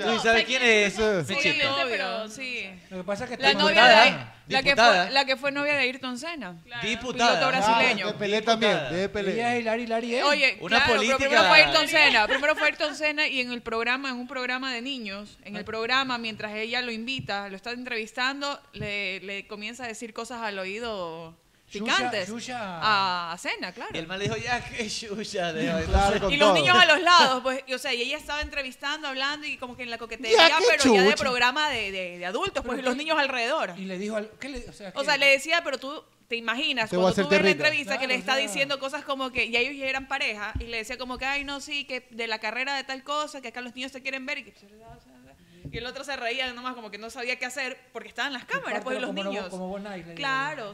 Speaker 19: no
Speaker 2: ¿Tú sabes quién es?
Speaker 8: Sí,
Speaker 2: Michi?
Speaker 8: obvio, pero sí.
Speaker 9: Lo que pasa es que
Speaker 8: la
Speaker 9: está
Speaker 8: novia de
Speaker 9: diputada.
Speaker 8: Ay- la que,
Speaker 9: Diputada.
Speaker 8: fue, la que fue novia de Ayrton Senna.
Speaker 2: Diputada.
Speaker 8: Piloto brasileño.
Speaker 4: Ah, de Pelé también, de Pelé.
Speaker 9: Ella es Hilary Lari. ¿eh?
Speaker 8: Oye,
Speaker 2: Una
Speaker 8: claro,
Speaker 2: política-
Speaker 8: pero primero fue Ayrton Senna, primero fue Ayrton Senna y en el programa, en un programa de niños, en el programa, mientras ella lo invita, lo está entrevistando, le, le comienza a decir cosas al oído
Speaker 9: Xuxa-
Speaker 8: picantes Ah.
Speaker 9: Xuxa.
Speaker 8: a, a Senna, claro.
Speaker 2: Y el man le dijo, ya, que chucha. le dijo,
Speaker 4: Claro, con
Speaker 8: Y los
Speaker 4: todo.
Speaker 8: niños a los lados, pues, y, o sea, y ella estaba entrevistando, hablando y como que en la coquetería,
Speaker 9: Ya, qué
Speaker 8: pero ya de
Speaker 9: chucha.
Speaker 8: programa de, de- de adultos, pues, y los niños alrededor.
Speaker 9: Y le dijo, al- ¿qué le, o sea,
Speaker 8: O sea, le decía, pero tú te imaginas,
Speaker 9: Te voy a
Speaker 8: cuando tú
Speaker 9: hacerte
Speaker 8: ves la
Speaker 9: rica.
Speaker 8: entrevista que le
Speaker 9: Claro,
Speaker 8: está
Speaker 9: o sea.
Speaker 8: diciendo cosas como que, y ellos ya eran pareja, y le decía como que, ay, no, sí, que de la carrera de tal cosa, que acá los niños te quieren ver, y, que- y el otro se reía nomás como que no sabía qué hacer, porque estaban las cámaras, pues, y los
Speaker 9: Compártelo como
Speaker 8: niños.
Speaker 9: no- como vos, Nike, le digo.
Speaker 8: claro, o sea,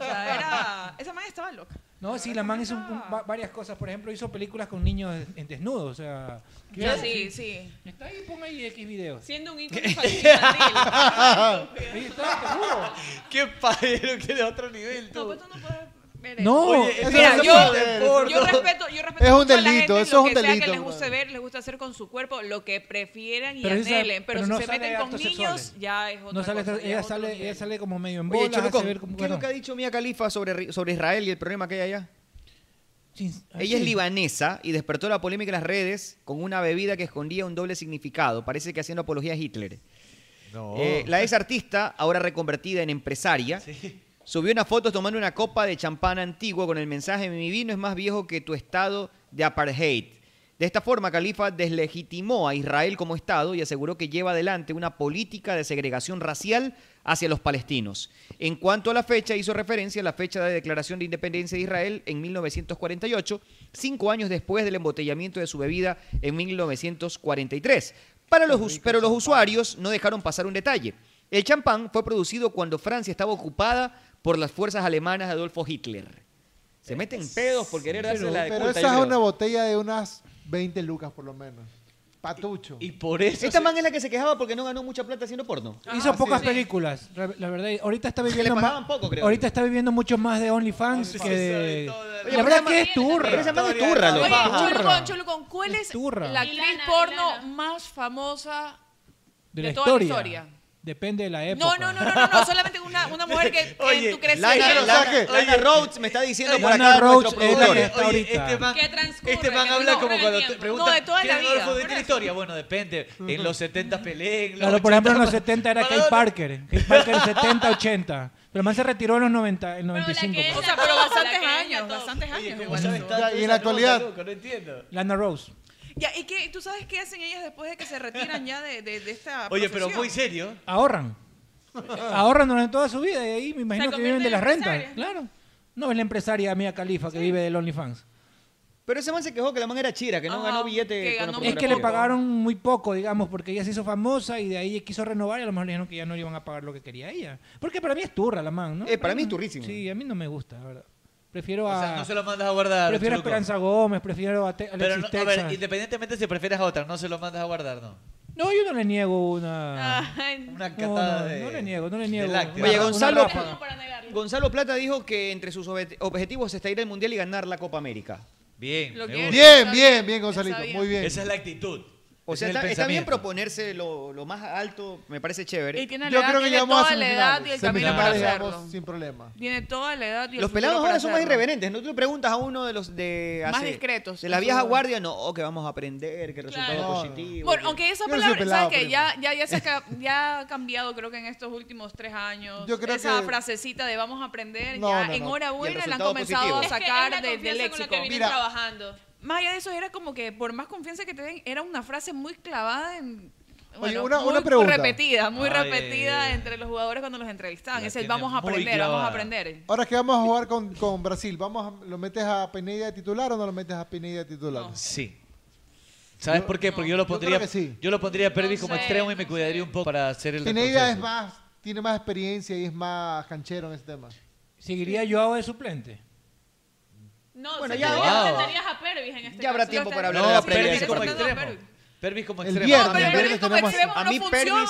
Speaker 8: era... Esa man estaba loca.
Speaker 9: No, sí, la man hizo un- un- va- varias cosas. Por ejemplo, hizo películas con niños en- en desnudo. O sea,
Speaker 8: Yo sí, sí.
Speaker 9: Está ahí, pon ahí X videos.
Speaker 8: Siendo un
Speaker 9: ícono
Speaker 2: Qué padre, que de otro nivel, Pues tú.
Speaker 8: Mire,
Speaker 2: No,
Speaker 8: oye,
Speaker 2: eso
Speaker 8: mira,
Speaker 2: no se puede ver,
Speaker 8: pues, yo, yo
Speaker 2: no.
Speaker 8: respeto, yo respeto
Speaker 4: Es un
Speaker 8: mucho a la
Speaker 4: delito,
Speaker 8: gente,
Speaker 4: eso
Speaker 8: lo
Speaker 4: es un
Speaker 8: que sea
Speaker 4: delito,
Speaker 8: que les guste
Speaker 4: brother.
Speaker 8: ver, les gusta hacer con su cuerpo, lo que prefieran y
Speaker 9: Pero sí sabe-
Speaker 8: anhelen, pero,
Speaker 9: pero
Speaker 8: si
Speaker 9: no
Speaker 8: se
Speaker 9: sale
Speaker 8: meten con
Speaker 9: actos
Speaker 8: niños,
Speaker 9: sexuales.
Speaker 8: ya es otra
Speaker 9: No sale,
Speaker 8: cosa, ya
Speaker 9: ella,
Speaker 8: es otro
Speaker 9: sale,
Speaker 8: nivel.
Speaker 9: ella sale como medio en
Speaker 5: Oye,
Speaker 9: bolas,
Speaker 5: Cholucón,
Speaker 9: hace ver como-
Speaker 5: ¿qué es lo
Speaker 9: bueno.
Speaker 5: que ha dicho Mia Khalifa sobre, ri- sobre Israel y el problema que hay allá?
Speaker 9: ah,
Speaker 5: Ella es
Speaker 9: sí.
Speaker 5: libanesa y despertó la polémica en las redes con una bebida que escondía un doble significado, parece que haciendo apología a Hitler. Eh, la ex artista, ahora reconvertida en empresaria, subió unas fotos tomando una copa de champán antiguo con el mensaje mi vino es más viejo que tu estado de apartheid. De esta forma, Califa deslegitimó a Israel como Estado y aseguró que lleva adelante una política de segregación racial hacia los palestinos. En cuanto a la fecha, hizo referencia a la fecha de declaración de independencia de Israel en 1948, cinco años después del embotellamiento de su bebida en 1943. Para los, us- pero los usuarios no dejaron pasar un detalle. El champán fue producido cuando Francia estaba ocupada por las fuerzas alemanas de Adolfo Hitler. Se meten pedos por querer darse
Speaker 4: Pero,
Speaker 5: la de
Speaker 4: pero
Speaker 5: culta, yo
Speaker 4: esa es
Speaker 5: creo.
Speaker 4: una botella de unas 20 lucas por lo menos. Patucho.
Speaker 2: Y por eso
Speaker 5: Esta man es la que se quejaba porque no ganó mucha plata haciendo porno.
Speaker 9: Hizo pocas películas, re- la verdad. Ahorita está viviendo
Speaker 5: le pagaban
Speaker 9: más,
Speaker 5: poco, creo.
Speaker 9: Ahorita está viviendo mucho más de OnlyFans que de.
Speaker 5: Oye,
Speaker 9: la
Speaker 5: pero
Speaker 9: verdad
Speaker 5: esa
Speaker 9: que
Speaker 5: ma-
Speaker 9: es turra.
Speaker 5: pero esa man es turra, loco.
Speaker 9: Es
Speaker 5: Oye,
Speaker 9: turra.
Speaker 8: Cholucón, Cholucón, ¿cuál es
Speaker 9: Turra.
Speaker 8: la actriz porno más famosa
Speaker 9: de la
Speaker 8: de toda la
Speaker 9: historia.
Speaker 8: historia.
Speaker 9: Depende de la
Speaker 8: No,
Speaker 9: época.
Speaker 8: no, no, no, no, no, solamente una, una mujer que que
Speaker 5: Oye,
Speaker 8: en tu creces.
Speaker 5: Lana- Lana-
Speaker 8: que-
Speaker 5: Lana Rhodes me está diciendo por
Speaker 9: Lana
Speaker 5: acá nuestro
Speaker 9: Rhodes es la
Speaker 5: productor.
Speaker 9: que está
Speaker 2: Oye,
Speaker 9: ahorita.
Speaker 2: este man,
Speaker 19: ¿Qué transcurre?
Speaker 2: este man
Speaker 19: Que
Speaker 2: habla
Speaker 19: transcurre
Speaker 2: como
Speaker 19: el
Speaker 2: cuando te
Speaker 19: tiempo.
Speaker 2: preguntan,
Speaker 19: No, de toda la
Speaker 2: ¿quién es Adolfo
Speaker 19: vida.
Speaker 2: Hitler en historia? Bueno, depende. En los 70 Pelé, en los
Speaker 9: Claro, por ejemplo, en los
Speaker 2: 80,
Speaker 9: 70 era Kate
Speaker 2: Maradona.
Speaker 9: Parker. Kate Parker 70, 80. Pero más se retiró en los 90, en 95.
Speaker 8: O sea, pero bastantes años, bastantes años.
Speaker 2: ¿Cómo sabes tanto
Speaker 4: Ya, y
Speaker 2: esa
Speaker 4: en la
Speaker 2: nota,
Speaker 4: actualidad-
Speaker 2: loco? No entiendo.
Speaker 9: Lana Rose.
Speaker 8: Ya, ¿y qué? ¿Tú sabes qué hacen ellas después de que se retiran ya de, de, de esta
Speaker 2: Oye, pero
Speaker 8: profesión?
Speaker 2: muy serio.
Speaker 9: Ahorran. Ahorran durante toda su vida y ahí me imagino que viven de
Speaker 8: convierten
Speaker 9: las
Speaker 8: en
Speaker 9: rentas.
Speaker 8: empresarias.
Speaker 9: Claro. No es la empresaria Mia Califa que vive del OnlyFans.
Speaker 5: Pero ese man se quejó que la man era chira, que no
Speaker 8: Ajá,
Speaker 5: ganó billete.
Speaker 8: que
Speaker 5: con la
Speaker 8: ganó
Speaker 9: Es que le
Speaker 5: pornografía.
Speaker 9: pagaron muy poco, digamos, porque ella se hizo famosa y de ahí quiso renovar y a lo mejor le dijeron que ya no le iban a pagar lo que quería ella. Porque para mí es turra la man, ¿no?
Speaker 5: Eh, para mí es turrísimo.
Speaker 9: Sí, a mí no me gusta, la verdad. Prefiero a...
Speaker 2: O sea, no se lo mandas a guardar.
Speaker 9: prefiero a
Speaker 2: Choluco.
Speaker 9: Esperanza Gómez, prefiero a Te-
Speaker 2: Pero
Speaker 9: Alexis
Speaker 2: no, a
Speaker 9: Texas.
Speaker 2: ver, independientemente si prefieres a otra, no se lo mandas a guardar, ¿no?
Speaker 9: No, yo no le niego
Speaker 5: Ah,
Speaker 9: una...
Speaker 2: Una
Speaker 9: No,
Speaker 2: catada
Speaker 9: no,
Speaker 2: de.
Speaker 9: no le niego, no le
Speaker 2: de
Speaker 9: niego.
Speaker 2: lácteos.
Speaker 5: Oye,
Speaker 9: Una
Speaker 5: Gonzalo,
Speaker 9: ráfaga.
Speaker 5: Gonzalo Plata dijo que entre sus objet- objetivos está ir al Mundial y ganar la Copa América.
Speaker 2: Bien.
Speaker 5: Lo
Speaker 2: me
Speaker 5: quiero.
Speaker 2: gusta.
Speaker 4: Bien, bien, bien, Gonzalito. Muy bien.
Speaker 2: Esa es la actitud.
Speaker 5: O
Speaker 2: Ese
Speaker 5: sea,
Speaker 2: es el
Speaker 5: está, está bien
Speaker 2: pensamiento.
Speaker 5: proponerse lo, lo más alto, me parece chévere.
Speaker 8: Y tiene la edad, tiene toda la edad y el camino para
Speaker 4: Semifinales
Speaker 8: hacerlo.
Speaker 4: llegamos sin problema.
Speaker 8: Tiene toda la edad y el
Speaker 5: Los
Speaker 8: futuro
Speaker 5: pelados
Speaker 8: para
Speaker 5: ahora son más
Speaker 8: hacerlo.
Speaker 5: irreverentes. No tú le preguntas a uno de los de
Speaker 8: Más
Speaker 5: hace-
Speaker 8: discretos,
Speaker 5: De la
Speaker 8: por
Speaker 5: vieja
Speaker 8: favor.
Speaker 5: guardia, no, oh, que vamos a aprender, que resultado
Speaker 8: Claro.
Speaker 5: positivo.
Speaker 8: Bueno,
Speaker 5: que-
Speaker 8: aunque esa
Speaker 5: Yo no soy
Speaker 8: palabra,
Speaker 5: pelado,
Speaker 8: ¿sabes qué?
Speaker 5: primo.
Speaker 8: Ya, ya, ya, se ha, ca- ya ha cambiado, creo que en estos últimos tres años.
Speaker 4: Yo creo
Speaker 8: esa
Speaker 4: que-
Speaker 8: frasecita de vamos a aprender,
Speaker 4: No,
Speaker 8: ya
Speaker 4: no, no.
Speaker 8: en
Speaker 4: Y
Speaker 8: hora
Speaker 4: el
Speaker 8: buena la han
Speaker 4: resultado
Speaker 8: comenzado
Speaker 4: positivo. Es
Speaker 8: a
Speaker 4: que
Speaker 8: sacar
Speaker 19: es la
Speaker 8: de- del
Speaker 19: confianza con la
Speaker 8: léxico.
Speaker 19: que vienen Mira. trabajando.
Speaker 8: Más allá de eso, era como que por más confianza que te den, era una frase muy clavada en. bueno,
Speaker 4: una-
Speaker 8: muy
Speaker 4: una pregunta.
Speaker 8: repetida, muy
Speaker 4: Ay,
Speaker 8: repetida
Speaker 4: ay, ay.
Speaker 8: entre los jugadores cuando los entrevistaban.
Speaker 4: La
Speaker 8: Es el
Speaker 4: tiene
Speaker 8: vamos a
Speaker 4: muy
Speaker 8: aprender, vamos a
Speaker 4: clavada.
Speaker 8: aprender.
Speaker 4: Ahora que vamos a jugar con, con Brasil, ¿vamos a- ¿lo metes a Pineda de titular o no lo metes a Pineda de titular?
Speaker 2: Sí. ¿Sabes por qué? Porque yo lo pondría, yo
Speaker 4: creo que
Speaker 2: lo pondría a Pervis como
Speaker 4: sé,
Speaker 2: extremo y me cuidaría un poco para hacer el
Speaker 4: Pineda es
Speaker 2: retroceso.
Speaker 4: más, tiene más experiencia y es más canchero en ese tema.
Speaker 9: ¿Seguiría Joao de suplente?
Speaker 19: No, bueno,
Speaker 5: Bueno, ya-
Speaker 19: ya,
Speaker 5: Wow.
Speaker 19: sentarías a Pervis en este
Speaker 5: Ya habrá
Speaker 19: caso.
Speaker 5: tiempo para
Speaker 2: No,
Speaker 5: hablar de la
Speaker 2: Pervis
Speaker 5: previa.
Speaker 2: como
Speaker 5: ese partido.
Speaker 2: extremo. Pervis como
Speaker 4: El
Speaker 2: extremo.
Speaker 4: viernes,
Speaker 2: No,
Speaker 4: pero el
Speaker 2: Pervis
Speaker 4: Pervis como tenemos- extremo
Speaker 5: A mí Pervis no me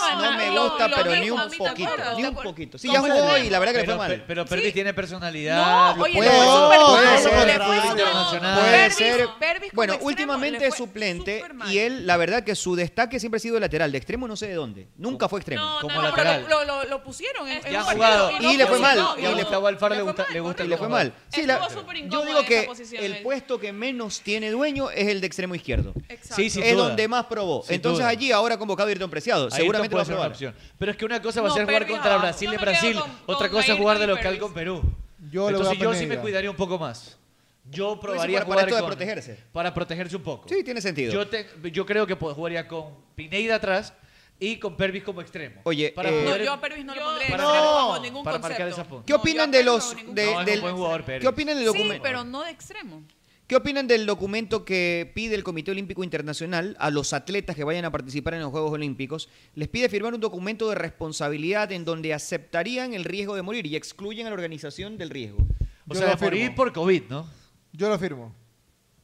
Speaker 5: gusta, pero ni un poquito. Ni un poquito. Sí, ya jugó y la verdad que le fue
Speaker 2: Pero-
Speaker 5: mal.
Speaker 2: pero- Pero Pervis tiene personalidad.
Speaker 5: No, oye,
Speaker 2: puede-
Speaker 5: le fue súper mal,
Speaker 2: puede
Speaker 5: le
Speaker 2: ser
Speaker 5: fue
Speaker 2: director
Speaker 5: súper mal.
Speaker 2: internacional.
Speaker 5: Puede
Speaker 2: Pervis-
Speaker 5: ser.
Speaker 8: Pervis como
Speaker 5: Bueno,
Speaker 8: extremo
Speaker 5: últimamente es suplente y él, la verdad que su destaque siempre ha sido lateral, de extremo no sé de dónde. Nunca fue extremo.
Speaker 8: No, no, pero lo, lo- lo pusieron en, en
Speaker 2: Ya
Speaker 8: un
Speaker 2: ha
Speaker 8: partido
Speaker 2: jugado.
Speaker 5: Y le fue mal.
Speaker 2: Y a Gustavo Alfaro le gusta, le gusta
Speaker 5: Y le fue mal. Sí, la- yo digo que
Speaker 19: posición,
Speaker 5: el
Speaker 19: él.
Speaker 5: puesto que menos tiene dueño es el de extremo izquierdo.
Speaker 2: Sí, sin
Speaker 5: es
Speaker 2: duda.
Speaker 5: donde más probó.
Speaker 2: Sin
Speaker 5: Entonces
Speaker 2: duda.
Speaker 5: allí ahora convocado a Ayrton Preciado.
Speaker 2: Ayrton
Speaker 5: Seguramente va
Speaker 2: puede
Speaker 5: a
Speaker 2: ser una
Speaker 5: probar.
Speaker 2: opción. Pero es que una cosa va a
Speaker 5: No,
Speaker 2: ser jugar
Speaker 5: Pervis
Speaker 2: contra
Speaker 5: abajo.
Speaker 2: Brasil
Speaker 5: No
Speaker 2: de
Speaker 5: me quedo
Speaker 2: Brasil,
Speaker 5: con- con
Speaker 2: otra cosa es
Speaker 5: Ayrton
Speaker 2: jugar de
Speaker 5: y
Speaker 2: local
Speaker 5: Pervis.
Speaker 2: con Perú.
Speaker 4: Yo le voy
Speaker 2: Entonces
Speaker 4: a
Speaker 2: yo sí me
Speaker 4: Pineda.
Speaker 2: cuidaría un poco más. Yo probaría
Speaker 5: para- para
Speaker 2: jugar
Speaker 5: esto de
Speaker 2: con-
Speaker 5: protegerse.
Speaker 2: Para protegerse un poco.
Speaker 5: Sí, tiene sentido.
Speaker 2: Yo, te- yo creo que pod- jugaría con Pineida atrás y con Pervis como extremo.
Speaker 5: Oye,
Speaker 2: para
Speaker 5: eh,
Speaker 2: poder-
Speaker 8: No, yo a Pervis no lo pondré
Speaker 2: para-
Speaker 8: no, bajo ningún
Speaker 2: para
Speaker 8: concepto.
Speaker 2: marcar esa punta.
Speaker 5: ¿Qué opinan de los de-
Speaker 2: No, es un
Speaker 5: del-
Speaker 2: buen jugador, Pervis.
Speaker 5: ¿Qué opinan del
Speaker 8: Sí,
Speaker 5: documento?
Speaker 8: pero no de extremo.
Speaker 5: ¿Qué opinan del documento que pide el Comité Olímpico Internacional a los atletas que vayan a participar en los Juegos Olímpicos? Les pide firmar un documento de responsabilidad en donde aceptarían el riesgo de morir y excluyen a la organización del riesgo.
Speaker 2: O sea, de morir por COVID, ¿no?
Speaker 5: Eh,
Speaker 4: Yo lo firmo.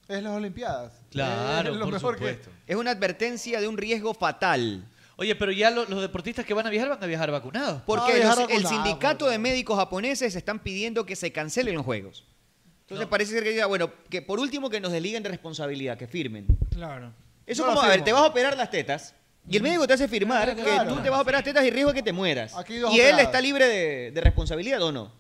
Speaker 4: Es las Olimpiadas.
Speaker 2: Claro,
Speaker 4: Es lo
Speaker 2: por
Speaker 4: mejor que-
Speaker 2: supuesto.
Speaker 5: Es una advertencia de un riesgo fatal.
Speaker 2: Oye, pero ya lo- los deportistas que van a viajar van a viajar vacunados.
Speaker 5: Porque los- el sindicato de médicos japoneses están pidiendo que se cancelen los Juegos. Entonces parece ser que diga, bueno, que por último que nos desliguen de responsabilidad, que firmen.
Speaker 9: Claro.
Speaker 5: Eso
Speaker 9: No
Speaker 5: como,
Speaker 9: la
Speaker 5: a ver,
Speaker 9: firmo.
Speaker 5: te vas a operar las tetas y el médico te hace firmar
Speaker 9: Claro,
Speaker 5: que
Speaker 9: claro.
Speaker 5: tú te vas a operar las tetas y riesgo de que te mueras.
Speaker 4: Aquí
Speaker 5: Y
Speaker 4: dos
Speaker 5: él
Speaker 4: operadas.
Speaker 5: está libre de, de responsabilidad o no.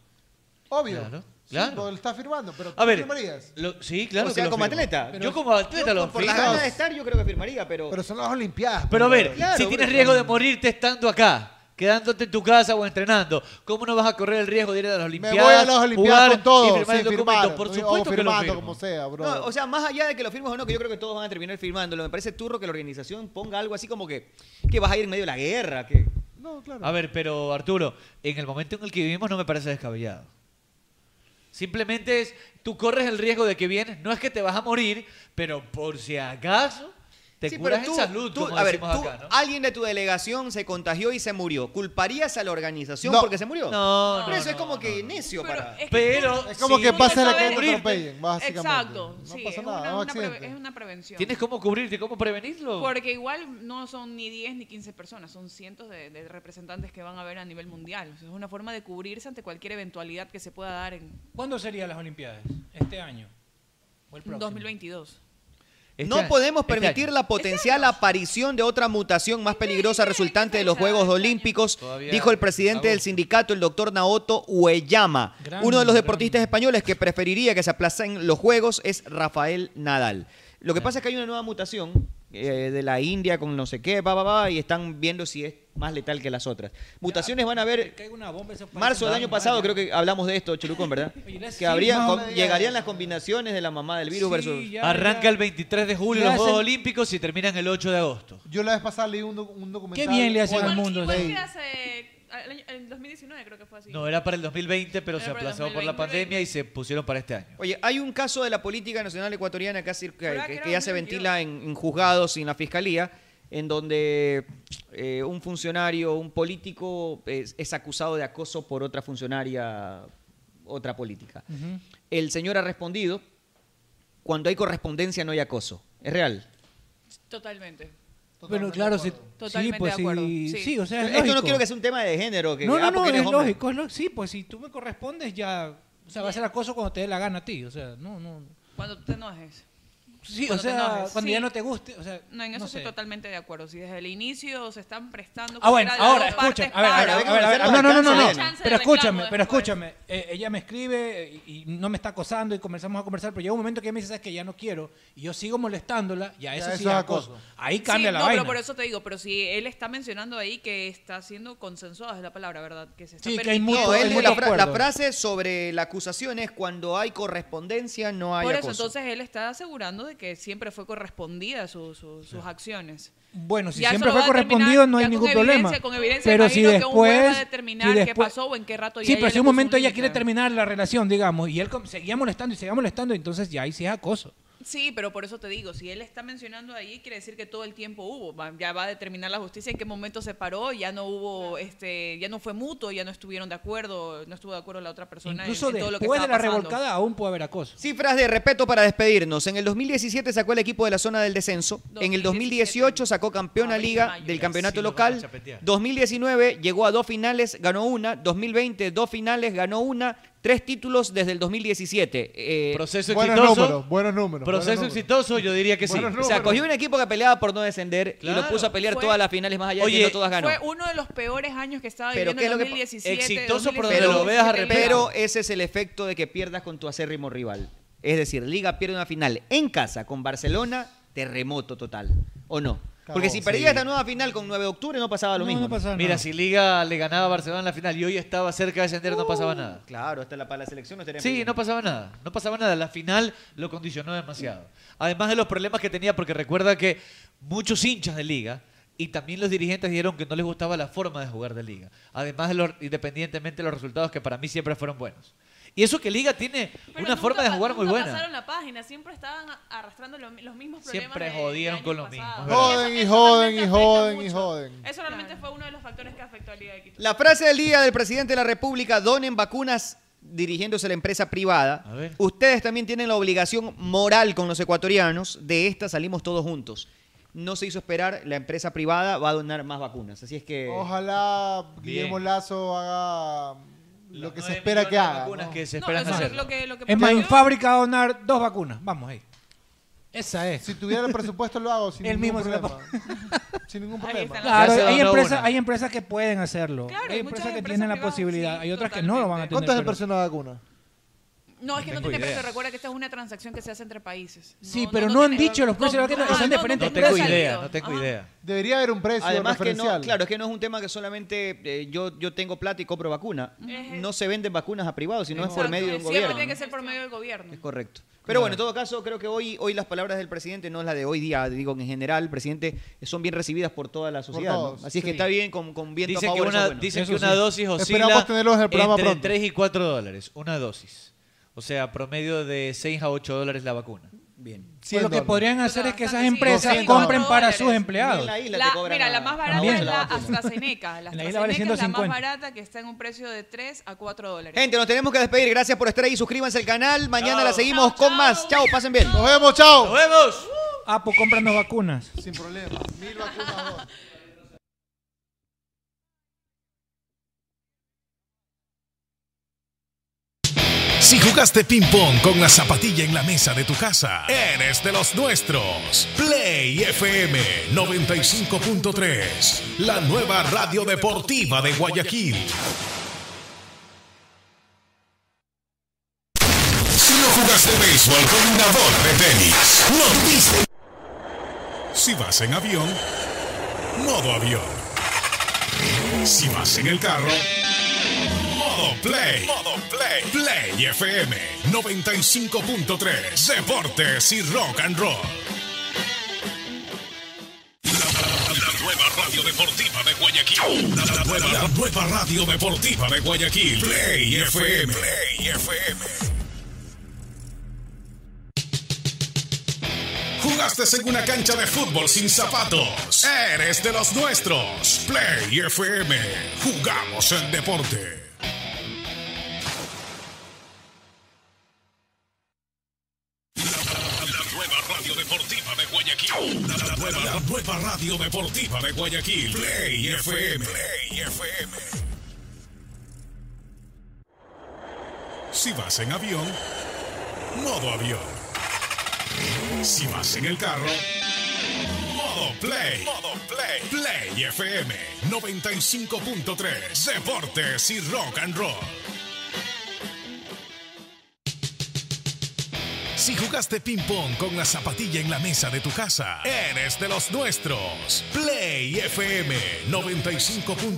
Speaker 4: Obvio.
Speaker 2: Claro,
Speaker 4: Sí, pues,
Speaker 2: claro.
Speaker 4: lo está firmando, pero
Speaker 2: A
Speaker 4: ¿tú
Speaker 2: ver,
Speaker 4: firmarías?
Speaker 2: lo- sí,
Speaker 5: O
Speaker 2: claro.
Speaker 5: sea,
Speaker 2: que lo
Speaker 5: como
Speaker 2: firmo.
Speaker 5: atleta.
Speaker 2: Yo como atleta lo
Speaker 5: Por las
Speaker 2: firmo.
Speaker 5: ganas de estar yo creo que firmaría, pero...
Speaker 4: Pero son las Olimpiadas. pues,
Speaker 2: Pero a ver,
Speaker 5: Claro,
Speaker 2: si tienes
Speaker 5: bro.
Speaker 2: riesgo de morirte estando acá, quedándote en tu casa o entrenando, ¿cómo no vas a correr el riesgo de ir a las
Speaker 4: Me
Speaker 2: Olimpiadas?
Speaker 4: voy a las Olimpiadas
Speaker 2: jugar
Speaker 4: con todo.
Speaker 2: y firmar el
Speaker 4: sin
Speaker 2: documento?
Speaker 4: firmar,
Speaker 2: Por
Speaker 4: o
Speaker 2: supuesto que lo
Speaker 4: firmando,
Speaker 2: firmo.
Speaker 4: como sea, bro.
Speaker 5: No, o sea, más allá de que lo firmes o no, que yo creo que todos van a terminar firmándolo, me parece turro que la organización ponga algo así como que, que vas a ir en medio de la guerra, que...
Speaker 4: No, claro.
Speaker 2: A ver, pero Arturo, en el momento en el que vivimos no me parece descabellado. Simplemente es, tú corres el riesgo de que vienes, no es que te vas a morir, pero por si acaso te
Speaker 5: Sí,
Speaker 2: curas
Speaker 5: pero
Speaker 2: en salud,
Speaker 5: tú-
Speaker 2: como
Speaker 5: a ver,
Speaker 2: decimos
Speaker 5: tú-
Speaker 2: acá, ¿no?
Speaker 5: alguien de tu delegación se contagió y se murió. ¿Culparías a la organización
Speaker 2: No.
Speaker 5: porque se murió?
Speaker 2: No,
Speaker 5: Por
Speaker 2: no,
Speaker 5: eso es como que necio para...
Speaker 2: Pero
Speaker 4: es como
Speaker 2: si
Speaker 4: que
Speaker 2: tú
Speaker 4: pasa
Speaker 2: no
Speaker 4: la que
Speaker 2: sabes
Speaker 4: te
Speaker 2: morirte,
Speaker 4: atropellen, básicamente.
Speaker 8: Exacto.
Speaker 4: No
Speaker 8: sí,
Speaker 4: pasa
Speaker 8: es
Speaker 4: nada,
Speaker 8: una-
Speaker 4: un
Speaker 8: una preve-
Speaker 4: accidente.
Speaker 8: es una prevención.
Speaker 2: Tienes cómo cubrirte, cómo prevenirlo.
Speaker 8: Porque igual no son ni 10 ni 15 personas, son cientos de, de representantes que van a ver a nivel mundial. O sea, es una forma de cubrirse ante cualquier eventualidad que se pueda dar en
Speaker 9: ¿Cuándo serían las Olimpiadas? ¿Este año? ¿O el próximo?
Speaker 8: 2022.
Speaker 2: Este
Speaker 5: no podemos permitir la potencial aparición de otra mutación más peligrosa resultante de los Juegos Olímpicos, dijo el presidente del sindicato, el doctor Naoto Ueyama.
Speaker 9: Gran,
Speaker 5: Uno de los
Speaker 9: gran.
Speaker 5: deportistas españoles que preferiría que se aplacen los Juegos es Rafael Nadal. Lo que pasa es que hay una nueva mutación eh, de la India con no sé qué, va, va, va, y están viendo si es más letal que las otras. Mutaciones van a haber...
Speaker 9: Caiga una bomba, eso parece
Speaker 5: Marzo del
Speaker 9: una
Speaker 5: año
Speaker 9: bomba.
Speaker 5: pasado creo que hablamos de esto, Cholucón, ¿verdad?
Speaker 9: Oye, les-
Speaker 5: Que habría,
Speaker 9: sí, más o
Speaker 5: com-
Speaker 9: menos.
Speaker 5: llegarían las combinaciones de la mamá del virus
Speaker 9: Sí,
Speaker 5: versus...
Speaker 9: ya,
Speaker 2: Arranca el 23 de julio
Speaker 4: Le
Speaker 2: los Juegos
Speaker 4: hacen-
Speaker 2: Olímpicos y terminan el 8 de agosto.
Speaker 4: Yo la vez pasada leí un, doc- un documental.
Speaker 9: bien le hacen
Speaker 4: Bueno,
Speaker 9: al mundo,
Speaker 4: sí.
Speaker 19: Igual que hace... al año- En 2019 creo que fue así.
Speaker 2: No, era para el 2020, pero
Speaker 19: Era
Speaker 2: se
Speaker 19: para el
Speaker 2: aplazó por la
Speaker 19: 2020.
Speaker 2: pandemia y se pusieron para este año.
Speaker 5: Oye, hay un caso de la política nacional ecuatoriana que, ha cir- que-
Speaker 19: ¿Verdad
Speaker 5: que-
Speaker 19: que
Speaker 5: que
Speaker 19: era
Speaker 5: ya se
Speaker 19: 2022?
Speaker 5: ventila en, en juzgados y en la fiscalía, en donde eh, un funcionario, un político es, es acusado de acoso por otra funcionaria, otra política.
Speaker 9: Ujú.
Speaker 5: El señor ha respondido, cuando hay correspondencia no hay acoso. Es real.
Speaker 8: Totalmente.
Speaker 9: Bueno, claro, sí.
Speaker 8: Totalmente
Speaker 9: sí, pues,
Speaker 8: de acuerdo.
Speaker 9: Sí,
Speaker 8: Sí.
Speaker 9: sí, o sea, es
Speaker 5: Esto no
Speaker 9: lógico.
Speaker 5: quiero que sea un tema de género. Que,
Speaker 9: No,
Speaker 5: ah,
Speaker 9: no, no,
Speaker 5: porque
Speaker 9: es
Speaker 5: eres hombre.
Speaker 9: lógico, es lógico. Sí, pues si tú me correspondes ya, o sea, va a ser acoso cuando te dé la gana a ti, o sea, no, no.
Speaker 8: Cuando tú te enojes.
Speaker 9: Pues Sí, o
Speaker 8: Cuando te
Speaker 9: sea,
Speaker 8: enojes,
Speaker 9: cuando
Speaker 8: sí.
Speaker 9: ya no te guste, o sea,
Speaker 8: No, en eso
Speaker 9: no
Speaker 8: estoy
Speaker 9: sé.
Speaker 8: totalmente de acuerdo. Si desde el inicio se están prestando.
Speaker 9: Ah, bueno,
Speaker 8: cualquiera de
Speaker 9: ahora
Speaker 8: las dos
Speaker 9: escucha,
Speaker 8: partes
Speaker 9: a ver, a ver,
Speaker 8: para-
Speaker 9: a ver, a ver,
Speaker 5: Hay que
Speaker 9: no, no, no, no,
Speaker 5: conocer
Speaker 9: no,
Speaker 5: los alcances
Speaker 9: pero
Speaker 5: del
Speaker 9: escúchame,
Speaker 5: reclamo
Speaker 9: pero
Speaker 5: después.
Speaker 9: escúchame, Eh, ella me escribe y, y no me está acosando y comenzamos a conversar, pero llega un momento que ella me dice, sabes que ya no quiero, y yo sigo molestándola, ya, eso, sí es acoso. Ahí cambia
Speaker 8: Sí,
Speaker 9: la
Speaker 8: no,
Speaker 9: vaina.
Speaker 8: pero por eso te digo, pero si él está mencionando ahí que está siendo consensuado, es la palabra, ¿verdad? Que se está
Speaker 9: Sí, que hay mucho-
Speaker 8: permitiendo.
Speaker 5: No,
Speaker 9: hay
Speaker 5: él-
Speaker 9: mucho
Speaker 5: la, fra- la
Speaker 9: acuerdo.
Speaker 5: frase sobre la acusación es cuando hay correspondencia no hay
Speaker 8: Por eso,
Speaker 5: acoso.
Speaker 8: entonces
Speaker 9: pues.
Speaker 8: él está asegurando de que siempre fue correspondida su- su- sus acciones.
Speaker 9: Bueno, si
Speaker 8: Ya
Speaker 9: siempre
Speaker 8: eso lo
Speaker 9: fue
Speaker 8: va a determinar
Speaker 9: correspondido no hay
Speaker 8: ya con
Speaker 9: ningún
Speaker 8: evidencia,
Speaker 9: problema.
Speaker 8: con evidencia,
Speaker 9: pero si
Speaker 8: imagino que un juez va a
Speaker 9: después,
Speaker 8: determinar
Speaker 9: si
Speaker 8: qué
Speaker 9: después-
Speaker 8: pasó o en qué rato ya
Speaker 9: Sí,
Speaker 8: ella
Speaker 9: pero si
Speaker 8: le
Speaker 9: en un
Speaker 8: puso un
Speaker 9: momento ella
Speaker 8: límite.
Speaker 9: quiere terminar la relación, digamos, y él com- seguía molestando y seguía molestando, entonces ya ahí sí es acoso.
Speaker 8: Sí, pero por eso te digo, si él está mencionando ahí, quiere decir que todo el tiempo hubo. Va- Ya va a determinar la justicia en qué momento se paró, ya no hubo, este, ya no fue mutuo, ya no estuvieron de acuerdo, no estuvo de acuerdo la otra persona en-
Speaker 9: Incluso
Speaker 8: en, todo lo que
Speaker 9: después de la
Speaker 8: estaba pasando.
Speaker 9: revolcada aún puede haber acoso.
Speaker 5: Cifras de respeto para despedirnos. En el 2017 sacó el equipo de la zona del descenso. En el 2018 sacó campeona liga del campeonato local. 2019 llegó a dos finales, ganó una. 2020 dos finales, ganó una. Tres títulos desde el 2017. Eh,
Speaker 2: Proceso
Speaker 4: Buenos
Speaker 2: exitoso.
Speaker 4: números, buenos números.
Speaker 2: Proceso
Speaker 4: buenos números.
Speaker 2: exitoso, yo diría que sí.
Speaker 4: Buenos
Speaker 5: O sea, cogió un equipo que peleaba por no descender y lo
Speaker 2: Claro.
Speaker 5: puso a pelear
Speaker 2: Fue-
Speaker 5: todas las finales más allá de
Speaker 2: Oye,
Speaker 5: que no todas ganó.
Speaker 8: Fue uno de los peores años que estaba
Speaker 5: Pero
Speaker 8: viviendo
Speaker 5: ¿qué es
Speaker 8: en
Speaker 5: lo que pa-
Speaker 8: 2017.
Speaker 2: Exitoso por
Speaker 8: 2020,
Speaker 2: donde lo veas
Speaker 8: 2017.
Speaker 2: arrepentir.
Speaker 5: Pero ese es el efecto de que pierdas con tu acérrimo rival. Es decir, Liga pierde una final en casa con Barcelona, terremoto total. ¿O no? Porque si perdías esta nueva final con 9 de octubre no pasaba lo mismo.
Speaker 2: Mira, si Liga le ganaba a Barcelona en la final y hoy estaba cerca de ascender, no pasaba nada.
Speaker 5: Claro, hasta la, para la selección no estaría
Speaker 2: Sí, no pasaba nada. No pasaba nada. La final lo condicionó demasiado. Además de los problemas que tenía, porque recuerda que muchos hinchas de liga y también los dirigentes dijeron que no les gustaba la forma de jugar de liga. Además de los, independientemente de los resultados que para mí siempre fueron buenos. Y eso que liga tiene
Speaker 19: Pero
Speaker 2: una
Speaker 19: nunca
Speaker 2: forma de
Speaker 19: pa-
Speaker 2: jugar muy
Speaker 19: nunca
Speaker 2: buena.
Speaker 19: pasaron la página, siempre estaban a- arrastrando lo- los mismos problemas.
Speaker 2: Siempre
Speaker 19: de- de
Speaker 2: jodieron
Speaker 19: años
Speaker 2: con lo
Speaker 19: pasados.
Speaker 2: mismo,
Speaker 4: Joden y joden y joden y joden.
Speaker 19: Eso realmente fue uno de los factores que afectó a Liga de Quito.
Speaker 5: La frase del día del presidente de la República, donen vacunas dirigiéndose a la empresa privada. Ustedes también tienen la obligación moral con los ecuatorianos, de esta salimos todos juntos. No se hizo esperar, la empresa privada va a donar más vacunas. Así es que...
Speaker 4: Ojalá
Speaker 5: Bien.
Speaker 4: Guillermo Lazo haga lo que se
Speaker 5: nueve
Speaker 4: espera que
Speaker 5: millones de
Speaker 4: haga.
Speaker 5: vacunas
Speaker 4: ¿no?
Speaker 5: que se
Speaker 9: No, esperan eso es hacer.
Speaker 8: lo que- lo que
Speaker 9: Es más,
Speaker 4: Yo-
Speaker 9: en fábrica a donar dos vacunas. Vamos ahí. Esa es.
Speaker 4: Si tuviera el presupuesto lo hago sin
Speaker 9: Él
Speaker 4: ningún
Speaker 9: mismo se la
Speaker 4: problema. sin ningún problema. Ya
Speaker 9: Claro,
Speaker 4: se
Speaker 9: hay
Speaker 4: donó
Speaker 9: empresas,
Speaker 4: una.
Speaker 9: hay empresas que pueden hacerlo. hay empresas que tienen la posibilidad. hay otras que no lo van a tener.
Speaker 4: ¿Cuántas
Speaker 9: pero-
Speaker 4: empresas no vacuna?
Speaker 8: No, es que no
Speaker 9: Tengo
Speaker 8: tiene
Speaker 9: idea.
Speaker 8: precio. Recuerda que esta es una transacción que se hace entre países.
Speaker 9: Sí, pero no, han dicho los precios de la vacuna, que son diferentes empresas.
Speaker 2: idea.
Speaker 4: Debería haber un precio
Speaker 5: Además que no,
Speaker 4: referencial.
Speaker 5: claro, es que no es un tema que solamente eh, yo, yo tengo plata y compro vacuna.
Speaker 8: Ujú.
Speaker 5: No se venden vacunas a privados, sino es por
Speaker 8: Exacto,
Speaker 5: medio de un
Speaker 8: Siempre
Speaker 5: gobierno.
Speaker 8: tiene que ser por medio del gobierno.
Speaker 5: Es correcto. Pero bueno, en todo caso, creo que hoy, hoy las palabras del presidente, no las de hoy día, digo en general, presidente, son bien recibidas por toda la sociedad. ¿no?
Speaker 2: todos,
Speaker 5: Así es que
Speaker 2: sí.
Speaker 5: está bien con, con viento
Speaker 2: Dicen
Speaker 5: a
Speaker 2: que
Speaker 5: favor. eso
Speaker 2: una,
Speaker 5: es bueno.
Speaker 2: dicen que una dosis oscila entre 3 y 4 dólares. Una dosis. O sea, promedio de 6 a 8 dólares la vacuna.
Speaker 5: Bien.
Speaker 9: Pues lo que podrían hacer es que esas empresas
Speaker 2: 200
Speaker 9: compren para sus empleados.
Speaker 8: La, mira, la más barata
Speaker 9: También.
Speaker 8: es la AstraZeneca. La
Speaker 9: En la isla
Speaker 8: AstraZeneca
Speaker 9: vale
Speaker 8: es la más
Speaker 5: 150.
Speaker 8: barata que está en un precio de 3 a 4 dólares.
Speaker 5: Gente, nos tenemos que despedir. Gracias por estar ahí. Suscríbanse al canal. Mañana
Speaker 8: Chao.
Speaker 5: la seguimos con más. Chao, pasen bien. Nos
Speaker 4: vemos, chao.
Speaker 2: Nos vemos.
Speaker 9: Apo, cómpranos vacunas.
Speaker 4: Sin problema. Mil vacunas dos.
Speaker 16: Si jugaste ping-pong con la zapatilla en la mesa de tu casa, eres de los nuestros. Play FM 95.3, la nueva radio deportiva de Guayaquil. Si no jugaste béisbol con una bola de tenis, no diste. Si vas en avión, modo avión. Si vas en el carro, modo play. Modo play. Play FM 95.3. Deportes y rock and roll. La nueva radio deportiva de Guayaquil. La, la nueva, la nueva radio deportiva de Guayaquil. Play FM. Play FM. Jugaste en una cancha de fútbol sin zapatos. Eres de los nuestros. Play FM. Jugamos el deporte. La nueva radio deportiva de Guayaquil. La, la nueva, la nueva radio deportiva de Guayaquil. Play FM. Play FM. Si vas en avión, modo avión. Si vas en el carro, modo play. Modo play. Play FM 95.3. Deportes y rock and roll. Si jugaste ping-pong con la zapatilla en la mesa de tu casa, eres de los nuestros. Play FM 95.3.